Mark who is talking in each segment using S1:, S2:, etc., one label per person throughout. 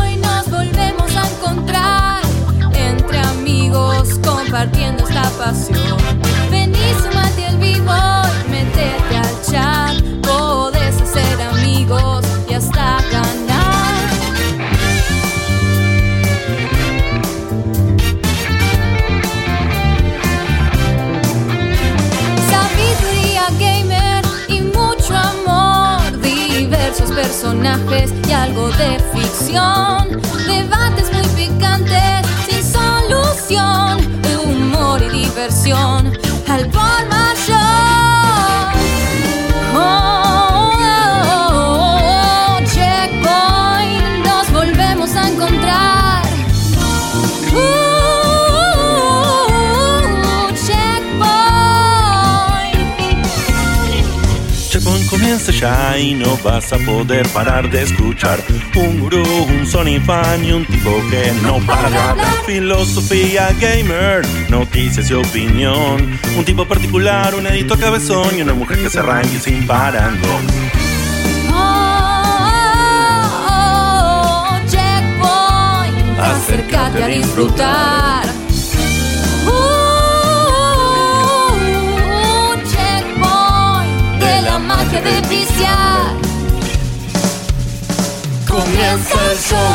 S1: Hoy nos volvemos a encontrar entre amigos compartiendo esta pasión. Vení, sumate al vivo y metete al chat. Podés hacer amigos y hasta ganar. Sabiduría gamer y mucho amor, diversos personajes y algo de ficción, debates muy picantes sin solución, humor y diversión al por mayor. Oh, oh, oh, oh, checkpoint, nos volvemos a encontrar. Uh, checkpoint.
S2: Checkpoint comienza ya y no vas a poder parar de escuchar Un gurú, un Sony fan y un tipo que no para de hablar Filosofía gamer, noticias y opinión Un tipo particular, un editor cabezón y una mujer que se arranque sin parangón
S1: Oh, oh, oh, oh, checkpoint. Acércate a disfrutar. Uh, uh, uh, checkpoint de la magia de viciar. Comienza el show.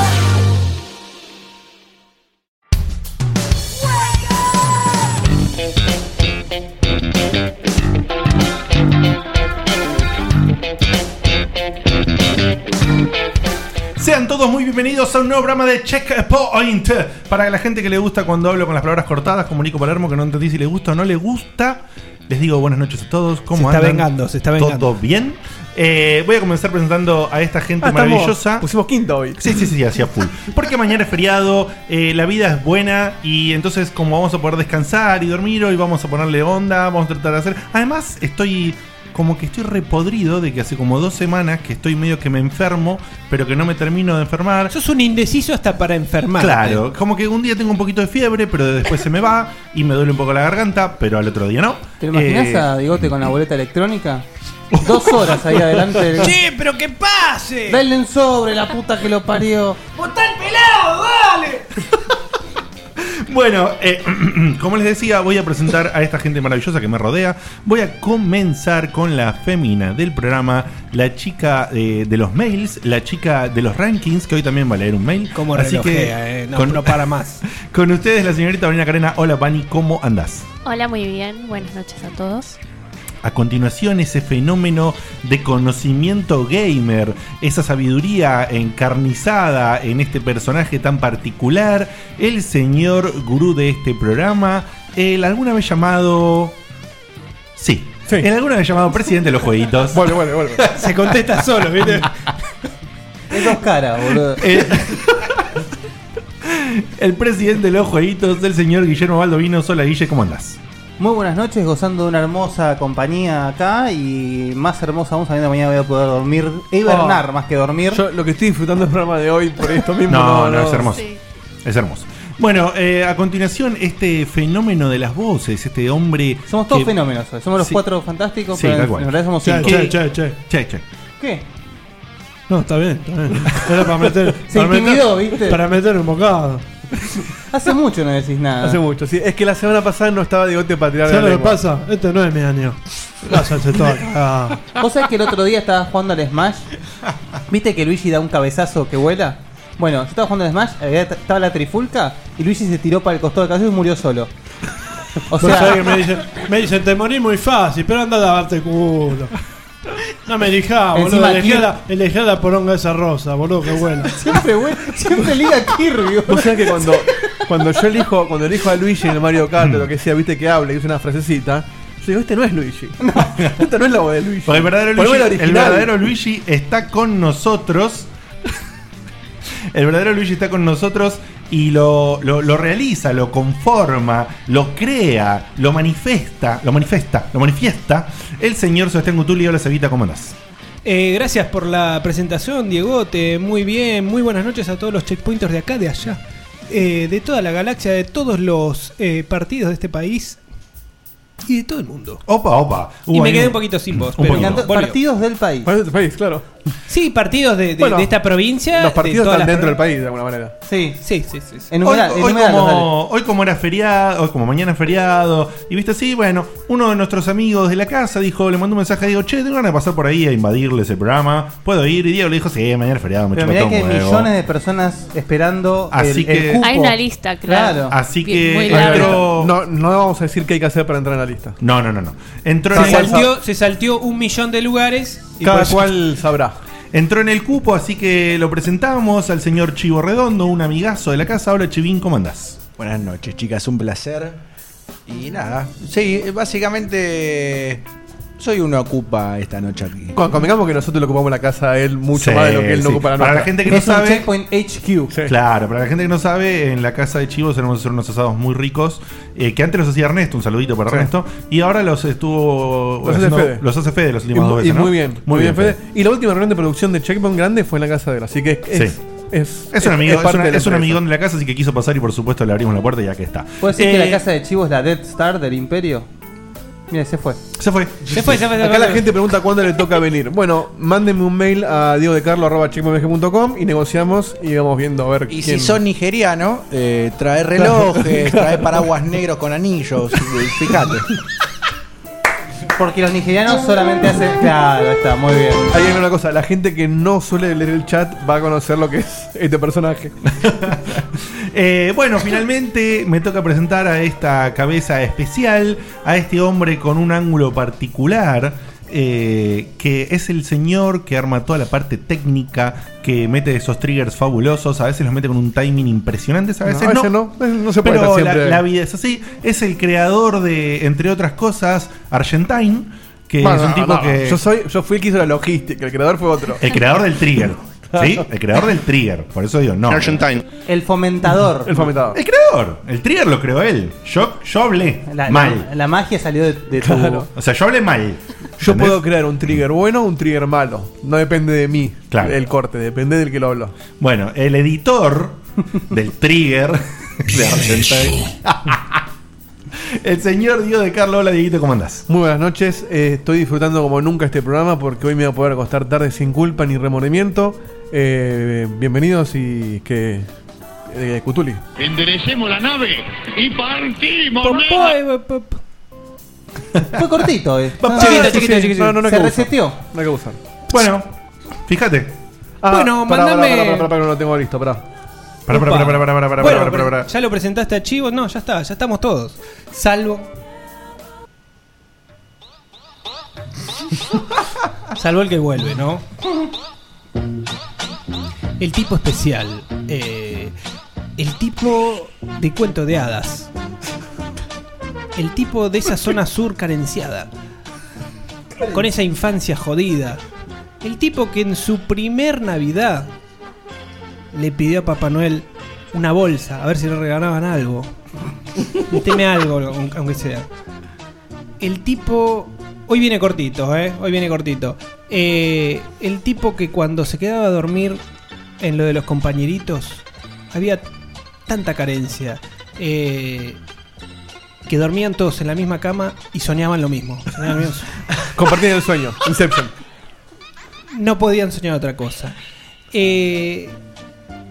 S3: Sean todos muy bienvenidos a un nuevo programa de Checkpoint. Para la gente que le gusta cuando hablo con las palabras cortadas, como Nico Palermo, que no entendí si le gusta o no le gusta, les digo buenas noches a todos. ¿Cómo
S4: Se está
S3: andan?
S4: vengando, se está vengando.
S3: ¿Todo bien? Eh, voy a comenzar presentando a esta gente
S4: Ah, estamos-
S3: maravillosa.
S4: pusimos quinto hoy.
S3: Sí, sí, sí, hacia full. Porque mañana es feriado, eh, la vida es buena y entonces como vamos a poder descansar y dormir hoy, vamos a ponerle onda, vamos a tratar de hacer... Además, estoy como que estoy repodrido de que hace como dos semanas que estoy medio que me enfermo, pero que no me termino de enfermar.
S4: Sos un indeciso hasta para enfermar.
S3: Claro, como que un día tengo un poquito de fiebre, pero después se me va y me duele un poco la garganta, pero al otro día no.
S5: ¿Te lo imaginas
S3: Eh,
S5: a Digote con la boleta electrónica? Dos horas ahí adelante del...
S4: ¡Che, pero que pase!
S5: Dale un sobre, la puta que lo parió.
S4: ¡Botá el pelado, dale!
S3: Bueno, eh, como les decía, voy a presentar a esta gente maravillosa que me rodea. Voy a comenzar con la fémina del programa, la chica eh, de los mails, la chica de los rankings, que hoy también va a leer un mail.
S4: Como
S3: Así
S4: relojea,
S3: que
S4: eh. No,
S3: con,
S4: no para más.
S3: con ustedes la señorita Vanina Carena. Hola, Vani, ¿cómo andás?
S6: Hola, muy bien. Buenas noches a todos.
S3: A continuación, ese fenómeno de conocimiento gamer, esa sabiduría encarnizada en este personaje tan particular, el señor gurú de este programa, el alguna vez llamado. Sí.
S4: Sí.
S3: El alguna vez llamado presidente de los jueguitos.
S4: Vuelve, vuelve, vuelve. Se contesta solo, ¿viste?
S5: Es dos caras, boludo.
S3: El, el presidente de los jueguitos, el señor Guillermo Baldovino. Hola, Guille, ¿cómo andás?
S5: Muy buenas noches, gozando de una hermosa compañía acá y más hermosa aún, sabiendo que mañana voy a poder dormir, hibernar más que dormir.
S7: Oh. Yo lo que estoy disfrutando del programa de hoy por esto mismo.
S3: No, no, es hermoso. Es hermoso. Bueno, eh, a continuación, este fenómeno de las voces, este hombre.
S5: Somos todos
S3: que-
S5: fenómenos hoy. Somos los
S3: Sí.
S5: cuatro fantásticos,
S3: Sí,
S5: pero
S3: tal
S5: en,
S3: cual.
S5: en realidad somos
S3: Che,
S5: cinco.
S3: che,
S4: Che,
S3: che,
S4: che, che.
S3: Che, che.
S5: ¿Qué?
S4: No, está bien, está bien. Era para meter.
S5: Se
S4: para
S5: intimidó,
S4: meter-
S5: ¿viste?
S4: Para meter un bocado.
S5: Hace mucho no decís nada.
S7: Hace mucho. sí. Es que la semana pasada no estaba Digote para tirar la
S4: ¿Sabes lo que
S7: lengua.
S4: pasa? Este no es mi año. Ah. Váyanse todos acá.
S5: ¿Vos sabés que el otro día estaba jugando al Smash? ¿Viste que Luigi da un cabezazo que vuela? Bueno, yo estaba jugando al Smash, había- estaba la trifulca y Luigi se tiró para el costado del cabezazo y murió solo. O
S4: Vos sabés que
S5: sea,
S4: me dicen, me dicen, te morís muy fácil, pero anda a lavarte el culo. No me digas, boludo.
S5: Encima
S4: Elegí
S5: tiene-
S4: a la, elegí a la poronga esa rosa, boludo, qué buena.
S5: siempre, güey, siempre liga Kirby. güey.
S7: Vos sabés que cuando, cuando yo elijo, cuando elijo a Luigi en el Mario Kart o lo que sea, viste que habla y usa una frasecita, yo digo, este no es Luigi. Esta no es la voz de Luigi.
S3: Porque el verdadero,
S7: Poneme
S3: Luigi,
S7: la
S3: el
S7: original.
S3: verdadero Luigi está con nosotros. El verdadero Luigi está con nosotros y lo, lo- lo realiza, lo conforma, lo crea, lo manifiesta, lo manifiesta, lo manifiesta el señor Sebastián Gutuli. Hola, Cevita, ¿cómo andás?
S8: Eh, gracias por la presentación, Diegote. Muy bien, muy buenas noches a todos los checkpointers de acá, de allá,
S4: eh, de toda la galaxia, de todos los eh, partidos de este país y de todo el mundo.
S3: Opa, opa.
S4: y me quedé un poquito sin voz. pero volvió.
S5: Partidos del país.
S9: Partidos del país, claro.
S4: Sí, partidos de, de-
S9: Bueno,
S4: de esta provincia.
S9: Los partidos
S4: de todas las
S9: están dentro del
S4: pro-
S9: país, de alguna manera.
S5: Sí.
S4: Sí, sí, sí. sí.
S3: Hoy,
S5: Enumera-
S3: hoy
S5: enumeralos, dale.
S3: como, hoy como era feriado, hoy como mañana es feriado, y viste así, bueno, uno de nuestros amigos de la casa dijo, le mandó un mensaje, digo, che, tengo ganas de pasar por ahí a invadirle ese programa, ¿puedo ir? Y Diego le dijo, sí, mañana es feriado, me
S5: Pero
S3: chupa
S5: mirá
S3: todo
S5: que hay
S3: un huevo".
S5: millones de personas esperando el-
S3: Así
S5: el,
S3: que-
S5: cupo.
S6: Hay una lista, claro.
S3: Así
S6: Bien,
S3: que
S6: muy larga.
S3: entró... No,
S9: No, no vamos a decir qué hay que hacer para entrar en la lista.
S3: no, no, no. Entró
S4: Se
S3: en, el,
S4: saltió, se saltió un millón de lugares. y
S9: Cada
S4: por-
S9: cual sabrá.
S3: entró en el cupo, así que lo presentamos al señor Chivo Redondo, un amigazo de la casa. Hola, Chivín, ¿cómo andás?
S10: Buenas noches, chicas, un placer. Y nada, sí, básicamente soy uno ocupa esta noche aquí.
S9: Con- Convengamos que nosotros le ocupamos la casa a él mucho
S3: Sí,
S9: más de lo que él no
S3: sí.
S9: ocupa la
S3: Para la
S9: nuestra.
S3: gente que no
S5: Es un
S3: sabe,
S5: checkpoint HQ.
S9: Sí.
S3: Claro, para la gente que no sabe, en la casa de Chivo solemos hacer unos asados muy ricos, eh, que antes los hacía Ernesto, un saludito para
S9: Sí.
S3: Ernesto, y ahora los estuvo
S9: Los hace Fede.
S3: los hace Fede los
S9: Y,
S3: últimos dos
S9: y
S3: veces, ¿no?
S9: muy bien, muy, bien, Fede. Y la última reunión de producción de Checkpoint Grande fue en la casa de él, así que es,
S3: Sí.
S9: es,
S3: Es un amigo, es,
S9: parte
S3: una-
S9: de la
S3: es un
S9: empresa.
S3: amigón de la casa, así que quiso pasar y por supuesto le abrimos la puerta y aquí está.
S5: ¿Puedes decir
S3: Eh,
S5: que la casa de Chivo es la Death Star del Imperio? Mira, se fue.
S3: se fue.
S4: Se fue, se fue, se
S9: Acá
S4: fue.
S9: la gente pregunta cuándo le toca venir. Bueno, mándenme un mail a diegodecarlo.com y negociamos y vamos viendo a ver
S10: Y si
S9: quién-
S10: sos nigeriano, eh, trae relojes, trae paraguas negros con anillos, eh, fíjate.
S5: Porque los nigerianos solamente hacen. Claro, Ah, está, muy bien.
S9: Ahí hay una cosa, la gente que no suele leer el chat va a conocer lo que es este personaje.
S3: Eh, bueno, finalmente me toca presentar a esta cabeza especial, a este hombre con un ángulo particular, eh, que es el señor que arma toda la parte técnica, que mete esos triggers fabulosos, a veces los mete con un timing impresionante, a veces
S9: No,
S3: no.
S9: a veces no, a veces no se puede
S3: Pero
S9: estar siempre-
S3: La, la vida es así. Es el creador de, entre otras cosas, Argentine, que
S9: Bueno,
S3: es un
S9: no,
S3: tipo
S9: no,
S3: que...
S9: yo, soy, yo fui el que hizo la logística, el creador fue otro.
S3: El creador del trigger. ¿Sí? El creador del trigger. Por eso digo, no.
S11: Argentine.
S5: El fomentador.
S9: El fomentado.
S3: El creador. El trigger lo creó él. Yo, yo hablé
S5: La,
S3: mal.
S5: la- la magia salió de, de tu.
S9: Claro.
S3: O sea, yo hablé mal.
S9: Yo
S3: ¿Entendés?
S9: puedo crear un trigger bueno o un trigger malo. No depende de mí
S3: Claro.
S9: el corte, depende del que lo habló.
S3: Bueno, el editor del trigger de Argentine. el señor Dios de Carlos. Hola, Dieguito, ¿cómo andás?
S9: Muy buenas noches, eh, estoy disfrutando como nunca este programa porque hoy me voy a poder acostar tarde sin culpa ni remordimiento. Eh, bienvenidos y que... Eh, Cutuli.
S12: Enderecemos la nave y partimos.
S4: por- por- por- por-
S5: Fue cortito, eh.
S9: Ah,
S4: chiquito,
S9: sí,
S4: chiquito,
S9: sí.
S4: chiquito.
S9: No, no, no hay
S5: Se
S9: que abusar.
S5: reseteó.
S9: No hay que abusar.
S3: Bueno, fíjate.
S4: Bueno,
S9: Ah, pará, pará,
S4: mandame-
S9: Pará, pará, pará, no lo tengo listo, pará.
S3: Para, para,
S4: Opa.
S3: para, para, para, para,
S4: Bueno,
S3: para, para,
S4: pero
S3: para.
S4: Ya lo presentaste a Chivo. No, ya está, ya estamos todos. Salvo. Salvo el que vuelve, ¿no? El tipo especial. eh, el tipo de cuento de hadas. El tipo de esa zona sur carenciada. Con esa infancia jodida. El tipo que en su primer Navidad le pidió a Papá Noel una bolsa, a ver si le regalaban algo. Meteme algo, aunque aunque sea. El tipo. Hoy viene cortito, ¿eh? Hoy viene cortito. Eh, el tipo que cuando se quedaba a dormir en lo de los compañeritos, había tanta carencia. eh, que dormían todos en la misma cama y soñaban lo mismo. Soñaban lo mismo.
S9: Compartir el sueño, Inception.
S4: no podían soñar otra cosa. Eh,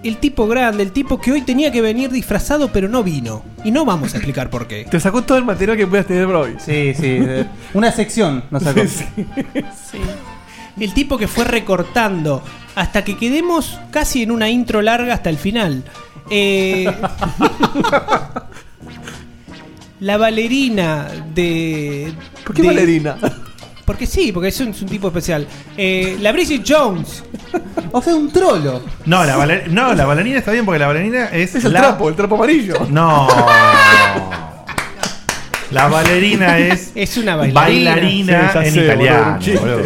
S4: el tipo grande, el tipo que hoy tenía que venir disfrazado pero no vino. Y no vamos a explicar por qué.
S9: Te sacó todo el material que podías tener para hoy.
S5: Sí, sí. eh, Una sección nos sacó.
S4: El tipo que fue recortando hasta que quedemos casi en una intro larga hasta el final. Eh, la bailarina de...
S9: ¿Por qué
S4: de-
S9: bailarina?
S4: Porque sí, porque es un, es un tipo especial. Eh, la Bridget Jones.
S5: O sea, un trolo.
S3: No, la baler- no, la bailarina está bien porque la bailarina es.
S9: Es el
S3: la-
S9: trapo, el trapo amarillo.
S3: No. La bailarina es.
S4: Es una bailarina.
S3: Bailarina
S9: Sí, ya
S3: en
S9: sé, boludo,
S3: italiano.
S9: un chiste.
S3: boludo.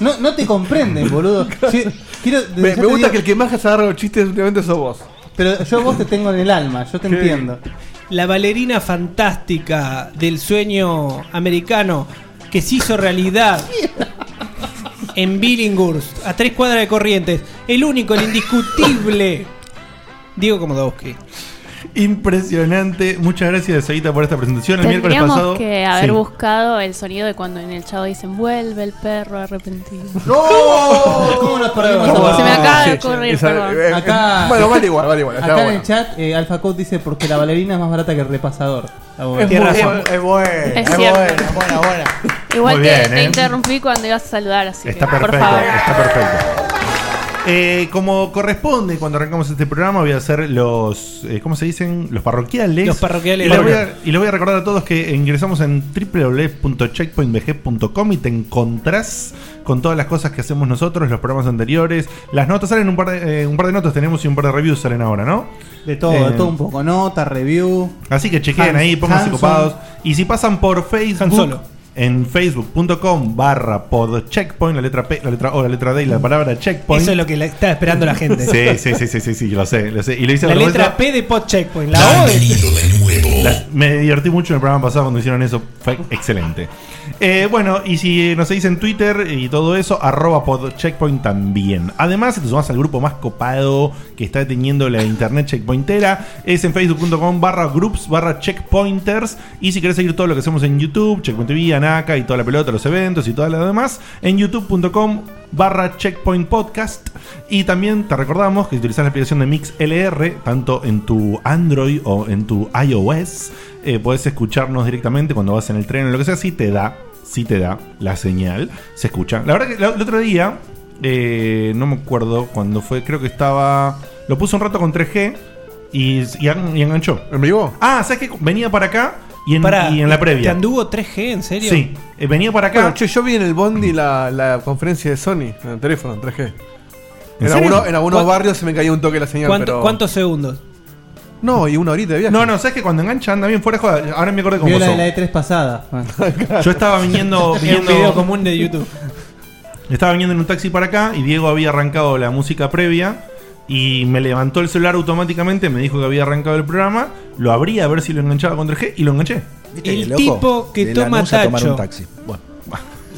S5: No, no te comprenden, boludo. Sí, quiero-
S9: Me,
S5: yo te
S9: me gusta
S5: digo-
S9: que el que más se agarra los chistes últimamente sos vos.
S5: Pero yo a vos te tengo en el alma, yo te
S9: Sí.
S5: entiendo.
S4: la bailarina fantástica del sueño americano que se hizo realidad en Billinghurst, a tres cuadras de Corrientes, el único, el indiscutible Diego Komodowski.
S3: Impresionante. Muchas gracias, Saita, por esta presentación. El miércoles
S6: Tendríamos
S3: pasado.
S6: que haber
S3: Sí.
S6: buscado el sonido de cuando en el chavo dicen vuelve el perro arrepentido.
S5: ¡No! ¿Cómo nos perdemos?
S6: ¿Cómo? Ah, Se me acaba de ocurrir, perdón.
S3: eh,
S6: eh,
S5: Acá,
S9: bueno, vale igual, vale igual, está
S5: Acá en
S9: bueno.
S5: el chat, eh, Alpha Code dice: Porque la bailarina es más barata que el repasador. Está bueno.
S9: Es
S5: Tiene
S9: muy-
S5: razón.
S9: es- es bueno,
S6: Es es cierto. bueno,
S10: buena, buena.
S6: Igual
S3: Muy
S6: te,
S3: bien,
S6: te
S3: ¿eh?
S6: interrumpí cuando ibas a saludar, así
S3: Está
S6: que por
S3: perfecto,
S6: favor.
S3: está perfecto. Eh, como corresponde, cuando arrancamos este programa, voy a hacer los. eh, ¿Cómo se dicen? Los parroquiales.
S4: Los parroquiales.
S3: Y les, voy a, y les voy a recordar a todos que ingresamos en www.checkpointbg.com y te encontrás con todas las cosas que hacemos nosotros, los programas anteriores. Las notas salen un par de, eh, un par de notas, tenemos y un par de reviews salen ahora, ¿no?
S5: De todo, de todo un poco. Nota, review.
S3: Así que chequen
S5: Hans-
S3: ahí, pónganse
S5: Hanson.
S3: copados. Y si pasan por Facebook,
S5: Han Solo.
S3: en facebook.com barra podcheckpoint, la letra P, la letra O, la letra D y la palabra checkpoint.
S4: Eso es lo que la- está esperando la gente.
S3: Sí, sí, sí, sí, sí, sí, lo sé, lo sé. Y lo hice
S4: La
S3: al revés.
S4: letra P de Pod Checkpoint. La O de.
S3: La- me divertí mucho en el programa pasado cuando hicieron eso. Fue excelente. Eh, bueno, y si nos seguís en Twitter y todo eso, arroba podcheckpoint también. Además, si te sumás al grupo más copado que está teniendo la internet checkpointera, es en facebook.com barra groups barra checkpointers. Y si querés seguir todo lo que hacemos en YouTube, Checkpoint TV, Anaca y toda la pelota, los eventos y todo lo demás, en youtube.com barra checkpoint podcast. Y también te recordamos que si utilizás la aplicación de Mix LR, tanto en tu Android o en tu iOS, eh, podés escucharnos directamente cuando vas en el tren o lo que sea, si te da, si te da la señal, se escucha. La verdad que la- el otro día, eh, no me acuerdo cuando fue, creo que estaba, lo puse un rato con 3G y, y, en- y enganchó.
S9: ¿En vivo?
S3: Ah, ¿sabes que Venía para acá y en,
S4: Pará,
S3: y en la
S4: ¿Te
S3: previa.
S4: anduvo 3G, en serio?
S3: Sí, eh, venía para acá.
S9: Bueno, che, yo vi en el Bondi la, la conferencia de Sony en el teléfono, en 3G.
S3: ¿En
S9: En,
S3: serio?
S9: algunos- en algunos
S3: ¿Cuán-
S9: barrios se me cayó un toque la señal.
S4: ¿Cuánto-
S9: pero...
S4: ¿Cuántos segundos?
S9: No, y una horita de viaje.
S3: No, no, ¿sabes que Cuando engancha anda bien fuera de joda. Ahora me acordé cómo
S5: Vio la
S3: son.
S5: de la E3 pasada.
S3: Yo estaba viniendo,
S5: Es un
S3: viniendo
S5: video común
S4: de YouTube.
S3: Estaba viniendo en un taxi para acá y Diego había arrancado la música previa y me levantó el celular automáticamente, me dijo que había arrancado el programa, lo abrí a ver si lo enganchaba con 3G y lo enganché.
S4: ¿Viste El qué loco? tipo que De toma Lanús a tomar tacho. un taxi.
S10: Bueno.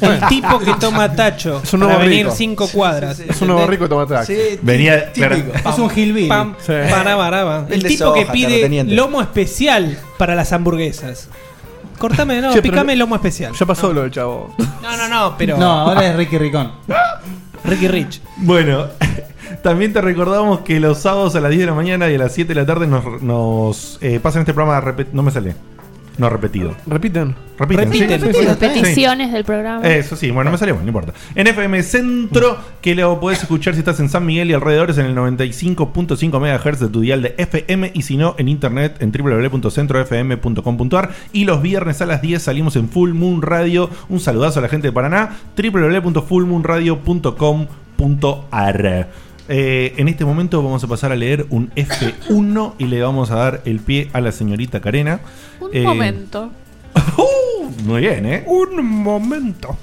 S4: El tipo que toma tacho
S3: Es un
S4: para
S3: nuevo
S4: venir
S3: rico.
S4: 5 cuadras.
S9: Es un nuevo rico tomate taxi.
S3: Venía, claro.
S4: Es un
S5: hillbilly.
S4: Pam,
S9: Sí.
S4: pará, pará, pará.
S9: Él
S4: El tipo que
S9: deshoja,
S4: pide
S9: terrateniente.
S4: lomo especial para las hamburguesas. Cortame, no,
S9: Che, pero-
S4: picame lomo especial.
S9: Ya pasó lo del chavo.
S4: No, no, no, pero.
S5: No, ahora es Ricky Ricón.
S4: Ricky Rich.
S3: Bueno, también te recordamos que los sábados a las 10 de la mañana y a las 7 de la tarde nos, nos, eh, pasan este programa repet- no me sale. No repetido.
S9: Repiten.
S3: Repiten.
S6: Repiten,
S3: Sí, sí, sí.
S6: peticiones del programa.
S3: Eso sí, bueno, me salió, bueno, no importa. En FM Centro, que lo podés escuchar si estás en San Miguel y alrededores en el 95.5 MHz de tu dial de FM y si no, en internet en www.centrofm.com.ar. Y los viernes a las 10 salimos en Full Moon Radio. Un saludazo a la gente de Paraná, www.fullmoonradio.com.ar. Eh, en este momento vamos a pasar a leer un F1 y le vamos a dar el pie a la señorita Carena.
S6: Un
S3: Eh,
S6: momento.
S3: Muy bien, ¿eh? Un momento.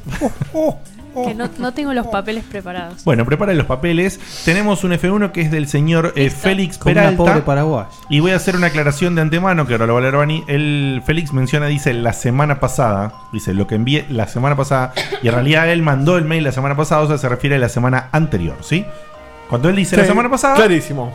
S6: Que no, no tengo los papeles preparados.
S3: Bueno, preparen los papeles. Tenemos un F1 que es del señor eh, Félix
S5: Con una
S3: Peralta.
S5: pobre paraguaya.
S3: Y voy a hacer una aclaración de antemano, que ahora lo va a leer Bani. El Félix menciona, dice, la semana pasada. Dice, lo que envié la semana pasada. Y en realidad él mandó el mail la semana pasada, o sea, se refiere a la semana anterior, ¿sí? Cuando él dice la
S9: Sí,
S3: semana pasada...
S9: Clarísimo.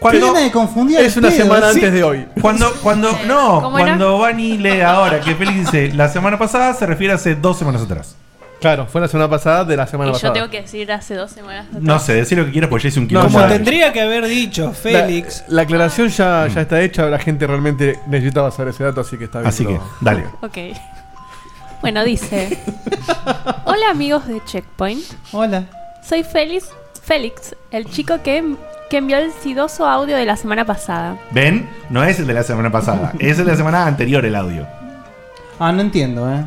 S3: Cuando,
S5: Tiene de confundir al
S9: Es una
S5: pedo,
S9: semana
S5: ¿sí?
S9: antes de hoy.
S3: cuando, cuando, no,
S5: ¿Cómo era?
S3: cuando Bani lee ahora que Félix dice la semana pasada, se refiere a hace dos semanas atrás.
S9: Claro, fue la semana pasada de la semana
S6: y yo
S9: pasada.
S6: tengo que decir hace dos semanas atrás.
S3: No sé, decir lo que quieras porque ya hice un
S9: No,
S3: kilómetro.
S9: ya-
S4: Tendría que haber dicho, Félix.
S9: La, la aclaración ya,
S3: Mm.
S9: ya está hecha, la gente realmente necesitaba saber ese dato, así que está bien.
S3: Así que, dale.
S6: Ok. Bueno, dice. Hola amigos de Checkpoint.
S5: Hola.
S6: Soy Félix, Félix, el chico que, que envió el sidoso audio de la semana pasada.
S3: ¿Ven? No es el de la semana pasada, es el de la semana anterior el audio.
S5: Ah, no entiendo, ¿eh?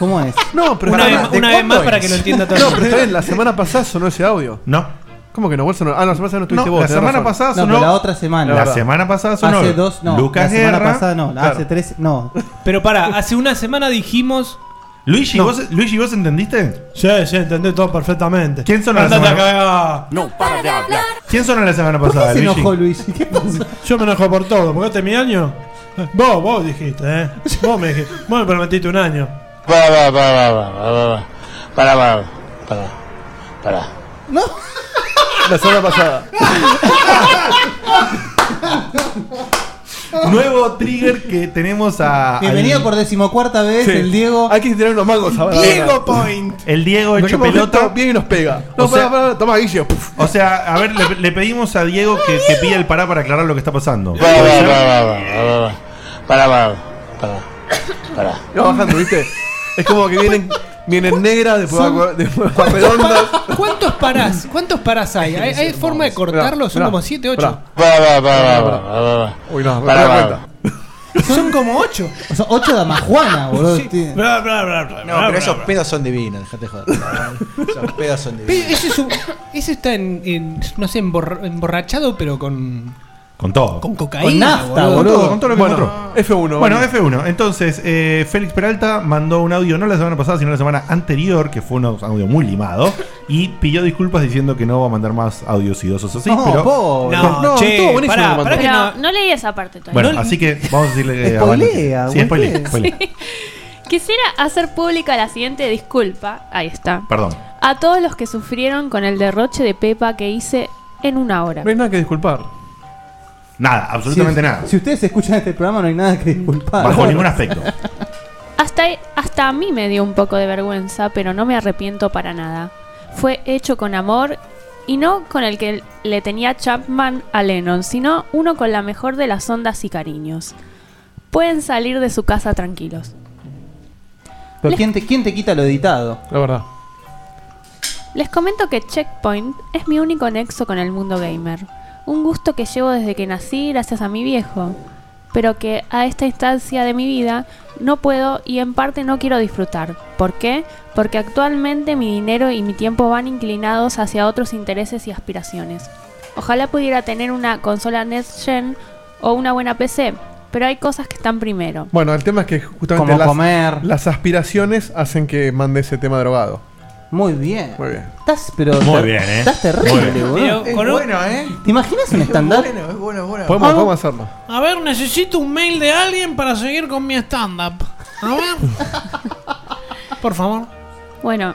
S5: ¿Cómo es?
S9: No, pero
S5: Una
S9: pará,
S5: vez-
S9: ¿de
S5: una vez
S9: cuándo
S5: más para
S9: es?
S5: que lo entienda todo el
S9: No,
S5: mundo.
S9: pero está bien, la semana pasada sonó ese audio.
S3: No.
S9: ¿Cómo que no? Bolsa no? Ah, no, la semana pasada no estuviste
S5: No,
S9: vos.
S5: la
S9: tenés
S5: semana
S9: razón.
S5: pasada No, sonó- pero la otra semana.
S3: La
S5: verdad.
S3: semana pasada sonó.
S5: Hace dos, no.
S3: Lucas
S5: la semana
S3: Guerra.
S5: pasada no, la
S3: Claro.
S5: hace tres, no.
S4: Pero pará, hace una semana dijimos.
S3: Luigi, ¿vos, Luigi, ¿vos entendiste?
S13: Sí, sí, entendí todo perfectamente.
S3: ¿Quién sonó la
S13: Andate
S3: semana-
S13: a
S3: Ah,
S13: cagar.
S9: No, para de hablar.
S3: ¿Quién sonó la semana pasada, Luigi?
S5: Luigi? ¿Qué pasó?
S13: Yo me enojo por todo, porque este es mi año. Vos, vos dijiste, ¿eh? Vos me dijiste. Vos me prometiste un año.
S12: Para, para, para, para, para, para, para, para.
S5: No.
S9: La semana pasada.
S3: Nuevo trigger que tenemos a.
S5: Bienvenido
S3: al-
S5: por decimocuarta vez,
S3: Sí.
S5: el Diego. Hay
S9: que tirar unos magos
S3: ahora. Diego
S5: Point.
S3: El Diego
S9: Nos
S3: hecho
S9: llevamos
S3: pelota.
S9: esto, viene y nos pega. No, pará,
S3: toma O sea, a ver, le, le pedimos a Diego que, que pida el pará para aclarar lo que está pasando.
S12: Va, va, va, va, va, va, va. Para, va, para, para.
S9: Va bajando, ¿viste? Es como que vienen, vienen negras, después
S4: Son-
S9: va- después va redondas.
S4: ¿Cuántos parás? ¿Cuántos parás hay? ¿Hay, hay forma de cortarlos? Son
S9: Mirá,
S4: como 7, 8.
S12: Va, va, va, va, va, va, va, va.
S9: Uy, no,
S12: Para,
S9: me
S12: va,
S9: da
S12: va.
S4: Son como 8.
S5: O sea, 8 de Amajuana, boludo. Tiene-
S10: No, pero esos pedos son divinos, dejate joder. Esos pedos son divinos.
S4: Pero ese, es un- ese está en, en, no sé, emborra- emborrachado, pero con.
S3: Con todo.
S4: Con cocaína, Con nafta, boludo.
S3: Con todo, con todo lo que
S4: Bueno,
S3: encontró.
S4: F1,
S3: Bueno,
S4: vale.
S3: F1. Entonces, eh, Félix Peralta mandó un audio, no la semana pasada, sino la semana anterior, que fue un audio muy limado, y pidió disculpas diciendo que no va a mandar más audios idosos así,
S5: No,
S3: pero...
S5: pobre.
S4: No, che, pará,
S3: lo que
S4: pará
S3: mandó.
S4: que
S6: Pero no leí esa parte todavía.
S3: Eh, Bueno, ah, así que vamos a decirle... eh, a Valen.
S5: Spoilea,
S3: Sí, spoilea,
S5: spoilea.
S3: spoilea.
S6: Quisiera hacer pública la siguiente disculpa. Ahí está.
S3: Perdón.
S6: A todos los que sufrieron con el derroche de Pepa que hice en una hora.
S9: No hay nada que disculpar.
S3: Nada, absolutamente
S5: si,
S3: nada.
S5: Si ustedes escuchan este programa, no hay nada que disculpar.
S3: Bajo ningún aspecto.
S6: Hasta, hasta a mí me dio un poco de vergüenza, pero no me arrepiento para nada. Fue hecho con amor y no con el que le tenía Chapman a Lennon, sino uno con la mejor de las ondas y cariños. Pueden salir de su casa tranquilos.
S5: Pero ¿quién te, ¿quién te quita lo editado?
S9: La verdad.
S6: Les comento que Checkpoint es mi único nexo con el mundo gamer. Un gusto que llevo desde que nací gracias a mi viejo. Pero que a esta instancia de mi vida no puedo y en parte no quiero disfrutar. ¿Por qué? Porque actualmente mi dinero y mi tiempo van inclinados hacia otros intereses y aspiraciones. Ojalá pudiera tener una consola Next Gen o una buena PC, pero hay cosas que están primero.
S9: Bueno, el tema es que justamente
S5: Como
S9: las,
S5: comer.
S9: las aspiraciones hacen que mande ese tema drogado.
S5: Muy bien.
S9: Muy bien.
S5: Estás, pero.
S9: Muy
S5: te-
S9: bien, ¿eh?
S5: Estás terrible,
S9: Muy bien.
S5: boludo.
S4: Pero, con un-
S5: ¿Te imaginas un estándar?
S10: Bueno, es bueno, es bueno.
S9: Podemos, podemos hacerlo.
S4: A ver, necesito un mail de alguien para seguir con mi stand-up. A ver. Por favor.
S6: Bueno,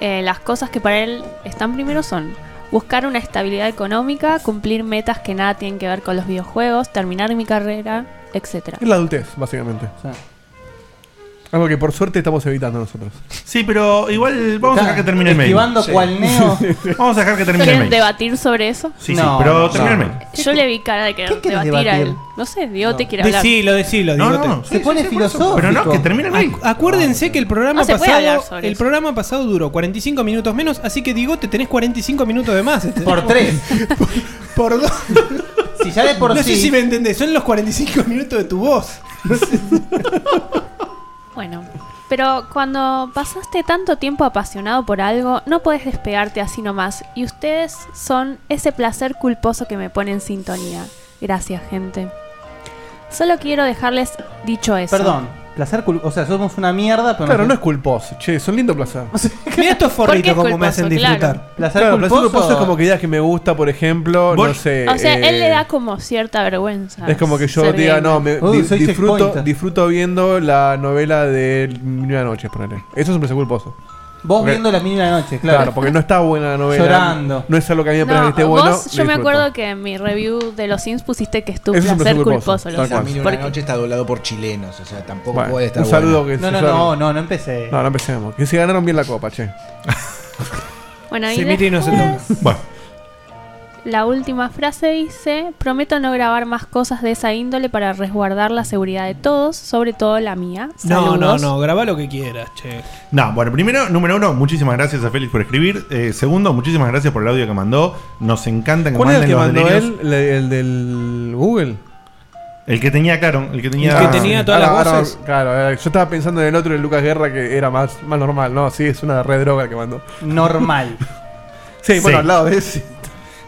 S6: eh, las cosas que para él están primero son buscar una estabilidad económica, cumplir metas que nada tienen que ver con los videojuegos, terminar mi carrera, etc.
S9: Es la adultez, básicamente. Algo que por suerte estamos evitando nosotros.
S3: Sí, pero igual vamos a dejar que termine el mail.
S9: Esquivando
S3: Sí.
S9: cual neo.
S3: Vamos a dejar que termine el
S6: ¿Quieren
S3: mail.
S6: debatir sobre eso?
S3: Sí, sí, pero termina el mail.
S6: Yo le vi cara de querer
S5: querés
S6: debatir, a
S5: debatir?
S6: él. No sé, Diego te quiere hablar.
S4: Decilo, decilo,
S3: No,
S4: digote.
S3: no,
S5: Se pone filosófico.
S3: Pero no, que termine el mail.
S4: Acu- Acuérdense que el programa
S6: No se puede hablar
S4: pasado
S6: sobre
S4: el
S6: eso.
S4: programa pasado duró 45 minutos menos, así que digo, te tenés 45 minutos de más. Por
S5: tres.
S4: por dos.
S5: Si ya de por
S4: no
S5: sí-
S4: sé si me entendés, son los 45 minutos de tu voz.
S6: Bueno, pero cuando pasaste tanto tiempo apasionado por algo, no puedes despegarte así nomás. Y ustedes son ese placer culposo que me pone en sintonía. Gracias, gente. Solo quiero dejarles dicho eso.
S5: Perdón. Placer cul- O sea, somos una mierda, pero.
S9: Claro, no es culposo. Che, son lindo placer.
S4: Mira estos
S6: Porque
S4: forritos
S6: es
S4: como me
S6: culposo,
S4: hacen
S6: claro.
S4: disfrutar.
S5: Placer
S9: claro,
S5: culposo.
S9: placer culposo es como que ideas que me gusta, por ejemplo, no
S6: Vos-
S9: sé.
S6: o sea, él
S9: eh,
S6: le da como cierta vergüenza.
S9: Es como que yo
S6: ser
S9: diga,
S6: gamer.
S9: no, me,
S5: Uy,
S9: di-
S5: Uh, soy
S9: disfruto,
S5: checkpointer.
S9: disfruto viendo la novela de Mil y una Noches, ponele. Eso es un placer culposo.
S5: Vos
S9: Porque-
S5: viendo las mil y una noche,
S9: Claro,
S5: claro.
S9: porque no está buena la novela.
S5: Llorando.
S9: No es algo que a mí me parece
S6: No,
S9: que esté
S6: vos,
S9: bueno.
S6: yo
S9: lo
S6: me
S9: disfruto.
S6: acuerdo que en mi review de los Sims pusiste que es tu
S9: Eso es un
S6: placer
S9: placer culposo,
S6: culposo.
S9: tal
S6: los
S9: cual.
S6: Sims.
S10: Mil y una
S6: Porque-
S10: noche está doblado por chilenos, o sea, tampoco
S9: Bueno,
S10: puede estar
S9: un saludo
S10: bueno.
S9: que
S5: No,
S9: se
S5: no,
S9: sabe.
S5: no, no, no empecé.
S9: No, no empecemos. Que se ganaron bien la copa, che.
S6: Bueno, y
S9: Sí, Miri no se
S6: después,
S3: Bueno.
S6: la última frase dice, prometo no grabar más cosas de esa índole para resguardar la seguridad de todos, sobre todo la mía.
S4: No, no,
S6: Saludos.
S4: no, graba lo que quieras, che.
S3: No, bueno, primero, número uno, muchísimas gracias a Félix por escribir. Eh, segundo, muchísimas gracias por el audio que mandó. Nos encanta que
S9: ¿Cuál era
S3: manden
S9: el que
S3: los
S9: mandó
S3: delirios.
S9: él? El, el del Google.
S3: El que tenía, claro, el que tenía.
S9: Ah, ahora- ahora-
S3: voces.
S9: Claro, ahora, yo estaba pensando en el otro de Lucas Guerra que era más, más normal. No, sí, es una red droga el que mandó.
S5: Normal.
S9: sí, bueno,
S3: Sí.
S9: al lado de ese.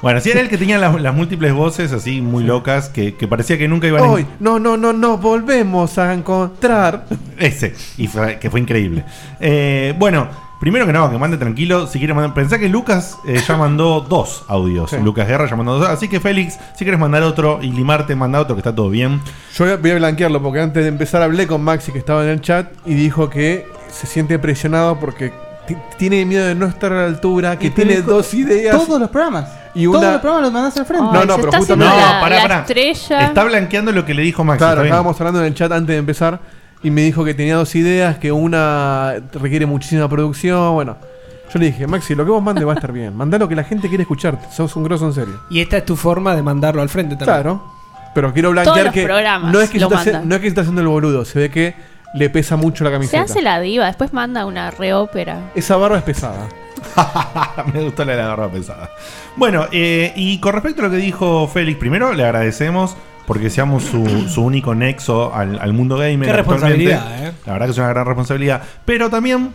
S3: Bueno, sí, era el que tenía las, las múltiples voces así muy locas que, que parecía que nunca iban a.
S9: Hoy, no, no, no, nos volvemos a encontrar.
S3: Ese, y fue- que fue increíble. Eh, bueno, primero que nada, que mande tranquilo. Si quiere mandar, pensá que Lucas eh, ya mandó dos audios. Lucas Guerra ya mandó dos. Así que Félix, si quieres mandar otro y limarte, manda otro que está todo bien.
S9: Yo voy a- voy a blanquearlo porque antes de empezar hablé con Maxi que estaba en el chat y dijo que se siente presionado porque ti- tiene miedo de no estar a la altura, que tiene dos ideas.
S5: Todos los programas.
S9: Y
S5: Todos
S9: una-
S5: los programas los mandás al frente.
S9: No, no, pero justamente.
S6: la- pará, la pará. estrella. Está
S3: blanqueando lo que le dijo Max.
S9: Claro,
S3: está bien.
S9: estábamos hablando en el chat antes de empezar. Y me dijo que tenía dos ideas, que una requiere muchísima producción. Bueno, yo le dije, Maxi, lo que vos mandes va a estar bien. Mandá lo que la gente quiere escuchar. Sos un grosso en serio.
S14: Y esta es tu forma de mandarlo al frente también.
S9: Claro. Pero quiero
S6: Todos
S9: blanquear
S6: los
S9: que.
S6: programas
S9: no, es que
S6: lo
S9: se está haci-
S6: mandan.
S9: no es que se está haciendo el boludo, se ve que le pesa mucho la
S6: Se
S9: camiseta.
S6: hace la diva, después manda una reópera.
S9: Esa barba es pesada.
S3: Me gustó la de la garra pesada. Bueno, eh, y con respecto a lo que dijo Félix, primero le agradecemos porque seamos su, su único nexo al, al mundo gamer.
S4: Qué
S3: actualmente.
S4: responsabilidad, ¿eh?
S3: La verdad que es una gran responsabilidad. Pero también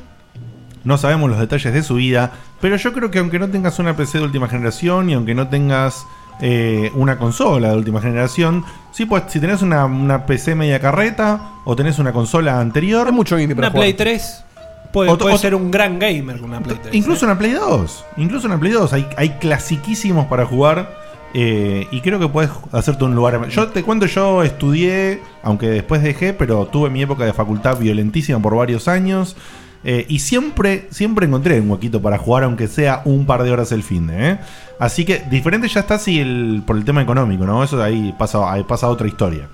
S3: no sabemos los detalles de su vida. Pero yo creo que aunque no tengas una PC de última generación y aunque no tengas eh, una consola de última generación, sí, pues si tenés una, una PC media carreta o tenés una consola anterior. Es
S9: mucho indie
S3: para
S4: Una Play 3 puede,
S3: Otro-
S4: puede
S3: otro-
S4: ser un gran gamer con una Play 3.
S3: Incluso una Play 2. Incluso una Play 2. Hay, hay clasiquísimos para jugar. eh, y creo que puedes hacerte un lugar. Yo te cuento, yo estudié, aunque después dejé, pero tuve mi época de facultad violentísima por varios años. eh, y siempre, siempre encontré un huequito para jugar, aunque sea un par de horas el fin de. ¿eh? Así que diferente ya está si el, por el tema económico, ¿no? Eso de ahí pasa, ahí pasa otra historia.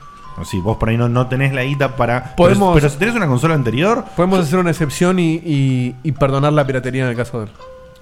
S3: Si vos por ahí no, no tenés la guita para. pero,
S9: Podemos-
S3: pero si tenés una consola anterior.
S9: Podemos hacer una excepción y, y- y perdonar la piratería en el caso de él.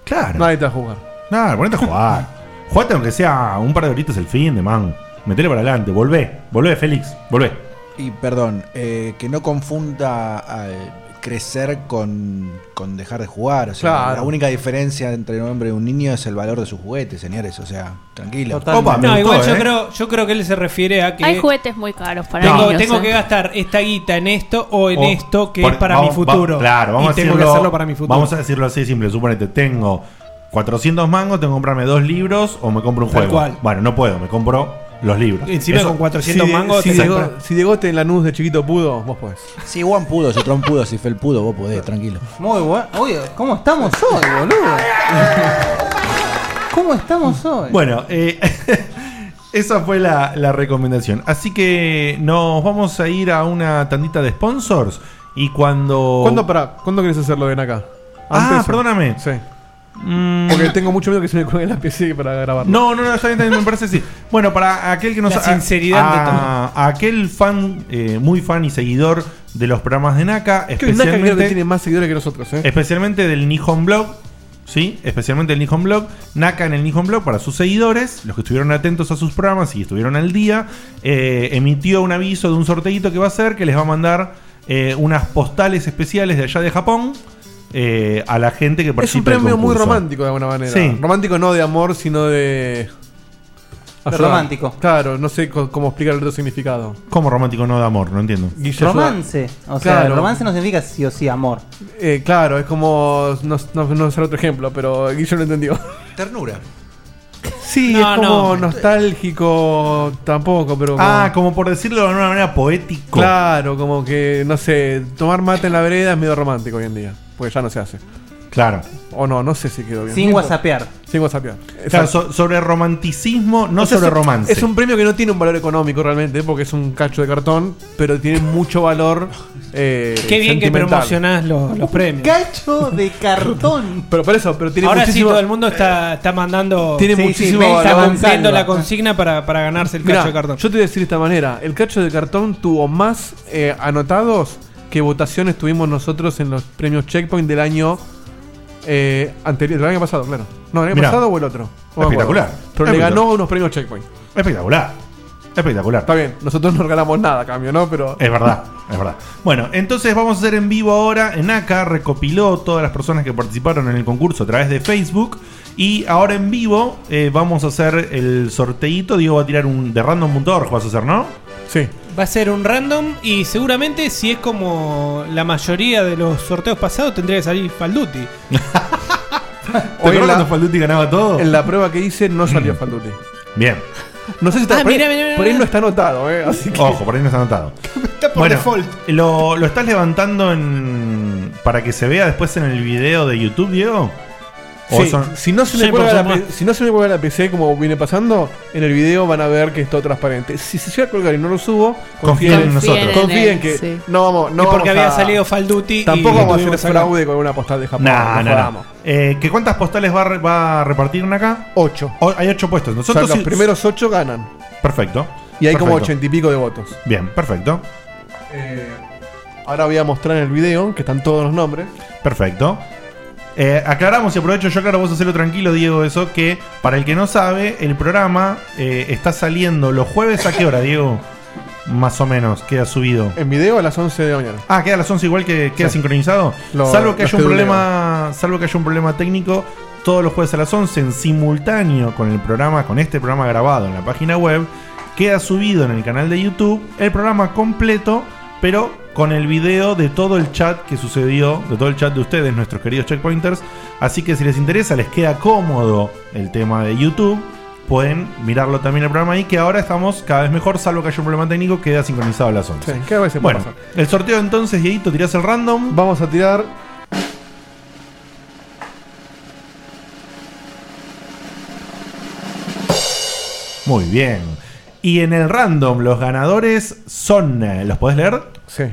S3: Claro.
S9: Nadie te va a jugar.
S3: Nada, ponete a jugar. Jugate aunque sea un par de horitas el fin de man. Metele para adelante, volvé, volvé, Félix, volvé.
S10: Y perdón, eh, que no confunda al crecer con, con dejar de jugar. O sea,
S9: Claro.
S10: La única diferencia entre un hombre y un niño es el valor de sus juguetes, señores. O sea, tranquilo.
S4: no, igual
S10: ¿eh?
S3: ¿eh?
S4: yo, creo, yo creo que él se refiere a que
S6: Hay juguetes muy caros para
S4: tengo,
S6: niños.
S4: tengo
S6: ¿eh?
S4: que gastar esta guita en esto o en
S3: O-
S4: esto que
S3: por-
S4: es para
S3: vamos-
S4: mi futuro.
S3: va- claro, vamos
S4: y
S3: a
S4: tengo
S3: decirlo,
S4: que hacerlo para mi futuro.
S3: Vamos a decirlo así de simple, suponete, tengo 400 mangos, tengo que comprarme dos libros o me compro un
S4: Tal
S3: juego.
S4: cual.
S3: Bueno, no puedo, me compro los libros.
S4: Encima con 400
S9: Si, si,
S3: te
S9: Diego, si Diegote en la de chiquito pudo, vos podés.
S10: Si Juan pudo, si Tron pudo, si Fel pudo, vos podés, tranquilo.
S5: Muy bueno. Oye, ¿cómo estamos hoy, boludo? ¿Cómo estamos hoy?
S3: Bueno, eh, esa fue la, la recomendación. Así que nos vamos a ir a una tandita de sponsors. Y cuando.
S9: ¿Cuándo, para, ¿cuándo querés hacerlo, ven acá?
S3: Ah,
S9: o-
S3: perdóname. Mm.
S9: Sí. Porque tengo mucho miedo que se me cuelgue la PC para grabar.
S3: No, no, no, está bien, está bien, me parece sí. Bueno, para aquel que nos
S4: La sinceridad
S3: a,
S4: de todo.
S3: a aquel fan, eh, muy fan y seguidor de los programas de Naka,
S9: que Naka creo que
S3: especialmente
S9: tiene más seguidores que nosotros, ¿eh?
S3: especialmente del Nihon Blog, ¿sí? Especialmente el Nihon Blog, Naka en el Nihon Blog para sus seguidores, los que estuvieron atentos a sus programas y estuvieron al día, eh, emitió un aviso de un sorteito que va a hacer que les va a mandar eh, unas postales especiales de allá de Japón. eh, a la gente que
S9: Es un
S3: participa del
S9: premio muy
S3: concurso.
S9: romántico de alguna manera.
S3: Sí.
S9: Romántico no de amor, sino de.
S5: De romántico.
S9: Claro, no sé co- cómo explicar el otro significado.
S3: ¿Cómo romántico no de amor? No entiendo.
S9: Guille,
S5: Romance.
S9: ayuda.
S5: O sea,
S9: Claro.
S5: romance no significa sí o sí amor.
S9: Eh, claro, es como. No, no, no será otro ejemplo, pero Guillo lo entendió.
S10: Ternura.
S9: Sí,
S4: No,
S9: es como
S4: no.
S9: nostálgico tampoco, pero. como-
S3: Ah, como por decirlo de una manera poético.
S9: Claro, como que, no sé, tomar mate en la vereda es medio romántico hoy en día. Porque ya no se hace.
S3: Claro.
S9: O no, no sé si quedó bien.
S5: Sin whatsappear.
S9: Sin whatsappear.
S3: Claro,
S9: Exacto.
S3: so- sobre romanticismo, no
S9: O sea,
S3: sobre
S9: es un-
S3: romance.
S9: Es un premio que no tiene un valor económico realmente, porque es un cacho de cartón, pero tiene mucho valor. Eh,
S4: Qué bien que
S9: sentimental.
S4: promocionás los, los premios.
S5: Cacho de cartón.
S9: Pero por eso, pero tiene
S4: Ahora sí
S9: muchísimo.
S4: todo el mundo está, está mandando.
S9: Tiene
S5: Sí, sí,
S9: muchísimo
S5: me
S9: valor.
S4: está
S5: avanzando.
S4: cumpliendo la consigna para, para ganarse el cacho
S9: Mirá,
S4: de cartón.
S9: Yo te voy a decir de esta manera: el cacho de cartón tuvo más eh, anotados que votaciones tuvimos nosotros en los premios Checkpoint del año eh, anterior, del año pasado, claro. No, el año
S3: Mirá.
S9: pasado o el otro. No me acuerdo.
S3: Espectacular.
S9: Pero le
S3: Espectacular.
S9: ganó unos premios Checkpoint.
S3: Espectacular. Espectacular.
S9: Está bien, nosotros no regalamos nada a cambio, ¿no? Pero.
S3: Es verdad, es verdad. Bueno, entonces vamos a hacer en vivo ahora. En acá recopiló todas las personas que participaron en el concurso a través de Facebook. Y ahora en vivo eh, vamos a hacer el sorteíto. Diego va a tirar un de random.org, vas a hacer, ¿no?
S9: Sí.
S4: Va a ser un random y seguramente si es como la mayoría de los sorteos pasados tendría que salir Falduti.
S3: ¿Te
S9: Hoy en
S3: acuerdas
S9: la-
S3: cuando Falduti ganaba todo?
S9: En la prueba que hice no salió Falduti.
S3: Bien.
S9: No sé si está.
S4: Ah,
S9: por,
S4: mirá,
S9: ahí,
S4: mirá, mirá.
S9: por ahí no está anotado, ¿eh? Así que.
S3: Ojo, por ahí no está anotado.
S4: Está por
S3: Bueno,
S4: default.
S3: Lo, lo estás levantando en, para que se vea después en el video de YouTube, Diego? O
S9: Sí,
S3: son-
S9: si, no se
S3: Sí,
S9: me cuelga
S3: por
S9: la, P-
S3: supuesto.
S9: si no se me cuelga la PC como viene pasando, en el video van a ver que es todo transparente. Si se llega a colgar y no lo subo,
S3: Confíen en nosotros.
S9: Confíen
S3: Confíen en
S9: que
S3: él, sí.
S9: no vamos, no
S3: Y porque
S9: vamos
S3: había salido Fall Duty y
S9: Tampoco
S3: lo
S9: vamos a
S3: tuvimos
S9: hacer
S3: acá.
S9: fraude con una postal de Japón.
S3: Nah,
S9: no
S3: nah, nah.
S9: jodamos.
S3: Eh, ¿que ¿Cuántas postales va a, re- va a repartir una acá?
S9: Ocho.
S3: hay ocho puestos.
S9: O sea,
S3: Nosotros
S9: los
S3: sí-
S9: primeros ocho ganan.
S3: Perfecto.
S9: Y hay
S3: Perfecto.
S9: como
S3: Eh.
S9: ochenta y pico de votos.
S3: Bien, perfecto.
S9: Ahora voy a mostrar en el video que están todos los nombres.
S3: Perfecto. Eh, aclaramos y aprovecho yo, claro, vos hacerlo tranquilo, Diego, eso que para el que no sabe, el programa eh, está saliendo los jueves a qué hora, Diego? Más o menos, queda subido.
S9: En video a las 11 de la mañana.
S3: Ah, queda a las 11 igual que queda
S9: Sí.
S3: sincronizado.
S9: Lo-
S3: salvo que
S9: los
S3: haya un
S9: que
S3: problema, salvo que haya un problema técnico, todos los jueves a las 11 en simultáneo con el programa, con este programa grabado en la página web, queda subido en el canal de YouTube el programa completo, pero con el video de todo el chat que sucedió, de todo el chat de ustedes, nuestros queridos checkpointers. Así que si les interesa, les queda cómodo el tema de YouTube. Pueden mirarlo también el programa ahí, que ahora estamos cada vez mejor, salvo que haya un problema técnico, queda sincronizado a las 11.
S9: Sí, cada vez se puede
S3: bueno,
S9: pasar.
S3: el sorteo entonces, Dieguito, tirás el random.
S9: Vamos a tirar.
S3: Muy bien. Y en el random, los ganadores son. eh, ¿Los podés leer?
S9: Sí.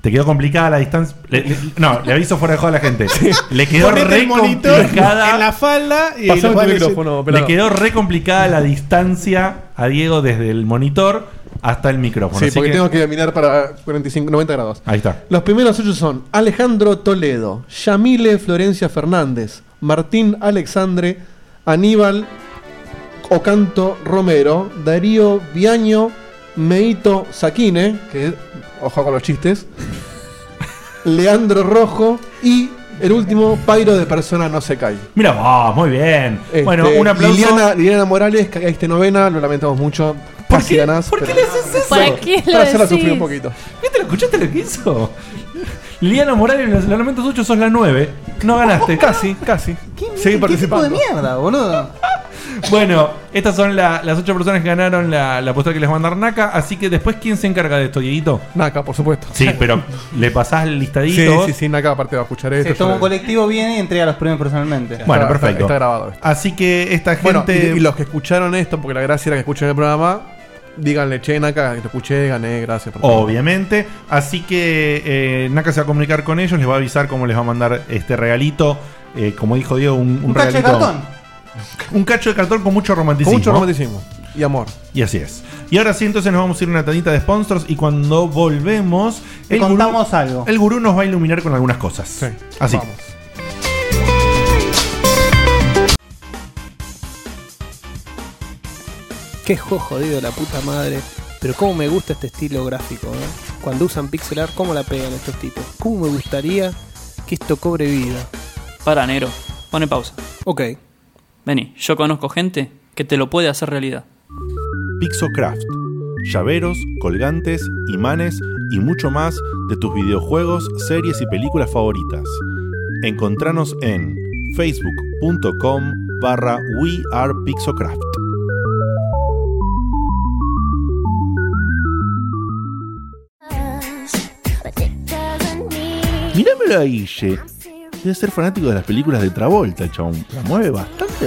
S3: Te quedó complicada la distancia. Le- le- no, le aviso fuera de juego a la gente. Le quedó
S15: Ponete
S3: re
S15: el monitor
S3: complicada.
S15: en la falda y
S3: Pasame
S15: lo vas
S3: tu
S15: a
S3: micrófono,
S15: decir.
S3: pelado. Le quedó re complicada la distancia a Diego desde el monitor hasta el micrófono.
S9: sí,
S3: Así
S9: porque
S3: que-
S9: tengo que mirar para 45, 90 grados.
S3: Ahí está.
S9: Los primeros ocho son Alejandro Toledo, Yamile Florencia Fernández, Martín Alexandre, Aníbal Ocanto Romero, Darío Biaño, Meito Saquine, que ojo con los chistes, Leandro Rojo y el último, Pairo de Persona No Se Cae.
S3: Mira vos, muy bien. bueno,
S9: Este,
S3: un aplauso.
S9: Liliana, Liliana Morales, cagaste novena, lo lamentamos mucho. Casi ganás. ¿Por qué le haces
S6: eso? ¿Para qué lo
S9: Para hacerla
S6: decís?
S9: sufrir un poquito.
S3: ¿Viste lo escuchaste lo que hizo? Liliana Morales, los lamentos 8 sos la 9. No ganaste. casi,
S9: casi.
S3: Seguí
S5: tipo de
S3: participando.
S5: mierda, boludo?
S3: Bueno, estas son la- las ocho personas que ganaron la, la postal que les va a mandar Naka. Así que después, ¿quién se encarga de esto, Dieguito?
S9: Naka, por supuesto.
S3: Sí, pero le pasás el
S9: Sí,
S3: listadito.
S9: sí, sí, Naka aparte va a escuchar esto.
S5: Se
S9: yo
S5: toma un
S9: le-
S5: colectivo, viene y entrega los premios personalmente.
S3: Bueno,
S9: Está-
S3: perfecto.
S9: Está grabado esto.
S3: Así que esta
S9: Bueno, y,
S3: gente.
S9: y los que escucharon esto, porque la gracia era que escuchen el programa, díganle, che, Naka, que te escuché, gané, gracias. por todo".
S3: Obviamente. Así que eh, Naka se va a comunicar con ellos, les va a avisar cómo les va a mandar este regalito. Eh, como dijo Diego, un, un
S5: Un cacho de
S3: regalito.
S5: cartón.
S3: Un cacho de cartón con mucho
S9: Con
S3: romanticismo.
S9: mucho romanticismo y amor.
S3: Y así es. Y ahora sí, entonces nos vamos a ir a una tandita de sponsors y cuando volvemos,
S5: Te
S3: gurú-
S5: contamos algo.
S3: el gurú nos va a iluminar con algunas cosas. Así.
S9: vamos.
S4: Qué jo- jodido la puta madre. Pero cómo me gusta este estilo gráfico, ¿eh? Cuando usan pixel art, cómo la pegan estos tipos. Cómo me gustaría que esto cobre vida.
S16: Para, negro. Pone pausa.
S4: Ok.
S16: Vení, yo conozco gente que te lo puede hacer realidad.
S17: Pixocraft. Llaveros, colgantes, imanes y mucho más de tus videojuegos, series y películas favoritas. Encontranos en facebook.com barra we are Pixocraft. Mirámelo a Guille. Debe ser fanático de las películas de Travolta, el chabón. La mueve bastante,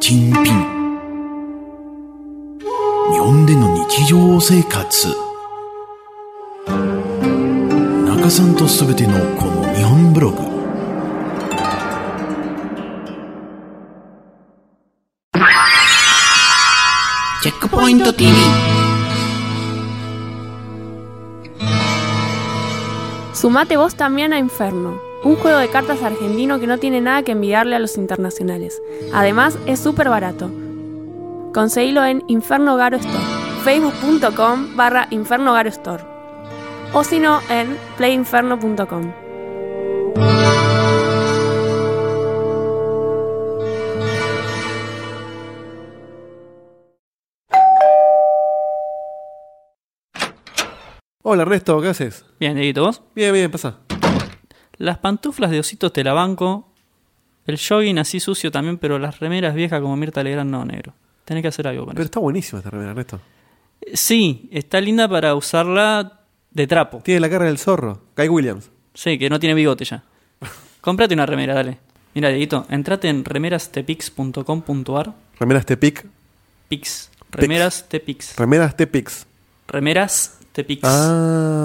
S10: Jinpin. 日本での日常生活中さんとすべてのこの日本ブログ
S9: checkpoint.tv.
S6: Sumate vos también a Inferno, un juego de cartas argentino que no tiene nada que enviarle a los internacionales. Además, es súper barato. Conseguilo en Inferno Garo Store, facebook.com barra Inferno Garo Store, o si no, en playinferno.com.
S7: Hola, Ernesto, ¿qué haces?
S16: Bien, Dieguito, ¿vos?
S7: Bien, bien, pasa.
S16: Las pantuflas de ositos te la banco. El jogging así sucio también, pero las remeras viejas como Mirta Legrand no, negro. Tenés que hacer algo con
S7: Pero está buenísima esta remera, Ernesto.
S16: eso. Sí, está linda para usarla de trapo.
S7: Tiene la cara del zorro. Guy Williams.
S16: Sí, que no tiene bigote ya. Comprate una remera, dale. Mira, Dieguito, entrate en remerastepix.com.ar.
S7: Remeras
S9: este
S7: Tepic.
S16: Pix. Remeras Tepix.
S7: Remeras
S9: este
S7: Tepix.
S16: Remeras
S7: Ah.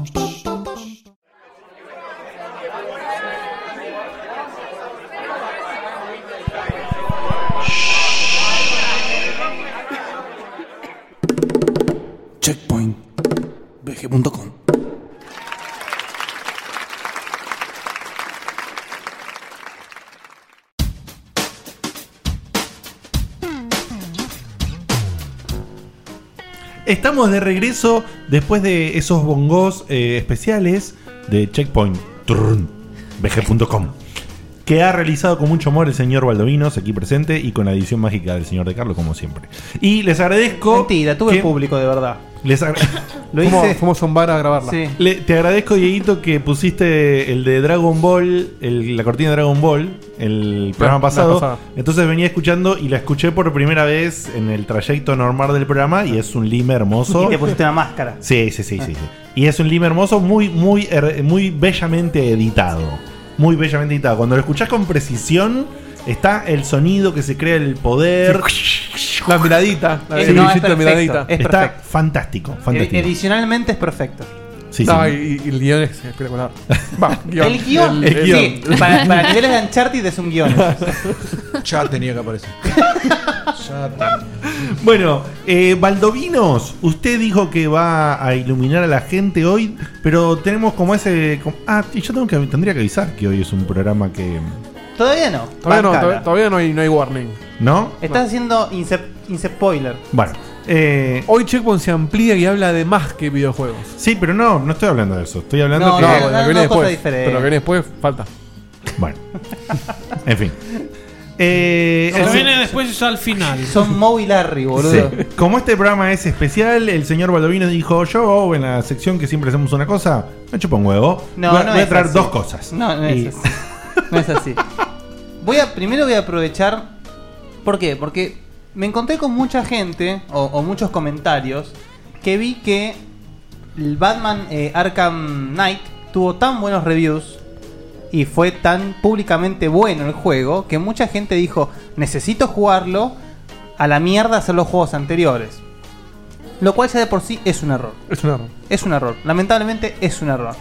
S18: Checkpoint. VG.com.
S3: Estamos de regreso después de esos bongos eh, especiales de Checkpoint. Trrrn, VG.com. Que ha realizado con mucho amor el señor Baldovinos aquí presente y con la edición mágica del señor De Carlo, como siempre. Y les agradezco. Mentira, tuve público de verdad. Les agra-
S7: Lo
S3: Fuimos-
S7: hice. Fuimos a un bar a grabarla.
S3: Le- te agradezco, Dieguito, que pusiste el de Dragon Ball, el- la cortina de Dragon Ball, el programa
S7: la
S3: pasado.
S7: pasada.
S3: Entonces venía escuchando y la escuché por primera vez en el trayecto normal del programa y es un lime hermoso.
S5: Y te pusiste una máscara.
S3: Sí, sí, sí, sí, sí. Y es un lime hermoso, muy, muy, her- muy bellamente editado. Muy bellamente editado. Cuando lo escuchás con precisión, está el sonido que se crea, el poder. La miradita.
S5: la Sí, no, es perfecto, es
S3: está
S5: perfecto.
S3: fantástico,
S5: Ed-
S3: fantástico.
S5: E- Edicionalmente es perfecto.
S3: Sí,
S7: No,
S3: sí.
S7: Y, y el guión es espectacular. Va, guión.
S5: El guión.
S7: El- el
S5: sí,
S7: guión.
S5: para, para niveles de Uncharted es un guión.
S10: Ya tenía que aparecer.
S3: Bueno, eh, Baldovinos, usted dijo que va a iluminar a la gente hoy, pero tenemos como ese. como- ah, y yo tengo que, tendría que avisar que hoy es un programa que.
S5: Todavía no.
S7: Todavía no,
S5: Bancala.
S7: todavía, todavía no, hay, no hay warning.
S3: ¿No?
S5: Estás haciendo incep- inspoiler.
S3: Bueno. eh,
S7: Hoy Checkpoint se amplía y habla de más que videojuegos.
S3: Sí, pero no, no estoy hablando de eso. Estoy hablando
S7: No,
S3: que.
S7: no, No, bueno, lo que no, viene no, cosa después. diferente. Pero lo que viene después falta.
S3: Bueno. en fin. Eh,
S4: Lo
S3: el-
S4: que viene después es al final.
S5: Son Moe y Larry, boludo.
S3: Sí. Como este programa es especial, el señor Baldovino dijo: Yo, en la sección que siempre hacemos una cosa, me chupa un huevo.
S5: No,
S3: voy, a-
S5: no
S3: voy a
S5: es
S3: traer
S5: así.
S3: dos cosas.
S5: No, no es
S3: Y-
S5: así. No es así. Voy a, primero voy a aprovechar. ¿Por qué? Porque me encontré con mucha gente o, o muchos comentarios que vi que el Batman eh, Arkham Knight tuvo tan buenos reviews y fue tan públicamente bueno el juego que mucha gente dijo: Necesito jugarlo a la mierda hacer los juegos anteriores. Lo cual ya de por sí es un error.
S7: Es un error.
S5: Es un error. Lamentablemente es un error.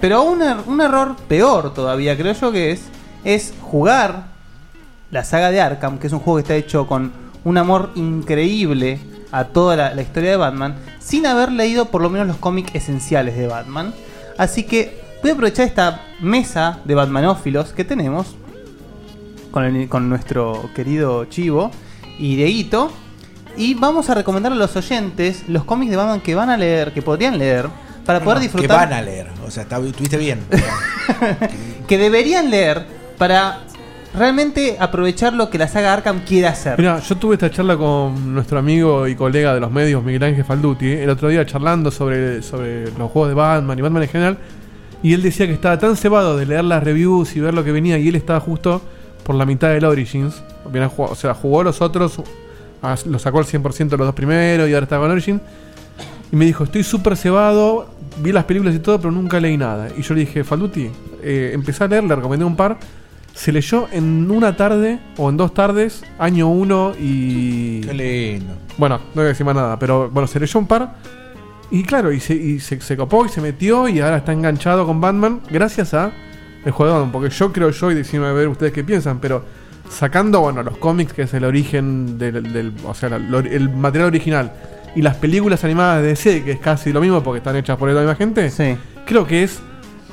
S5: Pero un, er- un error peor todavía, creo yo que es, es jugar la saga de Arkham, que es un juego que está hecho con un amor increíble a toda la, la historia de Batman, sin haber leído por lo menos los cómics esenciales de Batman. Así que voy a aprovechar esta mesa de Batmanófilos que tenemos con, el- con nuestro querido Chivo y Deito. Y vamos a recomendar a los oyentes los cómics de Batman que van a leer, que podrían leer, para poder
S10: No,
S5: disfrutar.
S10: Que van a leer. O sea, está- estuviste bien.
S5: que deberían leer para realmente aprovechar lo que la saga Arkham quiere hacer.
S7: Mira, yo tuve esta charla con nuestro amigo y colega de los medios, Miguel Ángel Falduti, ¿eh? el otro día charlando sobre, sobre los juegos de Batman y Batman en general. Y él decía que estaba tan cebado de leer las reviews y ver lo que venía, y él estaba justo por la mitad del Origins. Bien, ha ah, jugado- O sea, jugó los otros, a- lo sacó al 100% los dos primeros y ahora está con Origins.
S9: Y me dijo, estoy súper cebado, vi las películas y todo, pero nunca leí nada. Y yo le dije, Faluti, eh, empecé a leer, le recomendé un par. Se leyó en una tarde o en dos tardes, año uno y... Qué
S10: lindo.
S9: Bueno, no voy a decir más nada, pero bueno, se leyó un par. Y claro, y se, y se, se copó y se metió y ahora está enganchado con Batman gracias a el jugador. Porque yo creo yo, y decime a ver ustedes qué piensan, pero sacando, bueno, los cómics, que es el origen del, del- o sea, la- lo- el material original, y las películas animadas de DC, que es casi lo mismo porque están hechas por la misma gente, creo que es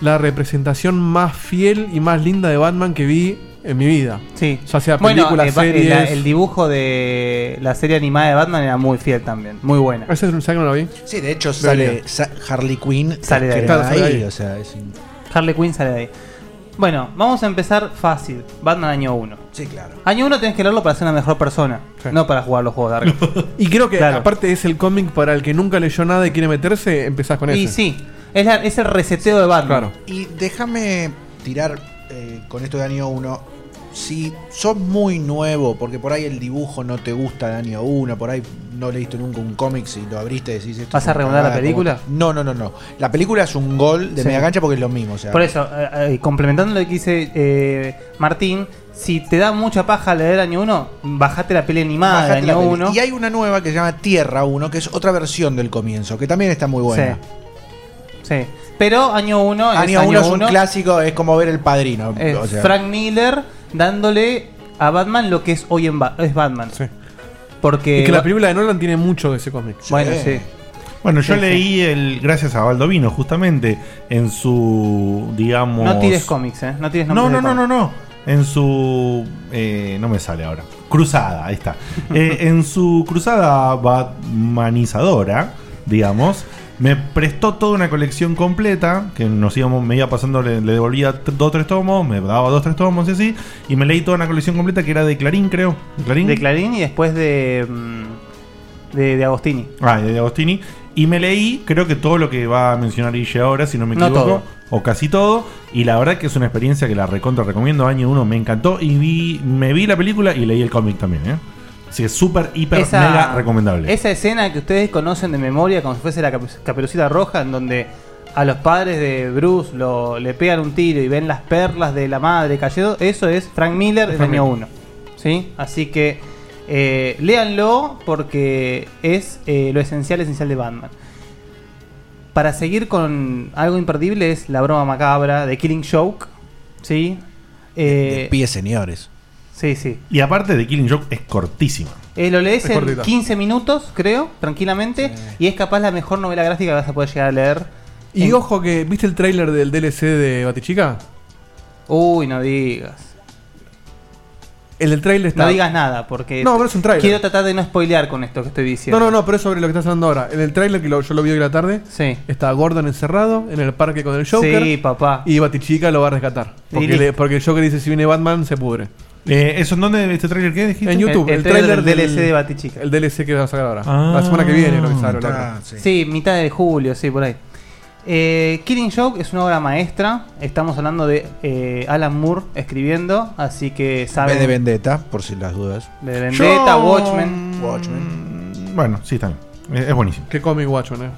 S9: la representación más fiel y más linda de Batman que vi en mi vida.
S5: Sí.
S9: Ya sea
S5: Bueno,
S9: películas,
S5: eh, va-
S9: series...
S5: el, el dibujo de la serie animada de Batman era muy fiel también, muy buena.
S9: ¿Ese es un no lo vi?
S10: Sí, de hecho sale sa- Harley Quinn.
S5: Sale de
S10: que
S5: ahí.
S10: está
S5: Claro, sale de ahí.
S10: o sea, es in-
S5: Harley Quinn sale de ahí. Bueno, vamos a empezar fácil. Batman año 1.
S10: Sí, claro.
S5: Año 1 tenés que leerlo para ser una mejor persona, no para jugar los juegos de arcade.
S9: Y creo que
S5: Claro.
S9: aparte es el cómic para el que nunca leyó nada y quiere meterse, Eh, empezás con eso.
S5: Y sí, es, la- es el reseteo de Batman.
S9: Claro.
S10: Y déjame tirar eh, con esto de año 1. Si sos muy nuevo, porque por ahí el dibujo no te gusta de año 1, por ahí no leíste nunca un cómic, si lo abriste decís esto.
S5: ¿Vas
S10: es una
S5: a recomendar la
S10: cagada,
S5: película?
S10: Ah, ¿cómo? No, no, no, no. La película es un gol de
S5: Sí.
S10: media cancha porque es lo mismo. o sea.
S5: Por eso, eh, eh, complementando lo que dice eh, Martín, si te da mucha paja leer año 1, bajate la peli animada
S10: Bajate
S5: de
S10: la
S5: año
S10: peli.
S5: 1.
S10: Y hay una nueva que se llama Tierra 1, que es otra versión del comienzo, que también está muy buena.
S5: Sí. Pero año 1 es
S10: Año 1 es un
S5: uno,
S10: clásico, es como ver el padrino.
S5: es
S10: o sea.
S5: Frank Miller dándole a Batman lo que es hoy en Ba- es Batman. Porque
S9: Y que
S5: Ba-
S9: la película de Nolan tiene mucho de ese cómic.
S5: Bueno, sí.
S3: Bueno, yo
S5: Sí, sí.
S3: leí el gracias a Baldovino justamente en su digamos
S5: No tires cómics, ¿eh? No tires
S3: No,
S5: nombres
S3: no,
S5: de
S3: no, no,
S5: cómics.
S3: no. En su eh, no me sale ahora. Cruzada, ahí está. Eh, en su cruzada batmanizadora, digamos, me prestó toda una colección completa que nos íbamos me iba pasando le, le devolvía t- dos tres tomos, me daba dos tres tomos y así y me leí toda una colección completa que era de Clarín, creo. De Clarín.
S5: De Clarín y después Pues de mm, de, de Agostini.
S3: Ah, de Agostini. Y me leí, creo que todo lo que va a mencionar Guille ahora, si no me
S5: No
S3: equivoco,
S5: todo.
S3: o casi todo. Y la verdad que es una experiencia que la recontra recomiendo. Año 1 me encantó y vi, me vi la película y leí el cómic también, ¿eh? Así que súper, hiper, mega recomendable.
S5: Esa escena que ustedes conocen de memoria, como si fuese la capu- caperucita roja, en donde a los padres de Bruce lo, le pegan un tiro y ven las perlas de la madre cayendo, eso es Frank Miller del
S4: Frank
S5: año
S4: Miller.
S5: 1. ¿sí? Así que eh, léanlo porque es eh, lo esencial, esencial de Batman. Para seguir con algo imperdible es la broma macabra de Killing Joke. ¿sí? Eh,
S10: Pies señores.
S5: sí, sí.
S3: Y aparte de Killing Joke es cortísima.
S5: Eh, lo lees
S3: Es
S5: en
S3: cortita.
S5: 15 minutos, creo, tranquilamente, y es capaz la mejor novela gráfica que vas a poder llegar a leer.
S9: Y ojo que, ¿viste el tráiler del DLC de Batichica?
S5: Uy, no digas.
S9: El del tráiler está...
S5: No digas nada, porque
S9: No, pero es un tráiler.
S5: quiero tratar de no spoilear con esto que estoy diciendo.
S9: No, no, no, pero es sobre lo que estás hablando ahora. En el tráiler que lo- yo lo vi hoy a la tarde, está Gordon encerrado en el parque con el Joker.
S5: Sí, papá.
S9: Y Batichica lo va a rescatar. Porque,
S5: Y listo.
S9: le- porque el Joker dice, si viene Batman, se pudre.
S3: ¿Eso en dónde este tráiler qué dijiste?
S9: En YouTube.
S5: El- el tráiler del DLC de Batichica.
S9: El DLC que va a sacar ahora.
S3: Ah.
S9: la semana que viene lo que sale.
S5: mitad,
S9: loco.
S5: Ah, sí. mitad de julio, sí, por ahí. Eh, Killing Joke es una obra maestra. Estamos hablando de eh, Alan Moore escribiendo, así que saben.
S10: B de Vendetta, por si las dudas.
S5: B de Vendetta,
S3: Yo-
S5: Watchmen.
S3: Bueno, sí, está bien. Es, es buenísimo.
S9: ¿Qué cómic Watchmen, eh?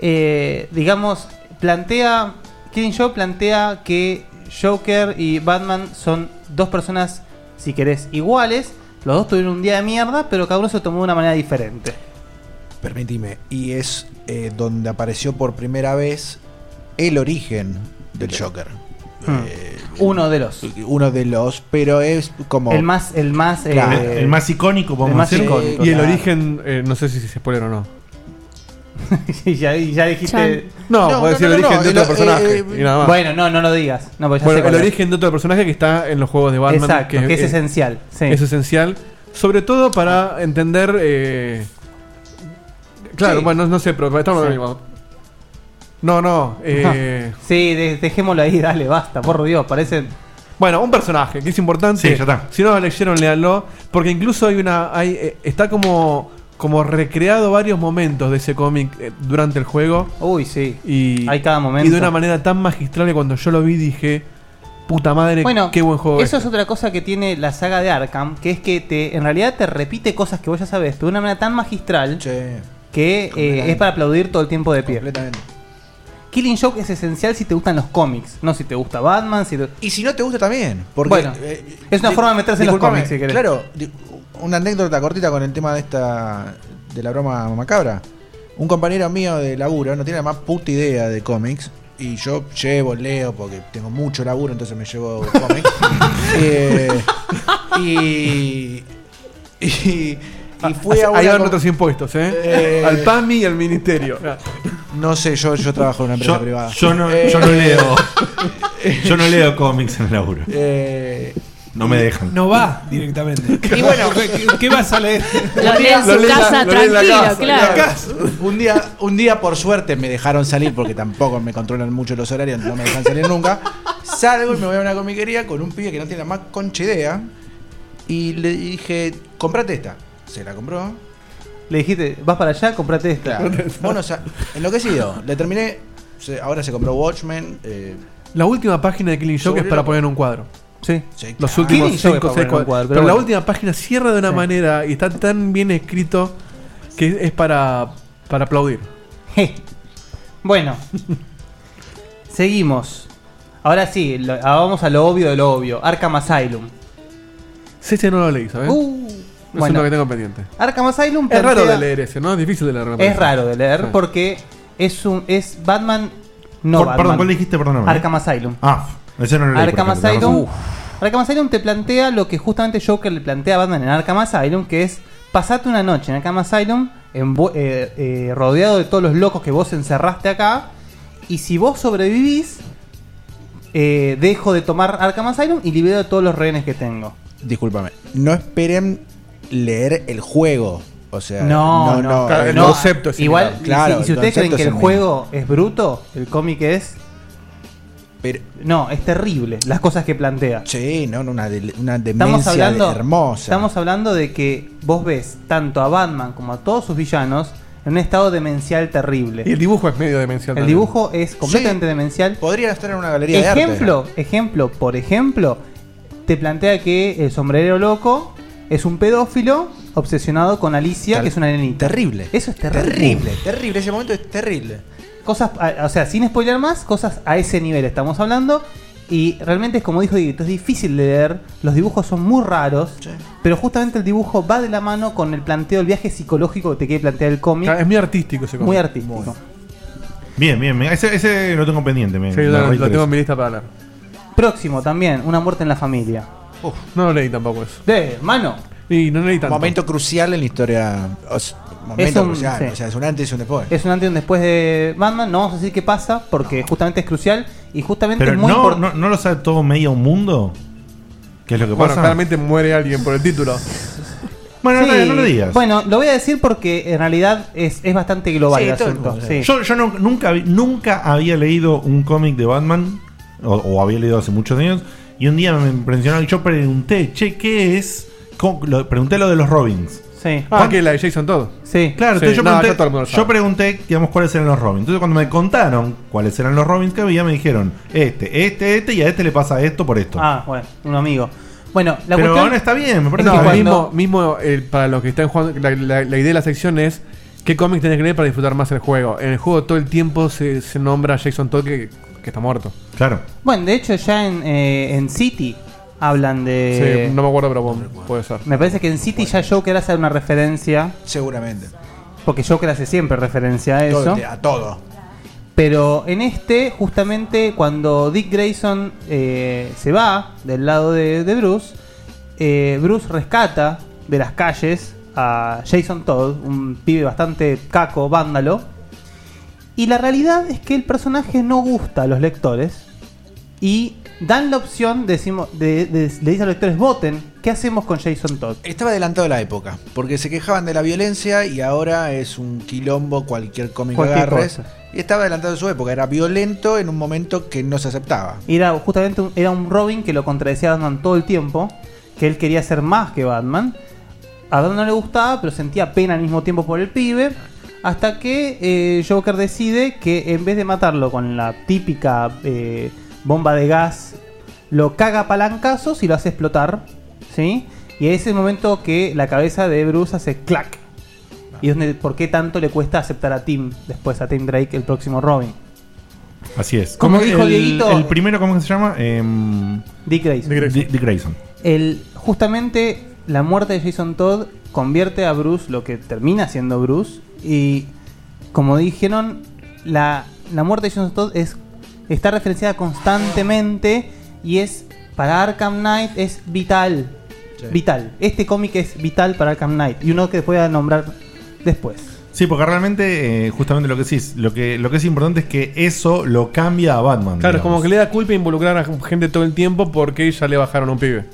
S5: eh, digamos, plantea, Killing Joke plantea que Joker y Batman son dos personas, si querés, iguales. Los dos tuvieron un día de mierda, pero cada uno se lo tomó de una manera diferente.
S10: Permitime. Y es eh, donde apareció por primera vez el origen del Joker.
S5: Hmm.
S10: Eh,
S5: uno de los.
S10: Uno de los, pero es como.
S5: El más, el más, eh,
S10: Claro.
S5: El más icónico, podemos El más decir. icónico,
S9: Y el
S5: claro.
S9: origen, eh, no sé si se spoiler o no.
S5: y, ya, y ya dijiste.
S9: No, No, podés no, decir no, el no, origen de el- otro eh, personaje, eh, y nada más.
S5: Bueno, no, no lo digas. No, pues ya
S9: Bueno,
S5: sé cuál
S9: el
S5: es.
S9: origen de otro personaje que está en los juegos de Batman.
S5: Exacto, que es esencial, sí.
S9: Es esencial. Sobre todo para entender. eh, claro,
S5: Sí.
S9: bueno, no sé, pero estamos en
S5: Sí.
S9: lo mismo. No, no. eh,
S5: No. Sí, de- dejémoslo ahí, dale, basta, por Dios, parecen.
S9: Bueno, un personaje que es importante.
S5: Sí, ya está.
S9: Si no lo leyeron, léanlo. Porque incluso hay una. Hay, eh, está como. Como recreado varios momentos de ese cómic eh, durante el juego.
S5: Uy, sí.
S9: Y,
S5: Hay cada momento.
S9: Y de una manera tan magistral que cuando yo lo vi dije. Puta madre,
S5: Bueno,
S9: qué buen juego. este.
S5: Eso es otra cosa que tiene la saga de Arkham, que es que te, en realidad te repite cosas que vos ya sabes, pero de una manera tan magistral que eh,
S10: Completamente.
S5: es para aplaudir todo el tiempo de pie.
S10: Completamente.
S5: Killing Joke es esencial si te gustan los cómics, no si te gusta Batman. Si
S10: Y si no te gusta también. Porque,
S5: bueno,
S10: eh,
S5: es una
S10: di-
S5: forma de meterse en los
S10: disculpame,
S5: cómics, si querés.
S10: Claro, di- una anécdota cortita con el tema de esta de la broma macabra. Un compañero mío de laburo no tiene la más puta idea de cómics. Y yo llevo, leo, porque tengo mucho laburo, entonces me llevo cómics. Eh, y, y, y fui a una
S9: Ah, Ahí van
S10: com-
S9: nuestros impuestos, ¿eh?
S10: Eh,
S9: Al PAMI y al ministerio.
S10: No sé, yo, yo trabajo en una empresa privada.
S9: yo no-
S10: Eh,
S9: yo no
S3: leo. Yo no leo cómics en el laburo.
S10: eh,
S3: No me dejan.
S4: No va directamente.
S10: Y bueno,
S4: ¿qué, qué- qué vas a leer?
S10: Lo lee en su Lo lee en la- casa, lo lee en la tranquilo, casa, claro.
S4: La casa.
S10: Un día, un día por suerte me dejaron salir porque tampoco me controlan mucho los horarios, no me dejan salir nunca. Salgo y me voy a una comiquería con un pibe que no tiene la más concha idea y le dije, comprate esta. Se la compró.
S5: Le dijiste, vas para allá, comprate esta.
S10: Claro. Bueno, o sea, enloquecido. Le terminé. se- Ahora se compró Watchmen. eh,
S9: La última página de Killing Joke
S10: Sobre
S9: es para
S10: lo-
S9: poner en un cuadro.
S5: Sí.
S9: Los
S10: claro.
S9: últimos
S10: Killing Joke es
S9: 5
S10: para
S9: o
S10: poner
S9: 6
S10: en
S9: cuadros.
S10: un cuadro,
S9: Pero,
S10: pero
S9: la
S10: bueno.
S9: última página cierra de una
S10: Sí.
S9: manera y está tan bien escrito que es para, para aplaudir.
S5: Bueno, seguimos. Ahora sí, lo- ahora vamos a lo obvio de lo obvio. Arkham Asylum.
S9: Sí, ese no lo leí, ¿sabes?
S5: Uh,
S9: es
S5: bueno.
S9: uno que tengo pendiente.
S5: Arkham Asylum
S9: Es raro
S5: plantea-
S9: de leer ese, ¿no? Es difícil de leer. me
S5: Es
S9: parece.
S5: raro de leer
S9: Sí.
S5: porque es un es Batman no
S3: Por-
S5: Batman.
S3: perdón, ¿cuál dijiste? Perdóname.
S5: Arkham Asylum.
S3: Ah, ese no lo leí, por
S5: Arkham
S3: ejemplo,
S5: Asylum.
S3: tenés razón.
S5: Arkham Asylum te plantea lo que justamente Joker le plantea a Batman en Arkham Asylum, que es pasate una noche en Arkham Asylum envo- eh, eh, rodeado de todos los locos que vos encerraste acá y si vos sobrevivís eh, dejo de tomar Arkham Asylum y libero a todos los rehenes que tengo.
S10: Discúlpame. No esperen leer el juego. O sea,
S5: No, no, claro, el concepto es igual,
S10: similar.
S5: y si- y si
S10: el
S5: ustedes creen
S10: concepto
S5: que
S10: es
S5: el
S10: mismo.
S5: juego es bruto, el cómic es
S10: Pero,
S5: no, es terrible las cosas que plantea.
S10: Sí, no, no, una, de- una demencia
S5: Estamos hablando
S10: hermosa.
S5: Estamos hablando de que vos ves tanto a Batman como a todos sus villanos en un estado demencial terrible.
S9: Y el dibujo es medio demencial.
S5: El
S9: también.
S5: dibujo es completamente demencial.
S10: Podría estar en una galería de arte.
S5: Ejemplo, ejemplo, por ejemplo, te plantea que el sombrerero loco es un pedófilo obsesionado con Alicia, que es una nenita.
S10: Terrible.
S5: Eso es terrible.
S10: Terrible, terrible. Ese momento es terrible.
S5: Cosas, a- o sea, sin spoiler más, cosas a ese nivel estamos hablando. Y realmente es como dijo Dieguito, es difícil de leer, los dibujos son muy raros, pero justamente el dibujo va de la mano con el planteo del viaje psicológico que te quiere plantear el cómic.
S9: Claro, Es muy artístico ese cómic.
S5: Muy artístico.
S3: Bien, bien, bien. Ese, ese lo tengo pendiente. Me,
S9: Sí,
S3: me
S9: lo- lo
S3: reinteresa.
S9: tengo en mi lista para leer.
S5: Próximo también, Una muerte en la familia.
S9: no lo leí tampoco eso.
S5: De mano.
S9: Y no leí tanto.
S10: Momento crucial en la historia. o sea, momento
S5: un-
S10: crucial.
S5: sí.
S10: O sea, es un antes y un después.
S5: Es un antes y un después de Batman, no vamos a decir qué pasa, porque justamente es crucial y justamente
S3: Pero
S5: es muy
S3: no,
S5: importante.
S3: no, no lo sabe todo medio mundo. ¿Qué es lo que
S9: Bueno,
S3: pasa?
S9: claramente muere alguien por el título.
S3: Bueno, no,
S5: Sí.
S3: no lo digas.
S5: Bueno, lo voy a decir porque en realidad es, es bastante global
S3: Sí,
S5: el
S3: todo el
S5: asunto.
S3: mundo,
S5: sí.
S3: Yo, yo no- nunca, vi- nunca había leído un cómic de Batman, o, o había leído hace muchos años, y un día me mencionaron, yo pregunté, che, ¿qué es? Co- lo- pregunté lo de los Robins.
S5: Sí.
S9: Ah, que la de Jason Todd.
S5: Sí.
S3: Claro,
S9: Sí,
S3: entonces yo,
S9: no, ya todo el mundo lo
S3: pregunté,
S9: sabe.
S3: yo pregunté, digamos, cuáles eran los Robins. Entonces cuando me contaron cuáles eran los Robins que había, me dijeron, este, este, este, y a este le pasa esto por esto.
S5: Ah, bueno, un amigo. Bueno, la
S3: Pero
S5: cuestión-
S3: ahora está bien, me parece
S9: No,
S3: que cuando-
S9: mismo, mismo eh, para los que están jugando, la, la- la idea de la sección es qué cómics tenés que leer para disfrutar más el juego. En el juego todo el tiempo se, se nombra a Jason Todd que, que está muerto.
S3: Claro.
S5: Bueno, de hecho ya en, eh, en City hablan de...
S9: Sí, no me acuerdo, pero bueno, puede ser.
S5: Me parece que en City ya Joker hace una referencia,
S10: Seguramente.
S5: porque Joker hace siempre referencia a eso.
S10: Todo- a todo.
S5: Pero en este, justamente cuando Dick Grayson eh, se va del lado de, de Bruce, eh, Bruce rescata de las calles a Jason Todd, un pibe bastante caco, vándalo. Y la realidad es que el personaje no gusta a los lectores. Y dan la opción, decimos, de, de- le dicen a los lectores, voten, ¿qué hacemos con Jason Todd?
S10: Estaba adelantado la época, porque se quejaban de la violencia y ahora es un quilombo cualquier cómic que
S5: Cualquier
S10: agarres.
S5: cosa.
S10: Y estaba adelantado de su época, era violento en un momento que no se aceptaba.
S5: Era justamente un, era un Robin que lo contradecía a Batman todo el tiempo, que él quería ser más que Batman. A Batman no le gustaba, pero sentía pena al mismo tiempo por el pibe. Hasta que eh, Joker decide que en vez de matarlo con la típica eh, bomba de gas, lo caga a palancazos y lo hace explotar. ¿Sí? Y es el momento que la cabeza de Bruce hace clac. Y es donde, por qué tanto le cuesta aceptar a Tim, después a Tim Drake, el próximo Robin.
S3: Así es.
S5: Como
S3: ¿Cómo
S5: dijo
S3: el,
S5: Dieguito-
S3: El primero, ¿cómo se llama? Em,
S5: Dick Grayson.
S3: Dick Grayson. Dick- Dick Grayson.
S5: El, justamente la muerte de Jason Todd convierte a Bruce lo que termina siendo Bruce. Y como dijeron, la, la muerte de Jason Todd es, está referenciada constantemente y es para Arkham Knight es vital.
S3: Sí.
S5: Vital. Este cómic es vital para Arkham Knight. Y uno que voy a nombrar después.
S3: Sí, porque realmente, eh, justamente lo que decís, lo que, lo que es importante es que eso lo cambia a Batman.
S9: Claro,
S3: digamos.
S9: es como que le da culpa involucrar a gente todo el tiempo porque ya le bajaron a un pibe.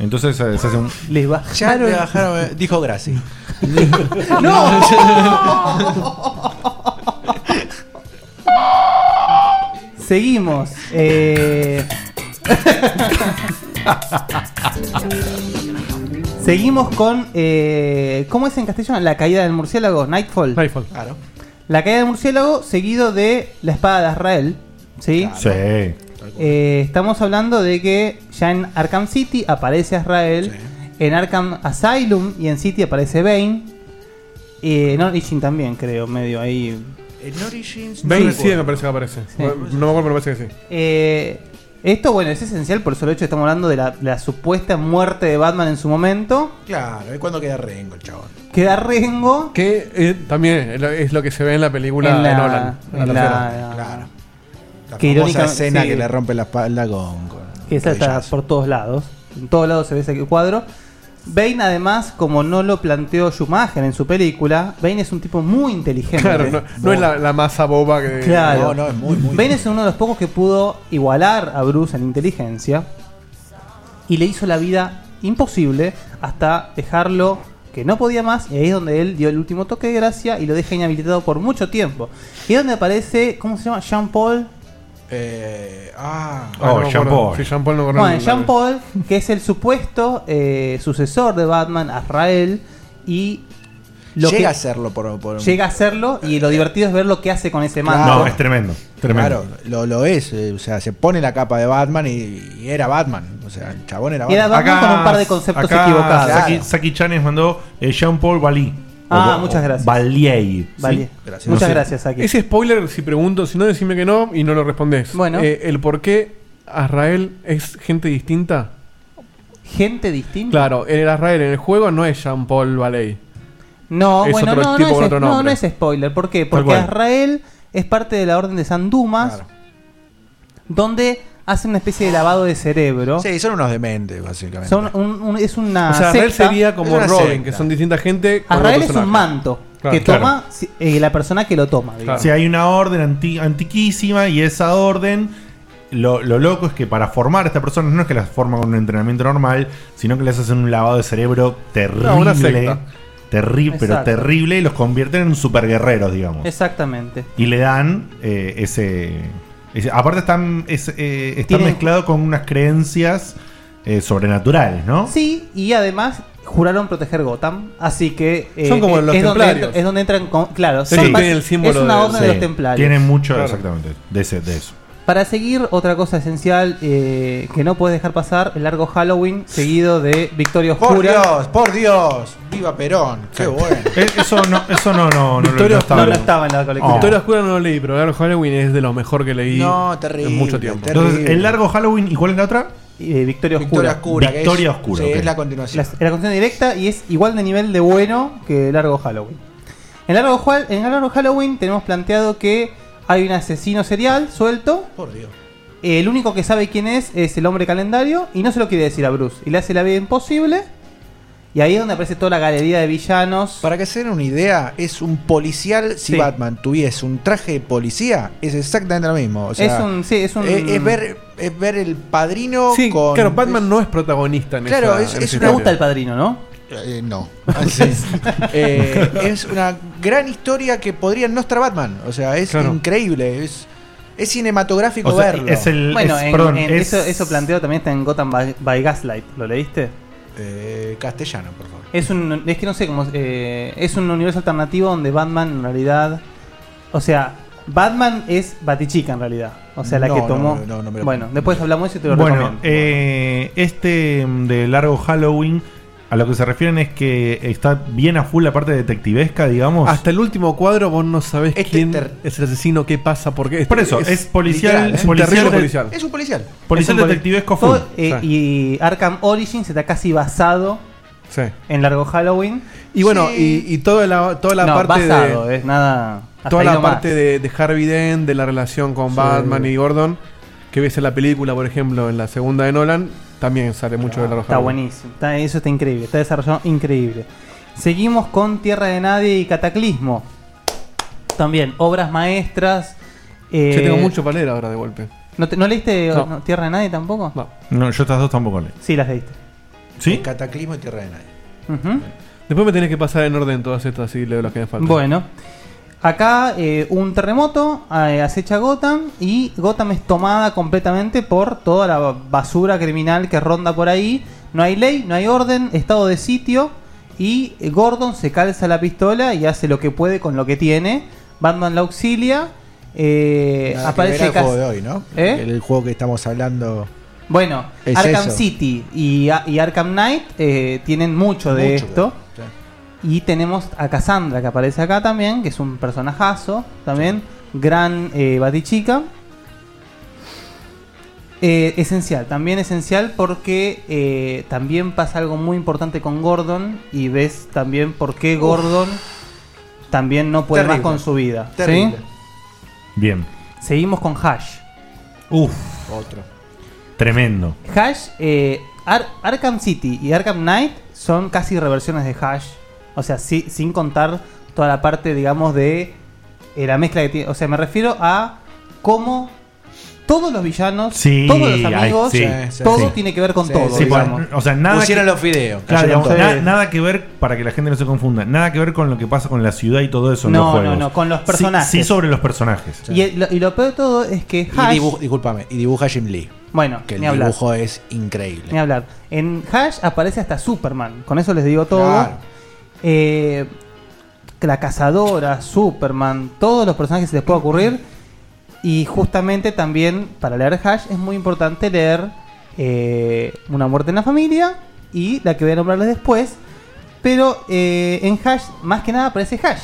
S3: Entonces eh, se hace un.
S5: Les bajaron.
S10: le bajaron, eh, dijo Graci.
S5: Seguimos. eh. Seguimos con. eh, ¿Cómo es en castellano? La caída del murciélago, Nightfall. Nightfall,
S10: claro.
S5: La caída del murciélago seguido de la espada de Azrael. ¿Sí? Eh, estamos hablando de que ya en Arkham City aparece Azrael, en Arkham Asylum y en City aparece Bane. Y en Origin también, creo, medio ahí.
S10: En Origins. no
S9: Bane
S10: recuerdo.
S9: sí me parece que aparece. No me acuerdo, pero me parece que sí.
S5: Eh, esto, bueno, es esencial por el solo hecho de que estamos hablando de la, la supuesta muerte de Batman en su momento.
S10: Claro, es cuando queda Rengo el chabón.
S5: Queda Rengo.
S9: Que eh, también es lo- es lo que se ve en la película
S5: En la-
S9: de Nolan.
S5: en
S9: La
S5: la-
S9: tercera.
S10: Claro. La
S5: Que
S10: famosa
S5: irónicamente-
S10: escena
S5: sí.
S10: que le rompe la espalda con. con
S5: Que esa está por todos lados. En todos lados se ve ese cuadro. Bane, además, como no lo planteó Schumacher en su película, Bane es un tipo muy inteligente.
S9: Claro, no, no es la, la masa boba
S5: ¿eh?
S9: que.
S5: Claro.
S9: No, no, es
S5: muy, Bane es uno de los pocos que pudo igualar a Bruce en inteligencia y le hizo la vida imposible hasta dejarlo que no podía más y ahí es donde él dio el último toque de gracia y lo deja inhabilitado por mucho tiempo. Y es donde aparece, ¿cómo se llama? Jean Paul.
S10: Eh, ah.
S9: Ah, no me acuerdo. Sí, Jean Paul no me acuerdo
S5: Bueno,
S9: el
S5: Jean
S9: nombre.
S5: Paul, que es el supuesto eh, sucesor de Batman, Azrael, y
S10: Llega a serlo por- por-
S5: llega a serlo y lo divertido es ver lo que hace con ese manto.
S10: Eh, Claro.
S5: tremendo.
S10: Claro, lo, lo es. eh, o sea, se pone la capa de Batman y, y era Batman. O sea, el chabón era Batman.
S3: acá Saki, Saki Chanes mandó eh, Jean-Paul Bali.
S10: Ah, muchas gracias.
S3: Valier.
S10: Valier.
S5: Gracias. Muchas gracias, Saki.
S9: Ese spoiler, si pregunto, si no, decime que no y no lo respondes.
S5: Bueno.
S9: Eh, el por qué Azrael es gente distinta.
S5: ¿Gente distinta?
S9: Claro, el Azrael en el juego no es Jean Paul Valley.
S5: No,
S9: Es
S5: bueno,
S9: otro
S5: no,
S9: tipo
S5: no,
S9: con
S5: es,
S9: otro
S5: no,
S9: nombre.
S5: no es spoiler. ¿Por qué?
S9: Tal
S5: Porque
S9: cual.
S5: Azrael es parte de la Orden de San Dumas, donde hacen una especie de lavado de cerebro.
S10: Sí, son unos dementes, básicamente.
S5: Son un- un- es una
S9: o sea, Azrael
S5: secta.
S9: sería como Robin, que son distinta gente. con
S5: Azrael
S9: otro
S5: es un
S9: personaje.
S5: manto
S9: Claro.
S5: que toma si- eh, la persona que lo toma. digamos.
S3: Si hay una orden anti- antiquísima y esa orden, lo, lo loco es que para formar a estas personas no es que las forman con un entrenamiento normal, sino que les hacen un lavado de cerebro
S5: No, una
S3: terrible.
S5: secta.
S3: terrible, pero
S5: Exacto.
S3: terrible, y los convierten en superguerreros, digamos.
S5: Exactamente.
S3: Y le dan eh, ese, ese- Aparte están, es, eh, están
S5: Tienen-
S3: mezclado con unas creencias eh, sobrenaturales, ¿no?
S5: Sí, y además juraron proteger Gotham, así que eh,
S3: Son como
S5: es,
S3: los
S5: es donde
S3: templarios.
S5: entra- es donde entran, con- claro,
S3: Sí,
S5: son
S3: tienen
S5: basi-
S3: el símbolo
S5: es una
S3: de-
S5: orden de
S3: sí,
S5: los templarios.
S3: Tienen mucho, exactamente, de, ese- de eso.
S5: Para seguir, otra cosa esencial eh, que no puedes dejar pasar, el largo Halloween seguido de Victoria
S10: Por
S5: Oscura.
S10: Dios, por Dios. Viva Perón. Qué bueno.
S3: Eh, Eso no, eso no, no, no, lo-
S9: Victoria
S3: no estaba. Oh.
S9: Oscura.
S5: en la
S9: Victoria Oscura no lo leí, pero Largo Halloween es de lo mejor que leí
S10: No, terrible,
S9: en mucho tiempo.
S10: terrible. Entonces,
S3: El largo Halloween, ¿y cuál es la otra?
S5: Eh, Victoria
S10: Victoria Oscura. que es-
S3: Victoria Oscura,
S10: sí,
S3: ok.
S10: es la continuación.
S5: La, la continuación directa y es igual de nivel de bueno que Largo Halloween. En Largo, Hal- en Largo Halloween tenemos planteado que hay un asesino serial suelto.
S10: Por Dios.
S5: El único que sabe quién es es el hombre calendario y no se lo quiere decir a Bruce. Y le hace la vida imposible. Y ahí es donde aparece toda la galería de villanos.
S10: Para que se den una idea, es un policial. Si
S5: Sí.
S10: Batman tuviese un traje de policía, es exactamente lo mismo. O sea,
S5: es un. Sí, es un.
S10: es, es ver, es ver el padrino
S9: Sí,
S10: con.
S9: claro, Batman no es protagonista en
S10: Claro,
S9: esa-
S10: es-
S9: en esa
S10: es una-
S9: historia.
S10: Me gusta el
S5: padrino, ¿no?
S10: Eh, no. Así es. Eh, es una gran historia que podría no estar Batman. O sea, es
S5: Claro.
S10: increíble. Es, es cinematográfico
S5: O sea,
S10: verlo.
S5: bueno, en- en eso, eso planteado también está en Gotham by, by Gaslight. ¿Lo leíste?
S10: Eh, castellano, por favor.
S5: Es un. Es que no sé cómo. eh, es un universo alternativo donde Batman en realidad. O sea, Batman es Batichica en realidad. O sea, la
S10: No,
S5: que
S10: no,
S5: tomó.
S10: no, no me lo-
S5: bueno, después hablamos y te lo
S3: Bueno,
S5: recomiendo.
S3: eh, este mm, de largo Halloween A lo que se refieren es que está bien a full la parte detectivesca, digamos.
S9: Hasta el último cuadro vos no sabés
S10: Este
S9: quién es el asesino, qué pasa, por qué.
S3: Por eso, es policial-
S9: literal, es un
S3: policial
S9: terrible
S3: de-
S9: policial.
S10: Es un policial.
S5: Es
S3: Policial
S5: un poli-
S3: detectivesco
S5: Todo,
S3: full.
S5: eh, Y Arkham Origins está casi basado en Largo Halloween.
S9: Y bueno, y, y toda la, toda la
S5: No,
S9: parte
S5: basado,
S9: de.
S5: es nada- hasta
S9: Toda
S5: ahí
S9: la
S5: nomás.
S9: parte de, de Harvey Dent, de la relación con
S5: Sí.
S9: Batman y Gordon, que ves en la película, por ejemplo, en la segunda de Nolan, también sale mucho de la roja.
S5: Está buenísimo. Está- eso está increíble. Está desarrollado increíble. Seguimos con Tierra de Nadie y Cataclismo. También, obras maestras. eh,
S9: Yo tengo mucho para leer ahora de golpe.
S5: ¿No, te- no leíste
S9: No.
S5: no, Tierra de Nadie tampoco?
S9: No.
S3: No, yo estas dos tampoco leí.
S5: Sí, las leíste.
S3: ¿Sí?
S10: Cataclismo y Tierra de Nadie.
S9: Después me tenés que pasar en orden todas estas, así leo las que me faltan.
S5: Bueno, acá eh, un terremoto eh, acecha Gotham y Gotham es tomada completamente por toda la ba- basura criminal que ronda por ahí. No hay ley, no hay orden, estado de sitio y eh, Gordon se calza la pistola y hace lo que puede con lo que tiene. Batman la auxilia. eh,
S10: Nada Ah, que
S5: aparece
S10: ver al
S5: cas-
S10: juego de hoy, ¿no?
S5: ¿Eh?
S10: El juego que estamos hablando.
S5: Bueno,
S10: Es
S5: Arkham
S10: eso.
S5: City y, a- y Arkham Knight eh, tienen mucho de
S10: Mucho,
S5: esto.
S10: claro.
S5: Y tenemos a Cassandra que aparece acá también, que es un personajazo también, gran eh, batichica. Eh, esencial, también esencial porque eh, también pasa algo muy importante con Gordon y ves también por qué
S10: Uf.
S5: Gordon también no puede
S10: Terrible.
S5: más con su vida. ¿sí?
S10: Terrible.
S3: Bien.
S5: Seguimos con Hash.
S3: Uf,
S10: Otro.
S3: tremendo.
S5: Hash, eh, Ar- Arkham City y Arkham Knight son casi reversiones de Hash. O sea, sí- sin contar toda la parte, digamos, de eh, la mezcla que tiene. O sea, me refiero a cómo todos los villanos,
S3: Sí,
S5: todos los amigos,
S3: ay, sí, sí,
S5: todo
S3: sí.
S5: tiene que ver con todo.
S3: Sí,
S5: digamos.
S3: por- o sea, nada
S10: Pusieron
S3: que-
S10: los fideos,
S3: Claro,
S10: cayeron
S3: digamos,
S10: todos.
S3: na-
S5: eh,
S10: Sí.
S3: nada que ver, para que la gente no se confunda, nada que ver con lo que pasa con la ciudad y todo eso en
S5: No,
S3: los
S5: no,
S3: juegos.
S5: no, con los
S3: Sí-
S5: personajes.
S3: Sí, sobre los personajes.
S5: Y, el- lo, y lo peor de todo Ah, es que
S10: Y
S5: Hash.
S10: dibuj- discúlpame, y dibuja Jim Lee.
S5: Bueno,
S10: que el
S5: ni hablar.
S10: dibujo es increíble.
S5: Ni hablar. En Hash aparece hasta Superman. Con eso les digo todo.
S10: Claro.
S5: Eh, la cazadora, Superman, todos los personajes que se les pueda ocurrir. Y justamente también para leer Hash es muy importante leer eh, Una muerte en la familia y la que voy a nombrarles después. Pero eh, en Hash, más que nada aparece Hash,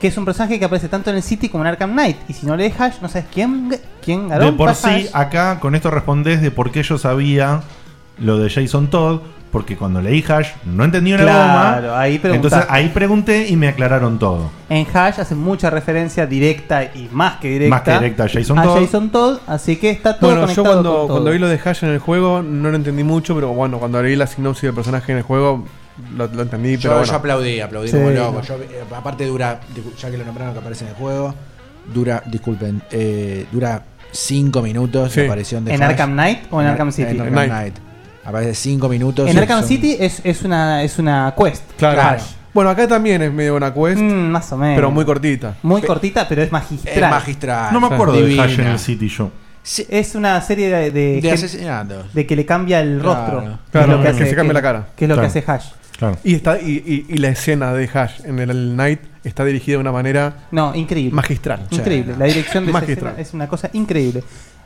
S5: que es un personaje que aparece tanto en el City como en Arkham Knight. Y si no lees Hash, no sabes quién, quién
S3: de
S5: garompa
S3: por
S5: es Hash.
S3: sí, acá con esto respondés de por qué yo sabía lo de Jason Todd, porque cuando leí Hash no entendí una
S5: Claro,
S3: goma.
S5: ahí preguntás.
S3: entonces ahí pregunté y me aclararon todo.
S5: En Hash hace mucha referencia directa y más que directa.
S3: Más que directa a Jason Todd.
S5: Jason Todd, así que está todo
S9: Bueno, yo
S5: conectado
S9: cuando,
S5: con todo.
S9: cuando vi lo de Hash en el juego no lo entendí mucho, pero bueno, cuando leí la sinopsis del personaje en el juego lo, lo entendí.
S10: Yo,
S9: pero bueno.
S10: yo aplaudí, aplaudí
S9: Sí,
S10: como loco.
S9: no.
S10: Yo, eh, aparte dura, discu- ya que lo nombraron que aparece en el juego, dura, disculpen, eh, dura 5 minutos la aparición de
S5: ¿En
S10: Flash.
S5: Arkham Knight o en Arkham City?
S10: En Arkham
S5: Knight.
S10: Knight. Aparece 5 minutos.
S5: en
S10: y
S5: Arkham
S10: son-
S5: City es, es una, es una quest.
S9: Claro.
S5: Hash.
S9: Bueno, acá también es medio una quest.
S5: más o menos.
S9: Pero muy cortita.
S5: Muy cortita, pero es magistral.
S10: Es magistral.
S3: No me acuerdo de
S9: Divina.
S3: Hash en el City yo.
S5: Es una serie de, de,
S10: De
S5: gen-
S10: asesinatos.
S5: de que le cambia el rostro.
S9: Claro,
S5: que es lo que, hace-
S9: se cambia
S5: que-
S9: la cara.
S5: Que es lo que hace Hash.
S9: Y, está, y, y- y la escena de Hash en el, el Night está dirigida de una manera
S5: No, increíble.
S9: magistral.
S5: Increíble.
S9: Sí.
S5: La dirección de esa
S9: magistral.
S5: escena es una cosa increíble.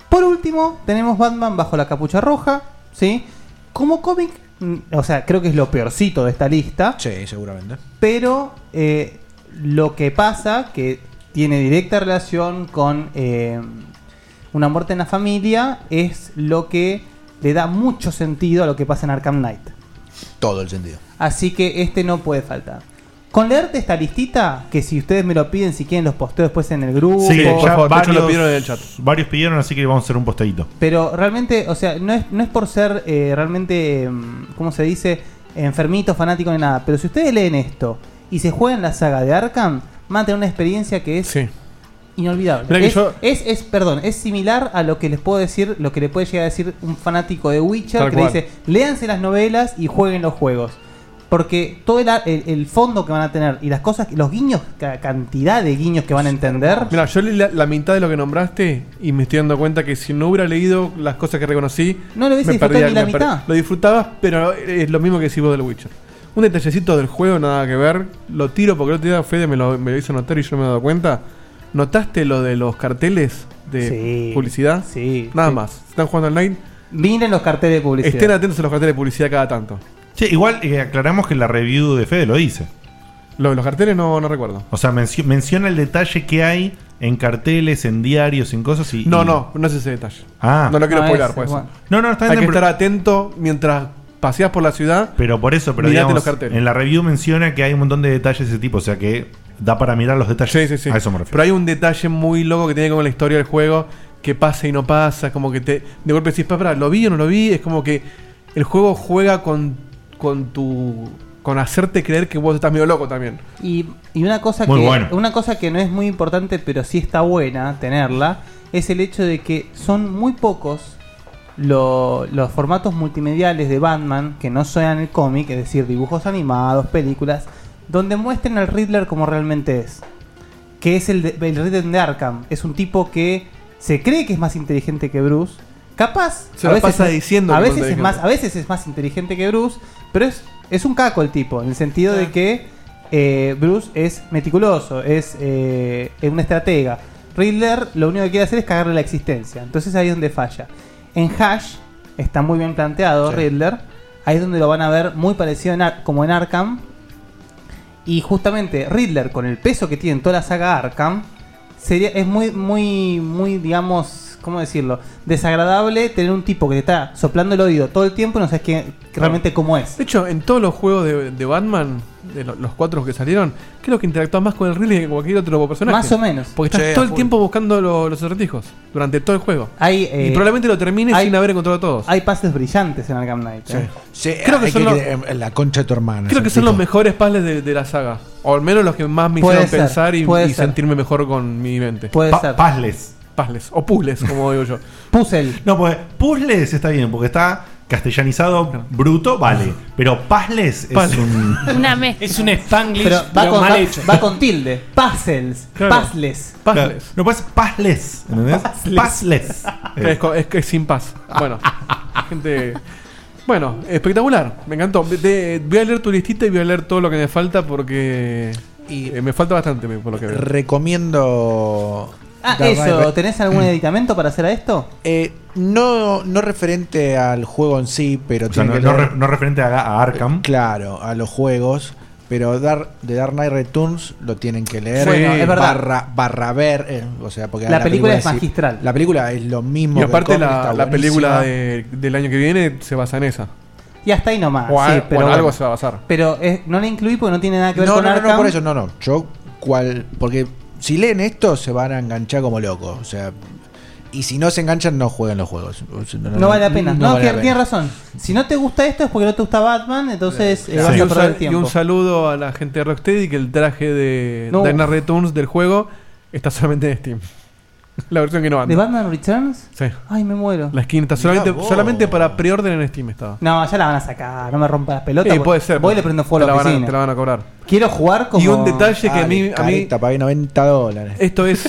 S5: Por último, tenemos Batman bajo la capucha roja, ¿sí? Como cómic, mm, o sea, creo que es lo peorcito de esta lista.
S10: Sí, seguramente.
S5: Pero eh, lo que pasa, que tiene directa relación con eh, una muerte en la familia, es lo que le da mucho sentido a lo que pasa en Arkham Knight.
S10: Todo el sentido.
S5: Así que este no puede faltar. Con leerte esta listita, que si ustedes me lo piden, si quieren los posteo después en el grupo.
S3: Sí, ya varios,
S9: Uh, lo pidieron en el
S3: varios pidieron, así que vamos a hacer un posteíto.
S5: Pero realmente, o sea, no es, no es por ser eh, realmente, mm, ¿cómo se dice? Enfermito, fanático ni nada. Pero si ustedes leen esto y se juegan la saga de Arkham, van a tener una experiencia que es
S9: Mirá
S5: inolvidable.
S9: que
S5: Es,
S9: yo-
S5: es, es- perdón, es similar a lo que les puedo decir, lo que le puede llegar a decir un fanático de Witcher
S9: Tal
S5: que
S9: cual.
S5: le dice, léanse las novelas y jueguen los juegos. Porque todo el, a- el- el fondo que van a tener y las cosas, los guiños, la cantidad de guiños que van a entender.
S9: Mira, yo leí la, la mitad de lo que nombraste y me estoy dando cuenta que si no hubiera leído las cosas que reconocí,
S5: No lo hubiese
S9: me
S5: disfrutado
S9: perdía-
S5: ni la
S9: me per-
S5: mitad.
S9: Lo disfrutabas, pero es lo mismo que decís vos del Witcher. Un detallecito del juego, nada que ver. Lo tiro porque el otro día Fede me lo, me lo hizo notar y yo me he dado cuenta. ¿Notaste lo de los carteles de
S5: Sí,
S9: publicidad?
S5: Sí.
S9: Nada más. Si están jugando online.
S5: Miren los carteles de publicidad.
S9: Estén atentos a los carteles de publicidad cada tanto.
S3: Sí, igual eh, aclaramos que la review de Fede lo dice.
S9: Lo de los carteles no, recuerdo.
S3: O sea, mencio- menciona el detalle que hay en carteles, en diarios, en cosas y.
S9: No,
S3: y-
S9: no, no es ese detalle.
S3: Ah.
S9: No lo quiero
S3: Ah,
S9: spoiler,
S3: ese,
S9: pues.
S3: bueno. No, no, está
S9: Hay
S3: bien,
S9: que
S3: pero-
S9: estar atento mientras paseas por la ciudad.
S3: Pero por eso, pero
S9: Mirate
S3: digamos,
S9: los carteles.
S3: en la review menciona que hay un montón de detalles de ese tipo, o sea que da para mirar los detalles. Sí, sí, sí. A eso me refiero.
S9: Pero hay un detalle muy loco que tiene con la historia del juego, que pasa y no pasa, como que te de golpe decís, "Pa, pará, ¿lo vi o no lo vi? Es como que el juego juega con, con tu... con hacerte creer que vos estás medio loco también.
S5: Y, y una cosa
S9: Muy
S5: que
S9: bueno.
S5: una cosa que no es muy importante, pero sí está buena tenerla, es el hecho de que son muy pocos lo- los formatos multimediales de Batman que no sean el cómic, es decir, dibujos animados, películas, donde muestren al Riddler como realmente es. Que es el, de- el Riddler de Arkham. Es un tipo que se cree que es más inteligente que Bruce. Capaz,
S9: Se la pasa
S5: es-
S9: diciendo
S5: a
S9: que es
S5: veces es
S9: inteligente.
S5: más, a veces es más inteligente que Bruce, pero es, es un caco el tipo, en el sentido de que eh, Bruce es meticuloso, es eh, es un estratega. Riddler lo único que quiere hacer es cagarle la existencia. Entonces ahí es donde falla. En Hash está muy bien planteado Riddler. Ahí es donde lo van a ver muy parecido en Ar- como en Arkham. Y justamente Riddler, con el peso que tiene en toda la saga Arkham, sería, es muy, muy, muy, digamos, ¿cómo decirlo? Desagradable tener un tipo que te está soplando el oído todo el tiempo y no sabes quién- realmente cómo es.
S9: De hecho, en todos los juegos de, de Batman, de lo- los cuatro que salieron, creo que interactúas más con el Ridley que cualquier otro personaje.
S5: Más o menos.
S9: Porque estás
S5: Che, a
S9: todo el
S5: full.
S9: tiempo buscando lo- los acertijos durante todo el juego.
S5: Hay, eh,
S9: y probablemente lo termines
S5: hay-
S9: sin haber encontrado a todos.
S5: Hay pases brillantes en Arkham Knight. ¿eh?
S9: creo que, son, los,
S10: eh, la concha de tu hermana.
S9: creo que son los mejores puzzles de, de la saga. O al menos los que más me
S10: Puede
S9: hicieron
S10: ser,
S9: pensar y,
S10: puede
S9: y
S10: ser.
S9: sentirme mejor con mi mente.
S5: Puede
S3: Pa- ser. Puzzles.
S9: Puzzles. O puzzles, como digo yo.
S5: Puzzle.
S3: No, pues puzzles está bien, porque está castellanizado bruto, vale. Pero puzzles es un.
S6: Una mezcla.
S4: Es un spanglish,
S5: Pero
S4: pero,
S5: va, con,
S4: mal
S5: va-
S4: hecho.
S5: va con tilde. Puzzles.
S9: Claro.
S5: Puzzles.
S3: Claro, No puedes puzzles, ¿entendés?
S9: Puzzles.
S3: Puzzles.
S9: Claro, pues, es, co- es que es sin paz. Bueno, gente. Bueno, espectacular. Me encantó. De- de- voy a leer tu listita y voy a leer todo lo que me falta porque. eh, me falta bastante me- por lo que veo.
S10: Recomiendo.
S5: Ah,
S10: Dark
S5: eso,
S10: Knight-
S5: ¿tenés algún medicamento para hacer a esto?
S10: Eh, no, no referente al juego en sí, pero
S3: O sea, no- no re- no referente a, Arkham.
S10: Eh, Claro, a los juegos. Pero Dar, de Dark Knight Returns lo tienen que leer.
S5: Bueno, es verdad.
S10: Barra, barra ver. eh, o sea, porque
S5: La película es
S10: sí-
S5: magistral.
S10: la película es lo mismo.
S9: Y
S10: que el
S9: aparte,
S10: cómic,
S9: la,
S10: está
S9: la película
S10: buenísima.
S9: de- del año que viene se basa en esa.
S5: Y hasta ahí nomás.
S9: O a-
S5: sí,
S9: o
S5: pero
S9: en algo
S5: bueno.
S9: se va a basar.
S5: Pero eh, no la incluí porque no tiene nada que ver
S10: No,
S5: con
S10: no, no,
S5: Arkham.
S10: no, por eso, no, no. Yo, cual, porque si leen esto, se van a enganchar como locos. O sea, y si no se enganchan, no juegan los juegos. O sea,
S5: No vale la pena. No,
S10: vale
S5: que-
S10: la pena.
S5: tienes razón. Si no te gusta esto es porque no te gusta Batman, entonces eh,
S9: Sí.
S5: vas
S9: Y
S5: a
S9: un
S5: perder
S9: sal-
S5: el
S9: y
S5: tiempo.
S9: un saludo a la gente de Rocksteady que el traje de
S5: No.
S9: Dark Knight Returns del juego está solamente en Steam. La versión que no anda.
S5: ¿De Batman Returns?
S9: Sí.
S5: Ay, me muero.
S9: La skin está solamente, solamente para preorden en Steam estaba.
S5: No, ya la van a sacar. No me rompa las pelotas.
S9: Sí, puede ser.
S5: Voy y le prendo fuego
S9: te
S5: a la
S9: la, van a,
S5: oficina.
S9: te la van a cobrar.
S5: Quiero jugar como...
S9: Y un detalle que a mí- Eh,
S10: Dale,
S9: a mí-
S10: careta, pagué 90 dólares.
S9: Esto es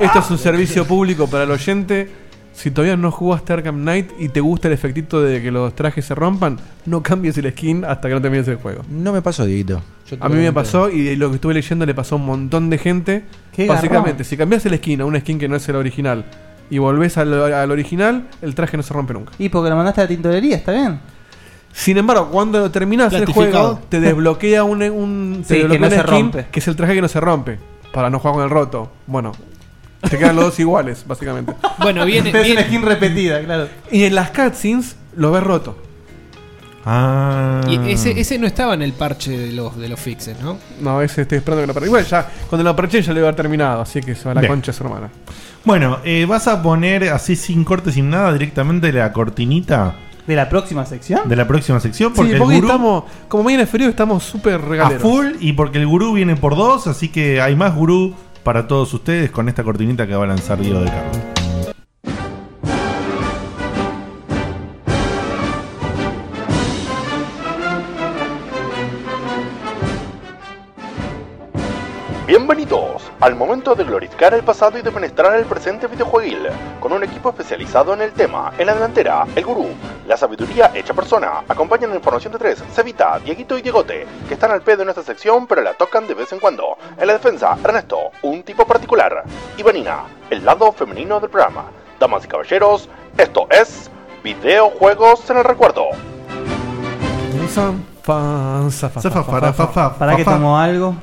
S9: esto es un servicio público para el oyente. Si todavía no jugaste Arkham Knight y te gusta el efectito de que los trajes se rompan, no cambies el skin hasta que no termines el juego.
S10: No me pasó, Dieguito.
S9: A mí me pasó y de lo que estuve leyendo le pasó a un montón de gente.
S10: Qué
S9: Básicamente,
S10: garrón.
S9: si cambias el skin a un skin que no es el original y volvés al, al original, el traje no se rompe nunca.
S5: Y porque lo mandaste a la tintorería, está bien.
S9: Sin embargo, cuando lo terminas el
S5: Plastificado.
S9: juego, te desbloquea un, un- te
S5: Sí,
S9: desbloquea
S5: que no
S9: una
S5: se
S9: skin
S5: rompe.
S9: que es el traje que no se rompe, para no jugar con el roto. Bueno, te quedan los dos iguales, básicamente.
S4: Bueno, viene-
S5: Pero es una skin repetida, claro.
S9: Y en las cutscenes lo ves roto.
S3: Ah.
S4: Y ese, ese no estaba en el parche de los, de los fixes, ¿no?
S9: No, ese estoy esperando que lo parche. Igual ya, cuando lo parche ya lo iba a haber terminado, así que se va a la
S3: Bien.
S9: concha su hermana.
S3: Bueno, eh, ¿vas a poner así sin corte, sin nada, directamente la cortinita
S5: ¿De la próxima sección?
S3: de la próxima sección?
S9: Sí,
S3: Porque el
S9: porque
S3: gurú
S9: estamos, como mañana es frío, estamos súper
S3: a
S9: regaleros.
S3: full y porque el gurú viene por dos, así que hay más gurú para todos ustedes con esta cortinita que va a lanzar Diego de Carlos.
S19: Bienvenidos al momento de glorificar el pasado y de penetrar el presente videojueguil, con un equipo especializado en el tema. En la delantera, el gurú, la sabiduría hecha persona. Acompañan la información de tres, Cevita, Dieguito y Diegote, que están al pedo en esta sección pero la tocan de vez en cuando. En la defensa, Ernesto, un tipo particular. Y Vanina, el lado femenino del programa. Damas y caballeros, esto es Videojuegos en el Recuerdo.
S5: ¿Para que tomó algo?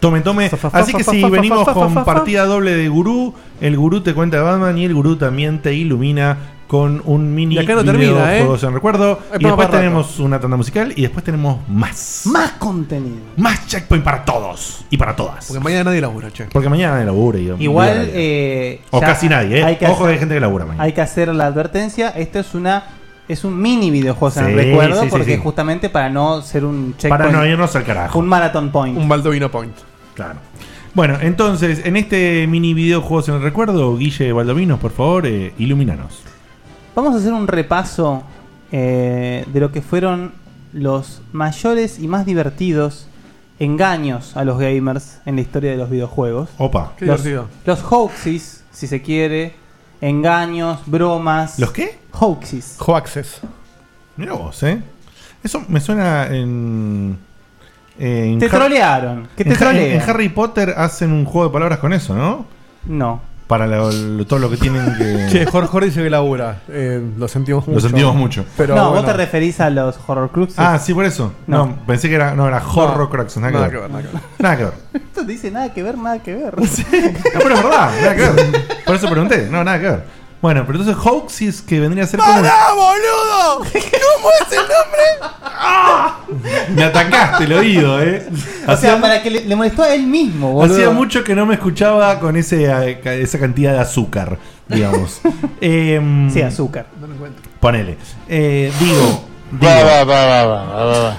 S3: Tome, tome. Así que si venimos con partida doble de gurú, el gurú te cuenta de Batman y el gurú también te ilumina con un mini
S9: Y acá no termina, ¿eh?
S3: videojuegos en recuerdo.
S9: Hay
S3: Y
S9: para
S3: después
S9: rato.
S3: tenemos una tanda musical y después tenemos más.
S5: Más contenido.
S3: Más checkpoint para todos y para todas. Porque
S9: mañana nadie labura, che.
S3: Porque mañana nadie labura. y- y
S5: Igual.
S3: nadie.
S5: eh,
S3: O
S5: ya
S3: casi nadie, ¿eh?
S5: hay que
S3: Ojo que
S5: hacer-
S3: hay gente que labura mañana.
S5: Hay que hacer la advertencia. Esto es una. Es un mini videojuego, en
S3: Sí,
S5: recuerdo,
S3: sí, sí,
S5: porque
S3: sí.
S5: justamente para no ser un checkpoint.
S3: Para no irnos al carajo.
S5: Un marathon point.
S9: Un baldovino point.
S3: Claro. Bueno, entonces, en este mini videojuegos en el recuerdo, Guille Baldovinos, por favor, eh, ilumínanos.
S5: Vamos a hacer un repaso eh, de lo que fueron los mayores y más divertidos engaños a los gamers en la historia de los videojuegos.
S3: Opa. Qué
S5: los,
S3: divertido.
S5: Los hoaxes, si se quiere, engaños, bromas.
S3: ¿Los qué?
S5: Hoaxes.
S9: Hoaxes.
S3: Mira vos, ¿eh? Eso me suena en. eh, en
S5: Te
S3: Har-
S5: trolearon, que te
S3: en Har-
S5: trolean.
S3: En, Harry Potter hacen un juego de palabras con eso, ¿no?
S5: No.
S3: Para lo- lo- todo lo que tienen que.
S9: Che, Jorge, Jorge dice que labura. Eh, lo sentimos
S3: Lo
S9: mucho.
S3: sentimos mucho.
S9: Pero
S5: no,
S9: bueno.
S5: vos te referís a los horror clubs.
S3: Ah, sí, por eso. No,
S5: No.
S3: pensé que era. No, era Horror Crux, Nada, que ver.
S9: nada que ver.
S3: Nada que ver.
S5: Esto dice nada que ver, nada que ver.
S3: No, pero es verdad, nada que ver. Por eso pregunté. No, nada que ver. Bueno, pero entonces Hoaxes que vendría a ser como.
S12: boludo! ¿Cómo es el nombre?
S3: Me atacaste el oído, eh.
S5: o sea, para que le, le molestó a él mismo, boludo.
S3: Hacía mucho que no me escuchaba con ese, eh, ca- esa cantidad de azúcar, digamos. Em,
S5: Sí, azúcar.
S3: Ponele. Eh, digo.
S12: Para, para, para,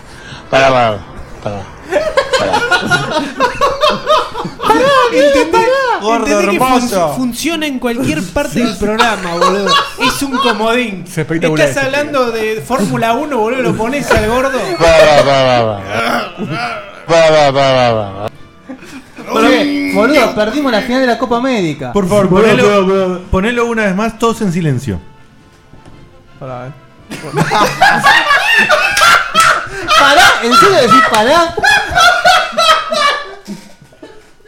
S12: para, para, para, para.
S4: Gordo
S12: Entendé que
S4: hermoso.
S12: fun-
S4: funciona en cualquier parte del programa, boludo. Es un comodín.
S12: espectacular
S4: Estás
S12: esto.
S4: hablando de Fórmula 1, boludo, lo pones al gordo.
S12: Para, para, para, para, para,
S5: Che, boludo, perdimos la final de la Copa América.
S3: Por favor,
S5: Boludo,
S3: ponelo, ponelo una vez más, todos en silencio.
S9: Pará, eh.
S5: Pará, en serio decís pará.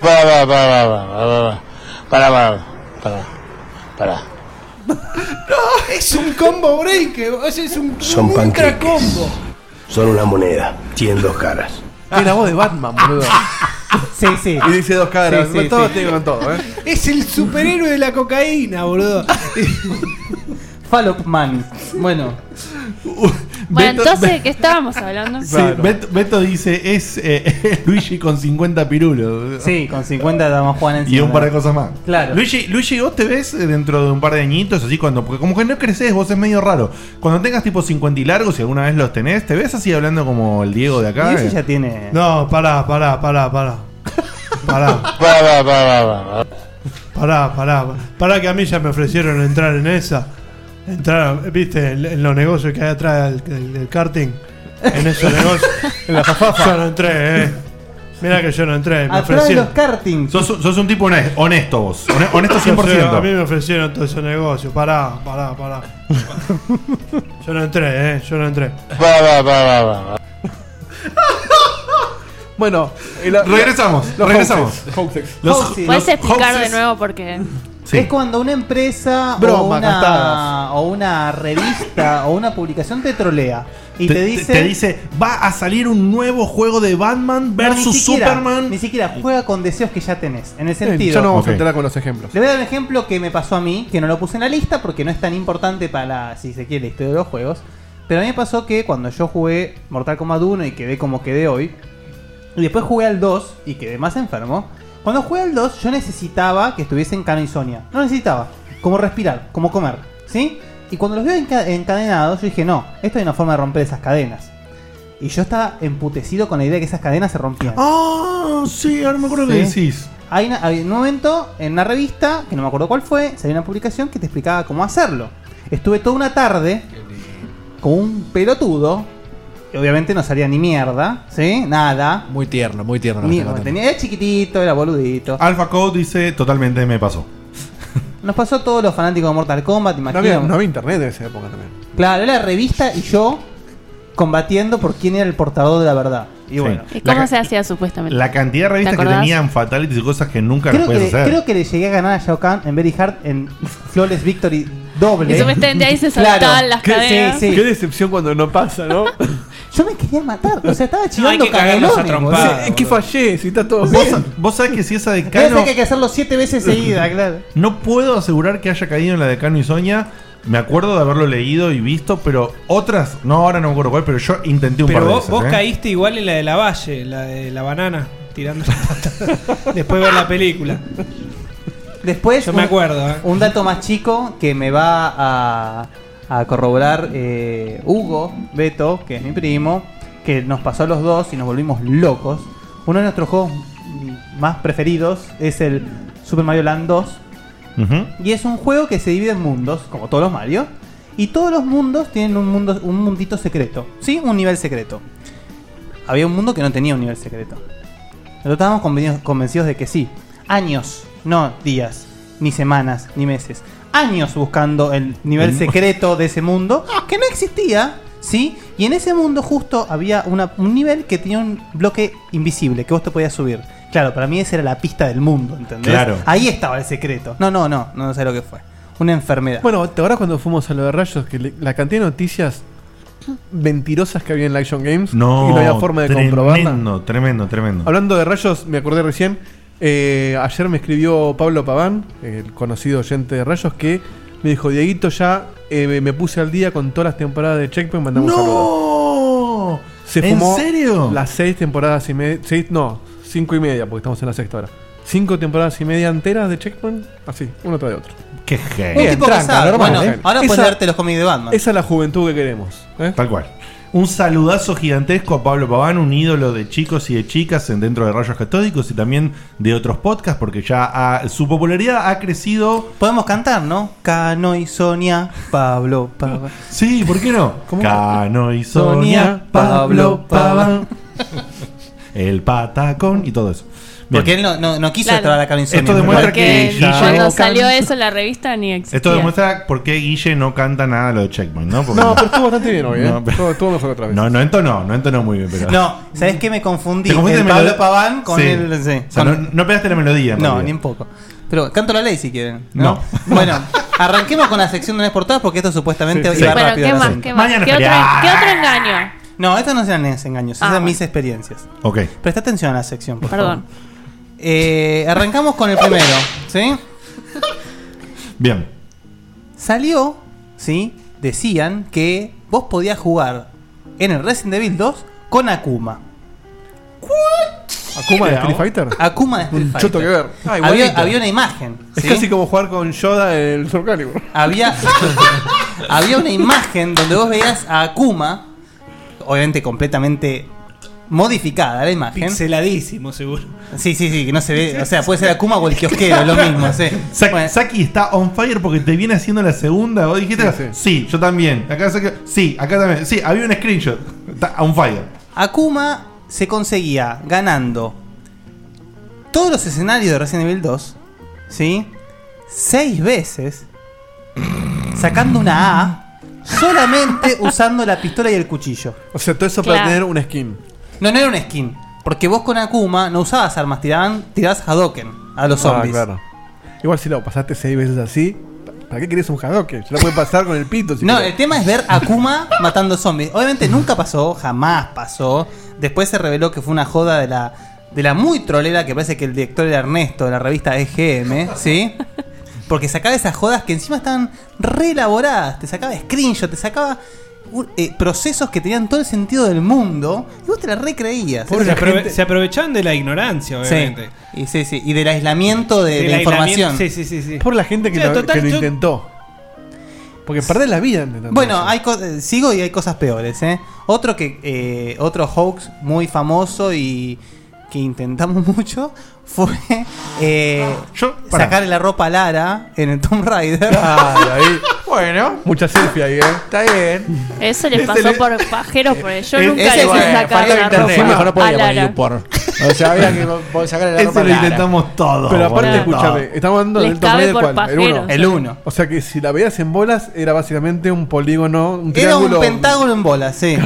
S12: para, para, para, para, para, para.
S4: No, es un combo break, o sea, es un,
S20: Son
S4: un ultra
S20: panqueques.
S4: combo.
S20: Son una moneda, tienen dos caras.
S9: Tiene la voz de Batman, boludo.
S5: Sí, sí.
S9: Y dice dos caras.
S4: Sí, sí,
S9: todo
S4: sí.
S9: tiene con todo, eh.
S4: Es el superhéroe de la cocaína, boludo.
S5: Fallop Man. Bueno.
S6: Bueno,
S3: Beto-
S6: entonces, ¿de qué estábamos hablando?
S3: Sí, Bet- Beto dice, es eh, Luigi con 50 pirulos.
S5: Sí, con 50 damos Juan
S3: Y
S5: encima.
S3: un par de cosas más.
S5: Claro.
S3: Luigi, Luigi, vos te ves eh, dentro de un par de añitos, así cuando. Porque como que no creces, vos es medio raro. Cuando tengas tipo 50 y largos, si alguna vez los tenés, te ves así hablando como el Diego de acá.
S5: Y ese
S3: eh?
S5: ya tiene.
S9: No, pará, pará, pará, pará. Pará,
S12: Para, para,
S13: Pará, pará, pará que a mí ya me ofrecieron entrar en esa. Entrar, viste, en, en los negocios que hay atrás del, del- del karting. En esos negocios.
S9: En la fafafa.
S13: Yo no entré, eh. Mirá que yo no entré, me ofrecieron.
S5: karting.
S3: Sos, sos un tipo hone- honesto vos. hone- Honesto
S13: Yo sé, A mí
S3: 100%.
S13: me ofrecieron todo ese negocio. Pará, pará, pará. Yo no entré, eh. Yo no entré.
S12: para, para.
S9: Bueno,
S3: Regresamos, regresamos.
S5: Los-
S6: ¿Puedes
S5: los
S6: explicar de
S5: hoaxes.
S6: nuevo porque
S5: Es cuando una empresa
S6: Broma,
S5: o, una,
S6: gastadas.
S5: o una revista o una publicación te trolea y te, dice.
S3: te dice, va a salir un nuevo juego de Batman
S5: No, ni
S3: versus
S5: siquiera-
S3: Superman.
S5: Ni siquiera juega con deseos que ya tenés. En el sentido.
S9: Ya Eh, no vamos a entrar con los ejemplos.
S5: Le voy a dar un ejemplo que me pasó a mí, que no lo puse en la lista porque no es tan importante para, la, si se quiere, la historia de los juegos. Pero a mí me pasó que cuando yo jugué Mortal Kombat 1 y quedé como quedé hoy, y después jugué al 2 y quedé más enfermo, cuando jugué al 2 yo necesitaba que estuviesen Cano y Sonia. No necesitaba. Como respirar, como comer, ¿sí? Y cuando los veo enca- encadenados, yo dije, no, esto es una forma de romper esas cadenas. Y yo estaba emputecido con la idea de que esas cadenas se rompían.
S3: Ah, sí, ahora me acuerdo que
S5: Sí.
S3: decís.
S5: Hay, una- hay un momento en una revista, que no me acuerdo cuál fue, salió una publicación que te explicaba cómo hacerlo. Estuve toda una tarde con un pelotudo, y obviamente no salía ni mierda, ¿sí? Nada.
S10: Muy tierno, muy tierno.
S5: Ni- tenía, era chiquitito, era boludito.
S3: Alpha Code dice, totalmente me pasó.
S5: Nos pasó a todos los fanáticos de Mortal Kombat,
S9: No había,
S5: imagino.
S9: no había internet en esa época también.
S5: Claro, era la revista y yo combatiendo por quién era el portador de la verdad. Y bueno.
S6: ¿Y
S3: La
S6: cómo
S3: ca-
S6: se hacía supuestamente?
S3: La cantidad de
S6: ¿Te
S3: revistas que
S6: acordás?
S3: tenían fatalities y cosas que nunca las
S5: Creo que,
S3: puedes hacer.
S5: creo que le llegué a ganar a Shao Kahn en Very Hard en Flawless Victory doble.
S6: Y supuestamente ahí se saltaban las
S5: Claro.
S6: cadenas.
S5: Sí, sí.
S9: Qué decepción cuando no pasa, ¿no?
S5: Yo me quería matar. O sea, estaba
S3: No, hay
S5: chivando
S3: que cagarlos a
S5: canelones,
S3: trompadas,
S5: boludo.
S3: Es que
S9: fallé, si está todo
S3: ¿Vos, vos sabés que si esa de
S5: Debe ser
S3: Cano.
S5: que hay que hacerlo siete veces seguida, claro.
S3: No puedo asegurar que haya caído en la de Cano y Sonia. Me acuerdo de haberlo leído y visto, pero otras, no ahora no me acuerdo cuál, pero yo intenté un
S4: Pero
S3: par de
S4: vos,
S3: esas,
S4: vos
S3: ¿eh?
S4: caíste igual en la de la Valle, la de la banana, tirando la pata. Después de ver la película.
S5: Después,
S4: Yo me
S5: un-
S4: acuerdo, ¿eh?
S5: un dato más chico que me va a, a corroborar eh, Hugo Beto, que es mi primo, que nos pasó a los dos y nos volvimos locos. Uno de nuestros juegos más preferidos es el Super Mario Land 2, y es un juego que se divide en mundos, como todos los Mario. Y todos los mundos tienen un, mundo, un mundito secreto. ¿Sí? Un nivel secreto. Había un mundo que no tenía un nivel secreto. Nosotros estábamos convenidos- convencidos de que sí. Años, no días, ni semanas, ni meses. Años buscando el nivel
S3: El mu-
S5: secreto de ese mundo que no existía. ¿Sí? Y en ese mundo justo había una- un nivel que tenía un bloque invisible que vos te podías subir. Claro, para mí esa era la pista del mundo, ¿entendés?
S9: Claro.
S5: Ahí estaba el secreto. No, no, no, no sé lo que fue. Una enfermedad.
S9: Bueno, ¿te acuerdas cuando fuimos a lo de rayos? Que le- la cantidad de noticias mentirosas que había en la Action Games
S3: No,
S9: y no había forma de
S3: tremendo,
S9: comprobarla.
S3: Tremendo, tremendo.
S9: Hablando de rayos, me acordé recién. eh, ayer me escribió Pablo Paván, el conocido oyente de rayos, que me dijo: Dieguito, ya eh, me- me puse al día con todas las temporadas de Checkpoint. Mandamos un
S3: saludo".
S9: Se
S3: ¿En
S9: fumó
S3: serio?
S9: Las seis temporadas y media. Seis, no, cinco y media, porque estamos en la sexta hora. Cinco temporadas y media enteras de Checkpoint, así, uno tras de otro.
S3: Qué
S5: Un tipo que sabe. Bueno, ahora puedes leerte los cómics de Batman.
S9: ¿eh? Esa es la juventud que queremos.
S3: Tal cual. Un saludazo gigantesco a Pablo Paván, un ídolo de chicos y de chicas en dentro de Rayos Catódicos y también de otros podcasts, porque ya ha- su popularidad ha crecido.
S5: Podemos cantar, ¿no? Cano y Sonia, Pablo, Pablo.
S3: Sí, ¿por qué no? Cano y Sonia,
S5: Sonia,
S3: Pablo
S5: Pablo
S3: Paván, el patacón y todo eso. Bien.
S5: Porque él no, no- no quiso
S6: Claro.
S5: entrar a la Cano y Sonia.
S3: Esto demuestra que
S6: Porque
S3: ya-
S6: cuando salió eso en la revista ni existía.
S3: Esto demuestra por qué Guille no canta nada lo de Checkpoint, ¿no? Porque-
S9: No, pero estuvo bastante bien hoy, ¿eh?
S3: No, pero-
S9: Estuvo, estuvo mejor que otra vez.
S3: No, no entonó, no entonó muy bien, pero.
S5: No, ¿sabes qué? Me confundí.
S3: Te confundiste
S5: El
S3: de
S5: Pablo
S3: melodía.
S5: Paván con
S3: Sí.
S5: el. sí,
S3: O sea,
S5: con-
S3: no, no pegaste la melodía. en
S5: No,
S3: realidad.
S5: ni un poco. Pero canto la ley si quieren. ¿no? Bueno, arranquemos con la sección de las portadas porque esto supuestamente
S6: Sí,
S5: iba
S6: sí. Bueno,
S5: rápido.
S6: ¿qué
S5: el
S6: más,
S5: asunto.
S6: qué más? Mañana ¿Qué otra- pelear. qué otro engaño?
S5: No, estas no serán engaños, esas
S6: Ah,
S5: son
S6: bueno.
S5: mis experiencias.
S3: Ok.
S5: Presta atención a la sección, por
S6: Perdón.
S5: favor. Eh, arrancamos con el primero, ¿sí?
S3: Bien.
S5: Salió, ¿sí? Decían que vos podías jugar en el Resident Evil 2 con Akuma.
S9: ¿Akuma de Street Fighter?
S5: Akuma de Street
S9: Un
S5: Fighter.
S9: choto que ver. Ah, igualito.
S5: había, había una imagen.
S9: Es
S5: ¿sí?
S9: casi como jugar con Yoda en el Soul Calibur.
S5: Había, había una imagen donde vos veías a Akuma, obviamente completamente modificada la imagen.
S4: Pixeladísimo, seguro.
S5: Sí, sí, sí, que no se ve. O sea, puede ser Akuma o el kiosquero, lo mismo. Sí.
S3: Sa- Saki está on fire porque te viene haciendo la segunda. Vos dijiste, sí, yo también. Acá Saki- sí, acá también. Sí, había un screenshot. Está on fire.
S5: Akuma se conseguía ganando todos los escenarios de Resident Evil 2, ¿sí? Seis veces, sacando una A, solamente usando la pistola y el cuchillo.
S9: O sea, todo eso para
S5: Claro.
S9: tener una skin.
S5: No, no era un skin. Porque vos con Akuma no usabas armas, tiraban, tirabas Hadoken a los
S9: Ah,
S5: zombies.
S9: claro. Igual si lo pasaste seis veces así, ¿para qué querés un Hadoken? Se lo puede pasar con el pito. Si
S5: No,
S9: querés.
S5: el tema es ver a Akuma matando zombies. Obviamente nunca pasó, jamás pasó. Después se reveló que fue una joda de la, de la muy trolera que parece que el director era Ernesto de la revista EGM, ¿sí? Porque sacaba esas jodas que encima estaban reelaboradas. Te sacaba screenshot, te sacaba uh, eh, procesos que tenían todo el sentido del mundo. Y vos te la recreías.
S4: se,
S5: Esa
S4: aprove-
S5: gente-
S4: se aprovechaban de la ignorancia,
S5: Sí.
S4: obviamente.
S5: Y, sí, sí. y del aislamiento de,
S4: Del
S5: la
S4: aislamiento,
S5: información.
S4: sí, sí, sí, sí.
S9: Por la gente que,
S4: Sí,
S9: lo,
S4: total,
S9: que lo
S4: yo-
S9: intentó. Porque perdés la vida intentando.
S5: Bueno, hay co- eh, sigo y hay cosas peores, ¿eh? Otro que eh, otro hoax muy famoso y que intentamos mucho fue eh,
S9: pará.
S5: sacarle la ropa a Lara en el Tomb Raider.
S9: Ah, ahí. Bueno. Mucha selfie ahí, ¿eh? Está bien.
S6: Eso les
S9: Ese
S6: pasó
S9: le-
S6: por pajeros, porque yo
S5: E-,
S9: Ese-
S6: nunca
S9: Eh, ese
S6: le
S9: fue-
S6: hice sacar
S9: falta
S6: la
S9: internet.
S6: ropa
S9: Mejor no podía
S6: a
S9: poner
S6: Lara.
S9: YouPorn.
S10: O sea, había que po- sacarle la
S9: Ese
S10: ropa a
S9: lo
S10: Lara.
S9: intentamos
S3: todo.
S9: Pero aparte,
S10: boludo.
S9: escúchame, estamos hablando
S10: Les
S9: del Tomb
S10: cabe
S9: Raider
S10: por
S9: cuál? El
S10: pajero,
S9: 1.
S5: El uno.
S9: O sea que si la veías en bolas, era básicamente un polígono, un
S5: Era
S9: triángulo.
S5: un pentágono en bola, sí.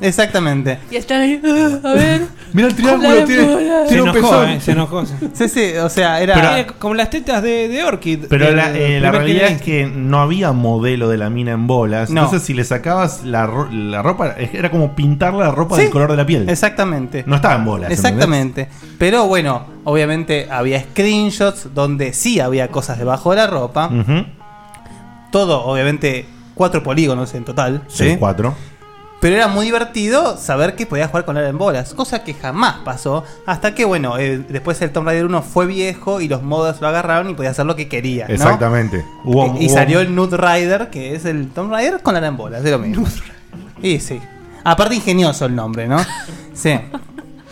S5: Exactamente.
S6: Y están ahí, "Ah, a ver,
S9: Mira el
S4: triángulo, tiene- tiene Se un enojó, pezón. eh, se enojó. Eh,
S5: Sí, sí, o sea, era.
S4: Pero- Era como las tetas de, de Orchid.
S3: Pero
S4: del
S3: la, eh, la
S4: primer
S3: realidad es
S4: que-
S3: que no había modelo de la mina en bolas.
S5: No.
S3: Entonces, si le sacabas la, ro- la ropa, era como pintarle la ropa
S5: Sí.
S3: del color de la piel.
S5: Exactamente.
S3: No estaba en bolas.
S5: Exactamente. Pero bueno, obviamente había screenshots donde sí había cosas debajo de la ropa.
S3: ¿entendés?
S5: Todo, obviamente, cuatro polígonos en total.
S3: Sí, cuatro.
S5: Pero era muy divertido saber que podías jugar con él en bolas, cosa que jamás pasó. Hasta que, bueno, eh, después el Tomb Raider 1 fue viejo y los modas lo agarraron y podía hacer lo que quería. ¿no? Eh,
S3: Exactamente. Hubo-
S5: y, y
S3: hubo-
S5: salió el Nude Rider, que es el Tomb Raider con la en bolas, es lo mismo. Y sí. Aparte, ingenioso el nombre, ¿no? Sí.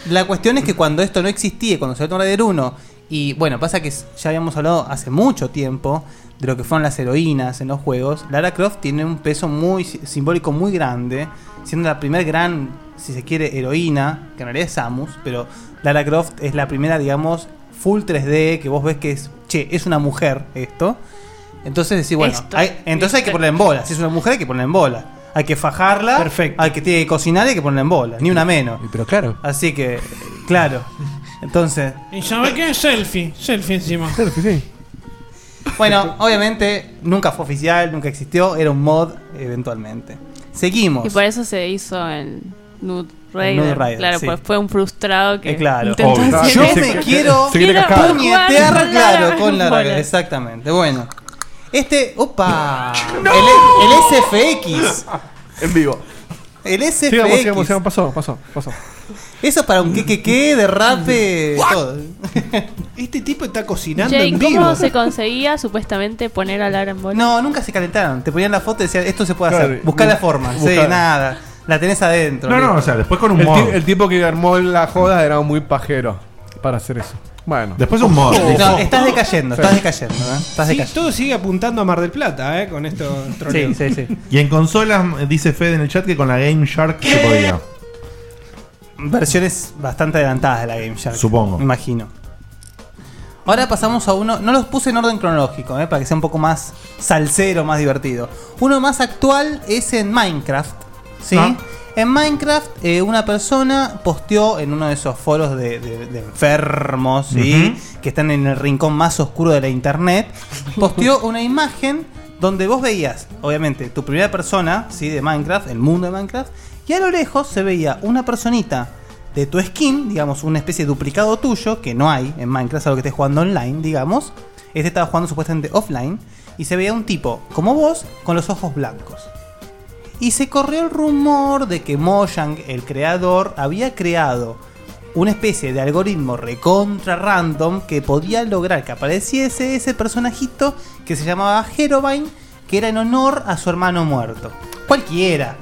S5: La cuestión es que cuando esto no existía, cuando salió Tomb Raider 1, y bueno, pasa que ya habíamos hablado hace mucho tiempo de lo que fueron las heroínas en los juegos, Lara Croft tiene un peso muy si- simbólico muy grande, siendo la primer gran, si se quiere, heroína, que en realidad es Samus, pero Lara Croft es la primera, digamos, full 3D, que vos ves que es, che, es una mujer esto. Entonces decís, bueno,
S8: Esto.
S5: hay- entonces hay que ponerla en bola, si es una mujer hay que ponerla en bola. Hay que fajarla, al que tiene que cocinar hay que ponerla en bola, ni una menos.
S10: Pero claro.
S5: Así que, claro. Entonces,
S8: Y sabe que es selfie, selfie encima.
S9: Selfie, sí.
S5: bueno, obviamente nunca fue oficial, nunca existió, era un mod eventualmente. Seguimos.
S6: Y por eso se hizo el Nude Raider.
S5: Nude Raider,
S6: claro,
S5: sí.
S6: pues fue un frustrado que
S5: Eh, claro,
S6: intentó
S5: obvio.
S6: hacer
S5: yo
S6: eso.
S5: me quiero
S6: Quiero jugar
S5: puñetear,
S6: con
S5: claro,
S6: Lara
S5: con la
S6: Croft.
S5: regla, exactamente. Bueno, este, opa, E, el, el SFX
S9: en vivo.
S5: El SFX.
S9: Sigamos, sigamos, sigamos. Pasó, pasó, pasó.
S5: Eso es para un que que que derrape todo.
S4: Este tipo está cocinando
S6: Che, ¿y
S4: en vivo.
S6: ¿cómo se conseguía supuestamente poner a Lara en bola?
S5: No, nunca se calentaron. Te ponían la foto y decían, esto se puede
S9: Claro,
S5: hacer. Buscar la
S9: bu-
S5: forma. Sí,
S9: buscá.
S5: nada. La tenés adentro. listo.
S9: el, ti- el tipo que armó la joda era muy pajero para hacer eso. Bueno.
S3: Después un mod,
S5: No, estás decayendo, estás decayendo, ¿eh? Estás
S4: Sí,
S5: decayendo.
S4: todo sigue apuntando a Mar del Plata, ¿eh? Con esto troleo.
S5: Sí, sí, sí.
S3: Y en consolas, eh, dice Fede en el chat que con la Game Shark se podía.
S5: Versiones bastante adelantadas de la Game Shark.
S3: Supongo.
S5: Me imagino. Ahora pasamos a uno. No los puse en orden cronológico, ¿eh? para que sea un poco más salsero, más divertido. Uno más actual es en Minecraft. ¿Sí?
S8: Ah.
S5: En Minecraft, eh, una persona posteó en uno de esos foros de, de- de enfermos, ¿sí? que están en el rincón más oscuro de la internet, posteó una imagen donde vos veías, obviamente, tu primera persona ¿sí? de Minecraft, el mundo de Minecraft, y a lo lejos se veía una personita de tu skin, digamos, una especie de duplicado tuyo, que no hay en Minecraft, algo que estés jugando online, digamos. Este estaba jugando supuestamente offline, y se veía un tipo como vos, con los ojos blancos. Y se corrió el rumor de que Mojang, el creador, había creado una especie de algoritmo recontra random que podía lograr que apareciese ese personajito que se llamaba Herobrine, que era en honor a su hermano muerto. Cualquiera.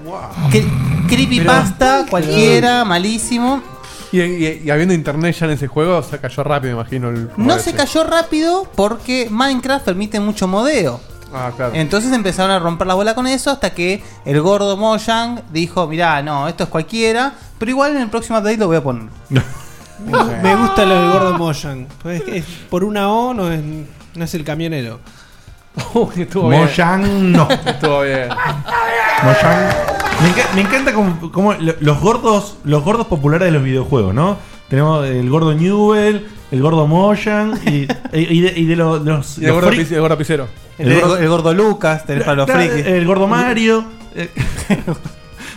S5: Cre- creepypasta, cualquiera, malísimo.
S9: Y, y- y habiendo internet ya en ese juego, se cayó rápido, me imagino. El
S5: No se cayó rápido porque Minecraft permite mucho modeo.
S9: Ah, claro.
S5: Entonces empezaron a romper la bola con eso hasta que el gordo Mojang dijo, mirá, no, esto es cualquiera, pero igual en el próximo update lo voy a poner.
S4: Me gusta lo del gordo Mojang. Pues es que es- por una O no es, no es el camionero.
S3: bien. Mojang, no.
S9: Estuvo bien.
S3: Mojang. Me, enca- me encanta como, como lo- los gordos los gordos populares de los videojuegos, ¿no? Tenemos el gordo Newell, el gordo Mojang y, y de, y de lo- de los.
S9: Y el
S3: los
S9: gordo
S3: freak-
S9: pic- el gordo picero.
S5: El, gordo, el gordo Lucas, tenés para los
S3: Claro,
S5: frikis.
S3: El gordo Mario. eh,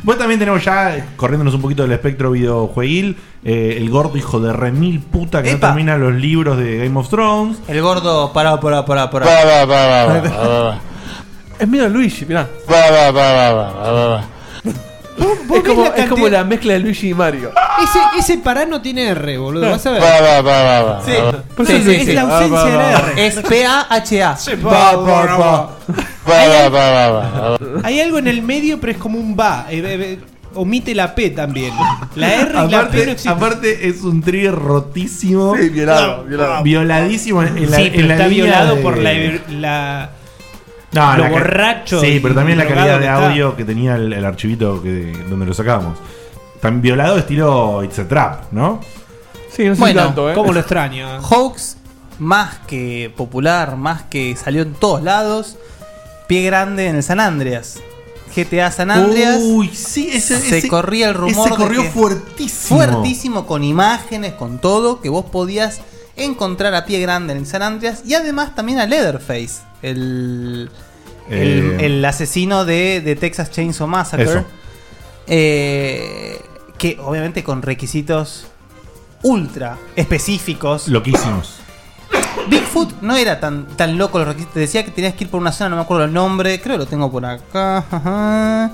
S3: Vos también tenemos ya, eh, corriéndonos un poquito del espectro videojueguil, eh, el gordo hijo de remil puta que no termina los libros de Game of Thrones.
S5: El gordo parado, parado, parado,
S12: Va, va, va,
S4: Ah,
S12: va, va, va, va.
S9: Es medio Luigi, mirá.
S12: Va, va, va, va, va, va, va, va.
S9: Es como, es como la mezcla de Luigi y Mario.
S4: Ese, ese pará no tiene R,
S3: Ah.
S4: boludo.
S9: No.
S4: Vas a ver.
S9: Va, va, va,
S12: va, va,
S5: Sí.
S12: va, va.
S4: Por eso es la ausencia
S12: Va, va,
S4: de
S12: va,
S3: Ah,
S4: la
S12: va.
S4: R.
S5: Es P-A-H-A.
S4: va, va, va, va.
S12: Va, va, va, va, va, va.
S4: Hay algo en el medio, pero es como un va. Eh, eh, eh, omite la P también. La R y la P
S3: aparte,
S4: no existen.
S3: aparte es un tri rotísimo.
S4: Sí, violado, violado.
S3: Violadísimo en la,
S4: sí,
S3: en
S4: pero
S3: la
S4: está
S3: línea
S4: violado
S3: de-
S4: por la, la-
S3: No,
S4: lo
S3: la ca-
S4: borracho.
S3: Sí, pero también la
S4: drogado
S3: calidad de
S4: que está.
S3: audio que tenía el, el archivito que, donde lo sacábamos. Tan violado estilo It's a Trap, ¿no?
S9: Sí, no
S5: sé Bueno, tanto, ¿eh?
S4: ¿Cómo lo extraño?
S5: Hoax, más que popular, más que salió en todos lados, pie grande en el San Andreas. GTA San Andreas.
S3: Uy, sí, ese-
S5: se
S3: ese-
S5: corría el rumor.
S3: ese
S5: de
S3: corrió
S5: que-
S3: fuertísimo.
S5: Fuertísimo, con imágenes, con todo, que vos podías encontrar a pie grande en San Andreas. Y además también a Leatherface, el, el,
S3: Eh.
S5: el asesino de, de Texas Chainsaw Massacre.
S3: Eso.
S5: Eh, que obviamente con requisitos ultra específicos.
S3: Loquísimos.
S5: Bigfoot no era tan, tan loco los requisitos. Te decía que tenías que ir por una zona, no me acuerdo el nombre. Creo que lo tengo por acá. ajá.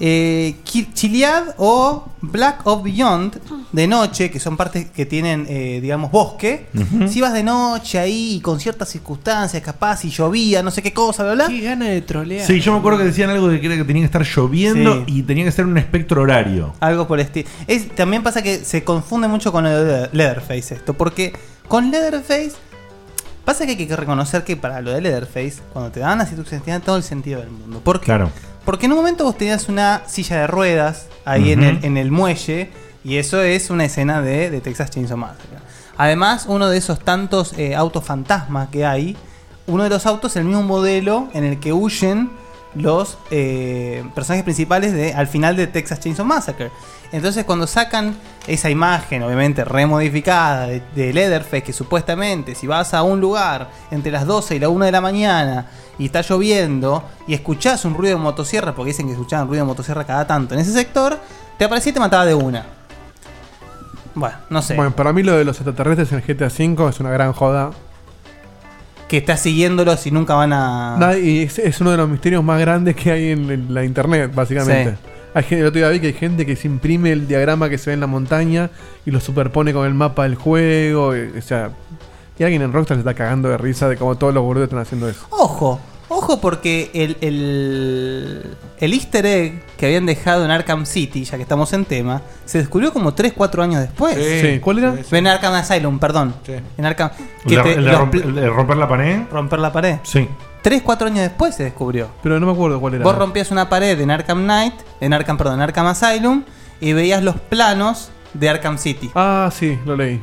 S5: Eh, Ki- Chiliad o Black of Beyond de noche, que son partes que tienen, eh, digamos, bosque.
S8: Ujú.
S5: Si vas de noche ahí y con ciertas circunstancias, capaz, y llovía, no sé qué cosa, bla, bla. Qué
S8: gana de trolear.
S3: Sí, yo me acuerdo que decían algo de que, era que tenía que estar lloviendo y tenía que ser un espectro horario.
S5: Algo por el estilo. Es, también pasa que se confunde mucho con lo de Leatherface esto, porque con Leatherface pasa que hay que reconocer que para lo de Leatherface, cuando te dan las instrucciones, tiene todo el sentido del mundo. ¿Por qué?
S3: Claro.
S5: Porque en un momento vos tenías una silla de ruedas ahí en,
S3: Ujú.
S5: el, en el muelle, y eso es una escena de, de Texas Chainsaw Massacre. Además, uno de esos tantos eh, autos fantasmas que hay, uno de los autos es el mismo modelo en el que huyen los eh, personajes principales de, al final de Texas Chainsaw Massacre. Entonces cuando sacan esa imagen, obviamente remodificada, de, de Leatherface, que supuestamente si vas a un lugar entre las 12 y la 1 de la mañana y está lloviendo y escuchás un ruido de motosierra, porque dicen que escuchaban ruido de motosierra cada tanto en ese sector, te aparecía y te mataba de una. Bueno, no sé.
S9: Bueno, para mí lo de los extraterrestres en GTA V es una gran joda.
S5: Que estás siguiéndolos y nunca van a...
S9: Nah, Ah, y es, es uno de los misterios más grandes que hay en, en la internet, básicamente.
S5: Sí.
S9: Hay gente, el otro día vi que hay gente que se imprime el diagrama que se ve en la montaña y lo superpone con el mapa del juego. y- o sea, y alguien en Rockstar se está cagando de risa de cómo todos los boludos están haciendo eso.
S5: Ojo, ojo porque el, el, el easter egg que habían dejado en Arkham City, ya que estamos en tema, se descubrió como 3, 4 años después.
S3: Sí. Sí. ¿Cuál era? Sí, sí.
S5: En Arkham Asylum, perdón. En Arkham... que
S3: ¿El de-
S5: te-
S3: el de
S5: los-
S3: romp- el de romper la pared?
S5: Romper la pared.
S3: Sí.
S5: 3, 4 años después se descubrió.
S9: Pero no me acuerdo cuál era.
S5: Vos rompías una pared en Arkham Knight, en Arkham, perdón, en Arkham Asylum, y veías los planos de Arkham City.
S9: Ah, sí, lo leí.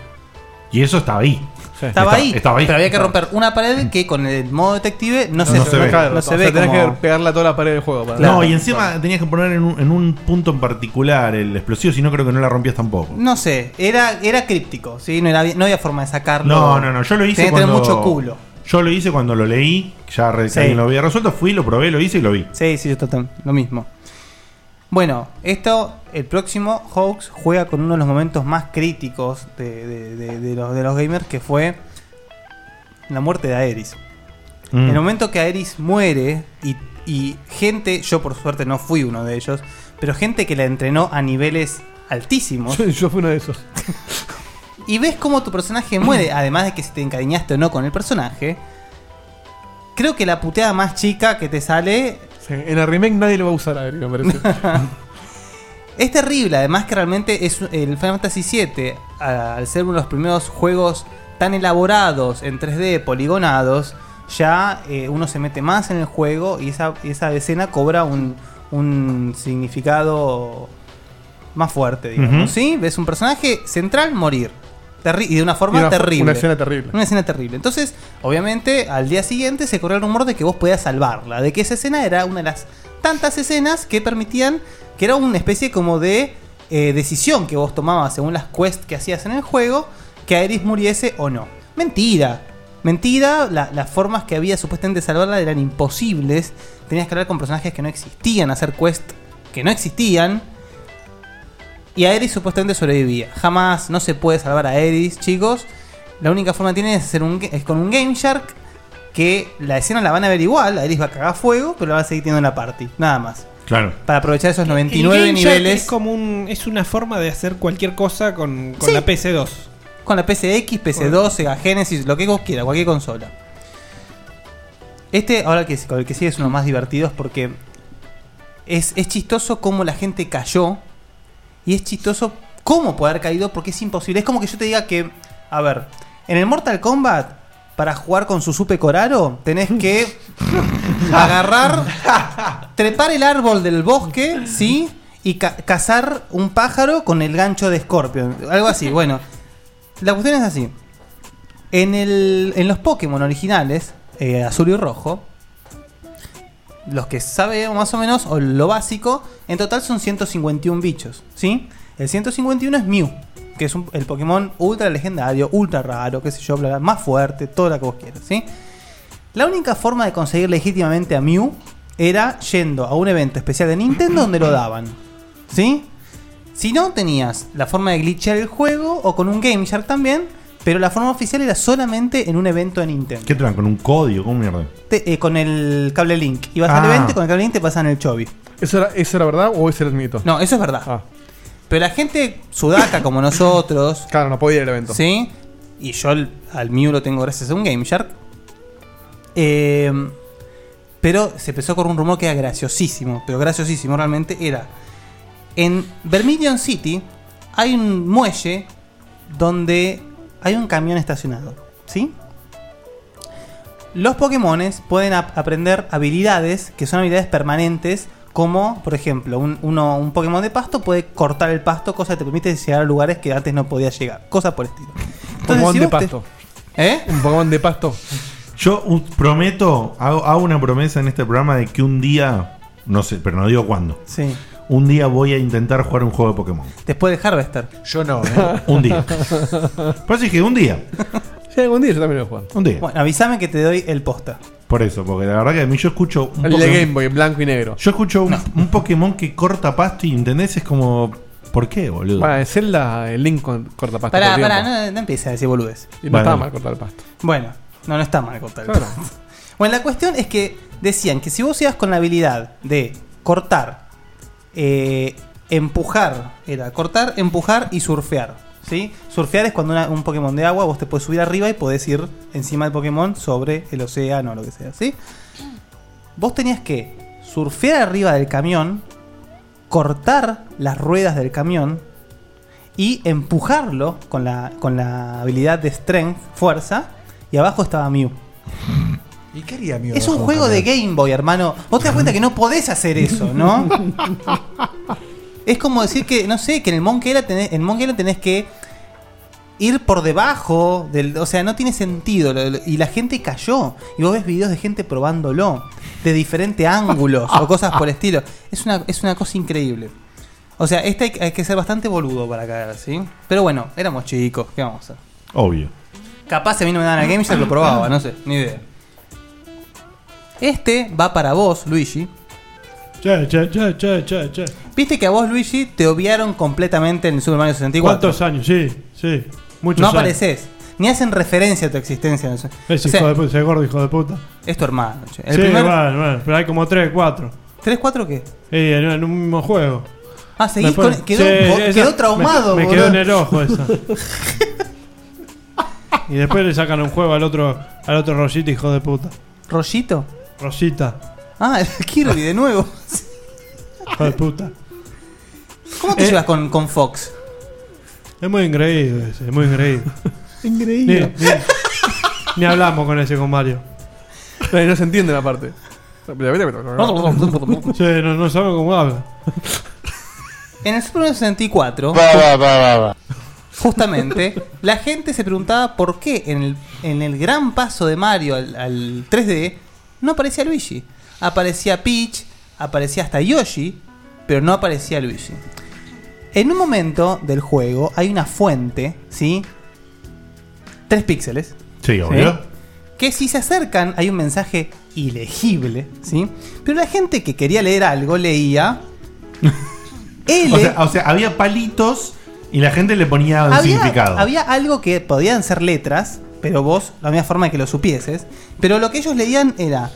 S3: Y eso estaba ahí.
S5: Estaba
S3: Está-
S5: ahí,
S3: Estaba ahí.
S5: pero había que romper una pared que con el modo detective no, se, no
S9: Claro,
S5: se
S9: o
S5: ve
S9: sea, tenés
S5: como-
S9: que pegarle a toda la pared del juego. para-
S3: no, y encima tenías que poner en un, en un punto en particular el explosivo, si no creo que no la rompías tampoco.
S5: No sé, era, era críptico, ¿sí? No, era, bien- no había forma de sacarlo.
S3: No, no, no, yo lo hice
S5: Tenía que
S3: cuando...
S5: tener mucho culo.
S3: Yo lo hice cuando lo leí, ya re-
S5: Sí.
S3: alguien lo había resuelto, fui, lo probé, lo hice y lo vi.
S5: Sí, sí, yo total, lo mismo. Bueno, esto, el próximo Hawks juega con uno de los momentos más críticos de, de- de- de los, de los gamers, que fue la muerte de Aeris.
S8: Mm.
S5: En el momento que Aeris muere y, y gente, yo por suerte no fui uno de ellos, pero gente que la entrenó a niveles altísimos.
S9: Yo, yo fui uno de esos.
S5: y ves cómo tu personaje muere, además de que si te encariñaste o no con el personaje. Creo que la puteada más chica que te sale.
S9: en la remake nadie lo va a usar a me parece.
S5: es terrible, además que realmente es el Final Fantasy VII, a- al ser uno de los primeros juegos tan elaborados en 3D, poligonados, ya eh, uno se mete más en el juego y esa, y esa escena cobra un, un significado más fuerte, digamos.
S8: Ujú.
S5: ¿sí? Ves un personaje central morir. Terri- y de una forma
S8: Y una-
S5: terrible.
S8: una escena terrible.
S5: Una escena terrible. Entonces, obviamente, al día siguiente se corrió el rumor de que vos podías salvarla. De que esa escena era una de las tantas escenas que permitían. Que era una especie como de eh, decisión que vos tomabas según las quests que hacías en el juego. Que Aeris muriese o no. Mentira. Mentira, la- las formas que había supuestamente de salvarla eran imposibles. Tenías que hablar con personajes que no existían, hacer quests que no existían. Y Aeris supuestamente sobrevivía. Jamás no se puede salvar a Aeris, chicos. La única forma que tiene es, hacer un, ga- es con un Game Shark. Que la escena la van a ver igual. Aeris va a cagar fuego, pero la va a seguir teniendo en la party. Nada más.
S3: Claro.
S5: Para aprovechar esos
S4: El
S5: 99
S4: Game Shark
S5: niveles.
S4: Es como un, es una forma de hacer cualquier cosa con, con
S5: Sí.
S4: la PC2.
S5: Con la PCX, PC2, Sega Genesis, lo que vos quieras, cualquier consola. Este, ahora el que, el que sigue es uno de los más divertidos porque es, es chistoso cómo la gente cayó y es chistoso cómo puede haber caído porque es imposible. Es como que yo te diga que, a ver, en el Mortal Kombat, para jugar con Susupe Coraro, tenés que agarrar, trepar el árbol del bosque, ¿sí? Y ca- cazar un pájaro con el gancho de Scorpion. Algo así, bueno. La cuestión es así. En, el, en los Pokémon originales, eh, azul y rojo, los que sabemos más o menos, o lo básico, en total son 151 bichos, ¿sí? El 151 es Mew, que es un- el Pokémon ultra legendario, ultra raro, qué sé yo, bla, bla, más fuerte, todo lo que vos quieras, ¿sí? La única forma de conseguir legítimamente a Mew era yendo a un evento especial de Nintendo donde lo daban, ¿sí? Si no, tenías la forma de glitchear el juego o con un Game Shark también, pero la forma oficial era solamente en un evento de Nintendo
S3: ¿Qué te dan? ¿Con un código? ¿Cómo mierda?
S5: te- eh, con el cable link. Ibas al
S3: Ah.
S5: evento y con el cable link te pasan el chobi.
S9: ¿Eso era, ¿Eso era verdad o ese era el mito?
S5: No, eso es verdad.
S3: Ah.
S5: Pero la gente sudaca como nosotros.
S9: Claro, no podía ir al evento.
S5: Sí. Y yo al, al Mew lo tengo gracias a un Game Shark. Eh, pero se empezó con un rumor que era graciosísimo. Pero graciosísimo realmente era. En Vermilion City hay un muelle donde hay un camión estacionado. ¿Sí? Los Pokémones pueden ap- aprender habilidades que son habilidades permanentes, como, por ejemplo, un, uno- un Pokémon de pasto puede cortar el pasto, cosa que te permite llegar a lugares que antes no podías llegar, cosas por el estilo.
S9: Pokémon de
S5: vos te-
S9: pasto.
S5: ¿Eh?
S9: Un Pokémon de pasto.
S3: Yo uh, prometo, hago, hago una promesa en este programa de que un día, no sé, pero no digo cuándo.
S5: Sí.
S3: Un día voy a intentar jugar un juego de Pokémon.
S5: Después de Harvester.
S10: Yo no,
S3: Un día. Por eso dije, un día.
S9: ¿eh? Sí, algún día yo también lo juego.
S3: Un día.
S5: Bueno, avísame que te doy el posta.
S3: Por eso, porque la verdad que a mí yo escucho un
S9: El de Game Boy, blanco y negro.
S3: Yo escucho un, un Pokémon que corta pasto y entendés, es como. ¿Por qué, boludo?
S9: Bueno, en Zelda, el Lincoln corta pasto.
S5: Pará,
S9: todo el
S5: pará,
S9: tiempo.
S5: no, no empieces a decir boludes.
S9: Y no estaba mal cortar el pasto.
S5: Bueno, no, no está mal cortar el pasto. Bueno, la cuestión es que decían que si vos ibas con la habilidad de cortar, eh, empujar, era cortar, empujar y surfear. ¿sí? Surfear es cuando una- un Pokémon de agua vos te puedes subir arriba y podés ir encima del Pokémon sobre el océano o lo que sea. ¿sí? Vos tenías que surfear arriba del camión, cortar las ruedas del camión y empujarlo con la, con la habilidad de Strength, fuerza, y abajo estaba Mew.
S10: ¿Y qué haría Mew?
S5: Es un juego de Game Boy, hermano. Vos te das cuenta que no podés hacer eso, ¿no? es como decir que, no sé, que en el Monkey Island tenés, en Monkey Island tenés que ir por debajo del. O sea, no tiene sentido. lo- lo- Y la gente cayó. Y vos ves videos de gente probándolo. De diferentes ángulos o cosas por el estilo. Es una, es una cosa increíble. O sea, este hay, hay que ser bastante boludo para caer, ¿sí? Pero bueno, éramos chicos, ¿qué vamos a hacer?
S3: Obvio.
S5: Capaz a mí no me daban a Game Shark, lo probaba, no sé, ni idea. Este va para vos, Luigi.
S13: Che, che, che, che, che, che.
S5: Viste que a vos, Luigi, te obviaron completamente en el Super Mario 64.
S13: ¿Cuántos años? Sí, sí. Muchos
S5: no
S13: años.
S5: apareces. Ni hacen referencia a tu existencia. en el-
S13: Ese
S5: O sea,
S13: hijo de puta, ese gordo hijo de puta.
S5: es tu hermano, che. El
S13: sí,
S5: primer-
S13: bueno, bueno, pero hay como 3, 4.
S5: ¿Tres, cuatro qué?
S13: Sí, en, en un mismo juego.
S5: Ah, seguís
S13: Después-
S5: con- quedó-
S13: Sí,
S5: quedó
S13: esa-
S5: traumado,
S13: Me, me
S5: boludo.
S13: quedó en el ojo esa. y después le sacan un juego al otro, al otro Rollito, hijo de puta.
S5: ¿Rollito?
S13: Rosita,
S5: Ah, el Kirby de nuevo.
S13: hijo de puta.
S5: ¿Cómo te
S13: Eh.
S5: llevas con, con Fox?
S13: Es muy ingreído ese, es muy ingreído. Ni,
S9: Increíble.
S13: ni- ni hablamos con ese con Mario.
S9: No, y no se entiende la parte.
S13: Sí, no, no sabemos cómo habla.
S5: En el Super Mario 64, justamente, la gente se preguntaba por qué en el, en el gran paso de Mario al, al 3D no aparecía Luigi. Aparecía Peach, aparecía hasta Yoshi, pero no aparecía Luigi. En un momento del juego hay una fuente, ¿sí? Tres píxeles.
S3: Sí, obvio.
S5: Que si se acercan hay un mensaje ilegible, ¿sí? Pero la gente que quería leer algo leía... L,
S3: O sea, o sea, había palitos y la gente le ponía un significado.
S5: había algo que podían ser letras, pero vos, la única forma de que lo supieses. Pero lo que ellos leían era.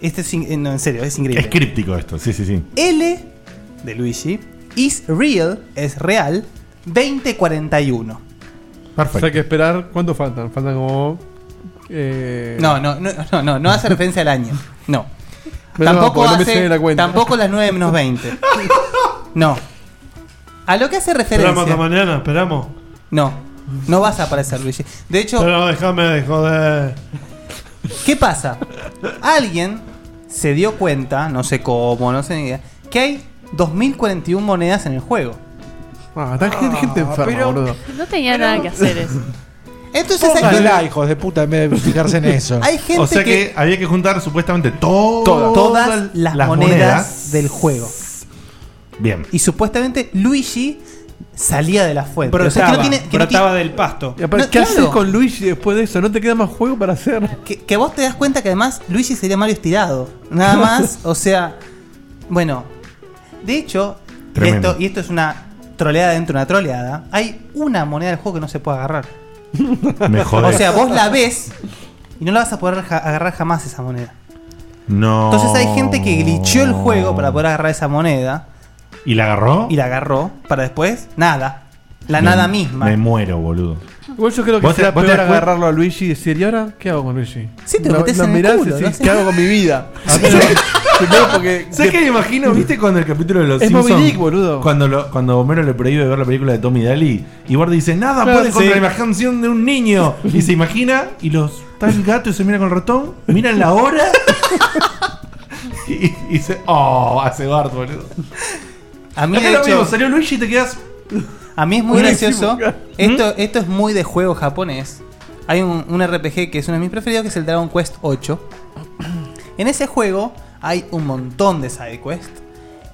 S5: Este es in- no, en serio, es
S3: Es
S5: increíble.
S3: críptico esto, sí, sí, sí.
S5: L de Luigi is real, es real, 2041.
S9: Perfecto. O sea, hay que esperar. ¿Cuánto faltan? Faltan como. Eh...
S5: No, no, no, no, no, no hace referencia al año. No.
S9: Menos mal,
S5: tampoco
S9: porque no me
S5: hace-
S9: llegué la cuenta.
S5: tampoco las 9 menos 20. No. A lo que hace referencia.
S13: Esperamos hasta mañana, esperamos.
S5: No, no vas a aparecer, Luigi. De hecho.
S13: Pero déjame de joder.
S5: ¿Qué pasa? Alguien se dio cuenta, no sé cómo, no sé ni idea, que hay 2041 monedas en el juego.
S9: Ah, está gente, gente enferma, boludo.
S6: No tenía nada que hacer eso.
S5: Entonces hay
S10: Pónganla,
S5: gente-
S10: hijos de puta, en vez de fijarse en eso.
S5: Hay gente
S3: o sea que,
S5: que-
S3: había que juntar supuestamente to-
S5: Todas,
S3: todas
S5: las, monedas, del juego.
S3: Bien.
S5: Y supuestamente Luigi salía de la fuente.
S4: Brotaba,
S5: O sea, que no tiene- que no
S4: brotaba
S5: tiene-
S4: del pasto.
S5: Y aparte, No, ¿qué haces claro. con
S9: Luigi después de eso? No te queda más juego para hacer.
S5: Que, que vos te das cuenta que además Luigi sería Mario estirado. Nada más, o sea. Bueno, de hecho, y
S3: Tremendo.
S5: esto, y esto es una troleada dentro de una troleada. Hay una moneda del juego que no se puede agarrar.
S3: Me
S5: O
S3: jodés.
S5: sea, vos la ves y no la vas a poder ja- agarrar jamás esa moneda.
S3: No.
S5: Entonces hay gente
S3: Oh.
S5: que glitchó el juego para poder agarrar esa moneda
S3: ¿Y la agarró?
S5: y la agarró para después nada. La
S3: Me-
S5: nada misma.
S3: Me muero, boludo.
S9: Igual yo creo que
S3: ¿Vos te-
S9: será
S3: vos te
S9: peor
S3: das cuenta?
S9: agarrarlo a Luigi y decir, ¿y ahora qué hago con Luigi?
S3: Sí, te lo metes en el
S9: mirás
S3: culo,
S9: y decís,
S3: ¿no?
S9: ¿qué hago con mi vida? Primero porque.
S3: ¿Sabes qué me imagino? ¿Viste cuando el capítulo de los
S9: Es Moby
S3: Simpsons?
S9: Dick, boludo.
S3: Cuando, lo- cuando Homero le prohíbe ver la película de Tommy Daly y Bart dice, nada
S9: Claro,
S3: puede contra
S9: sí.
S3: la imaginación de un niño. Y se imagina y los está el gato y se mira con el ratón, miran la hora y, y dice, oh, hace Bart, boludo.
S5: A mí,
S3: Acá
S5: de
S3: lo
S5: hecho-
S3: mismo, salió Luigi y te quedas.
S5: A mí es muy
S3: Buenísimo,
S5: gracioso.
S3: claro. ¿Mm?
S5: Esto, esto es muy de juego japonés. Hay un, un RPG que es uno de mis preferidos, que es el Dragon Quest 8. En ese juego hay un montón de sidequests.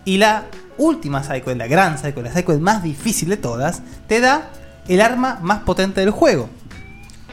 S5: Y la última sidequest, la gran sidequest, la sidequest más difícil de todas, te da el arma más potente del juego.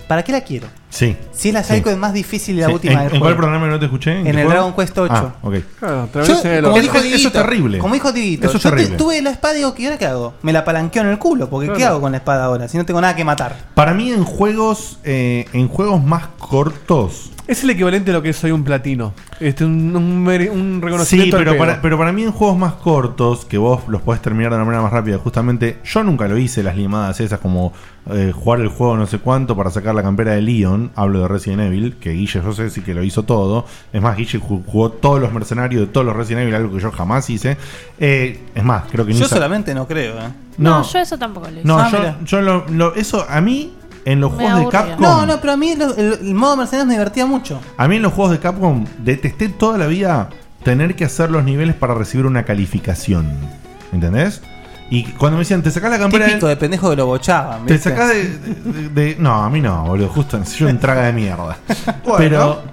S5: ¿Para qué la quiero?
S3: Sí.
S5: Si es la
S3: Sí.
S5: sidequest más difícil y la
S3: Sí,
S5: última
S3: ¿en-
S5: del
S3: en
S5: juego.
S3: cuál programa no te escuché? ¿En
S5: En,
S3: qué
S5: el
S3: juego?
S5: Dragon Quest 8.
S3: Ah, ok. Claro,
S5: Yo,
S3: atravesé el
S5: como dijo
S3: orto. Eso- eso es
S5: Dieguito,
S3: terrible.
S5: Como dijo Dieguito,
S3: Eso es
S5: yo te-
S3: terrible.
S5: tuve la espada y digo, ¿y ahora qué hago? Me la palanqueo en el culo, porque ¿qué
S3: Claro.
S5: hago con la espada ahora? Si no tengo nada que matar.
S3: Para mí en juegos, eh, en juegos más cortos.
S9: Es el equivalente a lo que es hoy un platino. Este, un, un mere- un
S3: Sí,
S9: reconocimiento. al
S3: pero
S9: pedo.
S3: para, pero para mí en juegos más cortos, que vos los podés terminar de la manera más rápida, justamente, yo nunca lo hice, las limadas esas, como eh, jugar el juego no sé cuánto para sacar la campera de Leon, hablo de Resident Evil, que Guille yo sé sí que lo hizo todo, es más, Guille ju- jugó todos los mercenarios de todos los Resident Evil, algo que yo jamás hice, Eh, es más, creo que ni
S5: Yo
S3: sa-
S5: solamente no creo, ¿eh?
S3: No,
S6: No, yo eso tampoco lo hice.
S3: no,
S6: Ah,
S3: yo,
S6: mira.
S3: yo lo- lo- eso a mí, en los
S6: Me
S3: juegos de
S6: aburría.
S3: Capcom...
S5: No, no, pero a mí lo- el, el modo mercenario me divertía mucho.
S3: A mí en los juegos de Capcom detesté toda la vida tener que hacer los niveles para recibir una calificación. ¿Entendés? Y cuando me decían, te sacás la campera.
S5: Típico de pendejo que lo bochaban.
S3: Te
S5: ¿viste?
S3: sacás de, de- de- No, a mí no, boludo. Justo yo un traga de mierda.
S5: Bueno.
S3: Pero.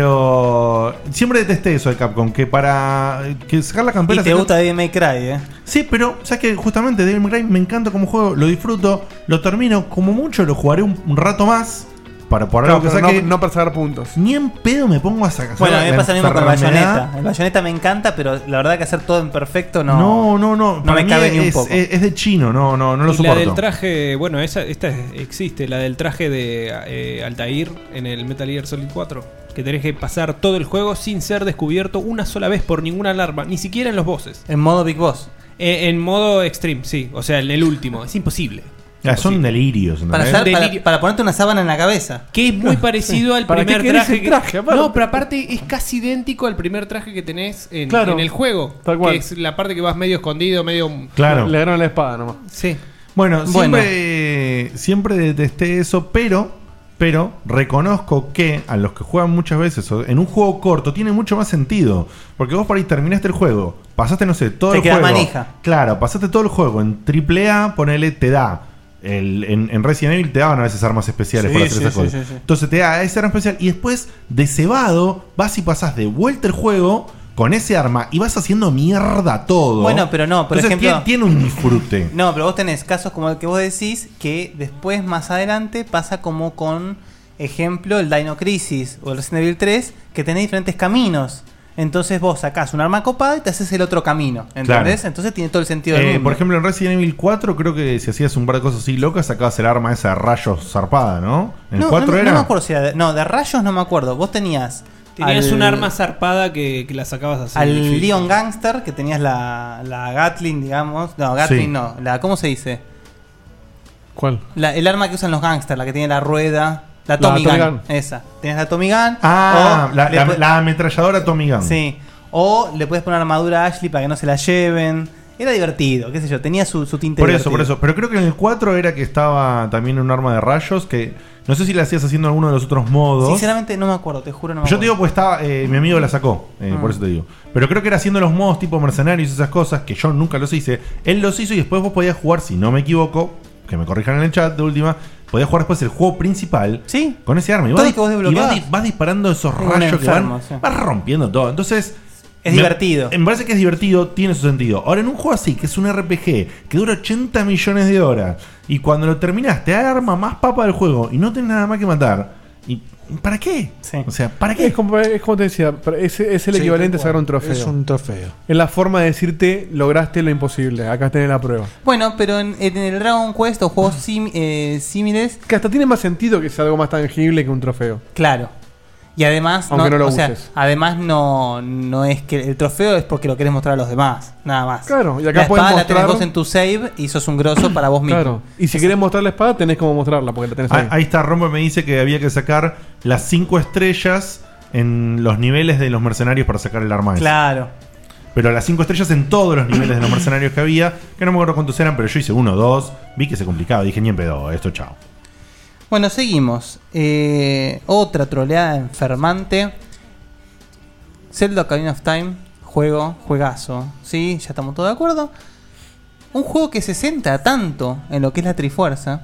S3: Pero. Siempre detesté eso de Capcom. Que para. Que sacar la
S5: Y
S3: campera.
S5: te
S3: sacar-
S5: gusta Devil May Cry, ¿eh?
S3: Sí, pero sabes que justamente Devil May Cry me encanta como juego, lo disfruto, lo termino, como mucho lo jugaré un, un rato más para por
S9: Claro,
S3: algo que
S9: pero
S3: saque.
S9: no- no para sacar puntos.
S3: Ni en pedo me pongo a sacar.
S5: Bueno, a mí me pasa lo mismo con el
S3: enfermedad.
S5: bayoneta. El bayoneta me encanta, pero la verdad que hacer todo en perfecto no.
S3: No, no, no.
S5: No
S3: para
S5: me
S3: mí
S5: cabe ni un
S3: es-
S5: poco.
S3: Es, es de chino, no, no, no lo
S4: y
S3: soporto.
S4: La del traje, bueno, esa, esta es- existe, la del traje de eh, Altair en el Metal Gear Solid 4. Que tenés que pasar todo el juego sin ser descubierto una sola vez por ninguna alarma, ni siquiera en los bosses. Eh,
S5: En modo Big Boss.
S4: en modo extreme, sí, o sea, en el último, es imposible.
S3: Ah, son delirios. ¿no?
S5: Para,
S3: ¿Eh?
S5: hacer- para-
S4: Delirio.
S5: para ponerte una sábana en la cabeza.
S4: Que es muy parecido al
S5: ¿Para qué
S4: primer
S5: querés
S4: traje.
S5: el
S4: que-
S5: traje, aparte?
S4: no, pero aparte es casi idéntico al primer traje que tenés en,
S9: Claro,
S4: en el juego.
S9: tal cual.
S4: Que es la parte que vas medio escondido, medio.
S3: Claro.
S9: Le agarraron la espada nomás.
S4: Sí.
S3: Bueno,
S4: Bueno.
S3: siempre, siempre detesté eso, pero, pero reconozco que a los que juegan muchas veces o en un juego corto tiene mucho más sentido. Porque vos por ahí terminaste el juego, pasaste, no sé, todo
S5: Te
S3: el
S5: queda
S3: juego.
S5: manija.
S3: Claro, pasaste todo el juego. En AAA, ponele, te da. el- en, en Resident Evil te daban a veces armas especiales
S9: Sí,
S3: para hacer
S9: sí,
S3: esas
S9: sí,
S3: cosas.
S9: sí, sí.
S3: Entonces te da ese arma especial y después, de cebado, vas y pasás de vuelta el juego con ese arma y vas haciendo mierda todo.
S5: Bueno, pero no, por
S3: Entonces,
S5: ejemplo-
S3: Tiene, tiene un disfrute.
S5: No, pero vos tenés casos como el que vos decís que después, más adelante, pasa como con, ejemplo, el Dino Crisis o el Resident Evil 3, que tenés diferentes caminos. Entonces vos sacás un arma copada y te haces el otro camino. ¿Entendés?
S3: Claro.
S5: Entonces tiene todo el sentido del
S3: Eh,
S5: mundo.
S3: Por ejemplo, en Resident Evil 4 creo que si hacías un par de cosas así locas sacabas el arma esa de rayos zarpada, ¿no? En el
S5: no,
S3: 4
S5: no, me-
S3: era...
S5: no me acuerdo si era de, No, de rayos no me acuerdo. Vos tenías.
S4: Tenías
S5: al-
S4: un arma zarpada que, que la sacabas así.
S5: Al Leon Gangster, que tenías la, la Gatling, digamos. No, Gatling
S4: Sí.
S5: no. La, ¿Cómo se dice?
S9: ¿Cuál?
S5: La- el arma que usan los gangsters, la que tiene la rueda. La
S3: La
S5: Tommy
S3: Tommy
S5: Gun.
S3: Gun.
S5: Esa. Tenías la Tommy Gun.
S3: Ah,
S5: o
S3: la,
S5: le
S3: la-
S5: pu-
S3: la ametralladora Tommy Gun.
S5: Sí. O le puedes poner armadura a Ashley para que no se la lleven. Era divertido, qué sé yo. Tenía su, su tinte
S3: Por eso, por
S5: divertido.
S3: eso. Pero creo que en el 4 era que estaba también un arma de rayos que no sé si la hacías haciendo alguno de los otros modos.
S5: Sinceramente no me acuerdo, te juro no me
S3: Yo
S5: acuerdo.
S3: te digo, pues estaba, eh, mi amigo la sacó, eh,
S5: Mm.
S3: por eso te digo. Pero creo que era haciendo los modos tipo mercenarios y esas cosas, que yo nunca los hice. Él los hizo y después vos podías jugar, si no me equivoco, que me corrijan en el chat de última, podías jugar después el juego principal con ese arma. Y
S5: Todo
S3: vas,
S5: que vos
S3: y vas
S5: desbloqueás.
S3: di- vas disparando esos
S5: Un
S3: rayos que
S5: enfermo,
S3: van,
S5: sí.
S3: vas rompiendo todo. Entonces.
S5: Es
S3: me-
S5: divertido.
S3: Me parece que es divertido, tiene su sentido. Ahora, en un juego así, que es un RPG, que dura 80 millones de horas, y cuando lo terminás te da el arma más papa del juego y no tenés nada más que matar. ¿Y para qué? O sea, ¿para qué?
S9: Es como, es como te decía, pero es, es el
S3: Sí,
S9: equivalente
S3: tal
S9: a sacar
S3: cual.
S9: un trofeo.
S3: Es un
S10: trofeo.
S9: Es la forma de decirte, lograste lo imposible. Acá tenés la prueba.
S5: Bueno, pero en, en el Dragon Quest o juegos sim- eh, similares.
S9: Que hasta tiene más sentido que sea algo más tangible que un trofeo.
S5: Claro. Y además,
S9: Aunque no lo
S5: o sea,
S9: uses.
S5: además no, no es que el trofeo es porque lo querés mostrar a los demás, nada más.
S9: Claro, y acá
S5: la
S9: puedes
S5: espada la tenés
S9: mostrar-
S5: vos en tu save y sos un grosso para vos mismo.
S9: Claro. Y si querés mostrar la espada, tenés como mostrarla, porque la tenés
S3: Ah,
S9: ahí.
S3: ahí está, Rombo me dice que había que sacar las 5 estrellas en los niveles de los mercenarios para sacar el arma. esa.
S5: Claro.
S3: Pero las 5 estrellas en todos los niveles de los mercenarios que había, que no me acuerdo cuántos eran, pero yo hice uno o dos, vi que se complicaba, dije ni en pedo, esto chao.
S5: Bueno, seguimos. Eh, otra troleada enfermante. Zelda Ocarina of Time, juego, juegazo. Sí, ya estamos todos de acuerdo. Un juego que se centra tanto en lo que es la Trifuerza.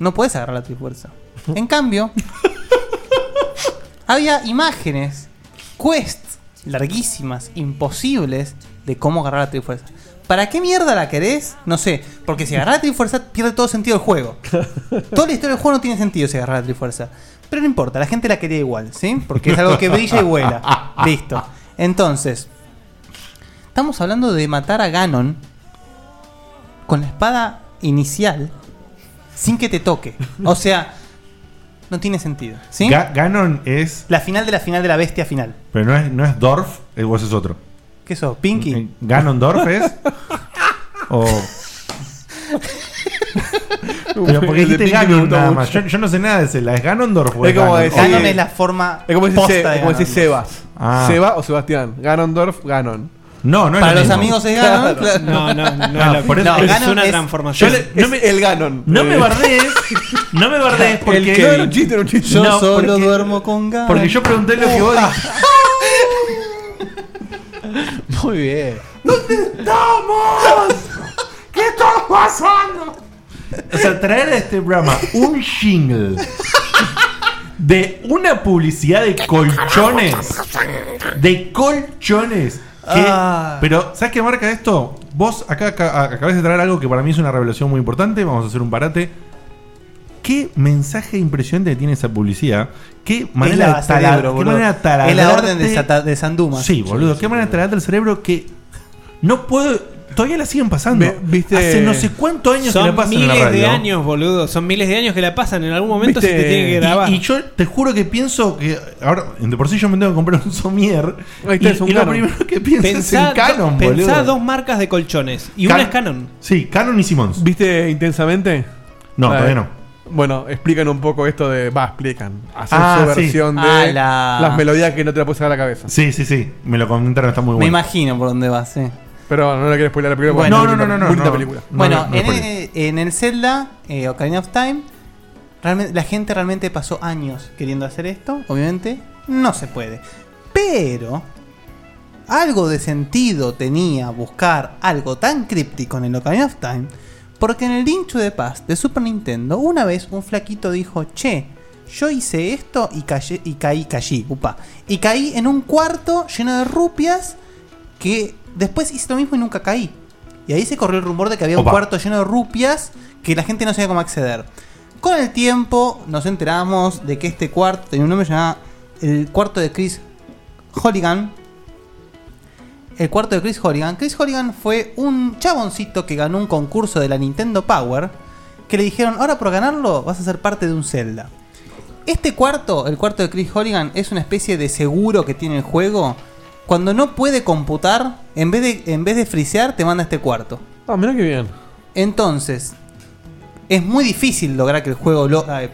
S5: No puedes agarrar la Trifuerza. En cambio, había imágenes, quests larguísimas, imposibles, de cómo agarrar la Trifuerza. ¿Para qué mierda la querés? No sé, porque si agarrás la Trifuerza pierde todo sentido el juego. Toda la historia del juego no tiene sentido si agarrar la Trifuerza. Pero no importa, la gente la quería igual, ¿sí? Porque es algo que brilla y vuela. Listo. Entonces, estamos hablando de matar a Ganon con la espada inicial sin que te toque. O sea, no tiene sentido, ¿sí?
S3: Ga- Ganon es.
S5: La final de la final de la bestia final.
S3: Pero no es, no es Dorf, eh, vos es otro. Eh,
S5: ¿Qué sos? ¿Pinky?
S3: ¿Ganon Dorf es? o. Pero porque
S9: El de
S3: dijiste
S9: Pinky me
S3: Ganon
S9: gustó
S3: nada
S9: mucho.
S3: más. Yo, yo no sé nada de Zelda. ¿Es Ganondorf o
S9: Es como
S3: Ganon?
S9: decir.
S3: O-
S9: Es como decir,
S3: posta
S9: Se-
S3: de
S9: es como decir
S3: Ganon.
S9: Sebas.
S3: Ah.
S9: Seba o Sebastián. Ganondorf, Ganon.
S3: No, no es lo mismo.
S9: Ganon.
S3: Ah, por eso- Yo le- no me-
S9: el Ganon.
S3: No me bardees. No me bardees porque.
S5: El que- No, era un chiste, era un chiste. Yo solo duermo con Ganon.
S3: Porque yo pregunté lo que vos dijiste.
S10: Muy bien.
S3: ¡Estamos! ¿Qué está pasando? O sea, traer a este programa un jingle de una publicidad de colchones. De colchones. que- Pero, ¿sabes qué marca esto? Vos acá, acá- acabas de traer algo que para mí es una revelación muy importante. Vamos a hacer un parate. ¿Qué mensaje impresionante que tiene esa publicidad? ¿Qué manera
S5: la
S3: de taladro,
S5: cerebro,
S3: qué
S5: boludo.
S3: manera de
S5: Es la
S3: taladrarte-
S5: orden de Sata- de San Dumas.
S3: Sí, boludo. ¿Qué manera de taladrarte el cerebro que no puedo. Todavía la siguen pasando. Hace no sé cuántos años
S4: Son
S3: que la pasan en
S4: miles
S3: la
S4: de
S3: radio.
S4: años, boludo. Son miles de años que la pasan. En algún momento se te
S3: ¿Viste?
S4: tiene que grabar.
S3: Y, y yo te juro que pienso que. Ahora, de por sí yo me tengo que comprar un somier.
S4: Ahí
S3: Y,
S4: tenés un
S3: y lo
S4: Canon.
S3: primero que pienso
S4: Pensá
S3: es en Canon,
S4: do- pensá
S3: boludo.
S4: dos marcas de colchones. Y
S3: Can-
S4: una es Canon.
S3: Sí, Canon y Simons.
S9: ¿Viste intensamente?
S3: No,
S9: Ah,
S3: todavía no.
S9: Bueno, explican un poco esto de. Va, explican. Hacen
S3: Ah,
S9: su
S3: sí.
S9: versión
S5: Ah,
S9: de
S5: la-
S9: las melodías que no te la puedes sacar a la cabeza.
S3: Sí, sí, sí. Me lo comentaron, está muy
S5: Me
S3: bueno.
S5: imagino por dónde vas, sí.
S9: Pero bueno, no la quiero spoiler la película.
S5: Bueno.
S9: porque es
S5: No, no,
S9: muy
S5: no,
S9: linda-
S5: no,
S9: muy linda
S5: no.
S9: película.
S5: Bueno,
S9: no,
S5: en,
S9: no,
S5: el, en el Zelda, eh, Ocarina of Time, realmente, la gente realmente pasó años queriendo hacer esto. Obviamente, no se puede. Pero, algo de sentido tenía buscar algo tan críptico en el Ocarina of Time. Porque en el Lincho de Paz de Super Nintendo, una vez un flaquito dijo, che, yo hice esto y, callé- y caí, caí, upa. Y caí en un cuarto lleno de rupias que después hice lo mismo y nunca caí. Y ahí se corrió el rumor de que había un
S3: Opa.
S5: cuarto lleno de rupias que la gente no sabía cómo acceder. Con el tiempo nos enteramos de que este cuarto tenía un nombre llamado el cuarto de Chris Holligan. El cuarto de Chris Holligan. Chris Holligan fue un chaboncito que ganó un concurso de la Nintendo Power. Que le dijeron, ahora por ganarlo vas a ser parte de un Zelda. Este cuarto, el cuarto de Chris Holligan, es una especie de seguro que tiene el juego. Cuando no puede computar, en vez de, en vez de frisear, te manda a este cuarto.
S9: Ah, mira qué bien.
S5: Entonces, es muy difícil lograr que el juego lo- eh,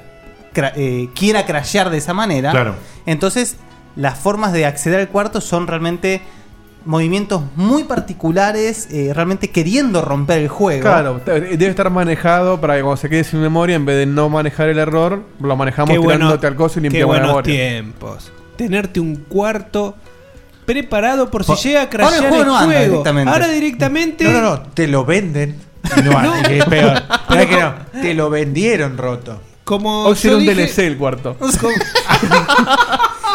S5: cra- eh, quiera crashear de esa manera.
S3: Claro.
S5: Entonces, las formas de acceder al cuarto son realmente movimientos muy particulares, eh, realmente queriendo romper el juego.
S9: Claro, te- debe estar manejado para que cuando se quede sin memoria, en vez de no manejar el error, lo manejamos
S4: Qué bueno-
S9: tirándote al coso y
S4: qué
S9: limpiamos la
S4: buenos
S9: memoria.
S4: tiempos. Tenerte un cuarto preparado por si
S9: Pa-
S4: llega a
S9: Ahora el
S4: crashear el
S9: juego
S4: juego.
S9: no anda
S10: directamente.
S4: Ahora directamente.
S10: No, no, no, te lo venden. No, es peor. Pero es que no,
S4: No.
S10: Te lo vendieron roto.
S4: Como
S10: Hoy será
S4: yo
S10: un
S4: dije-
S10: DLC el cuarto.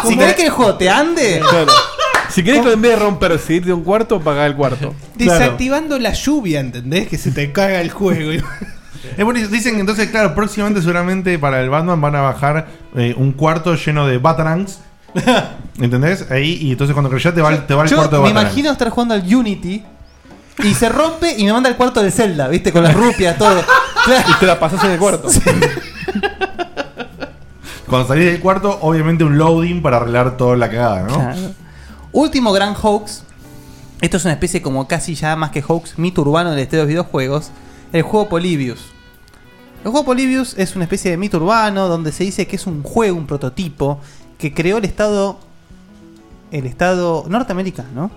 S5: Si querés que el juego te ande.
S9: Claro. Si querés que en vez de romperse irte de un cuarto, pagá el cuarto.
S8: Desactivando la lluvia, ¿entendés? Que se te caga el juego.
S3: Es buenísimo. Dicen que entonces, claro, próximamente seguramente para el Batman van a bajar eh, un cuarto lleno de Batarangs. ¿Entendés? Ahí, y entonces cuando creyas te va, el- te va el
S5: Yo
S3: cuarto de
S5: me
S3: Batarang.
S5: imagino estar jugando al Unity y se rompe y me manda al cuarto de Zelda, ¿viste? Con las rupias, todo. Y
S9: te la pasás en el cuarto.
S3: Cuando salís del cuarto, obviamente un loading para arreglar toda la cagada, ¿no?
S5: Claro. Último gran hoax. Esto es una especie como casi ya más que hoax, mito urbano del este de los videojuegos. El juego Polybius. El juego Polybius es una especie de mito urbano donde se dice que es un juego, un prototipo, que creó el estado. El estado norteamericano.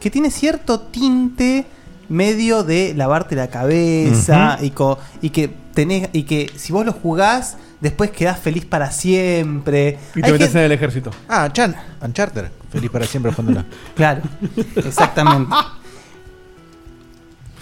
S5: Que tiene cierto tinte medio de lavarte la cabeza
S8: Ujú.
S5: y, co- y que tenés, y que si vos lo jugás, después quedás feliz para siempre.
S10: Y te
S5: Hay
S10: metés
S5: gente-
S10: en el ejército. Ah, Chan, Uncharted. Feliz para siempre, Fondola.
S5: Claro, exactamente.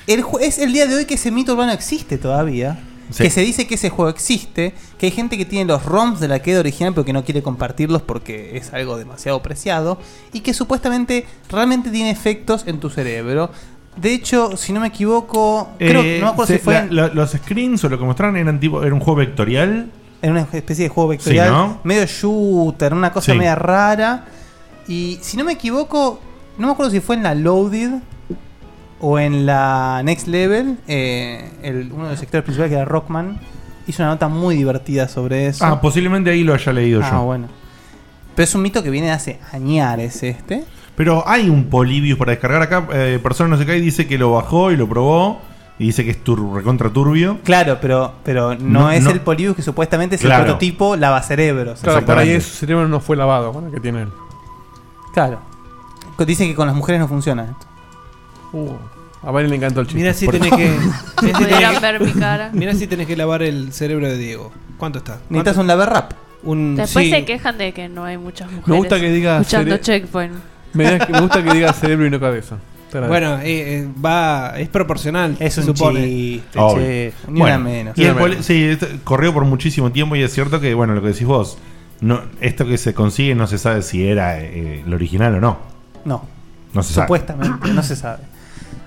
S5: El ju- es el día de hoy que ese mito urbano existe todavía.
S3: Sí.
S5: Que se dice que ese juego existe. Que hay gente que tiene los ROMs de la queda original pero que no quiere compartirlos porque es algo demasiado preciado. Y que supuestamente realmente tiene efectos en tu cerebro. De hecho, si no me equivoco, creo
S3: Eh,
S5: que no me acuerdo
S3: se-
S5: si fue
S3: la-
S5: en,
S3: la- los screens o lo que mostraron eran tipo, era un juego vectorial.
S5: en una especie de juego vectorial,
S3: Sí, ¿no?
S5: medio shooter, una cosa
S3: Sí.
S5: media rara. Y si no me equivoco, no me acuerdo si fue en la Loaded o en la Next Level, eh, el- uno de los sectores principales que era Rockman, hizo una nota muy divertida sobre eso.
S3: Ah,
S9: pues,
S3: posiblemente ahí lo haya leído
S5: Ah,
S3: yo.
S5: bueno. Pero es un mito que viene de hace añares este.
S3: Pero hay un Polybius para descargar acá. eh, persona no sé qué dice que lo bajó y lo probó. Y dice que es tur- recontra turbio.
S5: Claro, pero, pero No, es el Polybius que supuestamente es
S3: Claro.
S5: el prototipo lavacerebros.
S9: Claro, por ahí
S5: Exactamente.
S9: su cerebro no fue lavado con el que tiene él.
S5: Claro. Dice que con las mujeres no funciona esto.
S9: Uh, a Valen le encantó el chiste.
S4: Mirá si
S9: Por-
S4: tenés que. mirá si
S6: pudieran
S4: tenés
S6: ver mi cara.
S4: Mirá si tenés que lavar el cerebro de Diego. ¿Cuánto está? ¿Cuánto-
S5: Necesitas un laver rap.
S4: Un,
S6: Después
S4: sí.
S6: se quejan de que no hay muchas mujeres.
S9: Me gusta que diga
S6: Escuchando
S9: cere-
S6: Checkpoint.
S9: Me, da- me gusta que diga cerebro y no cabeza. Te agradezco.
S4: Bueno, eh, eh, va, es proporcional.
S5: Es
S4: se
S5: un
S4: supone.
S5: chiste,
S3: Ah, Obvio. Bueno, Y
S4: Ni
S3: el
S4: una
S3: poli-
S4: menos.
S3: sí, esto- corrió por muchísimo tiempo y es cierto que, bueno, lo que decís vos, no, esto que se consigue no se sabe si era eh, el original o no.
S5: No.
S3: No se sabe.
S5: Supuestamente, no se sabe.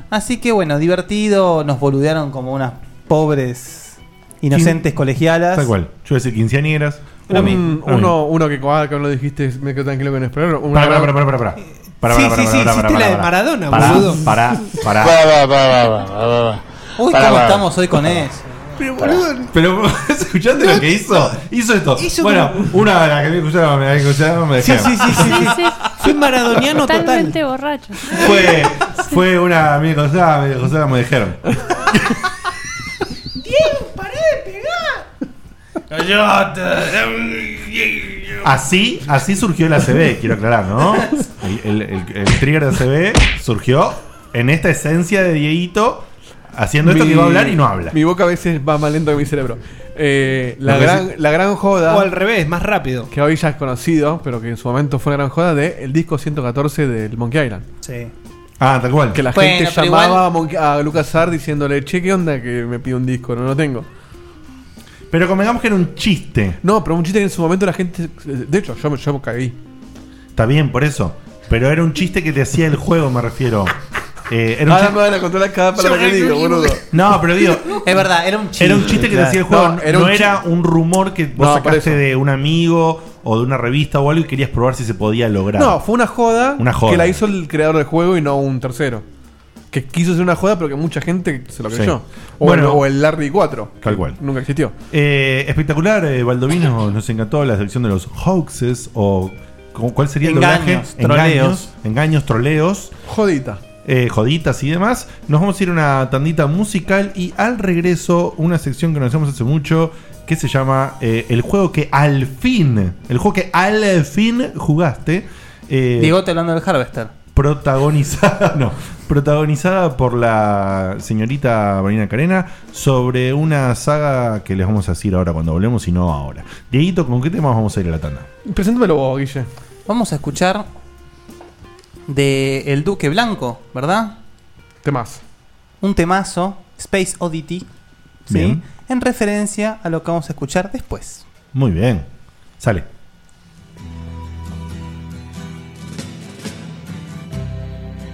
S5: Así que bueno, divertido, nos boludearon como unas pobres inocentes colegialas.
S3: Tal cual. Yo iba a decir quinceañeras.
S9: Un- uno, uno que ah, que no lo dijiste, me quedo tranquilo que no es pero una-
S3: Para, para, para, para, para. Para, para, para, para,
S9: Sí, sí, sí,
S3: para,
S9: hiciste
S3: para,
S9: la de
S3: para.
S9: Maradona,
S3: Para,
S9: boludo.
S3: Para, para.
S12: Para, para, para, para.
S5: Uy,
S12: Para,
S5: ¿cómo
S12: para.
S5: estamos hoy con eso?
S4: Pero boludo,
S3: Pero, ¿escuchaste lo que hizo? Hizo esto.
S4: Hizo
S3: bueno, una de las que me escuchaba, me escuchaba, me
S4: Sí,
S3: dejaba.
S4: sí, sí, sí.
S6: Sí,
S4: Fui maradoniano total.
S6: Totalmente borracho.
S3: Fue, fue una me escuchaba, me escuchaba, me dijeron.
S1: Diego, pará de pegar.
S3: Así, así surgió el ACB, quiero aclarar, ¿no? El, el- el- el trigger de ACB surgió en esta esencia de Dieguito haciendo esto
S9: Mi-
S3: que va a hablar y no habla.
S9: Mi boca a veces va más lento que mi cerebro. Eh, la,
S3: Lo que
S9: gran,
S3: sí-
S9: la gran joda.
S4: O al revés, más rápido.
S9: Que hoy ya es conocido, pero que en su momento fue una gran joda de el disco 114 del Monkey Island.
S5: Sí.
S3: Ah, tal cual.
S9: Que la
S5: Bueno,
S9: gente
S5: pero
S9: llamaba a, Monkey- a Lucas Art diciéndole, che, ¿qué onda que me pide un disco? No lo tengo.
S3: Pero convengamos que era un chiste.
S9: No, pero un chiste que en su momento la gente. De hecho, yo, me- yo me caí.
S3: Está bien, por eso. Pero era un chiste que te hacía el juego, me refiero. Eh, era un
S9: Ahora
S3: chiste-
S9: me van a controlar cada palabra que digo, boludo.
S3: No, pero digo.
S5: Es verdad, era un chiste.
S3: Era un chiste que te hacía el juego. No, era, un,
S9: chi-
S3: rumor que vos
S9: No, por
S3: sacaste de un amigo o de una revista o algo y querías probar si se podía lograr.
S9: No, fue una joda,
S3: Una joda.
S9: que la hizo el creador del juego y no un tercero. Que quiso hacer una joda, pero que mucha gente se lo
S3: Sí.
S9: creyó. O,
S3: Bueno.
S9: el, o el Larry 4.
S3: Tal cual.
S9: Nunca existió.
S3: Eh, espectacular, eh, Baldovino. Nos encantó la sección de los hoaxes o. ¿cómo- ¿Cuál sería el
S9: Engaños,
S3: doblaje? Engaños,
S9: troleos.
S3: engaños, troleos.
S9: Jodita.
S3: eh, joditas y demás. Nos vamos a ir a una tandita musical y al regreso una sección que nos hacemos hace mucho que se llama eh, El juego que al fin, el juego que al fin jugaste. eh,
S5: Diego te hablando del Harvester.
S3: protagonizada, no, protagonizada por la señorita Marina Carena sobre una saga que les vamos a decir ahora cuando volvemos y no ahora. Dieguito, ¿con qué temas vamos a ir a la tanda?
S9: Preséntamelo vos, Guille.
S5: Vamos a escuchar de El Duque Blanco, ¿verdad?
S9: Temazo.
S5: Un temazo. Space Oddity. ¿sí?
S3: Bien.
S5: En referencia a lo que vamos a escuchar después.
S3: Muy bien. Sale.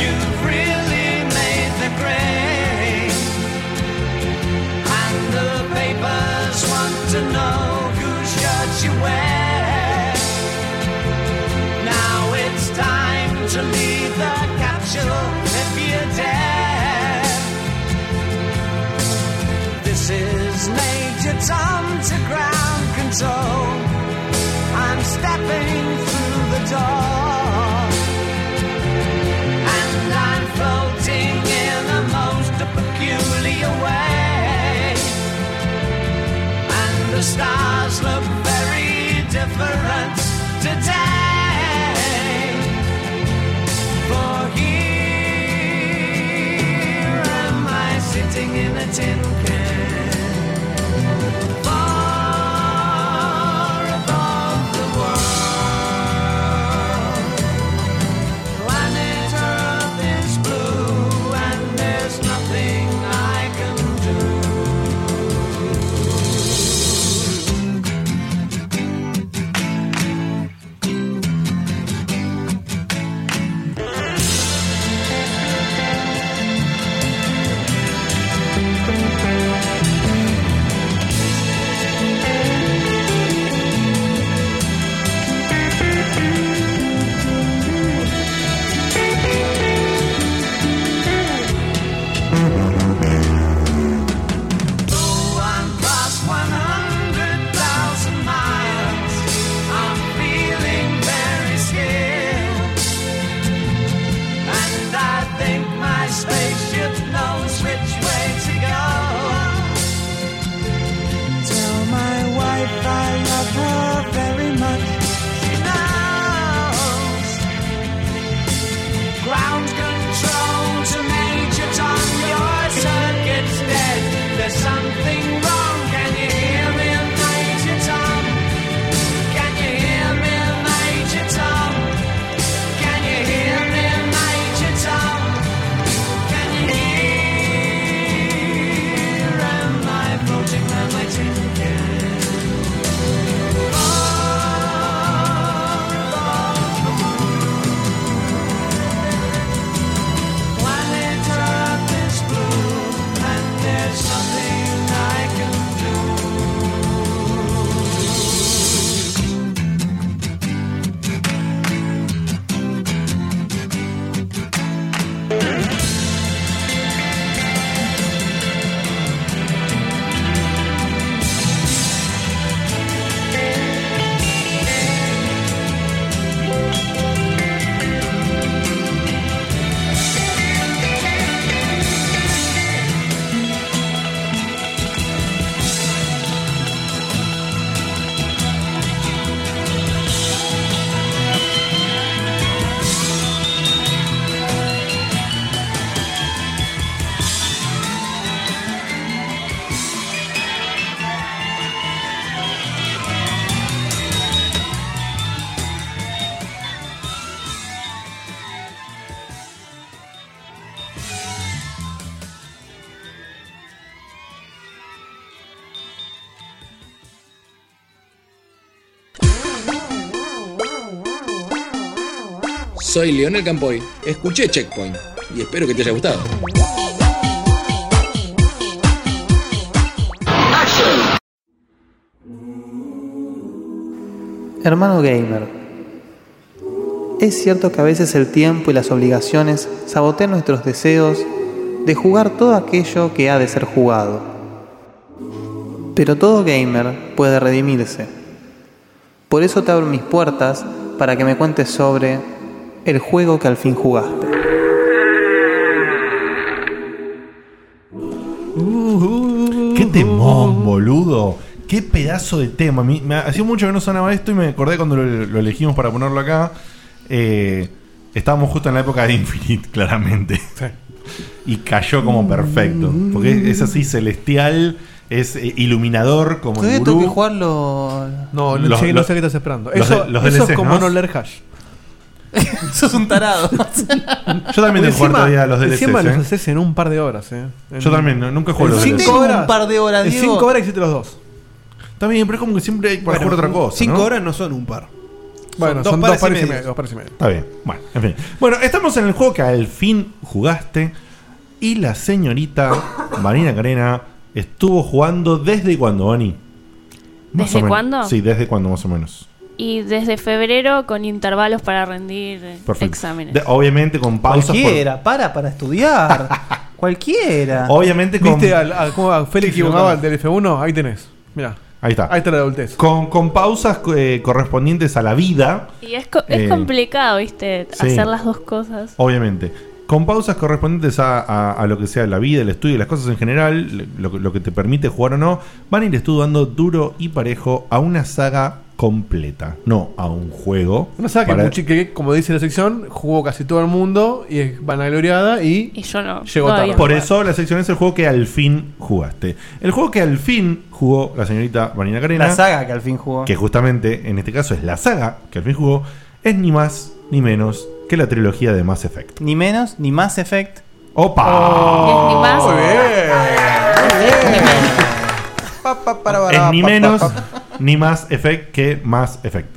S21: You've really made the grade. And the papers want to know whose shirt you wear. Now it's time to leave the capsule if you dare. This is Major Tom to ground control. I'm stepping through the door. And I'm floating in the most peculiar way. And the stars look very different today. For here am I sitting in a tin can. Far above the world. Planet Earth is blue, and there's nothing I can do. Though I'm past 100,000 miles, I'm feeling very scared. And I think my spaceship knows which way to go. Tell my wife I love her very much. She knows. Ground control to Major Tom, your circuit's dead. There's something wrong. Can you hear me, Major Tom? Can you hear me, Major Tom? Can you hear me, Major Tom? Can you hear? Am I floating on my tin can? Planet Earth is blue, and there's nothing I can do.
S22: Soy Leonel Campoy. Escuché Checkpoint y espero que te haya gustado.
S5: Hermano gamer, es cierto que a veces el tiempo y las obligaciones sabotean nuestros deseos de jugar todo aquello que ha de ser jugado. Pero todo gamer puede redimirse. Por eso te abro mis puertas para que me cuentes sobre el juego que al fin jugaste.
S3: ¡Qué temón, boludo! ¡Qué pedazo de tema! Me, me hacía mucho que no sonaba esto y me acordé cuando lo, lo elegimos para ponerlo acá. Eh, estábamos justo en la época de Infinite, claramente. y cayó como perfecto. Porque es, es así celestial, es eh, iluminador como
S5: Todavía
S3: el
S5: tengo que
S3: gurú.
S5: jugarlo.
S9: No, no
S3: Los-
S9: sé, no
S3: los-
S9: sé qué estás esperando.
S3: los
S9: Eso,
S3: de- los
S9: eso es
S3: DLCs,
S9: como
S3: ¿no?
S9: no leer hash.
S5: Sos un tarado.
S3: Yo también tengo que jugar todavía los DLCs.
S9: Encima los
S3: ¿eh?
S9: haces en un par de horas, eh. En-
S3: Yo también, no- nunca juego
S9: en
S3: los
S9: cinco
S3: DLCs.
S9: horas-
S5: un par de horas,
S9: En
S5: Diego.
S9: 5 horas hiciste los dos.
S3: También, pero es como que siempre hay
S9: para
S3: jugar otra cosa,
S9: Cinco
S3: ¿no?
S9: horas
S13: no son un par.
S9: Bueno,
S3: dos
S9: son dos
S3: pares y
S9: pares y
S3: medios.
S9: medio. Dos pares y medio.
S3: Está bien. Bueno, en fin. Bueno, estamos en el juego que al fin jugaste. Y la señorita Marina Carena estuvo jugando desde cuándo, Bani? Más
S6: ¿Desde
S3: o menos.
S6: cuándo?
S3: Sí, desde cuándo, más o menos.
S6: Y desde febrero con intervalos para rendir eh,
S3: Perfecto.
S6: exámenes.
S3: De- obviamente con pausas. por-
S5: Cualquiera, para para estudiar. Cualquiera.
S3: Obviamente con-
S9: ¿Viste al- a, cómo a Félix
S3: Sí,
S9: llamaba
S3: equivocado.
S9: al del F1? Ahí tenés. Mirá.
S3: Ahí está.
S9: Ahí está la adultez.
S3: Con, con pausas eh, correspondientes a la vida,
S6: Y es, co- es
S3: Eh,
S6: complicado, ¿viste?
S3: sí.
S6: Hacer las dos cosas.
S3: obviamente. Con pausas correspondientes a, a- a lo que sea la vida, el estudio y las cosas en general, lo, lo que te permite jugar o no, van a ir estuvo dando duro y parejo a una saga completa, no a un juego.
S9: Una saga que,
S3: Para-
S9: muchi- que, como dice la sección, jugó casi todo el mundo y es vanagloriada y,
S6: y yo no.
S9: llegó
S6: todavía
S9: tarde.
S3: Por eso la sección es el juego que al fin jugaste. El juego que al fin jugó la señorita Vanina Carena.
S5: La saga que al fin jugó.
S3: Que justamente en este caso es la saga que al fin jugó. Es ni más ni menos que la trilogía de Mass Effect.
S5: Ni menos ni Mass Effect.
S3: ¡Opa!
S5: Oh,
S6: Es ni más-
S3: Es ni menos ni más Effect que Mass Effect.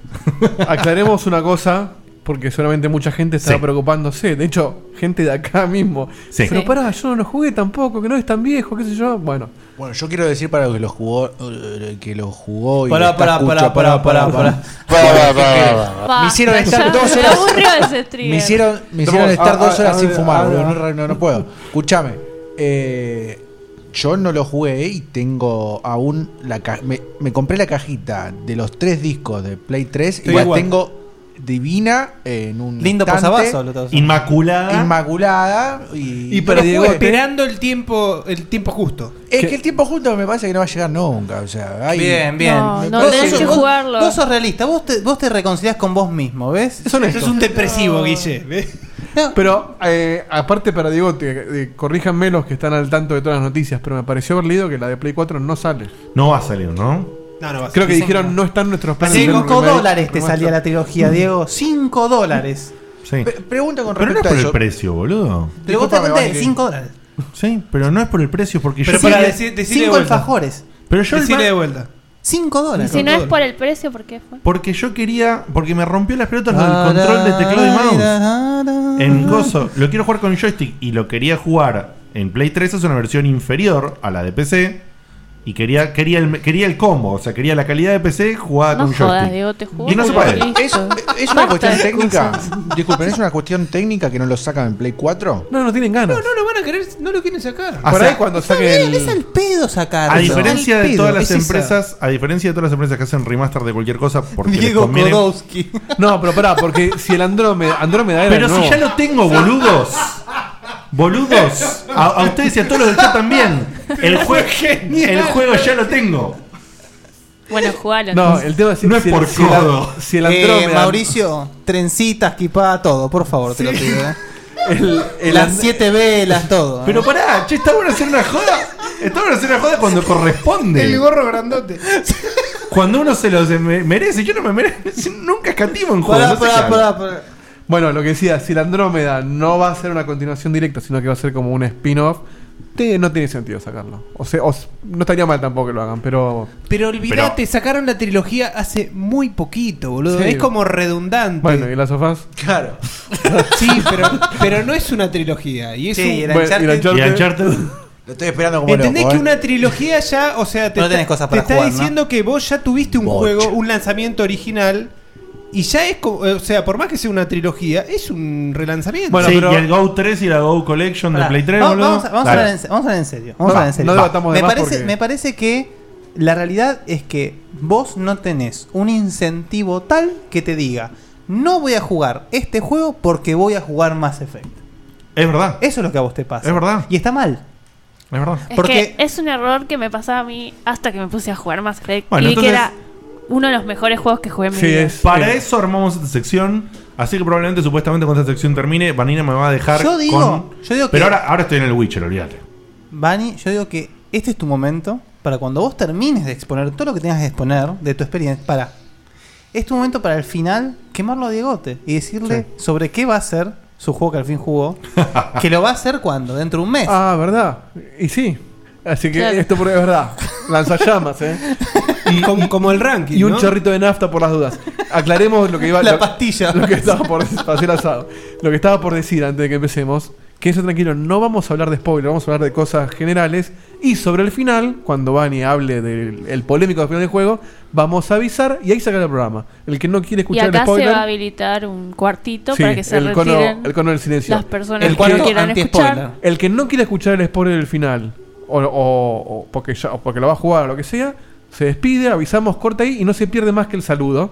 S9: Aclaremos una cosa, porque seguramente mucha gente estará
S3: Sí.
S9: preocupándose. De hecho, gente de acá mismo.
S3: Sí.
S9: Pero
S3: Sí.
S9: pará, yo no lo jugué tampoco, que no es tan viejo, qué sé yo. Bueno.
S10: Bueno, yo quiero decir para los que lo jugó, eh, que lo jugó y
S9: Pará,
S10: lo está
S9: pará,
S10: escucha-
S9: pará, pará, pará,
S10: pará, pará.
S6: Basta,
S10: Me hicieron
S6: ya
S10: estar dos
S6: me
S10: horas.
S6: aburrió ese trigger.
S10: Me hicieron, me hicieron
S9: Estamos-
S10: estar
S9: ah,
S10: dos
S9: ah,
S10: horas
S9: ah,
S10: sin
S9: ah,
S10: fumar,
S9: ah,
S10: boludo.
S9: ah.
S10: No, no- no puedo. Escúchame. eh, yo no lo jugué y tengo aún la ca- me, me compré la cajita de los tres discos de Play 3 y
S5: Estoy
S10: la
S5: igual.
S10: tengo divina en un
S5: Lindo posavasos, lo estás usando.
S3: Inmaculada.
S10: Inmaculada y,
S9: Y
S10: no
S9: para
S10: lo
S9: Diego,
S10: jugué.
S9: esperando
S8: el tiempo, el tiempo justo.
S10: Es que el tiempo junto me parece que no va a llegar nunca, o sea, hay-
S5: Bien, bien.
S10: me
S5: Vos
S10: parece
S5: sos-
S10: que-
S5: vos- Vos sos realista, vos te, vos te reconciliás con vos mismo, ¿ves?
S9: Eso
S8: es un depresivo, Guille.
S9: Pero, eh, aparte para Diego, te- eh, corríjanme los que están al tanto de todas las noticias, pero me pareció haber leído que la de Play 4 no sale.
S3: No va a salir, ¿no?
S8: No, no va a
S9: Creo que
S8: ser.
S9: dijeron no están nuestros planes. de hacer un
S5: 5
S9: remake,
S5: dólares te
S9: remaster.
S5: este salía la trilogía, Diego. 5 dólares.
S3: Sí.
S10: Pre- Pregunta con
S3: Pero no es
S10: respecto
S3: por
S10: a
S3: el
S10: eso.
S3: precio, boludo.
S5: Pero vos te
S10: Disculpame,
S5: conté
S10: Vani,
S5: 5 dólares.
S3: Sí, pero no es por el precio, porque
S8: Pero
S3: yo.
S8: para
S3: Cinco-
S8: decir- decirle de
S3: cinco
S8: vuelta.
S3: alfajores. Pero yo el
S8: Decile
S3: ma-
S8: de vuelta.
S5: 5
S6: Y
S5: dólares.
S6: si no es por el precio, ¿por qué fue?
S3: Porque yo quería. Porque me rompió las pelotas lo del control de teclado y mouse. En coso, lo quiero jugar con joystick y lo quería jugar en Play 3, es una versión inferior a la de PC. Y quería, quería, el, quería el combo, o sea, quería la calidad de PC jugada
S6: No
S3: con
S6: jodas,
S3: joystick.
S6: Diego, te jugó.
S3: Y no se puede.
S10: Es, es una
S6: Basta
S10: cuestión
S6: de
S10: técnica.
S6: excusas.
S10: Disculpen, es una cuestión técnica que no lo sacan en Play 4.
S9: No, no tienen ganas.
S8: No lo van a querer, no lo quieren sacar.
S3: O
S10: Por
S3: sea,
S10: ahí cuando
S5: Está
S10: saquen
S5: bien, es el pedo sacar.
S3: A diferencia de todas las
S5: empresas
S3: empresas, a diferencia de todas las empresas que hacen remaster de cualquier cosa porque les
S5: Diego
S3: conviene.
S5: Kodowski.
S9: No, pero pará, porque si el Andrómeda, Andrómeda era
S3: Pero si
S9: nuevo.
S3: ya lo tengo, boludos. Boludos. A, a ustedes y a todos los del chat también. El, jue- el juego ya lo tengo.
S6: Bueno, jugalo.
S9: No,
S6: entonces.
S9: el tema es
S3: No es
S9: si el-
S3: por
S9: si el-
S3: codo.
S9: Si el
S5: Eh,
S9: Andrómeda.
S5: Mauricio, trencitas, equipada, todo, por favor, te lo pido. eh.
S9: El, el
S5: las
S9: And-
S5: 7 velas, todo. eh.
S3: Pero pará, che, está bueno hacer una joda. Está bueno hacer una joda cuando corresponde.
S13: gorro grandote.
S3: Cuando uno se los me- merece. Yo no me merece. Nunca escatimo en juegos.
S5: Pará,
S3: no sé
S5: pará,
S3: qué
S5: pará,
S3: hablo.
S5: pará.
S9: Bueno, lo que decía, si el Andrómeda no va a ser una continuación directa, sino que va a ser como un spin-off, te- no tiene sentido sacarlo. O sea, os- no estaría mal tampoco que lo hagan, pero.
S8: Pero olvídate, sacaron la trilogía hace muy poquito, boludo.
S9: Sí.
S8: Es como redundante.
S9: Bueno, ¿y las sofás?
S8: Claro. sí, pero, pero no es una trilogía. Y es
S5: Sí,
S8: un-
S5: era Uncharted.
S3: Y Uncharted.
S10: Lo estoy esperando como
S8: ¿Entendés
S10: loco,
S8: que
S10: ¿eh?
S8: una trilogía ya, o sea, te,
S5: No
S8: está-
S5: tenés cosas
S8: te
S5: para
S8: está
S5: jugar, ¿no?
S8: diciendo que vos ya tuviste un
S10: Bocha.
S8: juego, un lanzamiento original
S4: Y ya es como, o sea, por más que sea una trilogía, es un relanzamiento.
S3: Bueno, pero... y el Go 3 y la Go Collection de
S5: Pará,
S3: Play 3,
S5: vamos-
S3: boludo.
S5: Vamos, a- vamos a hablar en, se- vamos a hablar en serio. Vamos
S3: No,
S5: a hablar en serio.
S3: no debatamos de
S5: me,
S3: más
S5: parece,
S3: porque-
S5: me parece que la realidad es que vos no tenés un incentivo tal que te diga, no voy a jugar este juego porque voy a jugar Mass Effect.
S3: Es verdad.
S5: Eso es lo que a vos te pasa.
S3: Es verdad.
S5: Y está mal.
S3: Es verdad.
S6: Es
S5: Porque-
S6: que es un error que me pasaba a mí hasta que me puse a jugar Mass Effect
S3: Bueno,
S6: y vi
S3: entonces-
S6: que era uno de los mejores juegos que jugué en mi
S3: Sí,
S6: vida.
S3: es. eh, Para eso armamos esta sección. Así que probablemente, supuestamente, cuando esta sección termine, Vanina me va a dejar.
S5: Yo digo-
S3: con-
S5: yo digo que-
S3: Pero ahora, ahora estoy en el Witcher, olvídate.
S5: Bani, yo digo que este es tu momento para cuando vos termines de exponer todo lo que tengas que exponer de tu experiencia. Para. Es tu momento para al final quemarlo a Diegote y decirle sobre qué va a ser su juego que al fin jugó. que lo va a hacer cuando, dentro de un mes.
S9: Ah, ¿verdad? Y sí. Así que
S5: Claro.
S9: esto por- es verdad. Lanzallamas, ¿eh?
S4: como, el ranking.
S9: Y un
S5: ¿no?
S9: chorrito de nafta por las dudas. Aclaremos lo que iba
S5: La
S9: lo-
S5: pastilla.
S9: Lo que estaba por para hacer asado. Lo que estaba por decir antes de que empecemos. Quédense tranquilo, no vamos a hablar de spoiler, vamos a hablar de cosas generales. Y sobre el final, cuando Vani hable del el polémico final del juego, vamos a avisar y ahí sacar el programa. El que no quiere
S6: Y
S9: escuchar el
S6: acá se
S9: spoiler.
S6: va a habilitar un cuartito
S9: Sí,
S6: para que se
S9: el cono,
S6: retiren
S9: el cono del silencio.
S6: las personas que no quieran escuchar.
S9: El que no quiera escuchar el spoiler del final, o, o- o porque ya, o porque lo va a jugar o lo que sea, se despide, avisamos, corta ahí y no se pierde más que el saludo.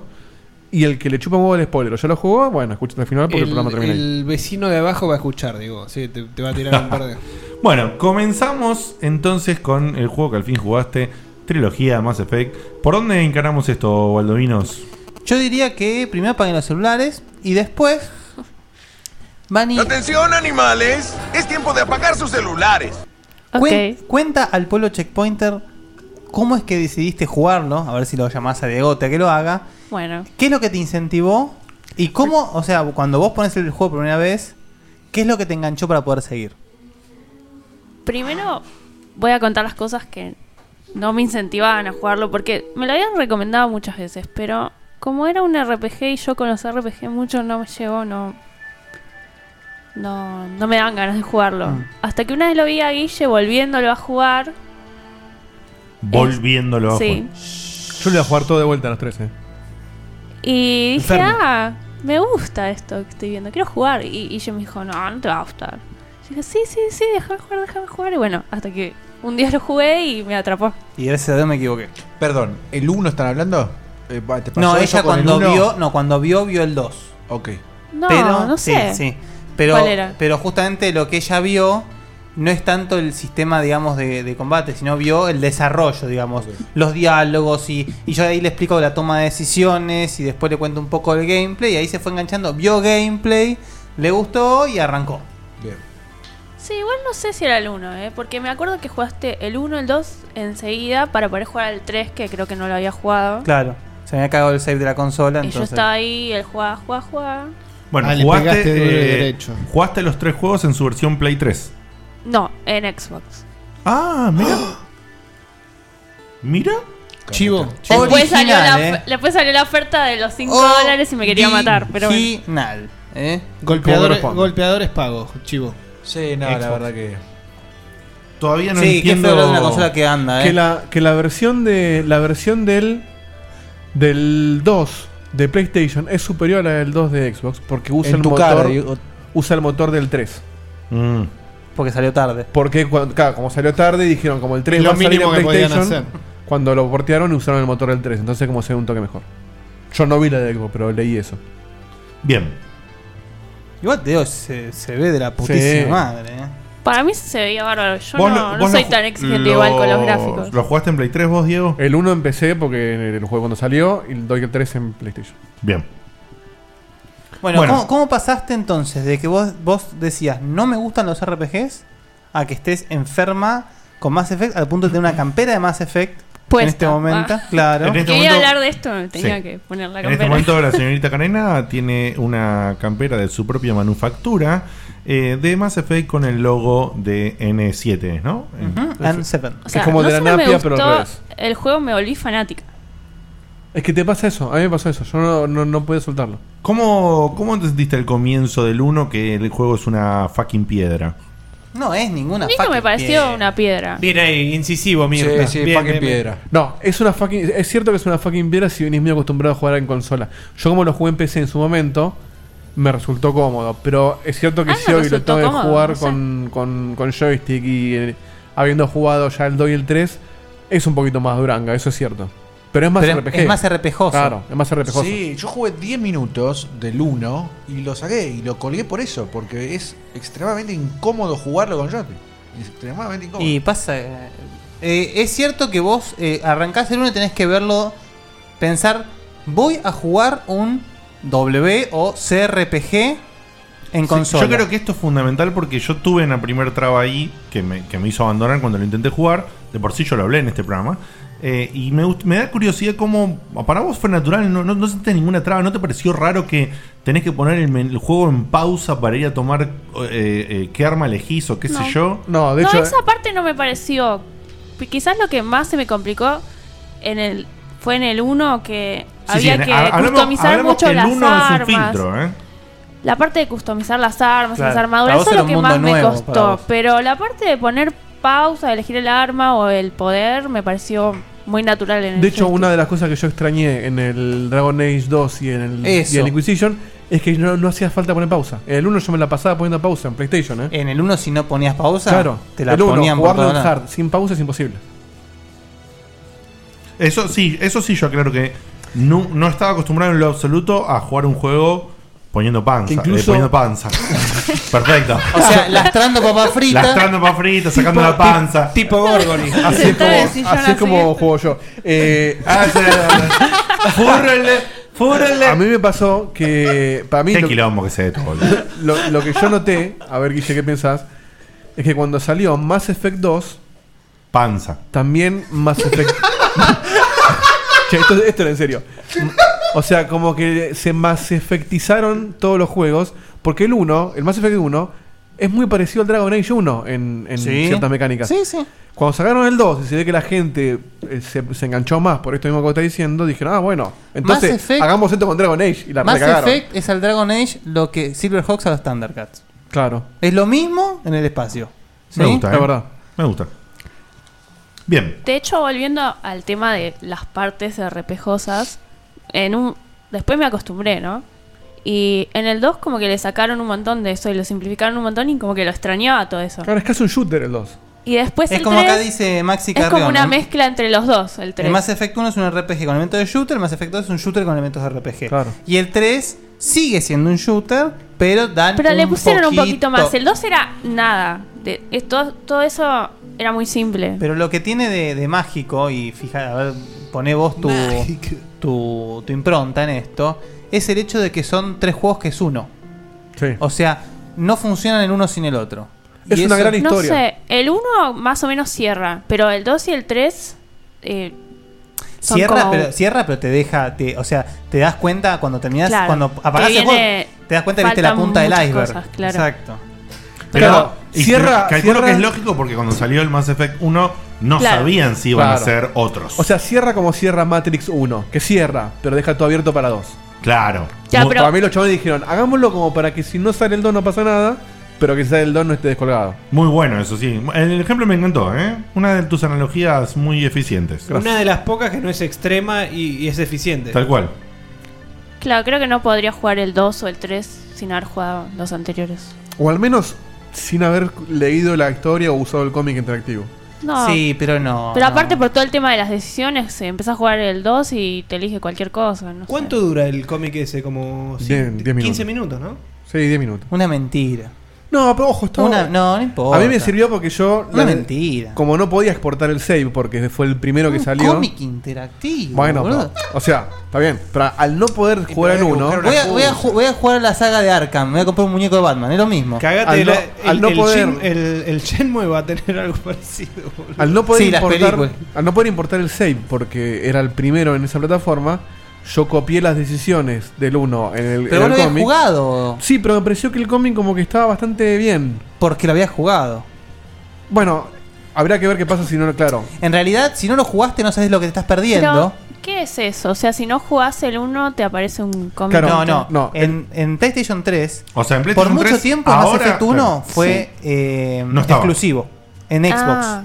S9: Y el que le chupa un huevo el spoiler, o ya lo jugó, bueno, escucha hasta el final porque el, programa termina ahí.
S4: el vecino de abajo va a escuchar, digo. Sí, te, te va a tirar un par de.
S3: Bueno, comenzamos entonces con el juego que al fin jugaste. Trilogía Mass Effect. ¿Por dónde encaramos esto, Valdovinos?
S5: Yo diría que primero apaguen los celulares y después. Bani.
S23: Atención animales, es tiempo de apagar sus celulares.
S5: Cuen- cuenta al pueblo checkpointer cómo es que decidiste jugarlo, a ver si lo llamás a Diegote a que lo haga.
S6: Bueno,
S5: ¿Qué es lo que te incentivó? Y cómo, o sea, cuando vos pones el juego por primera vez, ¿qué es lo que te enganchó para poder seguir?
S6: primero voy a contar las cosas que no me incentivaban a jugarlo porque me lo habían recomendado muchas veces, pero como era un RPG y yo con los RPG mucho no me llevo, no no, no me daban ganas de jugarlo. Hasta que una vez lo vi a Guille volviéndolo a jugar.
S3: Volviéndolo a
S6: sí.
S3: jugar.
S9: Yo le voy a jugar todo de vuelta a los eh. 13.
S6: Y dije,
S9: Enfermo.
S6: ah, me gusta esto que estoy viendo, quiero jugar. Y, y yo me dijo, no, no te va a gustar. Yo dije, sí, sí, sí, déjame jugar, déjame jugar. Y bueno, hasta que un día lo jugué y me atrapó.
S5: Y gracias a Dios me equivoqué.
S10: Perdón, ¿el 1 están hablando? Eh, pa- ¿te pasó
S5: No,
S10: eso
S5: ella
S10: con el
S5: cuando
S10: uno?
S5: vio, no, cuando vio, vio el 2.
S10: Ok.
S6: No,
S5: pero,
S6: no sé.
S5: Sí, sí. Pero,
S6: ¿Cuál era?
S5: pero justamente lo que ella vio no es tanto el sistema, digamos, de, de combate, sino vio el desarrollo, digamos, los diálogos y, y yo ahí le explico la toma de decisiones y después le cuento un poco el gameplay y ahí se fue enganchando, vio gameplay, le gustó y arrancó.
S6: Sí, igual no sé si era el 1, ¿eh? porque me acuerdo que jugaste el 1, el 2 enseguida para poder jugar al 3, que creo que no lo había jugado.
S5: Claro, se me había cagado el save de la consola,
S6: y yo
S5: entonces...
S6: estaba ahí, el jugaba, jugaba, jugaba.
S3: Bueno,
S13: Ah, le
S3: jugaste,
S13: pegaste duro de
S3: eh,
S13: derecho.
S3: jugaste los tres juegos en su versión Play 3.
S6: No, en Xbox.
S3: Ah, mira. Mira.
S13: Chivo.
S6: Después salió, la,
S5: Original,
S6: of- después salió la oferta de los 5 dólares y me quería matar, pero bueno.
S5: Original, ¿eh?
S13: Golpeadores,
S5: Como corresponde.
S13: golpeadores pagos, chivo.
S10: Sí,
S5: no, la verdad
S10: que.
S3: Todavía
S5: no Sí, qué entiendo- feo lo de una consola que anda, eh.
S9: Que la, que la versión de. La versión del. Del 2 de PlayStation es superior a la del 2 de Xbox. Porque usa
S10: En
S9: el
S10: tu
S9: motor.
S10: cara, digo.
S9: usa el motor del 3.
S5: Porque salió tarde.
S9: Porque cuando, claro, como salió tarde, dijeron como el 3
S13: Lo
S9: va a salir en
S13: mínimo que podían
S9: PlayStation.
S13: hacer.
S9: Cuando lo portearon usaron el motor del 3. Entonces como se ve un toque mejor. Yo no vi la de Xbox, pero leí eso.
S3: Bien.
S5: Igual te digo, se, se ve de la putísima
S9: Sí.
S5: madre, ¿eh?
S6: Para mí se veía bárbaro. Yo
S9: Vos lo-
S6: no, no
S9: vos
S6: soy
S9: lo ju-
S6: tan exigente
S9: lo-
S6: igual con los gráficos.
S3: ¿Lo jugaste en Play 3 vos, Diego?
S9: El 1 en PC porque lo jugué cuando salió y el 2 y el 3 en PlayStation.
S3: Bien.
S5: Bueno,
S9: Bueno.
S5: ¿cómo, cómo pasaste entonces de que vos, vos decías no me gustan los RPGs a que estés enferma con Mass Effect al punto de tener una campera de Mass Effect en
S6: Puesta.
S5: este momento?
S6: Ah.
S5: Claro.
S3: En este
S6: Quería
S3: momento-
S6: hablar de esto, tenía
S3: Sí.
S6: que poner la
S3: En este
S6: campera.
S3: momento la señorita Canena tiene una campera de su propia manufactura eh, de Mass Effect con el logo de N7, ¿no?
S5: N7.
S6: O sea, no solo me gustó el juego, me volví fanática.
S9: Es que te pasa eso, a mí me pasó eso, yo no, no, no pude soltarlo.
S3: ¿Cómo, ¿Cómo te sentiste al comienzo del 1 que el juego es una fucking piedra?
S5: No es ninguna
S6: A mí no me
S5: fucking
S6: pareció
S5: piedra.
S6: una piedra.
S4: Bien ahí, incisivo, Mirta.
S9: Sí, sí,
S4: Bien,
S9: fucking
S4: bien, bien.
S9: piedra. No, es una fucking. Es cierto que es una fucking piedra si venís muy acostumbrado a jugar en consola. Yo como lo jugué en PC en su momento, me resultó cómodo. Pero es cierto que
S6: Ah,
S9: si
S6: me
S9: hoy lo
S6: resultó
S9: tengo que
S6: cómodo,
S9: jugar
S6: no sé.
S9: con, con, con joystick y eh, habiendo jugado ya el 2 y el 3, es un poquito más duranga, eso es cierto. Pero es más
S5: Pero es-
S9: RPG.
S5: es más RPGoso.
S9: Claro, es más RPGoso.
S10: Sí, yo jugué 10 minutos del 1 y lo saqué y lo colgué por eso, porque es extremadamente incómodo jugarlo con Johnny. Extremadamente incómodo.
S5: Y pasa. eh, eh, es cierto que vos eh, arrancás el uno y tenés que verlo. Pensar, voy a jugar un W o CRPG en
S3: Sí,
S5: consola.
S3: Yo creo que esto es fundamental porque yo tuve una primer traba ahí que me, que me hizo abandonar cuando lo intenté jugar. De por sí yo lo hablé en este programa. Eh, y me, gust- me da curiosidad cómo para vos fue natural, no, no, no sentiste ninguna traba, ¿no te pareció raro que tenés que poner el, men- el juego en pausa para ir a tomar eh, eh, qué arma elegís o qué
S6: No.
S3: sé yo?
S9: No,
S6: no, esa parte no me pareció. P- Quizás lo que más se me complicó en el fue en el 1 que
S3: Sí, sí,
S6: había
S3: en-
S6: que
S3: ha- hablemos-
S6: customizar
S3: hablemos
S6: mucho
S3: que el
S6: las
S3: uno es un
S6: armas.
S3: filtro, ¿eh?
S6: La parte de customizar las armas,
S3: Claro,
S6: las
S3: para
S6: armaduras,
S3: vos
S6: eso es
S3: era
S6: lo
S3: un
S6: que
S3: mundo
S6: más me
S3: nuevo para
S6: costó.
S3: vos.
S6: Pero la parte de poner pausa, de elegir el arma o el poder, me pareció muy natural en el
S9: De hecho,
S6: joystick.
S9: una de las cosas que yo extrañé en el Dragon Age 2 y en el,
S5: Eso.
S9: y en el Inquisition es que no, no hacía falta poner pausa. En el 1 yo me la pasaba poniendo pausa en PlayStation, ¿eh?
S5: En el 1 si no ponías pausa,
S9: claro.
S5: te la
S9: el uno,
S5: ponían por
S9: jugarlo
S5: todos
S9: en
S5: lados.
S9: hard, sin pausa es imposible.
S3: Eso sí, eso sí, yo aclaro que no, no estaba acostumbrado en lo absoluto a jugar un juego poniendo panza.
S9: Que
S3: eh,
S9: incluso-
S3: poniendo panza. Perfecto.
S5: O sea, lastrando papa frita.
S3: Lastrando papas fritas, sacando
S9: Tipo-
S3: la panza.
S9: ti- tipo Gorgoni. Así es como- así es como juego yo. Eh,
S3: Fúrrele, fúrrele.
S9: A mí me pasó que para mí
S3: Qué
S9: lo-
S3: quilombo que se de todo, boludo.
S9: lo, lo que yo noté, a ver Guille, ¿qué pensás? Es que cuando salió Mass Effect 2,
S3: panza.
S9: También Mass Effect. Che, esto, esto era en serio. M- O sea, como que se Mass Effectizaron todos los juegos. Porque el 1, el Mass Effect 1, es muy parecido al Dragon Age 1 en, en
S5: Sí.
S9: ciertas mecánicas.
S5: Sí, sí.
S9: Cuando sacaron el 2 y se ve que la gente eh, se, se enganchó más por esto mismo que vos estás diciendo, dijeron, ah, bueno, entonces
S5: Mass Effect-
S9: hagamos esto con Dragon Age. Y la
S5: Mass
S9: recagaron.
S5: Effect es al Dragon Age lo que Silverhawks a los Thundercats.
S9: Claro.
S5: Es lo mismo en el espacio.
S3: Me gusta,
S5: La
S3: eh. Me gusta. Bien.
S6: De hecho, volviendo al tema de las partes repejosas, en un después me acostumbré, ¿no? Y en el 2 como que le sacaron un montón de eso y lo simplificaron un montón y como que lo extrañaba todo eso.
S9: Claro, es casi un shooter el 2.
S6: Y después Pues
S5: Es
S6: el
S5: como acá
S6: 3
S5: dice Maxi
S6: es como
S5: Carrión.
S6: una
S5: ¿no?
S6: mezcla entre los dos, el 3.
S5: El Mass Effect 1 es un RPG con elementos de shooter, el Mass Effect 2 es un shooter con elementos de RPG. Y el 3 sigue siendo un shooter, pero dan
S6: Pero le
S5: un
S6: pusieron un poquito más. El 2 era nada. De, es todo, todo eso era muy simple.
S5: Pero lo que tiene de, de mágico, y fija, a ver, pone vos tu, tu, tu impronta en esto, es el hecho de que son tres juegos que es uno. O sea, no funcionan el uno sin el otro. Y eso-
S6: No sé, el 1 más o menos cierra, pero el 2 y el 3 eh, son
S5: Cierra
S6: como-
S5: pero, cierra, pero te deja, te- o sea, te das cuenta cuando terminas,
S6: Claro.
S5: cuando apagás
S6: Que
S5: el juego,
S6: viene-
S5: te das cuenta que viste la
S6: faltan
S5: punta del
S6: muchas
S5: iceberg.
S6: cosas, claro.
S5: Exacto.
S3: Pero
S5: Claro,
S3: y
S5: cierra-
S3: creo- calculo
S5: cierra-
S3: que es lógico porque cuando salió el Mass Effect 1 no
S9: Claro.
S3: sabían si iban a
S9: Claro.
S3: ser otros.
S9: O sea, cierra como cierra Matrix 1, que cierra, pero deja todo abierto para 2.
S3: Claro.
S6: Ya,
S9: Como-
S6: pero-
S9: Para mí los chavales dijeron, hagámoslo como para que si no sale el 2 no pasa nada, pero que si sale el 2 no esté descolgado.
S3: Muy bueno, eso sí. El ejemplo me encantó, ¿eh? Una de tus analogías muy eficientes.
S4: Una de las pocas que no es extrema y, y es eficiente.
S3: Tal cual.
S6: Claro, creo que no podría jugar el 2 o el 3 sin haber jugado los anteriores.
S9: O al menos sin haber leído la historia o usado el cómic interactivo.
S6: No.
S5: Sí, pero no.
S6: Pero
S9: no.
S6: aparte por todo el tema de las decisiones, eh, empezás a jugar el 2 y te elige cualquier cosa. No sé.
S4: ¿Cuánto dura el cómic ese? Como si-
S9: Bien, 10 minutos.
S4: 15 minutos, ¿no?
S9: Sí, 10 minutos.
S5: Una mentira.
S9: No, pero ojo, está
S5: Una- no, no importa.
S9: A mí me sirvió porque yo.
S5: Una mentira.
S9: Como no podía exportar el save porque fue el primero que salió.
S5: Cómic interactivo.
S9: Bueno,
S5: boludo.
S9: pero- o sea, está bien. Pero al no poder jugar el 1.
S5: Voy a, voy a ju- voy a jugar a la saga de Arkham. Me voy a comprar un muñeco de Batman. Es lo mismo.
S4: Cagate
S5: al
S4: la-
S5: no,
S4: el, el Shin- el- el Shenmue va a tener algo parecido. boludo.
S9: Al no, poder importar, al no poder importar el save, porque era el primero en esa plataforma, yo copié las decisiones del 1 en
S5: Pero
S9: el, en
S5: vos
S9: el
S5: lo habías
S9: cómic.
S5: jugado.
S9: Sí, pero me pareció que el cómic como que estaba bastante bien.
S5: Porque lo habías jugado.
S9: Bueno, habrá que ver qué pasa si no, claro.
S5: En realidad, si no lo jugaste, no sabes lo que te estás perdiendo.
S6: Pero, ¿Qué es eso? O sea, si no jugás el 1, te aparece un cómic.
S5: no, no, En, en PlayStation 3,
S3: O sea, en
S5: por
S3: PlayStation
S5: mucho
S3: 3,
S5: tiempo Mass
S3: ahora-
S5: Effect 1
S3: claro.
S5: fue
S3: Sí.
S5: eh,
S3: No estaba.
S5: exclusivo en Xbox.
S6: Ah.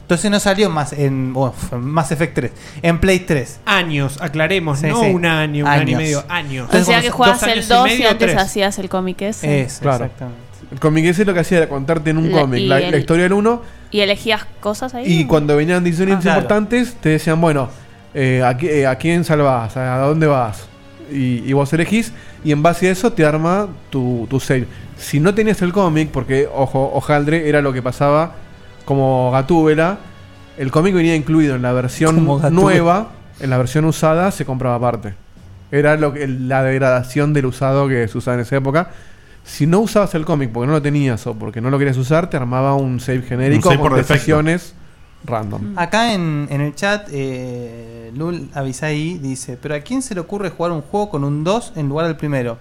S5: Entonces no salió más en bueno, fue Mass Effect 3, en Play 3.
S4: Años,
S3: Pues
S4: aclaremos,
S5: Sí,
S4: no
S5: sí.
S4: un año, un año y
S5: Años.
S4: medio, años.
S6: O sea, que jugabas
S4: Dos años
S6: el 2 y,
S4: medio,
S6: antes
S4: tres.
S6: hacías el cómic ese.
S5: Es,
S9: claro.
S5: exactamente.
S9: El cómic ese lo que hacía era contarte en un
S6: La-
S9: cómic
S6: y
S9: la,
S6: el-
S9: la historia del uno
S6: ¿Y elegías cosas ahí?
S9: y
S6: o?
S9: cuando venían decisiones
S6: Ah, claro.
S9: importantes te decían, bueno, eh, ¿a, qui- eh, a quién salvás? ¿A dónde vas? Y, y vos elegís y en base a eso te arma tu, tu save. Si no tenías el cómic, porque ojo, Ojaldre era lo que pasaba como Gatúbela, el cómic venía incluido en la versión
S7: Como Gatúbela.
S9: nueva, en la versión usada se compraba aparte. Era lo que, la degradación del usado que se usaba en esa época. Si no usabas el cómic porque no lo tenías o porque no lo querías usar, te armaba un save genérico
S3: save por
S9: con
S3: defecto.
S9: decisiones random.
S5: Acá en, en el chat, eh, Lul Avisai dice: ¿Pero a quién se le ocurre jugar un juego con un 2 en lugar del primero?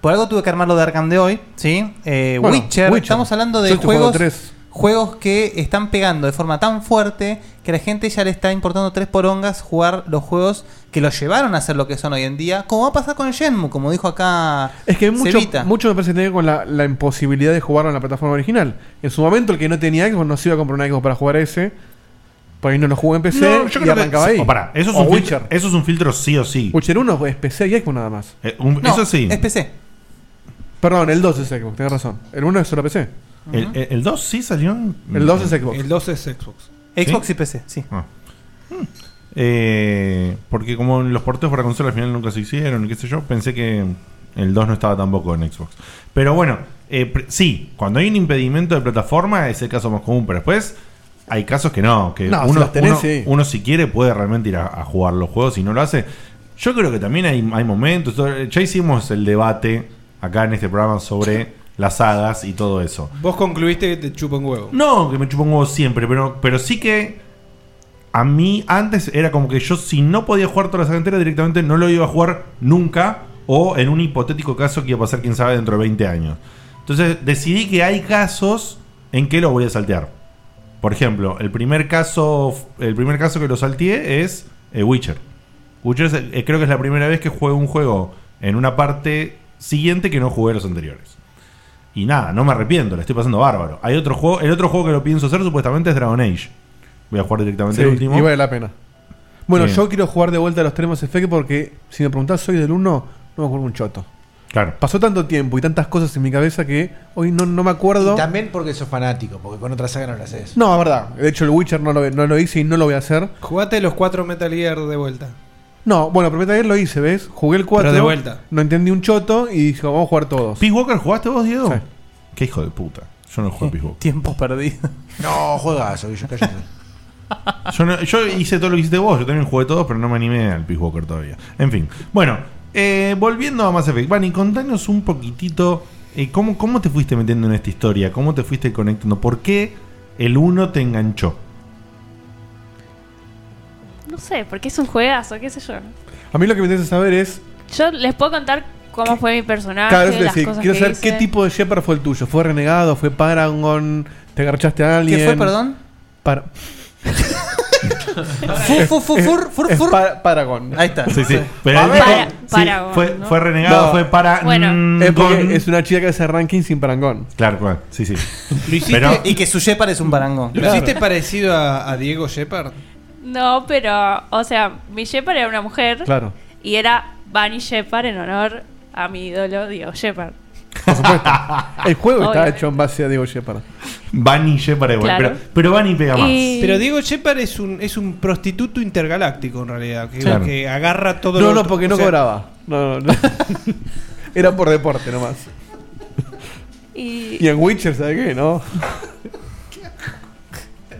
S5: Por algo tuve que armarlo de Arkham de hoy, ¿sí? Eh,
S9: Bueno,
S5: Witcher,
S9: Witcher.
S5: estamos hablando de
S9: Yo estoy
S5: juegos,
S9: jugando tres.
S5: juegos que están pegando de forma tan fuerte que a la gente ya le está importando tres porongas jugar los juegos que los llevaron a ser lo que son hoy en día, como va a pasar con Shenmue, como dijo acá
S9: Es que mucho,
S5: Cevita.
S9: mucho me parece que tiene que ver con la, la imposibilidad de jugarlo en la plataforma original. En su momento, el que no tenía Xbox no se iba a comprar un Xbox para jugar ese. Por ahí no lo jugó en PC
S3: No, yo
S9: y
S3: creo que-
S9: arrancaba ahí.
S3: O pará, eso es,
S9: O
S3: un fil-
S9: Witcher.
S3: eso es un filtro sí o sí.
S9: Witcher 1 es PC y Xbox nada más.
S3: Eh, un- No, eso sí. es
S5: PC.
S9: Perdón, el 2 es Xbox, tenés razón. El 1 es solo PC.
S3: El- el- el 2 sí salió en-
S9: El 2 es Xbox.
S4: El 2 es Xbox.
S5: Xbox y PC, sí.
S3: Ah. Hmm. Eh, porque como los porteos para consola al final nunca se hicieron, qué sé yo, pensé que el 2 no estaba tampoco en Xbox. Pero bueno, eh, pr- sí, cuando hay un impedimento de plataforma es el caso más común, pero después hay casos que no, que
S9: No, si
S3: uno,
S9: las tenés,
S3: uno-
S9: sí.
S3: uno si quiere puede realmente ir a, a jugar los juegos y no lo hace. Yo creo que también hay, hay momentos, eh, ya hicimos el debate acá en este programa sobre las sagas y todo eso.
S4: Vos concluiste que te chupa un huevo.
S3: No, que me chupa un huevo siempre, pero, pero sí que a mí antes era como que yo si no podía jugar toda la saga entera directamente no lo iba a jugar nunca o en un hipotético caso que iba a pasar quién sabe dentro de 20 años. Entonces decidí que hay casos en que lo voy a saltear. Por ejemplo, el primer caso el primer caso que lo salteé es eh, Witcher. Witcher es- eh, creo que es la primera vez que juego un juego en una parte siguiente que no jugué los anteriores. Y nada, no me arrepiento, le estoy pasando bárbaro. Hay otro juego, el otro juego que lo pienso hacer supuestamente es Dragon Age. Voy a jugar directamente
S9: Sí,
S3: el último.
S9: y vale la pena. Bueno,
S3: Sí.
S9: yo quiero jugar de vuelta a los Tremos Effect porque si me preguntás soy del 1, no me acuerdo un choto.
S3: Claro.
S9: Pasó tanto tiempo y tantas cosas en mi cabeza que hoy no, no me acuerdo.
S10: Y también porque sos fanático, porque con otra saga no lo haces.
S9: No, es verdad. De hecho, el Witcher no lo, no lo hice y no lo voy a hacer.
S4: Jugate los cuatro Metal Gear de vuelta.
S9: No, bueno, pero Metal Gear lo hice, ¿ves? Jugué el 4.
S4: Pero de vuelta.
S9: No entendí un choto y dije, vamos a jugar todos.
S3: ¿Peace Walker jugaste vos, Diego? Qué hijo de puta. Yo no juego a Peace Walker.
S5: Tiempo perdido.
S10: No, juegas, yo cállate.
S3: Yo, no- yo hice todo lo que hiciste vos, yo también jugué todo, pero no me animé al Peace Walker todavía. En fin. Bueno, eh, volviendo a Mass Effect. Vani, contanos un poquitito eh, cómo, cómo te fuiste metiendo en esta historia, cómo te fuiste conectando, por qué el 1 te enganchó.
S6: No sé, porque es un juegazo, qué sé yo.
S9: A mí lo que me interesa saber es.
S6: Yo les puedo contar cómo fue mi personaje,
S9: claro, eso te
S6: Ah, las
S9: decía,
S6: cosas
S9: quiero
S6: que
S9: saber
S6: hice.
S9: qué tipo de Shepard fue el tuyo. ¿Fue renegado? ¿Fue Paragon? ¿Te agarchaste a alguien?
S5: fue, perdón?
S9: Para-
S5: Fu, fu, fu, fur, fur,
S9: Es
S5: fur.
S9: Pa- Paragon.
S5: Ahí está.
S3: Sí, sí. Pero
S9: A
S3: él
S9: ver.
S3: dijo-
S9: Para-
S3: sí,
S9: Paragon,
S3: fue,
S9: ¿no?
S3: fue renegado,
S9: No.
S3: fue para.
S9: Bueno. Es porque
S3: con-
S9: es una chica que hace ranking sin parangón.
S3: Claro, claro. Sí, sí.
S4: Lo hiciste-
S5: y que su Shepard es un parangón.
S4: ¿Lo hiciste parecido a, a Diego Shepard?
S6: No, pero, o sea, mi Shepard era una mujer
S4: Claro.
S6: y era Bunny Shepard en honor a mi ídolo Diego Shepard.
S9: El juego está
S6: Obviamente.
S9: hecho en base a Diego Shepard.
S3: Bunny Shepard es bueno,
S6: Claro.
S3: pero, pero Bunny pega más.
S4: Pero Diego Shepard es un, es un prostituto intergaláctico en realidad. Que,
S3: Claro.
S4: que agarra todo
S9: No,
S4: lo-
S9: no, porque
S4: o
S9: no
S4: sea,
S9: cobraba. No, no, no. Era por deporte nomás.
S6: Y,
S9: Y en Witcher, ¿sabes qué? No. Eh,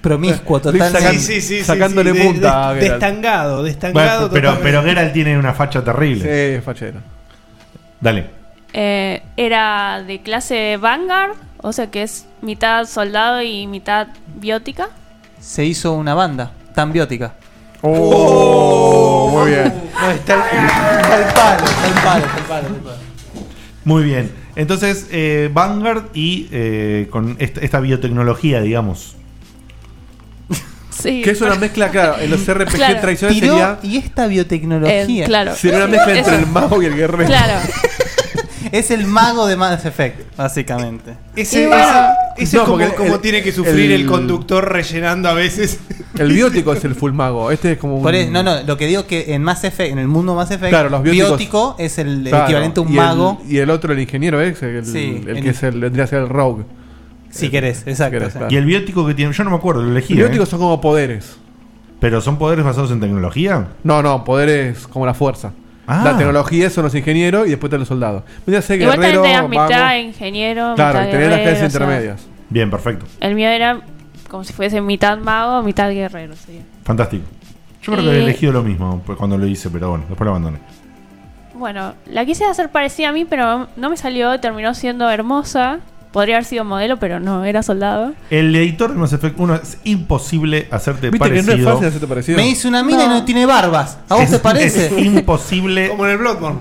S5: Promiscuo, total.
S9: sacan- sacándole
S4: de-
S9: punta
S4: de-
S9: a Geralt.
S4: destangado,
S3: Bueno,
S4: destangado.
S3: pero,
S4: totalmente.
S3: pero Geralt tiene una facha terrible.
S9: Sí, fachero.
S3: Dale.
S6: eh, era de clase Vanguard, o sea que es mitad soldado y mitad biótica.
S5: Se hizo una banda, tan biótica.
S9: Oh, muy bien.
S5: Tal palo, tal palo, tal palo, tal palo.
S3: Muy bien. Entonces, eh, Vanguard y eh, con esta, esta biotecnología, digamos.
S6: Sí.
S9: Que es una mezcla, claro, en los RPG
S6: Claro.
S9: tradicionales
S5: Tiró
S9: sería.
S5: Y esta biotecnología.
S6: Eh, claro.
S9: Sería una mezcla entre
S5: Eso.
S9: el mago y el guerrero.
S6: Claro.
S5: Es el mago de Mass Effect, básicamente.
S13: Ese, ese- ese es como, como tiene que sufrir el, conductor rellenando a veces.
S9: El biótico es el full mago. Este es como un.
S5: Por eso, no, no, lo que digo que en Mass Effect, en el mundo Mass Effect,
S9: Claro, los bióticos-
S5: biótico es el el
S9: Claro,
S5: equivalente a
S9: y
S5: un
S9: el-
S5: mago.
S9: y el otro, el ingeniero, ¿eh? el,
S5: Sí,
S9: el
S5: el-
S9: que es el, vendría a ser el rogue.
S5: Si querés, exacto.
S9: querés,
S5: sí.
S9: claro.
S3: Y el biótico que tiene, yo no me acuerdo, lo elegí. ¿eh?
S9: Los bióticos son como poderes.
S3: ¿Pero son poderes basados en tecnología?
S9: No, no, poderes como la fuerza.
S3: Ah.
S9: La tecnología son los ingenieros y después están los soldados. Vendría a ser
S6: Igual también
S9: guerrero,
S6: tenías
S9: mago.
S6: mitad ingeniero,
S9: Oh, Claro,
S6: mitad
S9: y tener las
S6: guerrero,
S9: clases
S6: o sea,
S9: intermedias.
S3: Bien, perfecto.
S6: el mío era como si fuese mitad mago, mitad guerrero. sería.
S3: Fantástico. Yo creo que
S6: Y-
S3: he elegido lo mismo pues, cuando lo hice, pero bueno, después lo abandoné.
S6: Bueno, la quise hacer parecida a mí, pero no me salió, terminó siendo hermosa. Podría haber sido modelo, pero no, era soldado.
S3: El editor de Mass Effect 1 es imposible hacerte
S9: Viste que
S3: parecido.
S9: no es fácil hacerte parecido.
S5: Me hizo una mina y no tiene barbas. ¿A vos
S3: Es-
S5: te parece?
S3: es imposible.
S13: Como en el Bloodborne.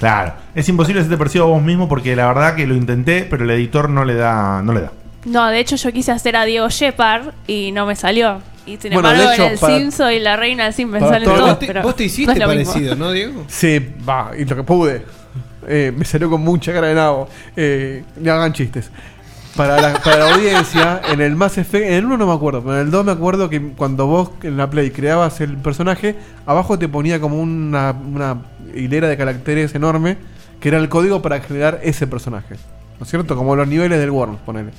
S3: Claro, es imposible hacerte parecido a vos mismo porque la verdad que lo intenté, pero el editor no le da, no le da.
S6: No, de hecho yo quise hacer a Diego Shepard y no me salió. Y sin
S3: Bueno, de
S6: embargo,
S3: hecho,
S6: en el
S3: para-
S6: Sims y la reina del Sims me
S9: para
S6: salen
S9: todo-
S6: todos.
S9: vos te-
S6: pero
S9: vos te
S6: no es
S9: hiciste
S6: lo mismo.
S9: parecido,
S8: ¿no, Diego?
S9: Sí, va, y lo que pude. Eh, me salió con mucha cara de nabo. Eh, no hagan chistes. Para la, para la audiencia, en el Mass Effect, en el 1 no me acuerdo, pero en el 2 me acuerdo que cuando vos en la Play creabas el personaje, abajo te ponía como una, una hilera de caracteres enorme, que era el código para generar ese personaje. ¿No es cierto? Como los niveles del Worms, ponele.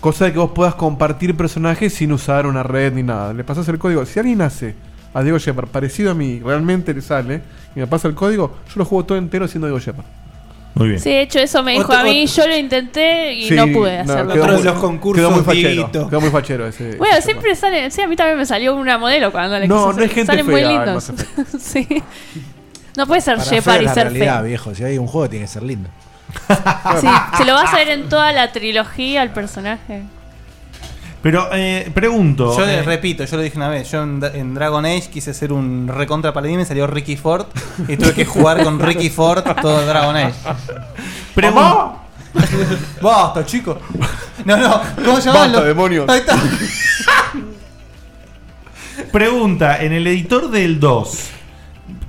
S9: Cosa de que vos puedas compartir personajes sin usar una red ni nada. Le pasas el código. Si alguien hace a Diego Shepard parecido a mí, realmente le sale, y me pasa el código, yo lo juego todo entero siendo Diego Shepard.
S3: Muy bien.
S6: Sí, de hecho eso me dijo a mí, yo lo intenté y no pude hacerlo.
S13: Otro de los concursos,
S9: Quedó muy fachero.
S13: Dieguito.
S9: Quedó muy fachero ese.
S6: Bueno, siempre sale, sí, a mí también me salió una modelo cuando le
S9: No,
S6: quise
S9: no
S6: hacer.
S9: es gente
S6: salen
S9: fea,
S6: muy lindos. sí. No puede ser
S10: Para
S6: Shepard
S10: hacer
S6: y
S10: la
S6: ser
S10: realidad,
S6: feo.
S10: viejo. Si hay un juego, tiene que ser lindo.
S6: Ah, Sí, se lo vas a ver en toda la trilogía al personaje.
S3: Pero eh, pregunto.
S5: Yo
S3: eh,
S5: les repito, yo lo dije una vez, yo en, Da- en Dragon Age quise ser un recontra paladín y me salió Ricky Ford y tuve que jugar con Ricky Ford todo Dragon Age.
S3: Pero
S5: Basta, chico. No, no, ¿cómo se llamaban
S3: Basta,
S5: los-
S3: demonios.
S5: Ahí está.
S3: pregunta, en el editor del 2,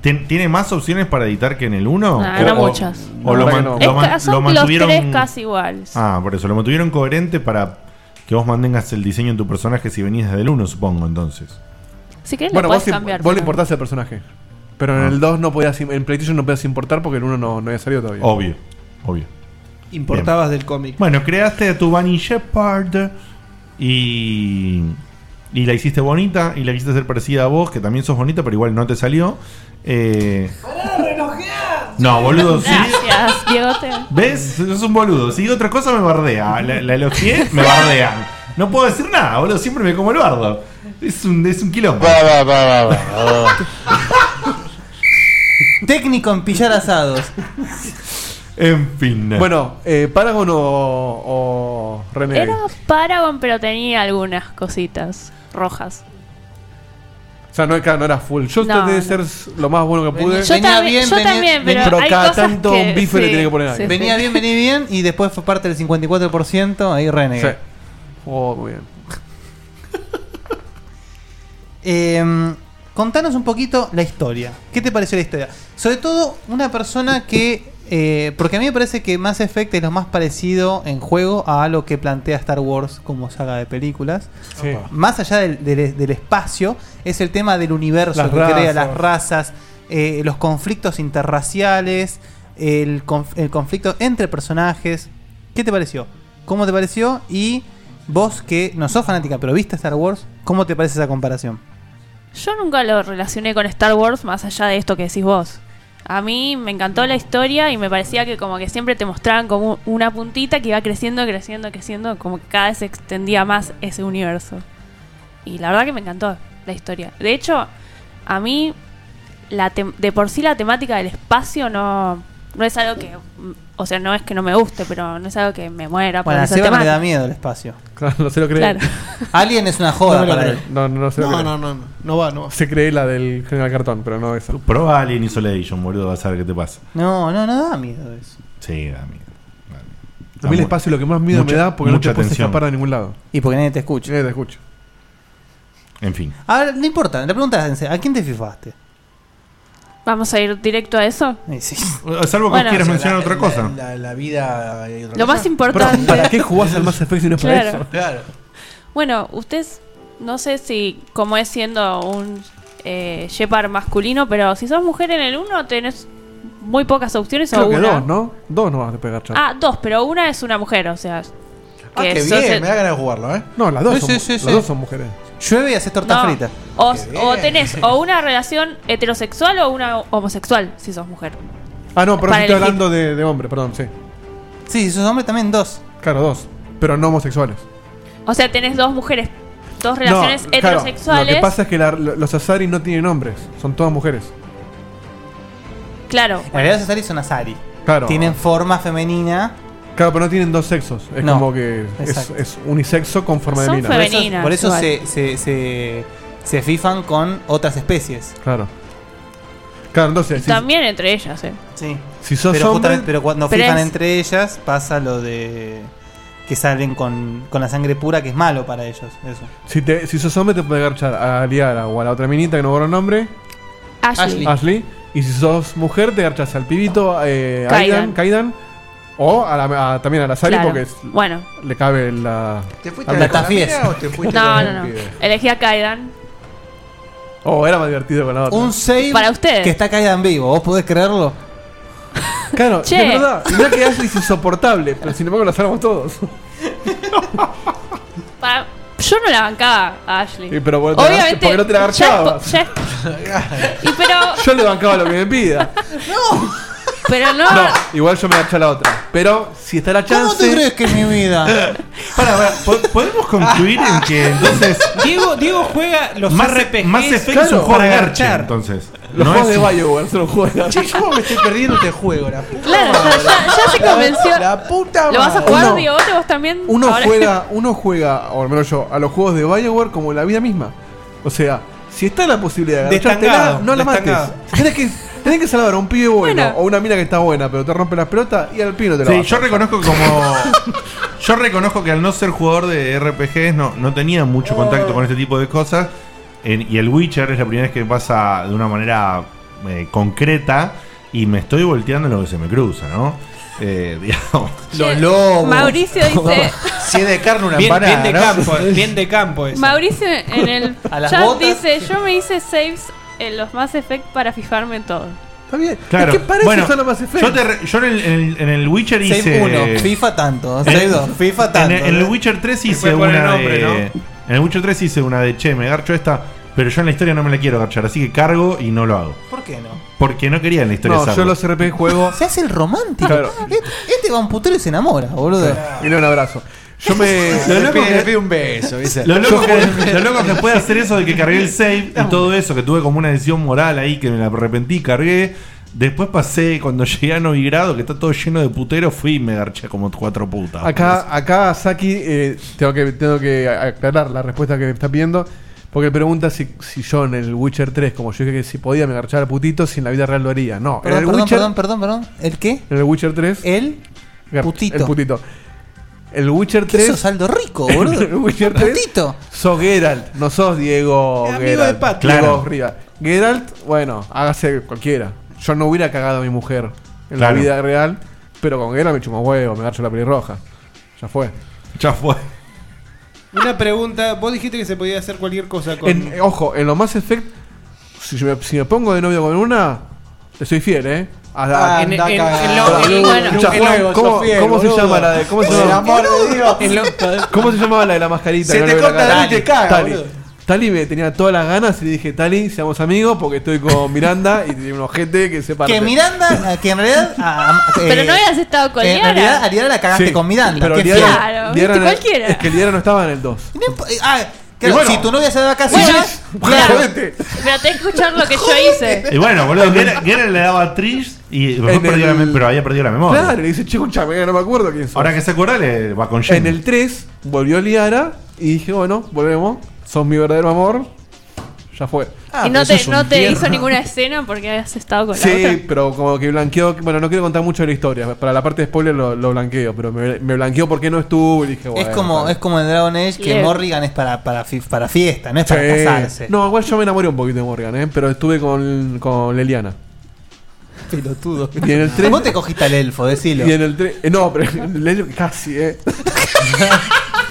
S3: ¿tien- ¿tiene más opciones para editar que en el 1?
S6: Ah, no muchas.
S3: O lo,
S6: No,
S3: man-
S6: no.
S3: lo man-
S6: Es ca- son
S3: lo
S6: los
S3: mantuvieron.
S6: tres casi iguales.
S3: Ah, por eso, lo mantuvieron coherente para que vos mantengas el diseño de tu personaje si venís desde el 1, supongo, entonces.
S6: Si querés
S9: Bueno,
S6: lo
S9: vos,
S6: podés
S9: im-
S6: cambiar.
S9: vos le
S6: pero-
S9: importás el personaje. Pero
S13: Ah.
S9: en el 2 no podías, im- en PlayStation no podías importar porque el 1 no, no había salido todavía.
S3: Obvio, obvio.
S13: Importabas del cómic.
S3: Bueno, creaste a tu Bunny Shepard y, y la hiciste bonita y la quisiste hacer parecida a vos, que también sos bonita, pero igual no te salió. Eh, no, boludo, sí.
S6: Gracias, Diego. te-
S3: ¿Ves? Es un boludo. Si digo otra cosa me bardea. La, la elogié, me bardean. No puedo decir nada, boludo. Siempre me como el bardo. Es un, es un quilombo.
S5: Técnico en pillar asados.
S3: En fin.
S9: Bueno, eh, Paragon o, o Renegade.
S6: Era Paragon, pero tenía algunas cositas rojas.
S9: O sea, no, claro, no era full. Yo
S6: No,
S9: traté de
S6: no.
S9: ser lo más bueno que pude.
S6: Yo Venía también- bien, yo venía- también, pero hay
S9: cada
S6: cosas
S9: tanto
S6: que-
S9: un bife le
S6: sí,
S9: tiene que poner ahí.
S5: Venía bien, venía bien y después fue parte del 54%, ahí Renegade.
S9: Sí. Oh, muy bien.
S5: Eh, contanos un poquito la historia. ¿Qué te pareció la historia? Sobre todo una persona que... eh, porque a mí me parece que Mass Effect es lo más parecido en juego a lo que plantea Star Wars como saga de películas.
S9: Sí.
S5: Más allá del, del- del espacio, es el tema del universo
S9: Las
S5: que crea
S9: razas.
S5: las razas, eh, los conflictos interraciales, el, conf- el conflicto entre personajes. ¿Qué te pareció? ¿Cómo te pareció? Y vos que no sos fanática, pero viste Star Wars, ¿cómo te parece esa comparación?
S6: Yo nunca lo relacioné con Star Wars más allá de esto que decís vos. A mí me encantó la historia y me parecía que como que siempre te mostraban como una puntita que iba creciendo, creciendo, creciendo, como que cada vez se extendía más ese universo. Y la verdad que me encantó la historia. De hecho, a mí la tem- de por sí la temática del espacio no no es algo que o sea, no es que no me guste, pero no es algo que me muera por
S5: Bueno, a
S6: esa
S5: Seba le
S6: temática.
S5: da miedo el espacio.
S9: Claro, no se lo cree.
S6: Claro.
S5: Alien es una joda
S9: no me lo
S5: para
S9: creo.
S5: él.
S9: No, no, no se lo
S5: No,
S9: cree.
S5: no,
S13: no, no va, no va.
S9: Se cree la del General Cartón, pero no esa.
S3: Proba Alien Isolation, boludo. Vas a ver qué te pasa.
S5: No, no, no da miedo eso.
S3: Sí, da miedo.
S9: A mí el espacio es lo que más miedo
S3: Mucha-
S9: me da porque no
S3: mucha
S9: te puedes
S3: atención.
S9: escapar de ningún lado.
S5: Y porque nadie te escucha.
S9: Nadie te escucha.
S3: En fin.
S5: A ver, no importa, la pregunta es, en serio, ¿a quién te fifaste?
S6: ¿Vamos a ir directo a eso?
S3: Salvo que
S6: Bueno.
S3: quieras
S6: O sea, la-
S3: mencionar otra cosa.
S10: La, la vida. hay otra
S6: Lo
S10: cosa.
S6: más importante- Pero, ¿para qué jugás al
S3: Mass Effect si no
S6: es para Claro. eso?
S10: Claro.
S6: Bueno, usted no sé si como es siendo un eh, Shepard masculino, pero si sos mujer en el 1 tenés muy pocas opciones o
S9: Creo que
S6: una.
S9: dos, ¿no? Dos no vas a pegar, chao.
S6: Ah, dos, pero una es una mujer, o sea.
S10: Ah, qué
S6: sos
S10: bien,
S6: el-
S10: me da ganas de jugarlo, ¿eh?
S9: No, las dos,
S5: Sí,
S9: son,
S5: sí, sí,
S9: las
S5: sí.
S9: dos son mujeres.
S5: Llueve y haces tortas
S6: No.
S5: fritas.
S6: O, o tenés o una relación heterosexual o una homosexual si sos mujer.
S9: Ah, no, pero yo
S6: Para
S9: estoy
S6: elegir.
S9: hablando de, de hombre, perdón, sí.
S5: Sí, si sos hombre también dos.
S9: Claro, dos. Pero no homosexuales.
S6: O sea, tenés dos mujeres, dos relaciones
S9: No, claro,
S6: heterosexuales.
S9: lo que pasa es que la- lo- los Asari no tienen hombres, son todas mujeres.
S6: Claro.
S5: En realidad los Asari son Asari.
S9: Claro.
S5: Tienen forma femenina.
S9: Claro, pero no tienen dos sexos. Es
S5: No,
S9: como que es,
S5: exacto.
S9: es unisexo con forma de mina.
S5: Por eso- Por eso, se, se, se, se fifan con otras especies.
S9: Claro. Claro, entonces, si-
S6: También entre ellas, eh.
S5: Sí.
S9: Si sos
S5: pero,
S9: hombre-
S5: justamente- pero cuando
S6: Pero
S5: fijan
S6: es-
S5: entre ellas pasa lo de que salen con, con la sangre pura que es malo para ellos. Eso.
S9: si, te, si sos hombre te puede agarrar a Liara o a la otra minita que no borra nombre.
S6: Ashley.
S9: Y si sos mujer te agarras al pibito, eh,
S6: Kaidan.
S9: Aidan, Kaidan. O a la- a- también a la Sari
S6: Claro.
S9: porque es-
S6: Bueno.
S9: le cabe la...
S10: ¿Te fuiste
S9: la
S10: a la
S9: metafies.
S10: mina o te fuiste
S6: No,
S10: con
S6: no,
S10: el
S6: no.
S10: pibe?
S6: Elegí a Kaidan.
S9: Oh, era más divertido con la otra.
S5: Un save
S6: Para ustedes.
S5: que está caída en vivo. ¿Vos podés creerlo?
S9: Claro,
S6: Che.
S9: de verdad. Mirá que Ashley es insoportable, pero sin embargo la salvamos todos.
S6: Para- Yo no la bancaba a Ashley.
S9: Y pero vos te la- porque no te la
S6: ya es po-
S9: agarchabas.
S6: ya es- y pero,
S9: Yo le bancaba lo que me pida.
S6: pero no.
S9: No, igual yo me agaché a la otra. Pero si está la chance.
S5: te crees que es mi vida?
S3: Para, para, ¿po- podemos concluir en que entonces.
S8: Diego, Diego juega los
S3: Más,
S10: e,
S8: RPGs.
S3: más Effect es un juego de garche, entonces.
S9: Los juegos de
S3: un-
S9: Bioware son los juegos de garche.
S10: Che, ¿cómo me estoy perdiendo este juego? La puta
S6: Claro, o sea, ya, ya se convenció.
S10: La puta
S6: ¿Lo vas a
S9: madre.
S6: jugar,
S9: Uno-
S6: Diego? ¿Vos también?
S9: Uno
S6: Ahora-
S9: juega, uno juega, o al menos yo, a los juegos de Bioware como la vida misma. O sea, si está la posibilidad de agarrártela,
S8: Destangado,
S9: no la mates.
S8: destangado.
S9: Tenés que, tenés que salvar a un pibe bueno,
S8: Bueno.
S9: o una mina que está buena, pero te rompe las pelotas y al pibe no te la
S3: Sí,
S9: vas.
S3: yo reconozco como. Yo reconozco que al no ser jugador de RPGs no, no tenía mucho contacto con este tipo de cosas. En- y el Witcher es la primera vez que pasa de una manera eh, concreta. Y me estoy volteando lo que se me cruza, ¿no? Eh, digamos.
S10: Los lobos.
S6: Mauricio dice-
S10: si es de carne, una
S3: Bien-
S10: empanada.
S3: bien de
S10: ¿no?
S4: eh,
S3: campo,
S8: Bien de campo es.
S6: Mauricio en el
S10: A las
S6: chat
S10: botas.
S6: dice: Yo me hice saves en los Mass Effect para fijarme en todo.
S9: Está bien.
S3: Claro.
S9: Es que para eso
S3: Bueno,
S9: son los Mass Effect.
S3: Yo, te re- yo en, el, en el- en el Witcher
S5: Save
S3: hice.
S5: uno, FIFA tanto, save dos, FIFA tanto,
S3: En, el- en el
S5: ¿no?
S3: Witcher 3
S5: Después
S3: hice
S5: pone
S3: una.
S5: nombre,
S3: de-
S5: ¿no?
S3: En el Witcher 3 hice una de che, me garcho esta, pero yo en la historia no me la quiero garchar, así que cargo y no lo hago.
S5: ¿Por qué no?
S3: Porque no quería en la historia
S9: No,
S3: hacerlo.
S9: yo los RPG juego.
S5: Se hace el romántico.
S9: Claro.
S5: Este, este va a un putero y se enamora, boludo.
S9: Y le doy un abrazo. Yo me.
S10: Le
S9: le
S10: pide-
S9: pido-
S10: le pide un beso, ¿viste?
S3: Lo loco,
S9: Yo-
S3: que, lo loco que puede hacer eso de que cargué el save y todo eso, que tuve como una decisión moral ahí que me la arrepentí, cargué. Después pasé, cuando llegué a Novigrado, que está todo lleno de puteros, fui y me garché como cuatro putas.
S9: Acá, acá Saki, eh, tengo, que, tengo que aclarar la respuesta que me está pidiendo. Porque pregunta si, si yo en el Witcher 3, como yo dije que si podía me agarchar a putito, si en la vida real lo haría. No, en
S5: Perdón,
S9: el
S5: perdón,
S9: Witcher.
S5: perdón, perdón, perdón. ¿El qué?
S9: En el Witcher 3.
S5: El
S9: putito. El putito. El Witcher 3.
S5: sos, Aldo Rico, boludo?
S9: el Witcher 3.
S5: Putito.
S9: Sos Geralt, no sos Diego
S5: Es amigo
S9: Geralt.
S5: de Pato.
S9: Diego
S5: Claro.
S9: Rivas. Geralt, bueno, hágase cualquiera. Yo no hubiera cagado a mi mujer en
S3: Claro.
S9: la vida real, pero con Geralt me chumo huevo, me garcho la pelirroja. Ya fue.
S3: Ya fue.
S8: Una pregunta. Vos dijiste que se podía hacer cualquier cosa con.
S9: En- eh, ojo, en lo más Effect, si yo me, si me pongo de novio con una, le soy fiel, ¿eh? A la-
S10: Ah,
S9: en-
S10: anda
S9: en-
S10: cagando.
S9: en lo- en-
S10: Bueno,
S9: Escucha,
S10: en lo-
S9: juego, ¿Cómo,
S10: sos fiel,
S9: cómo se
S10: boludo.
S9: llama la de cómo se
S10: Por el
S9: llama?
S10: amor de Dios.
S9: En lo- ¿Cómo se llamaba la de la mascarita?
S10: Se
S9: Que no
S10: te
S9: le veo
S10: corta
S9: cara.
S10: la luz y te caga,
S9: Tali.
S10: boludo.
S9: Tali me tenía todas las ganas y le dije, Tali, seamos amigos porque estoy con Miranda y tiene un ojete que se parte.
S5: Que Miranda, a- que en realidad. a- a-
S6: pero
S5: eh,
S6: no habías estado con
S5: en
S6: Liara.
S5: realidad a Liara la cagaste
S9: Sí,
S5: con Miranda.
S9: Pero
S5: qué
S9: Liara,
S5: feo.
S6: Claro,
S9: Liara
S6: viste,
S9: no-
S6: cualquiera.
S9: Es que Liara no estaba en el 2.
S5: Eh, Ah, claro,
S9: Y bueno.
S5: si tu novia se va de vacaciones. claro.
S9: Jodete.
S6: Pero tenés que escuchar lo que yo hice.
S3: Y bueno, boludo, Geralt Geralt le daba a Trish, y después
S9: En
S3: perdió la
S9: el-
S3: mem- pero había perdido la memoria.
S9: Claro, le dice, chico, chame, no me acuerdo quién sos.
S3: Ahora que se acuerda, le va con Jen.
S9: En el 3 volvió Liara y dije, bueno, volvemos, sos mi verdadero amor. ya fue.
S6: y no te, no te hizo ninguna escena porque habías estado con la otra.
S9: Sí, pero como que blanqueó. Bueno, no quiero contar mucho de la historia. Para la parte de spoiler lo, lo blanqueo, pero me, me blanqueó porque no estuvo. Y dije,
S5: Es
S9: bueno,
S5: como,
S9: tal.
S5: es como en Dragon Age que
S9: Bien.
S5: Morrigan es para, para, fi- para fiesta, no es para
S9: Sí.
S5: casarse.
S9: No, igual yo me enamoré un poquito de Morgan, ¿eh? pero estuve con, con Leliana.
S5: Pelotudo.
S9: Y en el tren-
S5: Vos te cogiste al elfo, decilo.
S9: Y en el tren. eh, no, pero el elfo- casi, ¿eh?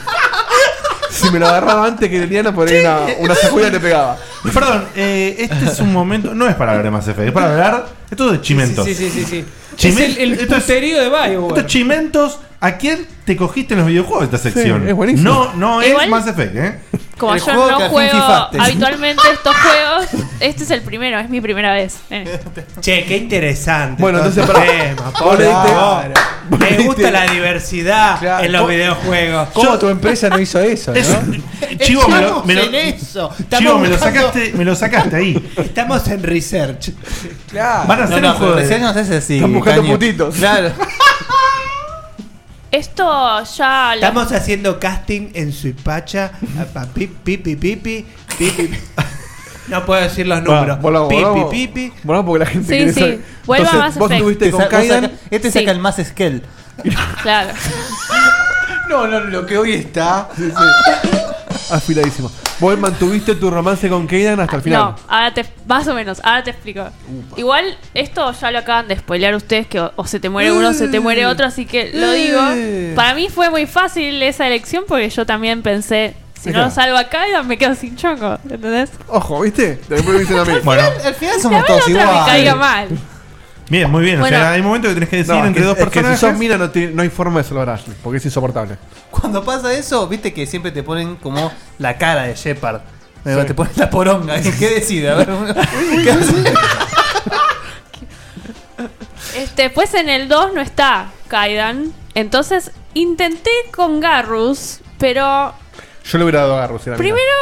S9: si me lo agarraba antes que Leliana, por ahí una, una sacuda le pegaba.
S3: Perdón, eh, este es un momento. No es para hablar de Mass Effect, es para hablar. Esto es de chimentos.
S4: Sí, sí, sí. sí.
S3: Chimen-
S4: es el, el
S3: esto es-
S4: puterío de Bioware.
S3: Estos chimentos, ¿a quién te cogiste en los videojuegos esta sección?
S4: es buenísimo.
S3: No, no es
S6: Igual-
S3: Mass Effect, ¿eh?
S6: Como
S3: El
S6: yo
S3: juego
S6: no
S3: que al fin
S6: juego
S3: fifaste.
S6: habitualmente estos juegos, este es el primero, es mi primera vez. Eh.
S13: Che, qué interesante.
S9: Bueno,
S13: todo
S9: entonces,
S13: el
S4: este
S9: pará.
S13: tema,
S9: Vos
S13: por
S9: le diste-
S13: favor. Me gusta la diversidad en los
S10: ¿Cómo-
S13: videojuegos.
S10: ¿Cómo tu empresa no hizo eso?
S13: Es-
S10: ¿no?
S3: Chivo, me lo, me lo- Chivo, me lo sacaste, me lo sacaste ahí.
S13: Estamos en research.
S4: Ah.
S10: Claro.
S3: Van a hacer un juego de-
S5: recién no sé si así,
S3: Están buscando
S5: Caño.
S3: putitos.
S5: Claro.
S6: Esto ya lo-
S13: Estamos haciendo casting en Suipacha. a- pa- pi- pi- pi- pi- pi- pi- pi- No puedo decir
S9: Ah,
S13: los números.
S9: volvamos,
S13: Pi- pi-
S9: volvamos.
S13: pi- pi.
S9: Bueno, porque la gente
S6: Sí,
S9: quiere
S6: sí.
S9: saber.
S6: Vuelva a Mass
S9: vos
S6: Effect.
S9: estuviste
S5: Te
S9: con
S5: sa- vos
S9: Kaidan.
S5: saca- este
S6: Sí.
S5: saca el más Skell.
S6: Claro.
S10: No, no, lo que hoy está.
S9: Afiladísimo. Vos mantuviste tu romance con Kaidan hasta el final.
S6: No, ahora te, más o menos, ahora te explico. Igual, esto ya lo acaban de spoilear ustedes, que o, o se te muere uno o se te muere otro, así que lo
S3: Eh.
S6: digo. Para mí fue muy fácil esa elección porque yo también pensé, si no
S9: Claro.
S6: lo salvo a Kaidan me quedo sin chongo, ¿entendés?
S9: Ojo, ¿viste? Después me dicen a mí.
S3: Bueno,
S5: Al final
S6: Y a
S5: somos
S6: ver
S5: todos
S6: otra me caiga
S5: iguales.
S6: mal.
S3: bien, muy bien.
S6: Bueno.
S3: o sea, hay momentos que tenés que decidir
S9: No, es
S3: entre
S9: que-
S3: dos
S9: es que
S3: personajes.
S9: si sos mina no, te- no hay forma de salvar a Ashley, porque es insoportable.
S5: Cuando pasa eso, viste que siempre te ponen como la cara de Shepard. Te ponen la poronga. ¿Qué decide? A ver, ¿qué hace?
S6: Este, pues en el 2 no está Kaidan. Entonces intenté con Garrus, pero
S9: Yo le hubiera dado agarro si era mina.
S6: primero,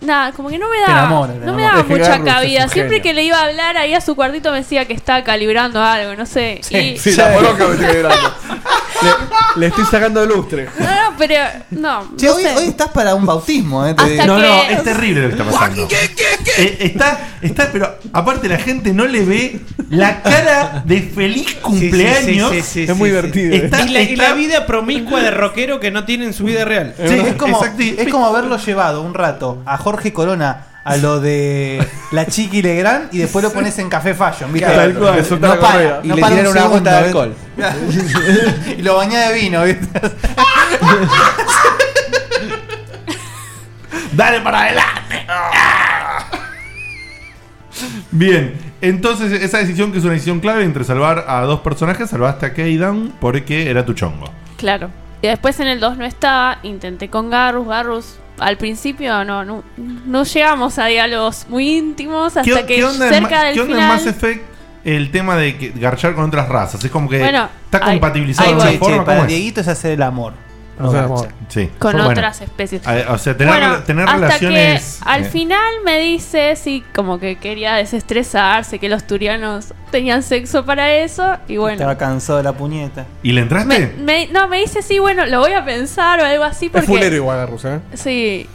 S6: nada, como que no me
S9: Te
S6: daba,
S9: enamora, te
S6: no me
S9: enamora.
S6: daba
S9: Es que
S6: mucha
S9: Garrus es un
S6: cabida.
S9: genio.
S6: Siempre que le iba a hablar ahí a su cuartito me decía que estaba calibrando algo, no sé. y-
S9: Sí, la poronga me estoy vibrando. le, le estoy sacando de lustre.
S6: No, no, pero no.
S5: Che,
S6: no
S5: hoy,
S6: sé.
S5: hoy estás para un bautismo, ¿eh?
S6: Hasta
S3: No,
S6: que-
S3: no, es terrible lo que está pasando. Eh, está, está, pero aparte la gente no le ve la cara de feliz cumpleaños.
S13: sí, sí, sí, Es muy sí,
S9: divertido.
S3: Está,
S13: y, la, y
S3: está-
S13: la vida promiscua de rockero que no tiene en su vida real.
S5: Sí, es, como, es como haberlo llevado un rato a Jorge Corona a lo de la Chiqui Legrand y después lo pones en Café Fashion, ¿viste?
S10: Claro, Tal cual.
S5: No
S10: resulta
S5: para,
S10: que correa.
S5: no
S10: Y le
S5: para
S10: tiran
S5: un
S10: una gota de
S5: segundo, ¿viste? y lo bañá de vino, ¿viste?
S3: Dale para adelante. Bien, entonces esa decisión que es una decisión clave entre salvar a dos personajes, salvaste a Kaidan porque era tu chongo.
S6: Claro. Y después en el 2 no estaba, intenté con Garrus, Garrus. Al principio no, no, no llegamos a diálogos muy íntimos hasta
S3: o-
S6: que
S3: en Ma-
S6: cerca del
S3: qué onda en
S6: final.
S3: Mass Effect el tema de que garchar con otras razas? Es como que
S6: Bueno,
S3: está
S6: hay-
S3: compatibilizado
S6: hay-
S3: de alguna
S6: Che,
S3: forma.
S5: che, para
S3: ¿cómo es?
S5: Dieguito es hacer el amor. no
S3: O sea,
S5: garchar.
S3: sí.
S6: con
S3: Bueno.
S6: otras especies.
S3: A- O sea, tener,
S6: Bueno,
S3: tener
S6: hasta
S3: relaciones.
S6: que al
S3: eh,
S6: final me dice si como que quería desestresarse, que los turianos tenían sexo para eso y bueno.
S5: Estaba cansado de la puñeta.
S3: ¿Y le entraste?
S6: Me, me- no, me dice sí, bueno, lo voy a pensar o algo así
S9: Es fulero
S6: porque
S9: igual Garrus, ¿eh?
S6: sí.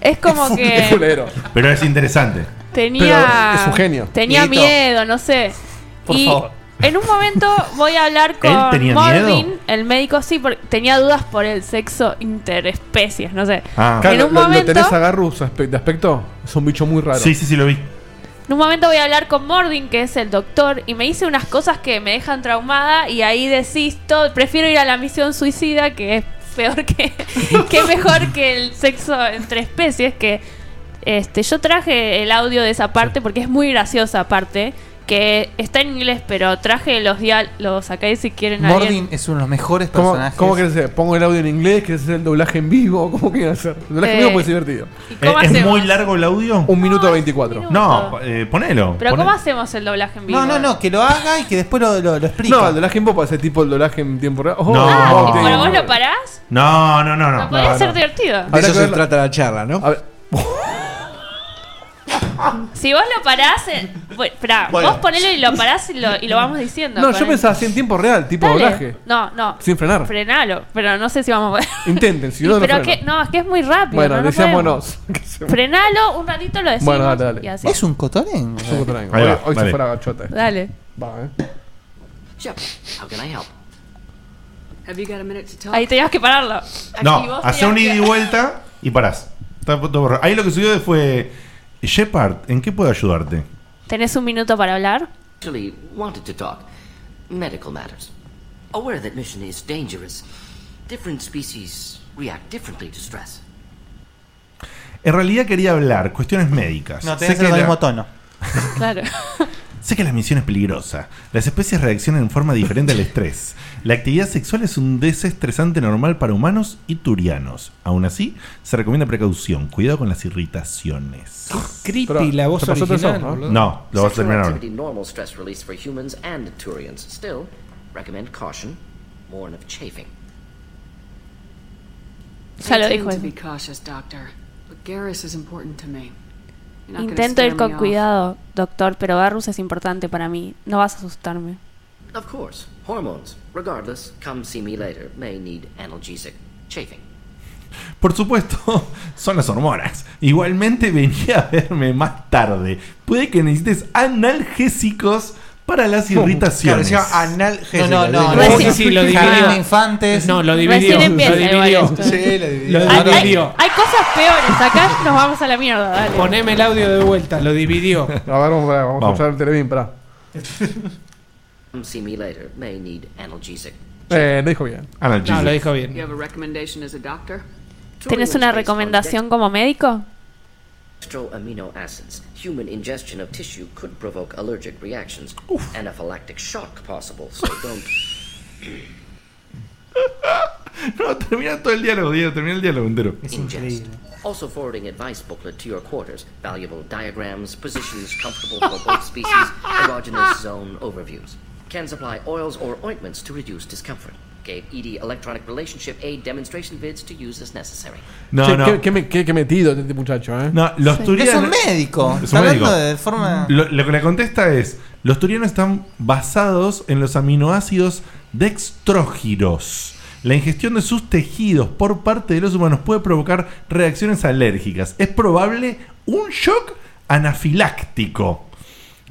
S6: Es como
S9: Es
S6: que
S9: fulero.
S3: Pero es interesante.
S6: tenía
S9: Pero es un genio.
S6: Tenía
S9: Dieguito.
S6: miedo, no sé.
S9: Por
S6: y
S9: favor.
S6: en un momento voy a hablar con
S3: ¿Él tenía
S6: Morbin,
S3: miedo?
S6: el médico sí, porque tenía dudas por el sexo interespecies, no sé.
S9: Ah,
S6: en
S9: claro,
S6: un
S9: lo, lo
S6: momento
S9: tenés a Garrus aspe- de aspecto? Es un bicho muy raro.
S3: Sí, sí, sí, lo vi.
S6: En un momento voy a hablar con Mordin, que es el doctor, y me dice unas cosas que me dejan traumada y ahí desisto. Prefiero ir a la misión suicida, que es peor que, que mejor que el sexo entre especies, que este, yo traje el audio de esa parte porque es muy graciosa aparte, que está en inglés, pero traje los diálogos acá y si quieren alguien.
S5: Mordin es uno de los mejores
S9: ¿Cómo,
S5: personajes.
S9: ¿Cómo querés hacer? ¿Pongo el audio en inglés? ¿Querés hacer el doblaje en vivo? ¿Cómo querés hacer? El doblaje en
S6: Eh,
S9: vivo puede ser divertido.
S6: cómo
S3: Eh, ¿Es
S6: hacemos?
S3: muy largo el audio?
S9: Un minuto 24.
S3: No, eh, ponelo.
S6: Pero
S3: ponelo.
S6: ¿cómo hacemos el doblaje en vivo?
S5: No, no, no, que lo haga y que después lo, lo, lo explique.
S9: No, el doblaje en vivo puede ser tipo el doblaje en tiempo real. Oh,
S3: No. Ah,
S9: oh,
S3: ¿y
S9: te-
S6: Bueno, vos lo parás,
S3: No, no, no, no.
S6: podría ser divertido.
S10: De eso
S9: que
S10: se
S9: verlo.
S10: trata la charla, ¿no?
S6: Si vos lo parás. eh, Bueno, esperá,
S9: Bueno.
S6: vos ponelo y lo parás y lo, y lo vamos diciendo.
S9: No,
S6: con
S9: yo
S6: el-
S9: pensaba así en tiempo real, tipo
S6: Dale.
S9: doblaje.
S6: No, no.
S9: Sin frenar.
S6: Frenalo, pero no sé si vamos a poder.
S9: Intenten, si no, no
S6: pero
S9: freno.
S6: que, no, es que es muy rápido.
S9: Bueno,
S6: no, no podemos.
S9: decíamos
S6: Frenalo, un ratito lo decimos.
S9: Bueno, dale, dale.
S6: y así.
S5: ¿Es un cotorengo?
S9: Es un cotorengo.
S5: Ahí
S9: Hoy,
S5: va,
S9: hoy se
S5: dale.
S9: fue la gachota.
S6: Dale.
S9: Va, eh.
S24: How can I help? Have you got a minute to talk?
S6: Ahí tenías que pararlo. Aquí
S3: No,
S6: vos
S3: hace
S6: tenías
S3: un
S6: que-
S3: ida y vuelta y parás. Está todo borrado. Ahí lo que subió fue. Shepard, ¿en qué puedo ayudarte?
S6: ¿Tenés un minuto para hablar?
S24: actually wanted to talk. Medical matters. Aware that mission is dangerous, different species react differently to stress.
S3: En realidad quería hablar cuestiones médicas.
S5: No, tenés que hacerlo con el mismo tono.
S6: Claro.
S3: Sé que la misión es peligrosa. Las especies reaccionan en forma diferente al estrés. La actividad sexual es un desestresante normal para humanos y turianos. Aún así, se recomienda precaución. Cuidado con las irritaciones.
S4: Creepy la voz original. boludo.
S3: No, lo vas
S24: Sexual
S3: a terminar ahora.
S24: activity normal stress release for humans and Turians. Still, recommend caution, warn of chafing.
S6: Ya lo dijo
S24: Intend
S6: él.
S24: to be cautious, doctor. But Garrus is important to me. You're not gonna
S6: Intento
S24: scare
S6: ir con
S24: me off.
S6: cuidado, doctor, pero Garrus es importante para mí. No vas a asustarme.
S24: Of course, hormones. Regardless, come see me later. May need analgesic. Chafing.
S3: Por supuesto, son las hormonas. Igualmente venía a verme más tarde. Puede que necesites analgésicos para las
S10: Claro,
S3: irritaciones.
S10: decía analgésicos.
S5: No, no, no.
S3: Sí,
S5: Recién-
S3: sí, lo
S5: Jardín
S3: dividió.
S5: de Infantes.
S3: No, lo dividió, Recién lo empieza igual dividió. esto.
S10: Sí, lo dividió.
S4: Lo
S6: Hay,
S4: dividió.
S6: hay cosas peores. Acá nos vamos a la mierda, dale.
S4: Poneme el audio de vuelta, lo dividió.
S9: A ver, vamos, vamos a
S4: Vamos.
S9: escuchar el Televín, pará.
S24: Come see me later. May need analgesic.
S9: Eh, lo dijo bien.
S3: Analgésico.
S4: No, lo dijo bien.
S24: You have a recommendation as a doctor?
S6: ¿Tenés una recomendación como médico?
S24: Dextro amino acids. Human ingestion of tissue could provoke allergic reactions. Anaphylactic shock possible, so don't.
S3: No, termina todo el diálogo, Diego, termina el diálogo entero.
S24: ingest. Also forwarding advice booklet to your quarters. Valuable diagrams, positions comfortable for both species, erogenous zone overviews. Can supply oils or ointments to reduce discomfort. Gave ED electronic relationship aid demonstration vids to use as necessary.
S3: No,
S9: Che,
S3: no.
S9: Qué, qué me- qué- qué metido este muchacho, ¿eh?
S3: No, los turianos.
S9: Es
S3: Está hablando
S5: de forma-
S3: Lo, lo que le contesta es: los turianos están basados en los aminoácidos dextrógiros. La ingestión de sus tejidos por parte de los humanos puede provocar reacciones alérgicas. Es probable un shock anafiláctico.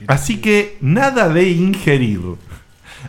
S3: Así que nada de ingerir.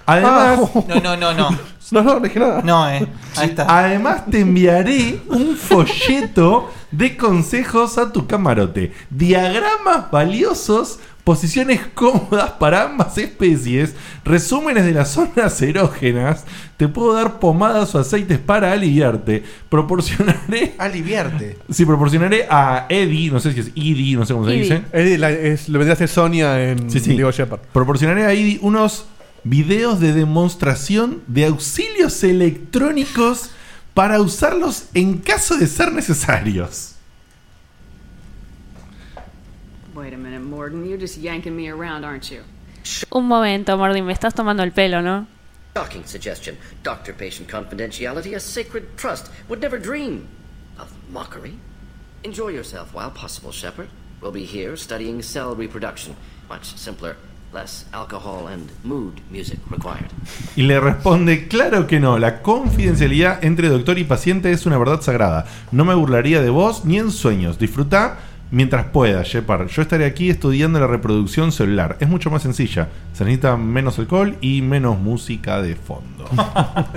S3: Además,
S5: Ah, No, no, no, no.
S9: No, no, dije nada.
S5: No, eh. Ahí está.
S3: Además te enviaré un folleto de consejos a tu camarote. Diagramas valiosos, posiciones cómodas para ambas especies, resúmenes de las zonas erógenas. Te puedo dar pomadas o aceites para aliviarte. Proporcionaré...
S10: Ah, Aliviarte.
S3: Sí, proporcionaré a Eddie, no sé si es Eddie, no sé cómo se
S9: Eddie.
S3: dice.
S9: Eddie la- es- lo vendría a hacer Sonia en
S3: Sí, sí.
S9: Diego Shepard.
S3: Proporcionaré a Eddie unos videos de demostración de auxilios electrónicos para usarlos en caso de ser necesarios.
S24: Wait a minute, Morden. You're just yanking me around, aren't you?
S6: Un momento, Mordin, me estás tomando el pelo, ¿no?
S24: Shocking suggestion. Doctor patient confidentiality, a sacred trust, would never dream of mockery. Enjoy yourself while possible, Shepard. We'll be here studying cell reproduction. Much simpler, less alcohol and mood music required.
S3: Y le responde, claro que no, la confidencialidad entre doctor y paciente es una verdad sagrada. No me burlaría de vos ni en sueños. Disfruta mientras puedas, Shepard. Yo estaré aquí estudiando la reproducción celular. Es mucho más sencilla. Se necesita menos alcohol y menos música de fondo.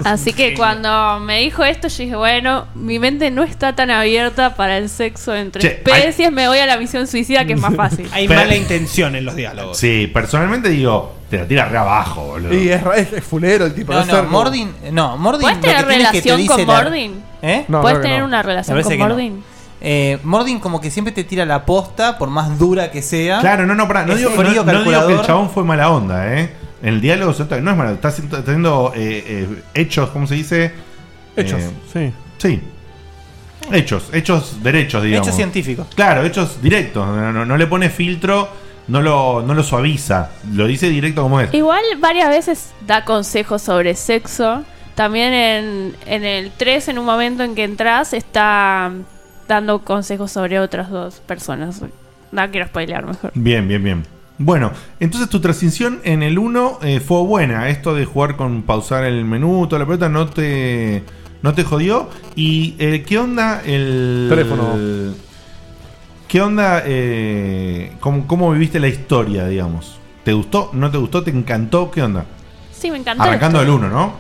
S6: Así que cuando me dijo esto, yo dije, bueno, mi mente no está tan abierta para el sexo entre
S3: Che,
S6: especies, me voy a la misión suicida que es más fácil.
S4: Hay
S3: Pero-
S4: mala intención en los diálogos.
S3: Sí, personalmente digo, te la tira re abajo, boludo.
S9: Y es, ra- es, es fulero el tipo.
S5: No,
S9: es
S5: no,
S9: cerdo.
S5: Mordin. No, Mordin.
S6: ¿Puedes
S5: lo
S6: tener
S5: que tiene es que te
S6: relación
S5: dice
S6: con
S5: la-
S6: Mordin?
S5: ¿Eh?
S6: No, ¿Puedes creo que tener no. una relación
S5: Me parece
S6: con
S5: que no.
S6: Mordin?
S5: Eh, Mordin como que siempre te tira la posta, por más dura que sea.
S3: Claro, no, no, pará, no,
S5: Es
S3: digo,
S5: frío
S3: no- no digo que el
S5: calculador.
S3: chabón fue mala onda, ¿eh? En el diálogo se nota que no es mala, está haciendo- está teniendo eh, eh, hechos, ¿cómo se dice?
S9: Hechos,
S3: sí. Sí. Hechos, hechos derechos, digamos.
S5: Hechos científicos.
S3: Claro, hechos directos. No, no- no le pone filtro, no lo, no lo suaviza. Lo dice directo como es.
S6: Igual varias veces da consejos sobre sexo. También en, en el 3, en un momento en que entras, está dando consejos sobre otras dos personas. No quiero spoilear mejor.
S3: Bien, bien, bien. Bueno, entonces tu transición en el 1 eh, fue buena. Esto de jugar con pausar el menú, toda la pelota, no te, no te jodió. ¿Y eh, qué onda el.
S9: Teléfono.
S3: ¿Qué onda? eh, cómo, cómo viviste la historia, digamos? ¿Te gustó? ¿No te gustó? ¿Te encantó? ¿Qué onda?
S6: Sí, me encantó. la
S3: Arrancando el
S6: historia.
S3: 1, ¿no?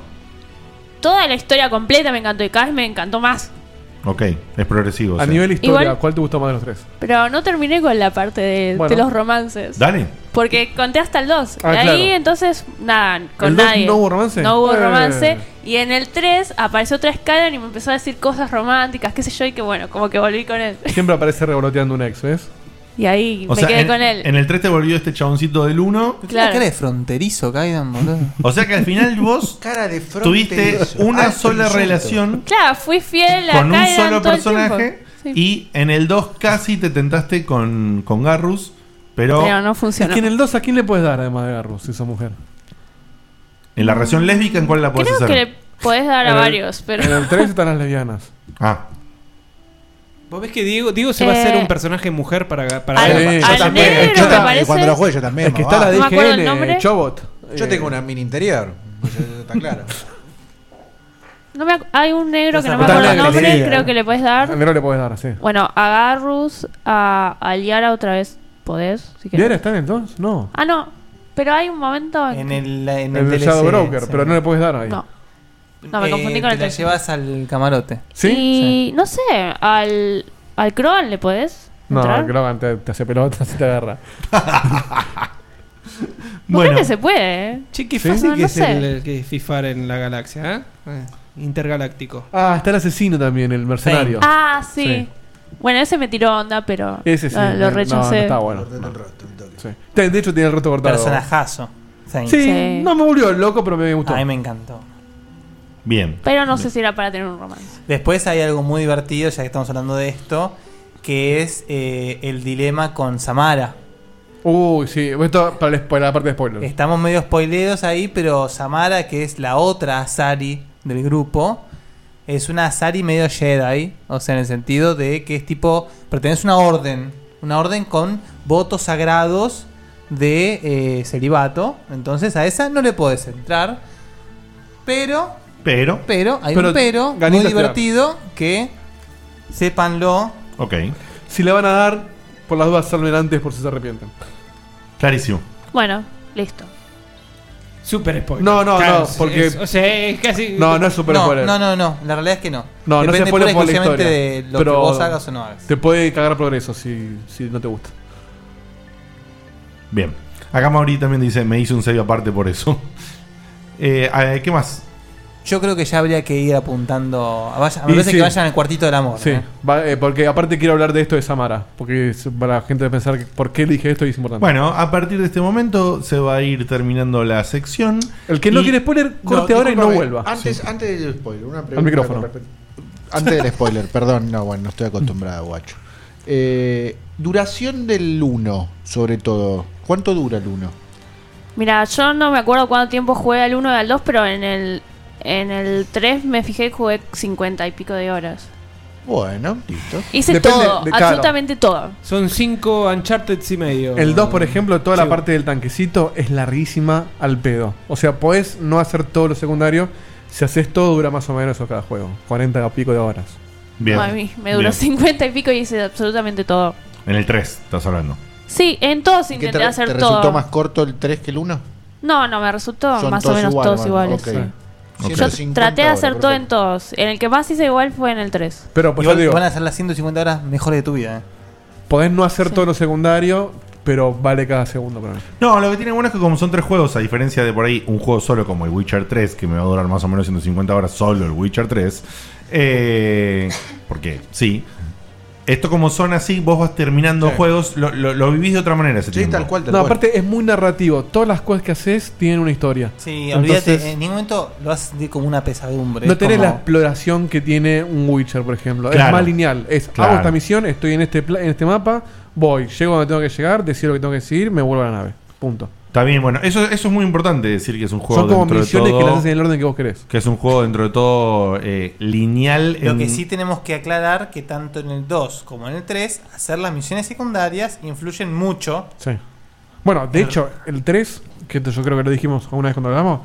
S6: Toda la historia completa me encantó y cada vez me encantó más.
S3: Ok, es progresivo. o
S9: A
S3: sea.
S9: nivel historia,
S6: Igual-
S9: ¿cuál te gustó más de los tres?
S6: Pero no terminé con la parte de,
S9: Bueno.
S6: de los romances.
S3: Dale.
S6: Porque conté hasta el 2.
S9: Ah,
S6: y ahí
S9: claro.
S6: entonces, nada, con
S9: ¿El dos
S6: nadie.
S9: no hubo romance?
S6: No hubo
S9: Eh.
S6: romance. Y en el 3 apareció otra escala y me empezó a decir cosas románticas, qué sé yo, y que bueno, como que volví con él.
S9: Siempre aparece revoloteando un ex, ¿ves?
S6: Y ahí
S3: O
S6: me
S3: sea,
S6: quedé
S3: en,
S6: con él.
S3: en el 3 te volvió este chaboncito del 1.
S6: Claro.
S5: Cara de fronterizo, Kaidan, boludo.
S3: O sea que al final vos
S5: Cara de
S3: tuviste una sola relación
S6: Claro, fui fiel a
S3: con un
S6: Kaidan
S3: solo
S6: todo el tiempo.
S3: personaje
S6: Sí.
S3: y en el 2 casi te tentaste con, con Garrus, pero,
S6: Pero Ah, no funcionó.
S9: Es que en el 2, ¿a quién le puedes dar además de Garrus si sos mujer?
S3: en la relación lésbica, ¿en cuál la puedes
S6: Creo
S3: hacer?
S6: que le podés dar a
S9: En el-
S6: varios, pero.
S9: En el 3 están las lesbianas.
S3: Ah.
S4: ¿Vos ves que Diego, Diego se va a hacer
S6: Eh,
S4: un personaje mujer para... para
S10: al-
S4: para-
S10: al
S4: para-
S10: también, negro, yo me también, parece. cuando lo juegue yo también,
S9: Es que
S10: mamá.
S9: está la
S10: No me acuerdo el
S9: DGN,
S10: nombre.
S9: Chobot.
S10: Yo
S9: Eh,
S10: tengo una mini interior. Está claro.
S6: No me ac- hay un negro que no me
S9: Total,
S6: acuerdo el
S9: la
S6: nombre,
S3: ¿eh?
S9: alegría.
S6: creo que le podés dar.
S9: Al negro le podés dar, sí.
S6: Bueno, a Garrus, a, a Liara otra vez podés. Si querés.
S9: ¿Diana está en el 2? No.
S6: Ah, no. Pero hay un momento en,
S5: En
S6: que-
S5: el, en
S9: El,
S5: el,
S9: de
S5: DLC,
S9: Shadow Broker,
S5: sí.
S9: pero no le podés dar ahí.
S6: No. No, me
S5: Eh,
S6: confundí con
S5: te
S6: el
S5: la
S6: tercero.
S5: llevas al camarote.
S9: ¿Sí?
S6: Y no sé, al, al Kroll le podés.
S9: No,
S6: entrar?
S9: Grogan te, te hace pelota, se te agarra.
S6: Yo Creo que se puede, ¿eh?
S4: Che, qué fácil
S6: No,
S4: que
S6: no
S4: es
S6: sé.
S4: el, el que fifar en la galaxia, ¿eh? Eh, Intergaláctico.
S9: Ah, está el asesino también, el mercenario.
S6: Ah, sí. Bueno, ese me tiró onda, pero
S9: Ese sí.
S6: lo, lo
S9: eh, No, no
S6: rechacé.
S9: está bueno. No. Sí. Te- De hecho, tiene el rostro cortado.
S5: Personajazo.
S9: Sí,
S6: Sí.
S9: no me volvió loco, pero me gustó.
S5: A mí me encantó.
S3: Bien.
S6: Pero no sé si era para tener un romance.
S5: Después hay algo muy divertido, ya que estamos hablando de esto, que es eh, el dilema con Samara.
S9: Uy, sí. Esto para, el spo- la parte de spoilers.
S5: Estamos medio spoileados ahí, pero Samara, que es la otra Asari del grupo, es una Asari medio Jedi, o sea, en el sentido de que es tipo, pertenece a una orden, una orden con votos sagrados de eh, celibato, entonces a esa no le puedes entrar, pero,
S3: Pero,
S5: pero, hay
S9: Pero
S5: un pero muy
S9: ganitas te dan.
S5: divertido que, sépanlo,
S3: ok,
S9: Si le van a dar, por las dudas, salen antes por si se arrepienten.
S3: clarísimo.
S6: Bueno, listo.
S4: Super spoiler.
S9: No, no,
S4: Claro,
S9: no,
S4: es-
S9: porque.
S4: es- o sea, es casi.
S9: No, no es super
S5: no,
S9: spoiler.
S5: No, no, no, la realidad es que no.
S9: No, no se
S5: Depende
S9: spoiler
S5: pura
S9: por
S5: y
S9: la historia.
S5: exclusivamente de lo que vos hagas o no hagas.
S9: Te puede cagar progreso si, si no te gusta.
S3: Bien. Acá Mauri también dice, me hice un sello aparte por eso. Eh, a ver, ¿Qué más?
S5: Yo creo que ya habría que ir apuntando. a- vaya- me
S9: Y
S5: parece
S9: sí.
S5: que vayan al cuartito del amor.
S9: Sí,
S5: ¿eh?
S9: va- eh, porque aparte quiero hablar de esto de Samara. Porque es para la gente pensar que por qué dije esto y es importante.
S3: Bueno, a partir de este momento se va a ir terminando la sección.
S9: El que no
S3: Y-
S9: quiere spoiler, corte ahora y no
S10: discúlpame,
S9: vuelva.
S10: Antes, antes del spoiler, una pregunta.
S9: Al micrófono.
S10: con respecto- Antes del spoiler, perdón, no, bueno, no estoy acostumbrado, guacho. Eh, duración del 1, sobre todo. ¿Cuánto dura el 1?
S6: Mira, yo no me acuerdo cuánto tiempo jugué al 1 y al 2, pero en el en el 3 me fijé y jugué 50 y pico de horas.
S10: Bueno, listo.
S6: Hice
S9: Depende
S6: todo,
S9: de- claro.
S6: absolutamente todo.
S4: Son cinco Uncharted y medio.
S9: El 2, por ejemplo, toda la
S4: Sí.
S9: parte del tanquecito es larguísima al pedo. O sea, podés no hacer todo lo secundario. Si haces todo, dura más o menos eso cada juego. 40 a pico de horas.
S3: Bien.
S6: A mí me duró
S3: Bien.
S6: 50 y pico y hice absolutamente todo.
S3: En el 3, estás hablando.
S6: Sí, en todos
S10: ¿Qué
S6: intenté
S10: te,
S6: hacer
S10: te
S6: todo.
S10: resultó más corto el 3 que el 1?
S6: No, no, me resultó
S10: Son
S6: más o
S10: todos
S6: menos
S10: iguales,
S6: todos
S10: bueno,
S6: iguales.
S10: ok.
S6: sí.
S10: Sí.
S6: Yo
S10: 150
S6: traté de
S10: horas,
S6: hacer todo
S10: perfecto.
S6: en todos. En el que más hice igual fue en el 3.
S9: Pero pues
S5: Igual
S9: yo digo,
S5: van a ser las 150 horas mejores de tu vida. ¿eh?
S9: podés no hacer todo lo secundario, pero vale cada segundo para mí.
S3: No, lo que tiene bueno es que como son tres juegos, a diferencia de por ahí un juego solo como el Witcher 3, que me va a durar más o menos 150 horas solo el Witcher 3, eh, porque sí. Esto como son así, vos vas terminando
S10: Sí.
S3: juegos, lo, lo- lo vivís de otra manera ese tiempo.
S9: No, aparte es muy narrativo. Todas las cosas que haces tienen una historia.
S5: Sí,
S9: Entonces,
S5: olvídate, en ningún momento lo vas a sentir como una pesadumbre.
S9: No
S5: es
S9: tenés
S5: como-
S9: la exploración que tiene un Witcher, por ejemplo. Es
S5: Claro.
S9: más lineal. Es,
S5: Claro.
S9: hago esta misión, estoy en este, pla- en este mapa, voy, llego donde tengo que llegar, decido lo que tengo que decidir, me vuelvo a la nave. Punto.
S3: Está bien, bueno, eso, eso es muy importante decir que es un juego
S9: Son como
S3: dentro de
S9: misiones
S3: todo-
S9: que las haces en el orden que vos querés.
S3: Que es un juego dentro de todo eh, lineal.
S5: Lo
S3: en-
S5: que sí tenemos que aclarar que tanto en el 2 como en el 3, hacer las misiones secundarias influyen mucho.
S9: Sí. Bueno, de hecho, el 3, que esto yo creo que lo dijimos alguna vez cuando hablamos,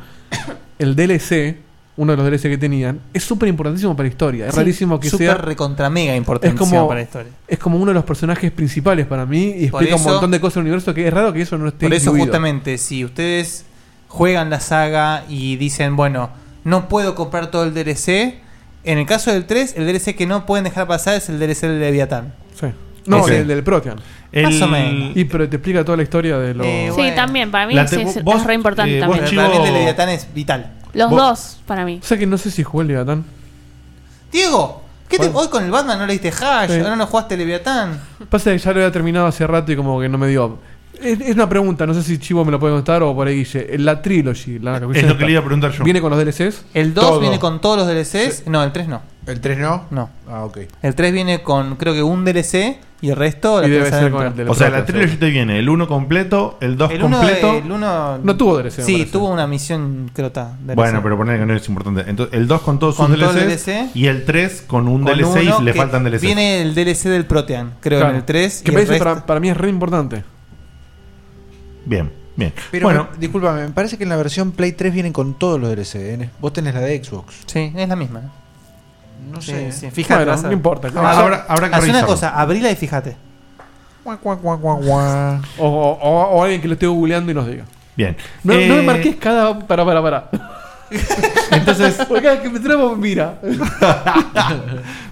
S9: el DLC, uno de los DLC que tenían, es súper importantísimo para la historia. Es
S5: Sí,
S9: rarísimo que
S5: súper
S9: sea.
S5: recontra mega
S9: es
S5: importantísimo
S9: como,
S5: para la historia.
S9: Es como uno de los personajes principales para mí y
S5: Por
S9: explica un
S5: eso-
S9: montón de cosas del universo que es raro que eso no esté
S5: Por eso
S9: incluido.
S5: justamente, si ustedes juegan la saga y dicen, bueno, no puedo comprar todo el DLC, en el caso del 3, el DLC que no pueden dejar pasar es el DLC del Leviatán.
S9: Sí. No,
S5: Ese.
S9: el del Protean.
S5: Más o menos.
S9: Y pero te explica toda la historia de los.
S6: Sí, también, para mí sí, es, es re importante también.
S5: es vital.
S6: Los
S9: Vos-
S6: dos, para mí.
S9: O sea que no sé si jugué el Leviatán.
S5: Diego, ¿qué te- hoy con el Batman no leíste Hash?
S9: Sí.
S5: ¿Ahora no jugaste Leviatán?
S9: Pasa que ya lo había terminado hace rato y como que no me dio. Es, es una pregunta, no sé si Chivo me lo puede contar o por ahí Guille. La trilogy, la
S5: Es lo que le iba a preguntar yo.
S9: ¿Viene con los DLCs?
S5: El 2 viene con todos los DLCs. No, el 3 no.
S10: ¿El 3 no?
S5: No.
S10: Ah, ok.
S5: El 3 viene con, creo que un DLC y el resto la tenés adentro.
S3: o sea, la trilogy te viene el 1 completo, el 2
S5: El uno-
S3: completo.
S5: el uno-
S9: No tuvo DLC, me
S5: Sí,
S9: parece.
S5: tuvo una misión crota. DLC.
S3: Bueno, pero poner que no es importante. Entonces, el 2 con todos
S5: Con
S3: sus
S5: todo el
S3: DLCs
S5: DLC.
S3: y el 3 con un
S5: Con
S3: DLC
S5: uno
S3: y le
S5: que
S3: faltan DLCs.
S5: Viene el DLC del Protean, creo,
S9: Claro.
S5: en el 3.
S9: Que
S5: y
S9: me
S5: el
S9: dice,
S5: resto-
S9: para, para mí es re importante.
S3: Bien, bien.
S10: Pero
S9: Bueno.
S10: me- discúlpame, me parece que en la versión Play 3 vienen con todos los DLC. ¿eh? Vos tenés la de Xbox.
S5: Sí, es la misma.
S10: No
S5: Sí,
S10: sé.
S5: sí, fíjate,
S10: Bueno,
S5: vas a-
S10: no importa.
S3: Ah,
S5: Ahora-
S10: Habrá- habrá que
S5: Haz una
S10: revisarlo.
S5: cosa, abrila y fíjate.
S9: O, o- o alguien que lo esté googleando y nos diga.
S3: Bien.
S9: No,
S3: Eh,
S9: no me marques cada. Para, para, para.
S3: Entonces.
S9: Porque cada vez que me trabo, mira.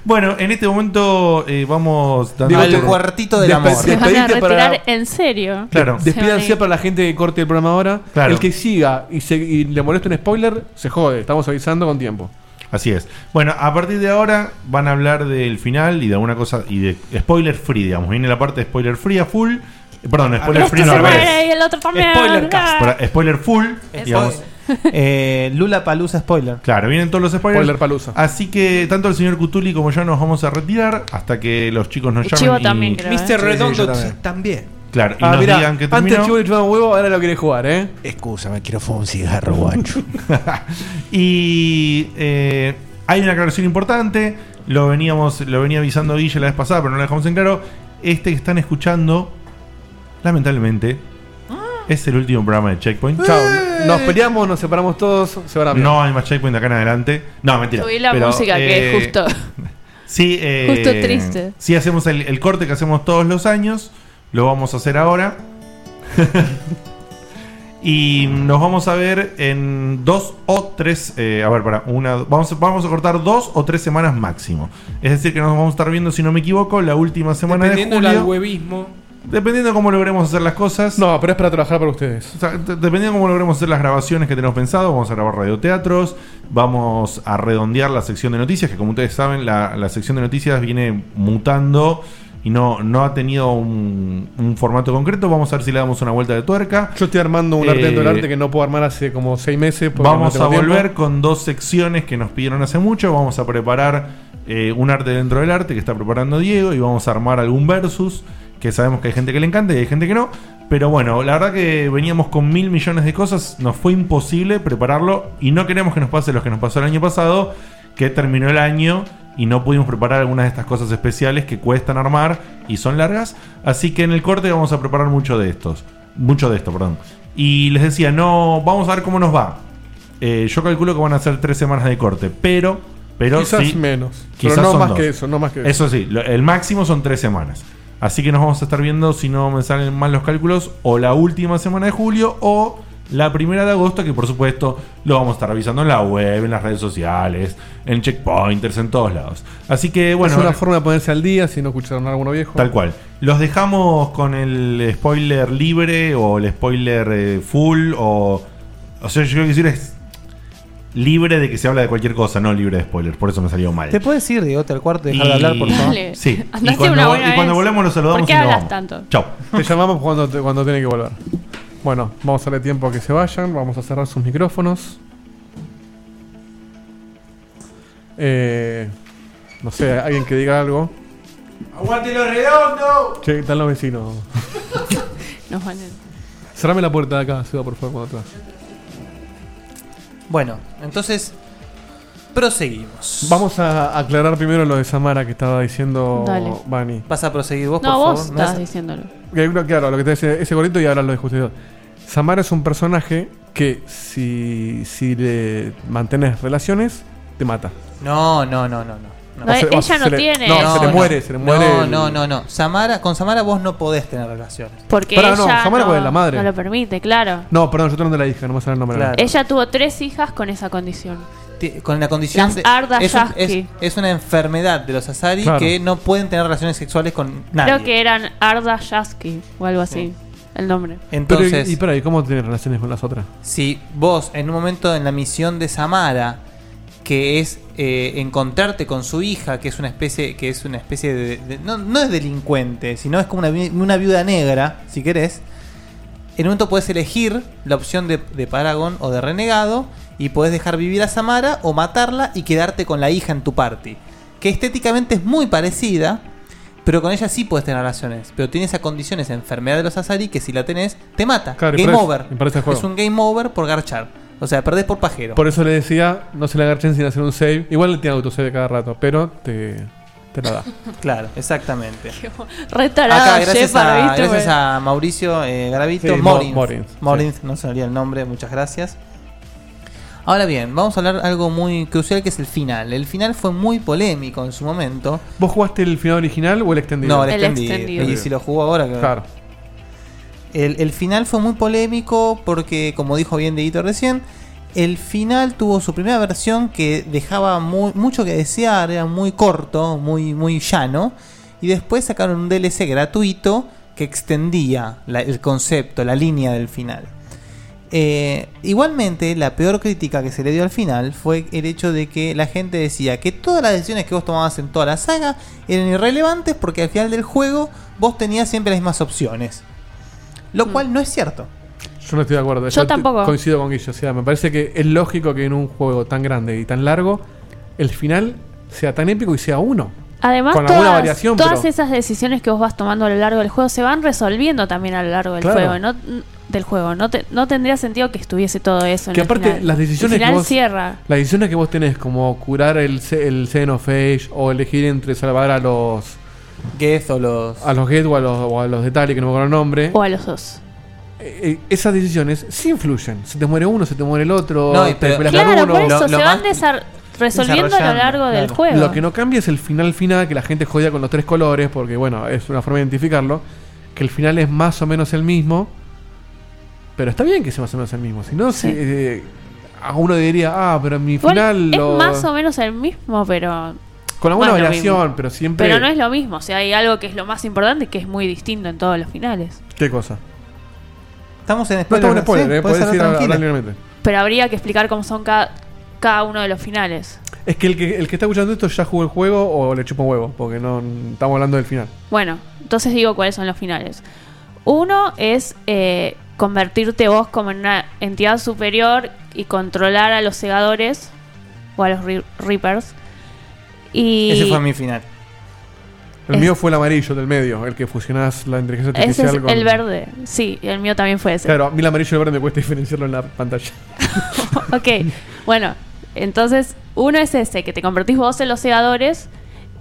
S3: Bueno, en este momento eh, vamos
S9: Digo, al cuartito del amor.
S6: Se van a
S9: Despedite para-
S6: retirar en serio. Se van a
S9: Despídanse
S6: ir.
S9: para la gente que corte el programa ahora.
S3: Claro.
S9: El que siga y, se- y le molesta un spoiler, se jode. Estamos avisando con tiempo.
S3: Así es. Bueno, a partir de ahora van a hablar del final y de alguna cosa y de spoiler free, digamos. Viene la parte de spoiler free a full. Eh, Perdón, spoiler
S6: Este
S3: free
S6: se
S3: no al revés.
S6: muere y el otro también. Ah.
S3: Para- spoiler full,
S6: Spoiler.
S3: digamos.
S5: Lula Palusa spoiler.
S3: Claro, vienen todos los spoilers.
S5: Spoiler
S3: Así que tanto el señor Cutuli como yo nos vamos a retirar hasta que los chicos nos
S4: El
S3: llamen.
S4: Chivo
S3: y-
S4: también, creo, ¿eh? Mr. Redondo también.
S3: Claro, y
S9: Ah,
S3: nos
S9: mirá,
S3: digan que
S9: antes
S3: terminó.
S9: Chivo le chupaba un huevo, ahora lo quiere jugar, ¿eh?
S10: Escúchame, quiero fumar un cigarro, guacho.
S3: y eh, hay una aclaración importante. Lo veníamos, lo venía avisando Guille la vez pasada, pero no lo dejamos en claro. Este que están escuchando, lamentablemente,
S4: Ah.
S3: es el último programa de Checkpoint. Eh.
S9: Chao. Nos peleamos, nos separamos todos. Se van a pelear.
S3: No hay más Checkpoint de acá en adelante. No, mentira.
S6: Subí la
S3: Pero,
S6: música que
S3: eh,
S6: es justo.
S3: Sí, eh,
S6: Justo triste.
S3: Sí, hacemos el, el corte que hacemos todos los años. Lo vamos a hacer ahora. y nos vamos a ver en dos o tres. eh, a ver, para una. Vamos, vamos a cortar dos o tres semanas máximo. Es decir, que nos vamos a estar viendo, si no me equivoco, la última semana de
S4: Dependiendo del
S3: julio.
S4: huevismo.
S3: Dependiendo de cómo logremos hacer las cosas.
S9: No, pero es para trabajar para ustedes.
S3: dependiendo de cómo logremos hacer las grabaciones que tenemos pensado, vamos a grabar radioteatros, vamos a redondear la sección de noticias, que como ustedes saben, la, la sección de noticias viene mutando y no, no ha tenido un, un formato concreto. Vamos a ver si le damos una vuelta de tuerca.
S9: Yo estoy armando un arte
S3: Eh,
S9: dentro del arte que no puedo armar hace como seis meses. porque
S3: Vamos
S9: no
S3: a
S9: tengo tiempo.
S3: volver con dos secciones que nos pidieron hace mucho. Vamos a preparar eh, un arte dentro del arte que está preparando Diego y vamos a armar algún versus que sabemos que hay gente que le encanta y hay gente que no. Pero bueno, la verdad que veníamos con mil millones de cosas, nos fue imposible prepararlo y no queremos que nos pase lo que nos pasó el año pasado, que terminó el año y no pudimos preparar algunas de estas cosas especiales que cuestan armar y son largas. Así que en el corte vamos a preparar mucho de estos. Mucho de esto, perdón. Y les decía, no, vamos a ver cómo nos va. Eh, yo calculo que van a ser tres semanas de corte, pero. pero
S9: Quizás
S3: sí,
S9: menos.
S3: Quizás
S9: Pero no
S3: son
S9: más
S3: dos.
S9: que eso, no más que eso.
S3: Eso sí, lo- el máximo son tres semanas. Así que nos vamos a estar viendo, si no me salen mal los cálculos, o la última semana de julio o la primera de agosto, que por supuesto lo vamos a estar revisando en la web, en las redes sociales, en checkpointers, en todos lados. Así que bueno.
S9: es una forma de ponerse al día si no escucharon a alguno viejo.
S3: Tal cual. Los dejamos con el spoiler libre o el spoiler eh, full o... O sea, yo quiero decir es libre de que se habla de cualquier cosa, no libre de spoiler. Por eso me salió mal.
S5: ¿Te puedes ir, Diego, al cuarto y dejar de
S3: Y-
S5: hablar, por favor?
S6: Dale.
S3: Sí.
S6: Andate
S3: y cuando,
S6: una buena
S3: y cuando
S6: vez.
S3: volvemos los saludamos
S6: ¿Por qué
S3: y nos
S6: hablas
S3: vamos.
S6: tanto?
S3: Chao.
S9: Te llamamos cuando, te- cuando tiene que volver. Bueno, vamos a darle tiempo a que se vayan. Vamos a cerrar sus micrófonos. Eh, no sé, alguien que diga algo.
S21: ¡Aguante lo redondo!
S9: Che, ¿qué tal los vecinos?
S6: Nos van a-
S9: Cerrame la puerta de acá, Seba, por favor, cuando atrás.
S5: Bueno, entonces proseguimos.
S9: Vamos a aclarar primero lo de Samara que estaba diciendo
S6: Dale.
S9: Bani.
S5: Vas a proseguir vos,
S6: No, vos estás diciéndolo.
S9: Que hay una- Claro, lo que te dice ese gorrito y ahora lo de Justidor. Samara es un personaje que si, si le mantienes relaciones, te mata.
S5: No, no, no, no, no.
S6: No,
S9: se-
S6: ella no
S9: se le-
S6: tiene.
S9: No, se le
S5: no.
S9: muere, se le muere.
S5: No,
S9: el-
S5: no, no, no. Samara, con Samara vos no podés tener relaciones.
S6: Porque
S9: Pará,
S6: ella
S9: no, Samara
S6: no,
S9: fue la madre.
S6: no lo permite, claro.
S9: No, perdón, yo estoy hablando de la hija, no me sale el nombre.
S5: Claro.
S6: Ella tuvo tres hijas con esa condición.
S5: Ti- Con la condición
S6: Las
S5: de-
S6: Arda
S5: es, un-
S6: Yasky.
S5: es, es una enfermedad de los Asari
S9: Claro.
S5: que no pueden tener relaciones sexuales con nadie.
S6: Creo que eran Arda Yasky o algo así, el nombre.
S9: Pero,
S5: Entonces-
S9: y, y pará, ¿y cómo tiene relaciones con las otras?
S5: si vos en un momento en la misión de Samara que es eh, encontrarte con su hija que es una especie que es una especie de, de- no, no es delincuente sino es como una, vi- una viuda negra si querés en un momento podés elegir la opción de, de Paragon o de Renegado y podés dejar vivir a Samara o matarla y quedarte con la hija en tu party que estéticamente es muy parecida pero con ella sí puedes tener relaciones. Pero tiene esa condición, esa enfermedad de los Asari, que si la tenés, te mata.
S9: Claro, y
S5: game
S9: por eso-
S5: over.
S9: y por eso el juego.
S5: Es un game over por garchar. O sea, perdés por pajero.
S9: Por eso le decía, no se la agarchen sin hacer un save. Igual le tiene autosave cada rato, pero te, te la da.
S5: Claro, exactamente.
S6: Retarado,
S5: Acá, gracias,
S6: Shepard,
S5: a,
S6: ¿viste,
S5: gracias
S6: güey?
S5: a Mauricio eh, Gravito.
S9: Sí, Mo-
S5: Morins.
S9: Morins,
S5: Morins, no sabía el nombre, muchas gracias. Ahora bien, vamos a hablar algo muy crucial que es el final. El final fue muy polémico en su momento.
S9: ¿Vos jugaste el final original o el extendido?
S5: No, el El extendido. extendido. Y si lo jugó ahora, que-
S9: Claro.
S5: El, el final fue muy polémico porque, como dijo bien Deito recién, el final tuvo su primera versión que dejaba mu- mucho que desear, era muy corto, muy, muy llano. Y después sacaron un DLC gratuito que extendía la- el concepto, la línea del final. Eh, igualmente, la peor crítica que se le dio al final fue el hecho de que la gente decía que todas las decisiones que vos tomabas en toda la saga eran irrelevantes porque al final del juego vos tenías siempre las mismas opciones. Lo cual no es cierto.
S9: Yo no estoy de acuerdo.
S5: Yo
S9: te-
S5: tampoco.
S9: Coincido con Guillo. O sea, me parece que es lógico que en un juego tan grande y tan largo, el final sea tan épico y sea uno.
S6: Además,
S9: Con alguna
S6: todas,
S9: variación,
S6: todas
S9: pero-
S6: esas decisiones que vos vas tomando a lo largo del juego se van resolviendo también a lo largo del
S9: Claro.
S6: juego. No, del juego. No, te- no tendría sentido que estuviese todo eso. en
S9: Que
S6: el
S9: aparte,
S6: final.
S9: las decisiones
S6: El
S9: que
S6: final
S9: vos-
S6: cierra.
S9: Las decisiones que vos tenés, como curar el, se- el Zen of Age, o elegir entre salvar a los.
S5: Geth o los.
S9: A los Geth o a los, o a los de Tali, que no me acuerdo el nombre. Eh,
S6: O a los dos.
S9: esas decisiones sí influyen. Se te muere uno, se te muere el otro.
S5: No, y
S9: te
S5: pero-
S9: peleas con
S6: Claro,
S9: uno.
S6: por eso se van desar- resolviendo a lo largo del
S9: Claro.
S6: juego.
S9: Lo que no cambia es el final final, que la gente jodía con los tres colores, porque bueno, es una forma de identificarlo. Que el final es más o menos el mismo. Pero está bien que sea más o menos el mismo. Si no, si, eh, a uno diría, ah, pero mi
S6: Igual
S9: final
S6: es
S9: lo-
S6: más o menos el mismo, pero.
S9: Con alguna
S6: no es lo
S9: variación,
S6: mismo.
S9: pero siempre.
S6: Pero no es lo mismo. O sea, hay algo que es lo más importante y que es muy distinto en todos los finales.
S9: ¿Qué cosa?
S5: Estamos en
S9: No
S5: spoiler,
S9: estamos en
S5: ¿sí?
S9: spoiler, eh,
S5: Podés
S9: podés
S5: hablar
S9: ir a-
S5: tranquila.
S9: hablar libremente.
S6: Pero habría que explicar cómo son cada, cada uno de los finales.
S9: Es que el, que el que está escuchando esto ya jugó el juego o le chupa un huevo, porque no estamos hablando del final.
S6: Bueno, entonces digo cuáles son los finales. Uno es eh, convertirte vos como en una entidad superior y controlar a los segadores o a los ri- Reapers. Y
S5: Ese fue mi final.
S9: El
S6: Es-
S9: mío fue el amarillo del medio, el que fusionás la inteligencia
S6: ese
S9: artificial
S6: es
S9: con.
S6: el verde. Sí, el mío también fue ese.
S9: Claro, a mí el amarillo y el verde me cuesta diferenciarlo en la pantalla.
S6: ok, bueno, entonces uno es ese, que te convertís vos en los segadores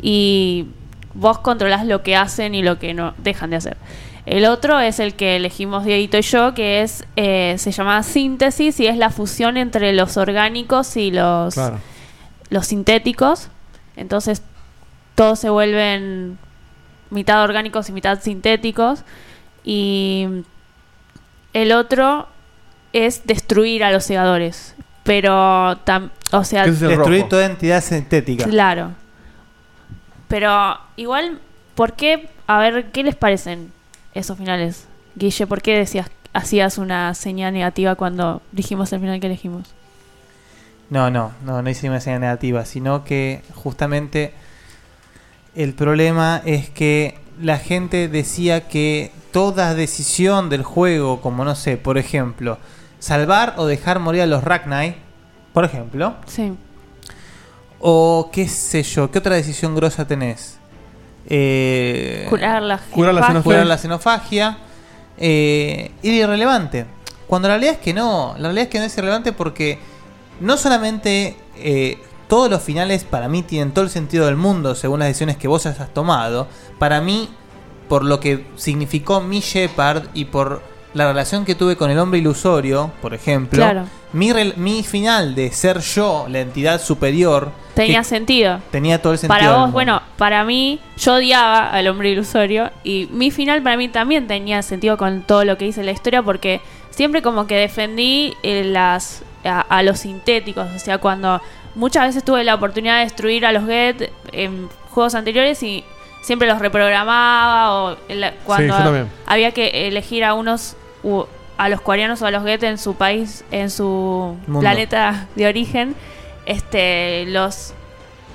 S6: y vos controlás lo que hacen y lo que no dejan de hacer. El otro es el que elegimos Dieguito y yo, que es eh, se llama síntesis y es la fusión entre los orgánicos y los,
S9: Claro.
S6: los sintéticos. Entonces todos se vuelven mitad orgánicos y mitad sintéticos. Y el otro es destruir a los segadores. Pero, tam- o sea,
S5: Destruir toda entidad sintética.
S6: Claro. Pero igual, ¿por qué? A ver, ¿qué les parecen esos finales? Guille, ¿por qué decías, hacías una señal negativa cuando dijimos el final que elegimos?
S5: No, no, no, no hice ninguna señal negativa, sino que justamente el problema es que la gente decía que toda decisión del juego, como no sé, por ejemplo, salvar o dejar morir a los Ragnai, por ejemplo,
S6: Sí.
S5: o qué sé yo, ¿qué otra decisión grosa tenés? Eh,
S6: Curar la
S5: curar la
S6: xenofagia.
S5: xenofagia, eh, era irrelevante. Cuando la realidad es que no, la realidad es que no es irrelevante porque no solamente eh, todos los finales para mí tienen todo el sentido del mundo según las decisiones que vos hayas tomado, para mí, por lo que significó mi Shepard y por la relación que tuve con el hombre ilusorio, por ejemplo,
S6: Claro.
S5: mi, rel- mi final de ser yo, la entidad superior,
S6: Tenía
S5: que
S6: sentido.
S5: tenía todo el sentido.
S6: Para
S5: del
S6: vos,
S5: mundo.
S6: bueno, para mí, yo odiaba al hombre ilusorio y mi final para mí también tenía sentido con todo lo que hice en la historia porque siempre como que defendí eh, las a, a los sintéticos, o sea, cuando muchas veces tuve la oportunidad de destruir a los Get en juegos anteriores y siempre los reprogramaba o en la- cuando
S9: yo también.
S6: había que elegir a unos u- a los coreanos o a los Get en su país, en su
S5: Mundo.
S6: planeta de origen, este los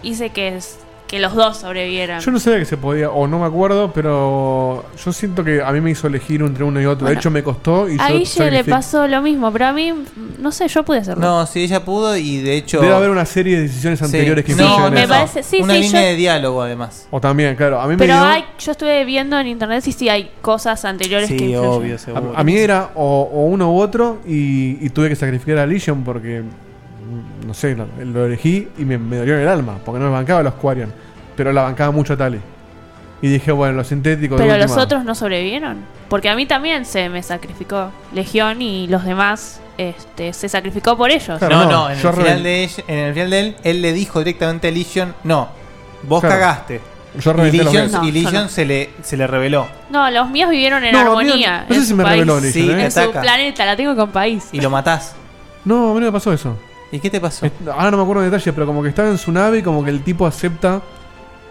S6: hice que, es- que los dos sobrevivieran.
S9: Yo no sabía que se podía, o no me acuerdo, pero yo siento que a mí me hizo elegir entre uno y otro.
S6: Bueno.
S9: de hecho, me costó y
S6: a
S9: yo
S6: Guille le
S9: sacrifiqué.
S6: pasó lo mismo, pero a mí, no sé, yo pude hacerlo.
S5: No, sí, ella pudo y de hecho.
S9: Debe haber una serie de decisiones
S5: Sí.
S9: anteriores que
S5: No,
S9: influyen en
S6: me
S9: eso.
S6: parece- sí,
S5: una
S6: sí,
S5: línea
S6: yo-
S5: de diálogo, además.
S9: O también, claro, a mí me
S6: pero
S9: dio-
S6: hay, yo estuve viendo en internet si sí hay cosas anteriores que influyen.
S9: A, a mí era o, o uno u otro y, y tuve que sacrificar a Legion porque, mm, no sé, lo, lo elegí y me, me dolió en el alma, porque no me bancaba los Quarion, pero la bancaba mucho a Tali. Y dije, bueno, los sintéticos... de
S6: Pero los
S9: última.
S6: otros no sobrevivieron. Porque a mí también se me sacrificó Legión y los demás este, se sacrificó por ellos.
S5: Ah, no, no, en, el final de ella- en el final de él, él le dijo directamente a Legion: No, vos
S9: Claro.
S5: cagaste.
S9: Yo
S5: y
S9: reventé los
S5: Legion,
S9: gates.
S5: y
S9: No, yo
S5: Legion
S9: no.
S5: se, le, se le reveló.
S6: No, los míos vivieron en
S9: No,
S6: armonía.
S9: mira, no sé
S6: en
S9: si
S6: su
S9: me
S6: país.
S9: reveló Legion,
S5: Sí,
S9: ¿eh?
S5: te
S6: En su
S5: ataca.
S6: planeta, la tengo con país.
S5: Y lo matás.
S9: No, a mí no me pasó eso.
S5: ¿Y qué te pasó?
S9: Ahora no me acuerdo en detalle, pero como que estaba en su nave y como que el tipo acepta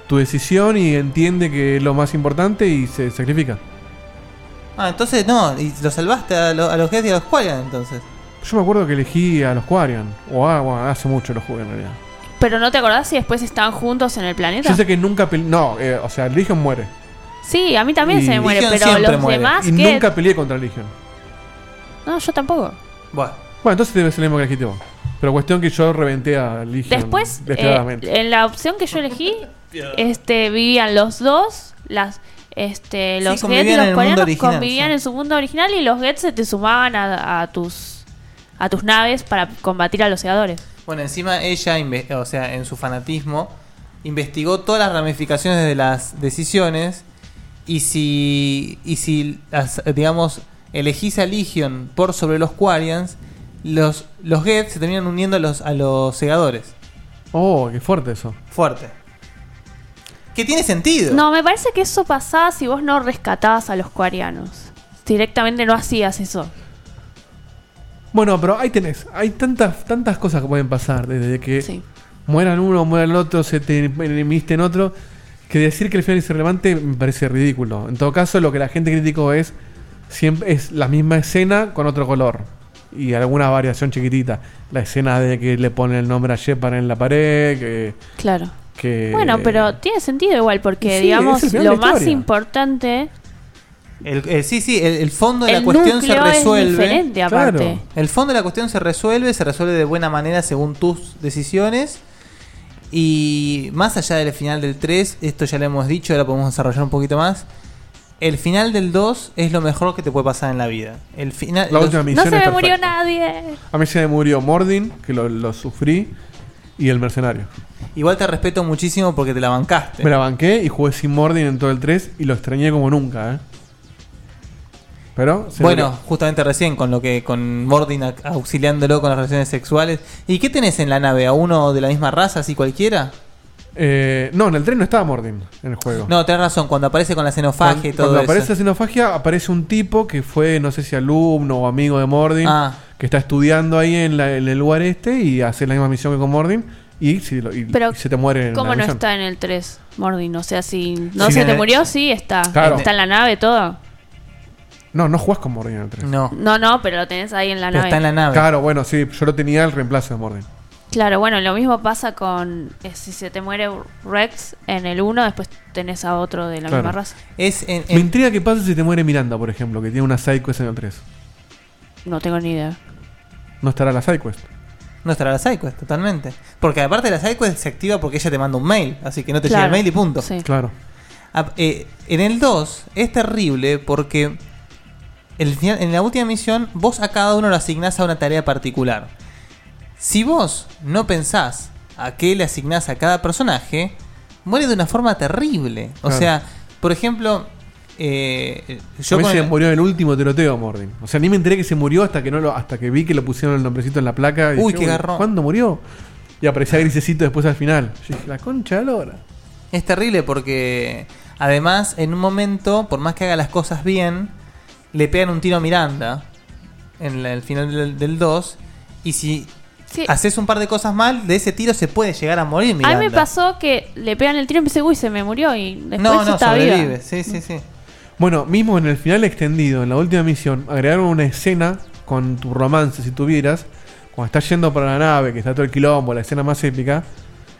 S9: tu decisión y entiende que es lo más importante y se sacrifica.
S5: Ah, entonces no, y lo salvaste a, lo- a los Jets y a los Quarian, entonces.
S9: Yo me acuerdo que elegí a los Quarian, o a, bueno, hace mucho los jugué en realidad.
S6: Pero no te acordás si después estaban juntos en el planeta.
S9: Yo sé que nunca peleé. No, eh, o sea, Legion muere.
S6: Sí, a mí también
S9: Y-
S6: se me muere, pero los demás
S9: Y
S6: que.
S9: nunca peleé contra Legion.
S6: No, yo tampoco.
S5: Bueno.
S9: entonces debe ser lo mismo que elegiste vos. Pero cuestión que yo reventé a Legion.
S6: Después, eh,
S9: desesperadamente.
S6: en la opción que yo elegí, este, vivían los dos, las, este,
S5: Sí,
S6: los Gets y
S5: convivían en
S6: los
S5: el mundo
S6: coreanos
S5: original,
S6: convivían en su mundo original y los Gets se te sumaban a, a tus a tus naves para combatir a los segadores.
S5: Bueno, encima ella, inve- o sea, en su fanatismo, investigó todas las ramificaciones de las decisiones y si, y si as- digamos, elegís a Legion por sobre los Quarians, los, los Geth se terminan uniendo a los, a los segadores.
S9: Oh, qué fuerte eso.
S5: Fuerte. Que tiene sentido.
S6: No, me parece que eso pasaba si vos no rescatabas a los coreanos. Directamente no hacías eso.
S9: Bueno, pero ahí tenés. Hay tantas, tantas cosas que pueden pasar. Desde que mueran uno, muera el otro, se te enemiste en otro. Que decir que el final es irrelevante me parece ridículo. En todo caso, lo que la gente criticó es siempre es la misma escena con otro color. Y alguna variación chiquitita. La escena de que le ponen el nombre a Shepard en la pared. Que,
S6: Claro.
S9: que-
S6: Bueno, pero tiene sentido igual, porque
S5: Eh. Sí,
S6: digamos,
S5: es el final de
S6: lo
S5: la
S6: más
S5: historia.
S6: importante
S5: El- eh, sí, sí, el, el fondo de
S6: El
S5: la cuestión se
S6: núcleo es
S5: resuelve.
S6: diferente, aparte. Claro.
S5: El fondo de la cuestión se resuelve, se resuelve de buena manera según tus decisiones. Y más allá del final del 3, esto ya lo hemos dicho, ahora podemos desarrollar un poquito más. El final del 2 es lo mejor que te puede pasar en la vida. El final,
S9: La última
S6: no
S9: misión
S6: se
S9: es
S6: me
S9: perfecta.
S6: murió nadie.
S9: A mí se me murió Mordin, que lo, lo sufrí. Y el mercenario.
S5: Igual te respeto muchísimo porque te la bancaste.
S9: Me la banqué y jugué sin Mordin en todo el 3 y lo extrañé como nunca, ¿eh? Pero... se
S5: bueno,
S9: murió.
S5: justamente recién con lo que con Mordin ac- auxiliándolo con las relaciones sexuales. ¿Y qué tenés en la nave? ¿A uno de la misma raza, así cualquiera?
S9: Eh, no, en el 3 no estaba Mordin en el juego.
S5: No, tenés razón, cuando aparece con la
S9: Cuando-
S5: xenofagia y todo
S9: Cuando
S5: eso.
S9: aparece Xenofagia, aparece un tipo que fue, no sé si alumno o amigo de Mordin,
S5: Ah.
S9: que está estudiando ahí en, la- en el lugar este y hace la misma misión que con Mordin y, si lo- y-
S6: Pero,
S9: y se te muere en
S6: ¿Cómo
S9: la
S6: no
S9: misión.
S6: está en el 3, Mordin? O sea, si no
S9: Sí,
S6: se
S9: en
S6: te
S9: el-
S6: murió, sí, está.
S9: Claro.
S6: Está en la nave, todo.
S9: No, no jugás con Mordin en el 3.
S5: No.
S6: No, no, pero lo tenés ahí en la nave.
S9: Claro, bueno, sí, yo lo tenía el reemplazo de Mordin.
S6: Claro, bueno, lo mismo pasa con eh, si se te muere Rex en el 1, después tenés a otro de la
S9: Claro.
S6: misma raza.
S5: Es
S9: Me intriga qué pasa si te muere Miranda, por ejemplo, que tiene una sidequest en el 3.
S6: No tengo ni idea.
S9: No estará la sidequest.
S5: No estará la sidequest, totalmente. Porque aparte la sidequest se activa porque ella te manda un mail, así que no te llega el
S9: Claro,
S5: mail y punto.
S9: Claro.
S5: Ah, eh, en el 2 es terrible porque el final- en la última misión, vos a cada uno le asignás a una tarea particular. Si vos no pensás a qué le asignás a cada personaje, muere de una forma terrible. O
S9: Claro.
S5: sea, por ejemplo, eh, yo
S9: a mí
S5: con
S9: se
S5: el-
S9: murió en el último tiroteo, Mordin. O sea, ni me enteré que se murió hasta que no lo, hasta que vi que lo pusieron el nombrecito en la placa. y
S5: Uy,
S9: dije,
S5: qué garrón.
S9: ¿Cuándo murió? Y aparecía grisecito después al final. Yo dije, la concha de la lora.
S5: Es terrible porque además en un momento, por más que haga las cosas bien, le pegan un tiro a Miranda en la- el final del- del 2 y si
S6: Sí.
S5: haces un par de cosas mal, de ese tiro se puede llegar a morir Miranda.
S6: A mí me pasó que le pegan el tiro y empecé, uy, se me murió y después
S5: No, no,
S6: está viva.
S5: sobrevive. Sí, sí, sí.
S9: Bueno, mismo en el final extendido, en la última misión, agregaron una escena con tu romance, si tuvieras, cuando estás yendo para la nave, que está todo el quilombo, la escena más épica,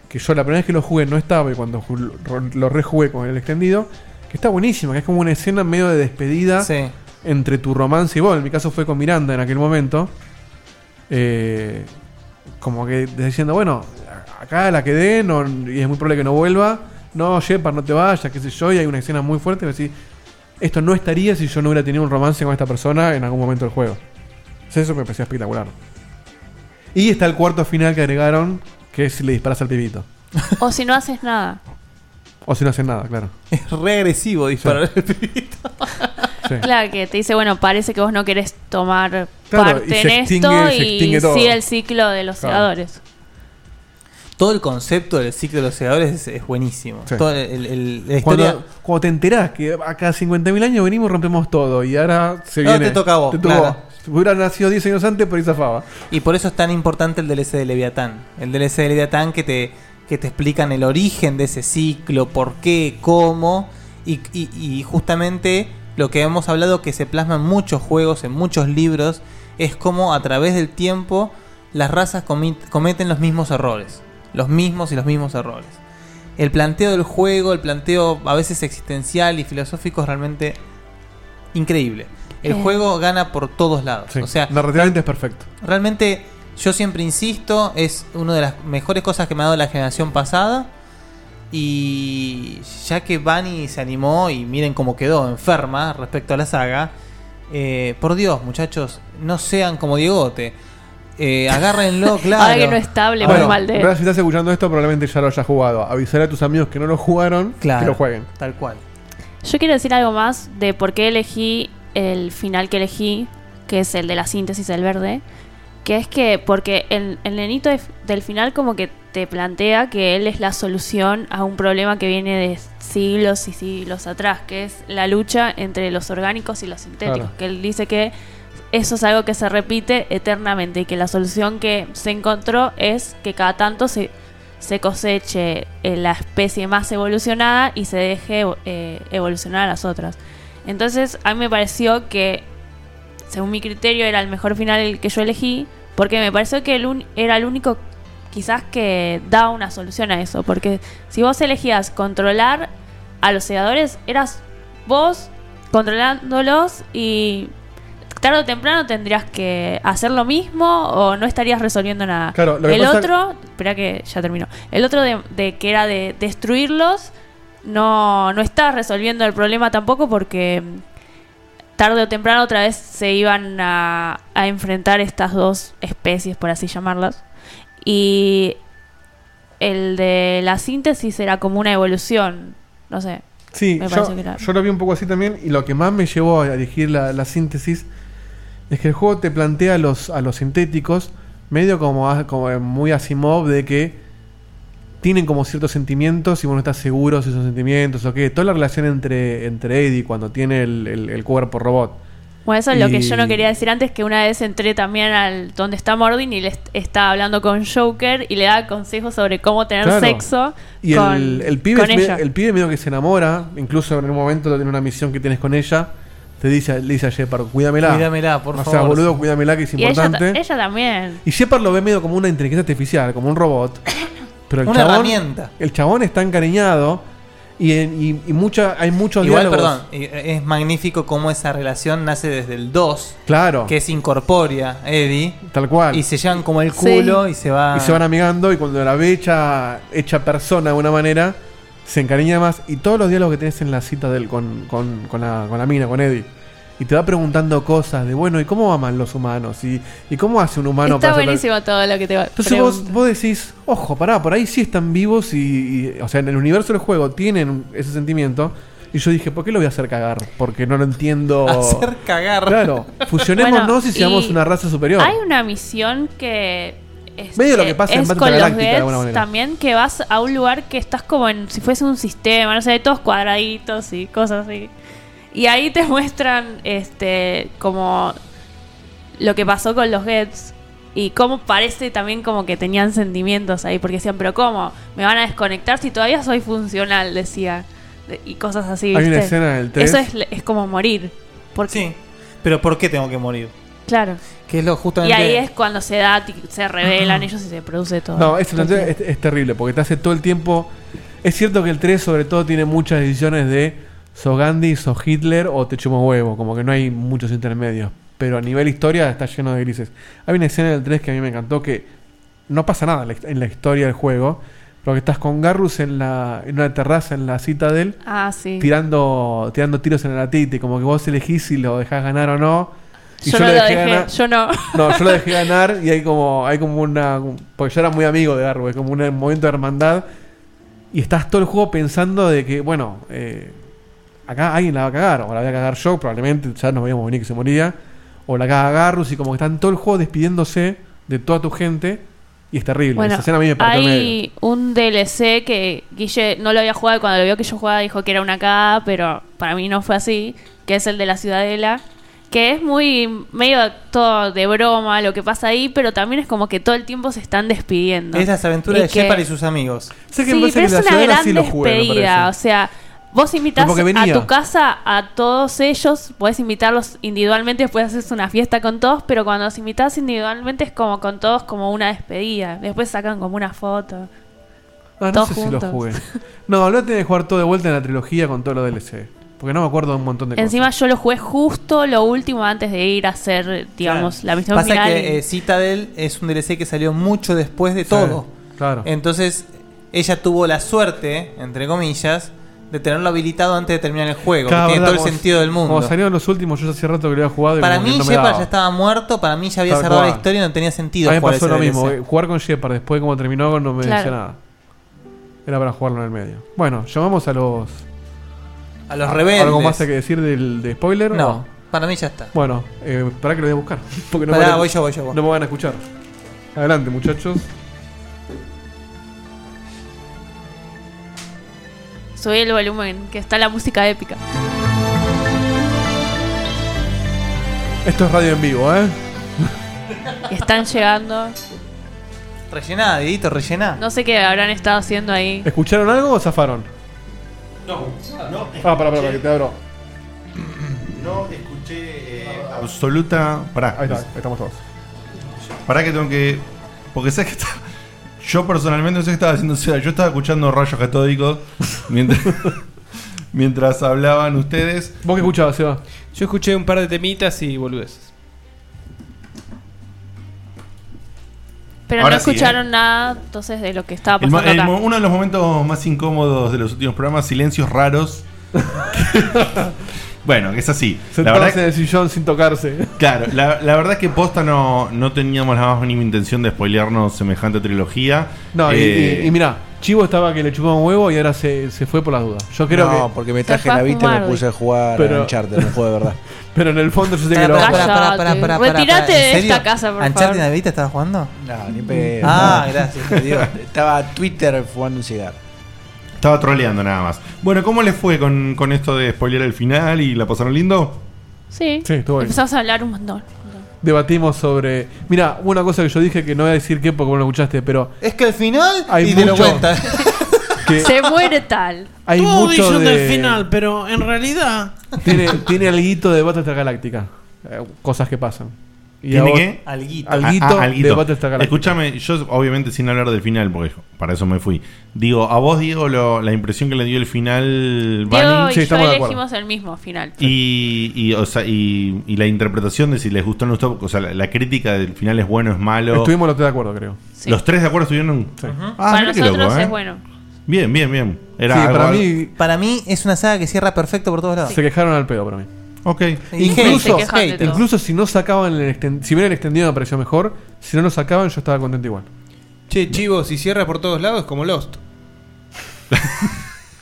S9: que yo la primera vez que lo jugué no estaba y cuando ju- ro- lo rejugué con el extendido, que está buenísima, que es como una escena medio de despedida entre tu romance y vos. En mi caso fue con Miranda en aquel momento. Eh, como que diciendo, bueno, acá la quedé no, y es muy probable que no vuelva. No, Shepard, no te vayas, qué sé yo. Y hay una escena muy fuerte que decís, esto no estaría si yo no hubiera tenido un romance con esta persona en algún momento del juego. O sea, eso me parecía espectacular. Y está el cuarto final que agregaron, que es si le disparas al pibito.
S6: O si no haces nada.
S9: O si no hacen nada, claro.
S5: Es regresivo disparar al pibito.
S9: Sí.
S6: Claro, que te dice, bueno, parece que vos no querés tomar
S5: Claro,
S6: parte
S5: y se
S6: en esto
S5: extingue- se
S6: y
S5: extingue todo.
S6: sigue el ciclo de los
S5: Claro.
S6: segadores.
S5: Todo el concepto del ciclo de los segadores es, es buenísimo.
S9: Sí.
S5: Todo el- el- el- la
S9: Cuando,
S5: historia...
S9: cuando te enterás que acá 50.000 años venimos, rompemos todo. Y ahora se
S5: No,
S9: viene.
S5: te toca a vos,
S9: Te toca a
S5: claro.
S9: vos. Si hubiera nacido 10 años antes, por ahí zafaba.
S5: Y por eso es tan importante el DLC de Leviatán. El DLC de Leviatán que te, que te explican el origen de ese ciclo, por qué, cómo. Y, y- y justamente lo que hemos hablado que se plasma en muchos juegos, en muchos libros, es cómo a través del tiempo las razas comi- cometen los mismos errores. Los mismos y los mismos errores. El planteo del juego, el planteo a veces existencial y filosófico es realmente increíble. El
S9: Eh.
S5: juego gana por todos lados. O sea,
S9: Narrativamente es perfecto.
S5: Realmente, yo siempre insisto, es una de las mejores cosas que me ha dado la generación pasada. Y ya que Bunny se animó y miren cómo quedó enferma respecto a la saga, eh, por Dios, muchachos, no sean como Diegote. Eh, agárrenlo, claro.
S6: Ahora que no está, hablemos
S9: Bueno,
S6: mal de él.
S9: ahora si estás escuchando esto, probablemente ya lo hayas jugado. Avisaré a tus amigos que no lo jugaron que lo jueguen.
S5: Tal cual.
S6: Yo quiero decir algo más de por qué elegí el final que elegí, que es el de la síntesis del verde, que es que porque el, el nenito de- del final como que te plantea que él es la solución a un problema que viene de siglos y siglos atrás, que es la lucha entre los orgánicos y los sintéticos,
S25: Claro.
S6: que él dice que eso es algo que se repite eternamente y que la solución que se encontró es que cada tanto se, se coseche eh, la especie más evolucionada y se deje eh, evolucionar a las otras. Entonces a mí me pareció que, según mi criterio, era el mejor final el que yo elegí, porque me pareció que el un- era el único quizás que daba una solución a eso, porque si vos elegías controlar a los segadores, eras vos controlándolos y tarde o temprano tendrías que hacer lo mismo o no estarías resolviendo nada.
S9: Claro, lo que
S6: el
S9: pasa-
S6: otro, espera que ya terminó. El otro de, de que era de destruirlos no no está resolviendo el problema tampoco porque tarde o temprano otra vez se iban a, a enfrentar estas dos especies, por así llamarlas. Y el de la síntesis era como una evolución, no sé.
S9: Sí,
S6: me pareció
S9: yo,
S6: que era-
S9: yo lo vi un poco así también. Y lo que más me llevó a elegir la, la síntesis es que el juego te plantea a los, a los sintéticos medio como, a- como en muy asimov de que tienen como ciertos sentimientos y vos no estás seguro si son sentimientos o qué. Toda la relación entre, entre Eddie cuando tiene el, el- el cuerpo robot.
S6: Bueno, eso es lo que yo no
S9: Y-
S6: quería decir antes, que una vez entré también al donde está Mordin y le est- está hablando con Joker y le da consejos sobre cómo tener
S9: Claro.
S6: sexo
S9: Y
S6: con,
S9: el, el pibe
S6: con
S9: es medio-
S6: ella.
S9: el pibe medio que se enamora, incluso en un momento en una misión que tienes con ella, te dice, le dice a Shepard, cuídamela.
S5: Cuídamela, por
S9: O sea,
S5: favor.
S9: boludo, cuídamela que es
S6: Y ella, ta-
S9: importante.
S6: ella también.
S9: Y Shepard lo ve medio como una inteligencia artificial, como un robot. Pero el
S5: Una
S9: chabón,
S5: herramienta.
S9: El chabón está encariñado y, en- y, y mucha, hay muchos
S5: Igual,
S9: diálogos.
S5: perdón, eh, es magnífico cómo esa relación nace desde el 2.
S9: Claro.
S5: Que es incorpórea, Eddie.
S9: Tal cual.
S5: Y se llevan como el culo y se va.
S9: Y se van amigando y cuando la ve hecha, hecha persona de una manera, se encariña más. Y todos los diálogos que tenés en la cita de él con, con, con la, con la mina, con Eddie. Y y te va preguntando cosas de, bueno, ¿y cómo aman los humanos? ¿Y, y cómo hace un humano
S6: Está
S9: para ser-
S6: buenísimo todo lo que te va
S9: Entonces vos, vos decís, ojo, pará, por ahí sí están vivos y, y- o sea, en el universo del juego tienen ese sentimiento. Y yo dije, ¿por qué lo voy a hacer cagar? Porque no lo entiendo.
S5: Hacer cagar.
S9: Claro, fusionémonos
S6: Bueno,
S9: y seamos
S6: y
S9: una raza superior.
S6: Hay una misión que. este,
S9: Medio lo que pasa en
S6: es
S9: Battlestar
S6: con los
S9: Galactica, de alguna
S6: Deads
S9: manera.
S6: también que vas a un lugar que estás como en si fuese un sistema, no sé, todos cuadraditos y cosas así. Y ahí te muestran este como lo que pasó con los Gets y cómo parece también como que tenían sentimientos ahí, porque decían, pero ¿cómo? ¿Me van a desconectar si todavía soy funcional? Decía. De- Y cosas así.
S5: Hay una
S6: ¿viste?
S5: escena del tres.
S6: Eso es, es como morir. Porque, sí.
S5: Pero ¿por qué tengo que morir?
S6: Claro.
S5: Que es lo
S6: Y
S5: justamente.
S6: ahí es cuando se da, ti- se revelan ellos y se produce todo.
S9: No, este planteo
S6: Entonces,
S9: es, es terrible, porque te hace todo el tiempo. Es cierto que el 3 sobre todo tiene muchas decisiones de so Gandhi, so Hitler o te chumo huevo, como que no hay muchos intermedios. Pero a nivel historia está lleno de grises. Hay una escena del 3 que a mí me encantó que no pasa nada en la hist- en la historia del juego. Pero que estás con Garrus en, la, en una terraza en la Citadel
S6: Ah, sí.
S9: tirando, tirando tiros en el latite, como que vos elegís si lo dejás ganar o no. Y
S6: yo, no lo
S9: dejé
S6: dejé,
S9: ganar-
S6: yo no.
S9: no, yo lo dejé ganar y hay como, hay como una. Porque yo era muy amigo de Garbo, es como un momento de hermandad. Y estás todo el juego pensando de que, bueno, eh, acá alguien la va a cagar, o la voy a cagar yo, probablemente, ya nos veíamos venir que se moría, o la caga Garrus, y como que están todo el juego despidiéndose de toda tu gente, y es terrible.
S6: Bueno,
S9: Esa escena a mí me partió en medio.
S6: hay un DLC que Guille no lo había jugado y cuando lo vio que yo jugaba dijo que era una cagada, pero para mí no fue así, que es el de la Ciudadela, que es muy medio todo de broma lo que pasa ahí, pero también es como que todo el tiempo se están despidiendo.
S5: Es las aventuras
S6: Y
S5: de
S6: que-
S5: Shepard y sus amigos.
S9: Sé
S6: sí, pero es una gran despedida. o sea, vos invitas
S5: Porque venía.
S6: a tu casa a todos ellos, podés invitarlos individualmente, después haces una fiesta con todos, pero cuando los invitas individualmente es como con todos como una despedida. Después sacan como una foto.
S9: Ah, no
S6: todos
S9: sé si
S6: juntos.
S9: lo jugué. No, lo tenés que jugar todo de vuelta en la trilogía con todo lo DLC. Porque no me acuerdo de un montón de cosas.
S6: Encima yo lo jugué justo lo último antes de ir a hacer, digamos, la misión
S5: Pasa
S6: final.
S5: que
S6: y-
S5: eh, Citadel es un DLC que salió mucho después de todo.
S9: Claro.
S5: Entonces, ella tuvo la suerte, entre comillas, de tenerlo habilitado antes de terminar el juego. que
S9: Cada
S5: tiene
S9: verdad,
S5: todo el
S9: como-
S5: sentido del mundo.
S9: Como salieron los últimos, yo ya hace rato que lo había jugado. y
S5: Para
S9: como que
S5: mí,
S9: no me
S5: Shepard
S9: daba.
S5: ya estaba muerto, para mí ya había
S9: Tal
S5: cerrado la
S9: cual.
S5: historia y no tenía sentido
S9: A mí me
S5: jugar
S9: pasó
S5: ese
S9: lo mismo.
S5: DLC.
S9: eh, Jugar con Shepard después de cómo terminó no me
S5: Claro.
S9: decía nada. Era para jugarlo en el medio. Bueno, llamamos a los.
S5: A los rebeldes.
S9: ¿Algo más hay que decir del de spoiler?
S5: No,
S9: ¿O?
S5: para mí ya está.
S9: Bueno, eh, para que lo voy a buscar. Porque no
S5: Pará,
S9: me van a-
S5: voy yo, voy yo, voy.
S9: No me van a escuchar. Adelante, muchachos.
S6: Subí el volumen, que está la música épica.
S9: Esto es radio en vivo, ¿eh?
S6: Y están llegando.
S5: Rellená, Didito,
S9: Ah.
S5: rellená.
S6: No sé qué habrán estado haciendo ahí.
S9: ¿Escucharon algo o zafaron?
S3: No, no.
S9: Ah, pará, pará, pará, que te abro.
S3: No escuché. eh, absoluta. Pará.
S9: Ahí está, ahí estamos todos.
S3: Pará que tengo que. Porque sabes que está. Yo personalmente no sé qué estaba haciendo. O sea, yo estaba escuchando rayos catódicos mientras, mientras hablaban ustedes.
S9: ¿Vos qué escuchabas, Seba?
S4: Yo escuché un par de temitas y boludeces.
S6: Pero
S3: Ahora
S6: no
S3: sí, ¿eh?
S6: escucharon nada entonces de lo que estaba
S3: El mo-
S6: pasando
S3: el
S6: acá.
S3: mo- uno de los momentos más incómodos de los últimos programas, silencios raros. bueno, que es así.
S9: Sentados en el sillón sin tocarse.
S3: Claro, la, la verdad es que posta no, no teníamos la más mínima intención de spoilearnos semejante trilogía.
S9: No, y-
S3: Eh,
S9: y, y mirá, Chivo estaba que le chupaba un huevo y ahora se, se fue por las dudas. Yo creo que.
S10: No, porque me traje la vista y me puse a jugar a Uncharted, un juego de verdad.
S9: Pero en el fondo yo sé que
S10: Pará,
S9: lo.
S10: pará, pará,
S5: Pará, pará, pará, pará,
S6: Retirate
S5: pará, ¿en
S6: de
S5: serio?
S6: esta casa, por
S5: ¿Uncharted
S6: favor.
S5: Navidita estabas jugando?
S10: No, ni pedo.
S5: Ah, gracias, por Dios.
S10: Estaba Twitter fumando un cigarro.
S3: Estaba troleando nada más. Bueno, ¿cómo les fue con, con esto de spoilear el final y la pasaron lindo?
S6: Sí.
S9: Sí, estuvo bien.
S6: Empezamos a hablar un montón.
S9: Debatimos sobre. Mira, una cosa que yo dije que no voy a decir qué porque vos no lo escuchaste, pero
S5: Es que al final
S9: Hay
S5: y te lo
S9: mucho.
S5: cuenta.
S9: que
S6: Se muere tal.
S9: hay
S6: Todo
S9: mucho de.
S13: pero en realidad.
S9: Tiene, tiene alguito de Battlestar Galáctica. Eh, cosas que pasan. Y a
S3: ¿Tiene
S9: vos-
S3: qué?
S5: Alguito.
S9: Alguito,
S3: Ah, ah,
S9: de Battlestar Galáctica.
S3: Escúchame, yo obviamente sin hablar del final, porque para eso me fui. Digo, a vos, Diego, lo- la impresión que le dio el final.
S6: Diego y
S3: Vani?
S6: yo elegimos el mismo final.
S3: Y, y, o sea, y, y la interpretación de si les gustó o no les gustó, o sea, la, la crítica del final es bueno, es malo.
S9: Estuvimos los tres de acuerdo, creo.
S3: ¿Los tres de acuerdo estuvieron?
S5: Ujú.
S3: Ah,
S6: Para
S3: mirá qué
S6: nosotros
S3: loco, ¿eh?
S6: es bueno.
S3: Bien, bien, bien. Era
S9: Sí, para
S3: algo-
S9: mí.
S5: Para mí es una saga que cierra perfecto por todos lados.
S9: Se quejaron al pedo para mí.
S3: Ok.
S9: Y Incluso, incluso si no sacaban el exten- si bien el extendido me pareció mejor, si no lo sacaban yo estaba contento igual.
S8: Che, chivo, si cierra por todos lados, como Lost.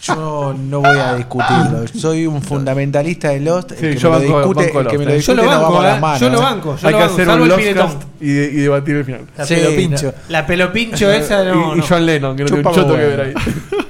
S10: Yo no voy a discutirlo. Soy un fundamentalista de Lost. El
S9: Sí,
S10: que
S9: yo
S10: me
S9: banco-
S10: lo discute,
S9: banco
S10: el que me lo
S9: Lost, eh.
S10: discute nos vamos a las manos, ¿eh?
S9: Hay que hacer un Lostcast y, de- y debatir el final.
S10: La Sí, pelopincho. no.
S8: La pelopincho esa no,
S9: y, y
S8: no.
S9: John Lennon, que no tiene
S3: Chupa
S9: un choto que
S3: huevo.
S9: ver ahí.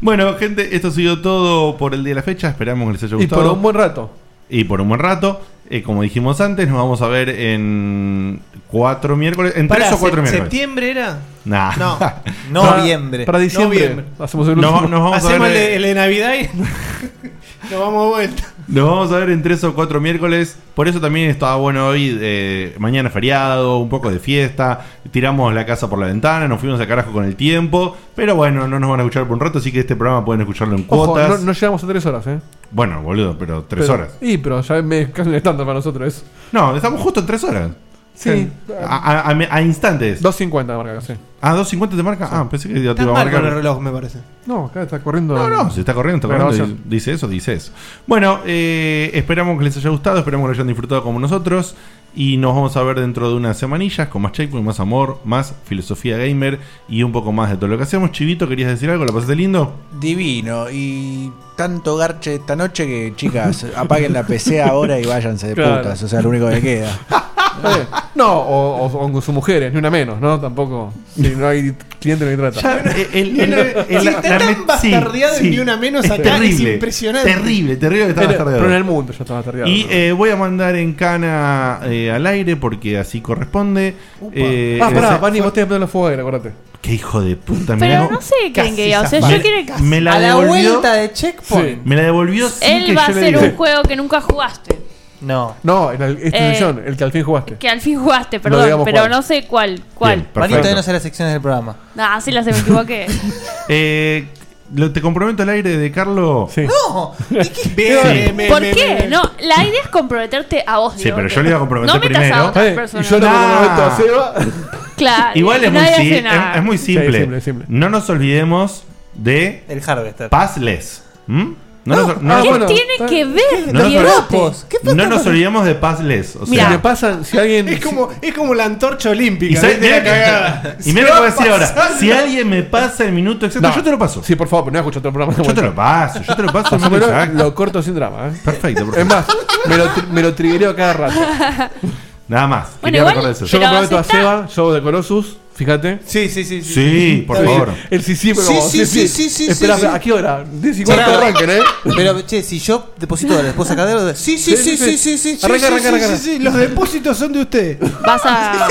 S3: Bueno, gente, esto ha sido todo por el día de la fecha. Esperamos que les haya
S9: Y
S3: gustado.
S9: por un buen rato.
S3: Y por un buen rato. Eh, como dijimos antes, nos vamos a ver en cuatro miércoles. En
S8: Pará,
S3: tres o cuatro
S8: se-
S3: miércoles.
S8: ¿Septiembre era?
S3: Nah.
S8: No.
S3: Noviembre. Para diciembre hacemos el último.
S8: No,
S3: nos vamos a
S8: Hacemos el
S3: ver,
S8: de-
S3: eh,
S8: el de Navidad y nos vamos de vuelta.
S3: Nos vamos a ver en tres o cuatro miércoles. Por eso también estaba bueno hoy, eh, mañana feriado, un poco de fiesta. Tiramos la casa por la ventana, nos fuimos a carajo con el tiempo. Pero bueno, no nos van a escuchar por un rato, así que este programa pueden escucharlo en
S9: Ojo,
S3: cuotas.
S9: no, no llegamos a tres horas, ¿eh?
S3: Bueno, boludo, pero tres
S9: Pero-
S3: horas.
S9: Y, pero ya es casi un estándar para nosotros ¿eh? eso.
S3: No, estamos justo en tres horas.
S9: Sí.
S3: A, a- a- a instantes.
S9: 2.50 marca, sí.
S3: Ah, 2.50 te marca. Ah, pensé que ya te
S9: Está
S3: iba a
S9: mal
S3: marcar.
S9: con el reloj,
S8: me parece.
S9: No, acá está corriendo.
S3: No, no, Ah, se está corriendo, está corriendo.
S9: grabación.
S3: Dice- Dice eso, dice eso. Bueno, eh, esperamos que les haya gustado, esperamos que lo hayan disfrutado como nosotros. Y nos vamos a ver dentro de unas semanillas con más checkpoint, más amor, más filosofía gamer y un poco más de todo lo que hacemos. Chivito, ¿querías decir algo? ¿La pasaste lindo?
S10: Divino. Y tanto garche esta noche que, chicas, apaguen la PC ahora y váyanse de
S9: Claro.
S10: putas. O sea, lo único que queda.
S9: No, o, o- o con sus mujeres, ni una menos, ¿no? Tampoco. Si no hay cliente, no hay trata.
S3: eh,
S8: si está tan bastardeado en ni una menos acá, es impresionante.
S3: Terrible, terrible que está
S9: Pero-
S3: bastardeado.
S9: Pero en el mundo ya está bastardeado.
S3: Y eh, voy a mandar en cana eh, al aire porque así corresponde. Eh,
S9: ah, pará,
S3: ese-
S9: Vani, vos te has la fuego, acuérdate.
S3: Qué hijo de puta, mirá
S6: Pero
S3: cómo-
S6: no sé quién que O sea,
S3: zafé.
S6: yo quiero que.
S3: Me la A la devolvió- vuelta
S5: de
S3: Sí, Me la devolvió sin que
S6: Él va a
S3: yo le
S6: ser
S3: diga.
S6: un juego que nunca jugaste.
S5: No.
S9: No, el, este es tu
S6: Eh,
S9: sección, el que al fin jugaste.
S6: Que al fin jugaste,
S9: No
S6: perdón,
S9: digamos
S6: pero
S9: cuál.
S6: no sé cuál. cuál.
S5: Vani
S3: perfecto.
S5: todavía no hace las secciones del programa.
S6: Ah, sí, la se me equivoqué.
S3: Eh, lo- te comprometo al aire de Carlos. Sí.
S6: No,
S3: Sí.
S6: ¿Por qué? No, la idea es comprometerte a vos.
S3: Sí,
S6: digo.
S3: pero yo le iba a comprometer
S6: No metas
S3: primero.
S6: a otra
S3: Eh,
S6: persona. Ah.
S9: y yo lo comprometo a
S6: Claro.
S3: Igual es muy,
S6: nadie
S3: si-
S6: hace
S3: es,
S6: nada.
S3: es muy simple.
S9: Sí, simple, simple.
S3: No nos olvidemos de. El
S5: Harvester.
S3: Pazless. ¿Mm? No, nos,
S9: ah,
S3: no nos-
S6: ¿Qué tiene que ver?
S3: no nos-
S6: Diegote?
S3: no nos olvidemos de Pazless. O
S6: Mirá.
S3: sea,
S6: Si le
S9: pasan, si alguien.
S8: Es como, es como la antorcha
S3: Y,
S8: olímpica.
S3: sabe-
S8: ¿viste? La
S3: mira que-
S8: cagada.
S3: y mira lo que voy a decir
S8: Va
S3: ahora.
S8: pasando.
S3: Si alguien me pasa el minuto exacto,
S9: No.
S3: yo te lo paso.
S9: Sí, por favor, pero no escucho otro programa.
S3: Yo te lo paso, yo te lo paso.
S9: Más o
S3: minuto
S9: menos
S3: exacto.
S9: lo corto sin drama, ¿eh?
S3: Perfecto,
S9: Es más, me lo, tri- me lo triggereo cada rato.
S3: Nada más.
S6: Bueno, quería igual- recordar eso.
S9: Yo
S6: pero
S9: comprometo a
S6: aceptá.
S9: Seba, yo de Colossus, fíjate.
S8: Sí, sí, sí.
S3: Sí, sí, por favor.
S9: El sí, sí, pero
S5: Sí,
S9: como,
S5: sí, sí, sí, sí,
S9: Espera,
S5: sí, sí.
S9: ¿a qué hora? Diez y
S5: Che,
S9: cuarto arranquen, ¿eh?
S5: Pero, che, si yo deposito dólares, ¿puedo sacar dólares? Sí, sí, sí, sí, sí, sí. sí, sí,
S8: Arranca,
S5: sí,
S8: arranca, arranca.
S5: sí, sí.
S8: Los depósitos son de usted.
S6: ¿Vas a.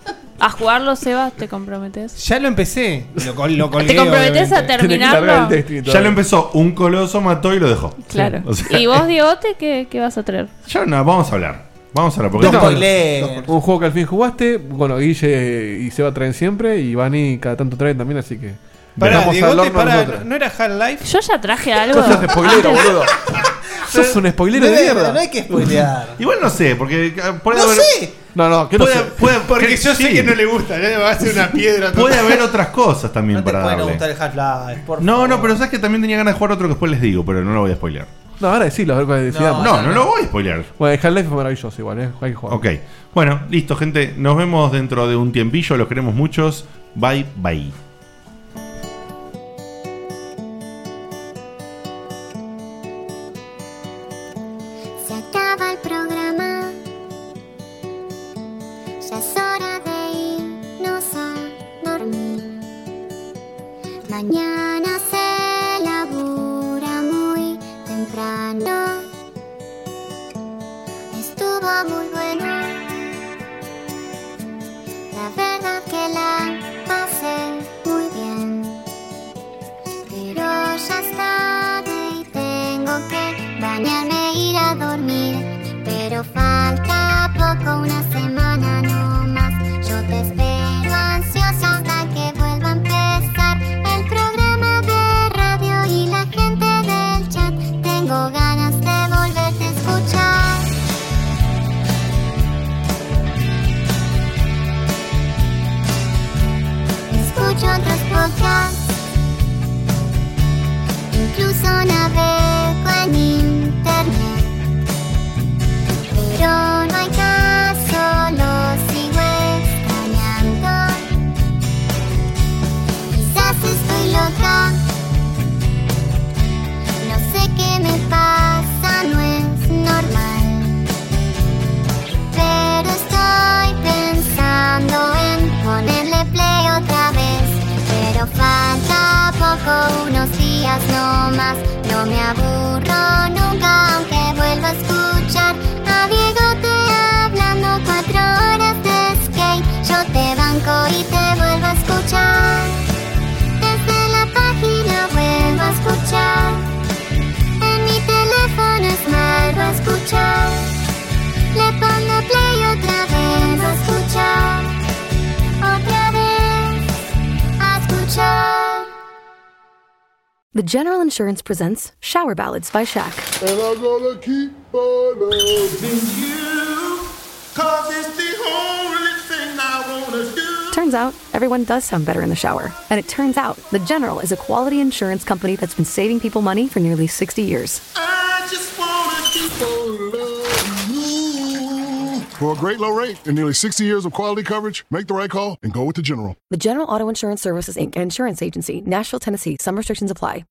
S6: a jugarlo, Seba? ¿Te comprometes?
S8: Ya lo empecé. Lo, col- lo colgué,
S6: ¿Te comprometes a
S8: obviamente.
S6: terminarlo?
S3: Ya lo empezó, un coloso mató y lo dejó.
S6: Claro.
S3: O sea,
S6: ¿Y vos, Diegote, qué, qué vas a traer?
S3: Ya no, vamos a hablar. Vamos a hablar. Porque no,
S9: Un juego que al fin jugaste. Bueno, Guille y Seba traen siempre. Y Vani cada tanto traen también, así que.
S8: Pará,
S9: Dejamos al
S8: Diegote,
S9: horno
S8: pará,
S9: nosotros.
S8: ¿no, no era Half-Life?
S6: Yo ya traje algo.
S9: Sos un spoilero, boludo. Sos un spoilero de mierda.
S5: que
S9: spoilear.
S3: Igual no sé, porque eh, puede
S9: No
S3: haber.
S9: sé. No, no, que no
S3: Puede-
S9: sé.
S3: puede-
S8: Porque yo sé
S3: sí.
S8: que no le gusta, ya le va a hacer una piedra.
S3: Puede haber otras cosas también para
S5: Bueno,
S3: darle.
S5: gustar el Half-Life, por
S3: No, no, pero sabes que también tenía ganas de jugar otro que después les digo, pero no lo voy a spoilear.
S9: No, ahora decilo, a ver cuál
S3: No,
S9: decidamos.
S3: no, lo voy a spoilear.
S9: Bueno, el Half-Life fue maravilloso igual, ¿eh? Hay que jugar.
S3: Ok. Bueno, listo, gente. Nos vemos dentro de un tiempillo. Los queremos muchos. Bye, bye.
S25: Se acaba el programa. Ya es hora de irnos a dormir. Mañana se labura muy temprano. Estuvo muy bueno. La verdad que la pasé muy bien. Pero ya es tarde y tengo que bañarme e ir a dormir. Pero falta poco, una semana no más. Yo te espero ansiosa hasta que vuelva a empezar el programa de radio y la gente del chat. Tengo ganas de volverte a escuchar. días no más. No me aburro nunca, aunque vuelva a escuchar a Diego te hablando cuatro horas de skate. Yo te banco y te vuelvo a escuchar. Desde la página vuelvo a escuchar. En mi teléfono es vuelvo a escuchar. Le pongo play otra vez a escuchar. Otra vez a escuchar.
S26: The General Insurance presents Shower Ballads by Shaq.
S21: And I'm gonna keep on uh, loving you. Cause it's the only thing I wanna do.
S26: Turns out, everyone does sound better in the shower. And it turns out, The General is a quality insurance company that's been saving people money for nearly 60 years.
S21: I just wanna keep on loving you.
S27: For a great low rate and nearly 60 years of quality coverage, make the right call and go with the General.
S26: The General Auto Insurance Services, Inc., an insurance agency, Nashville, Tennessee. Some restrictions apply.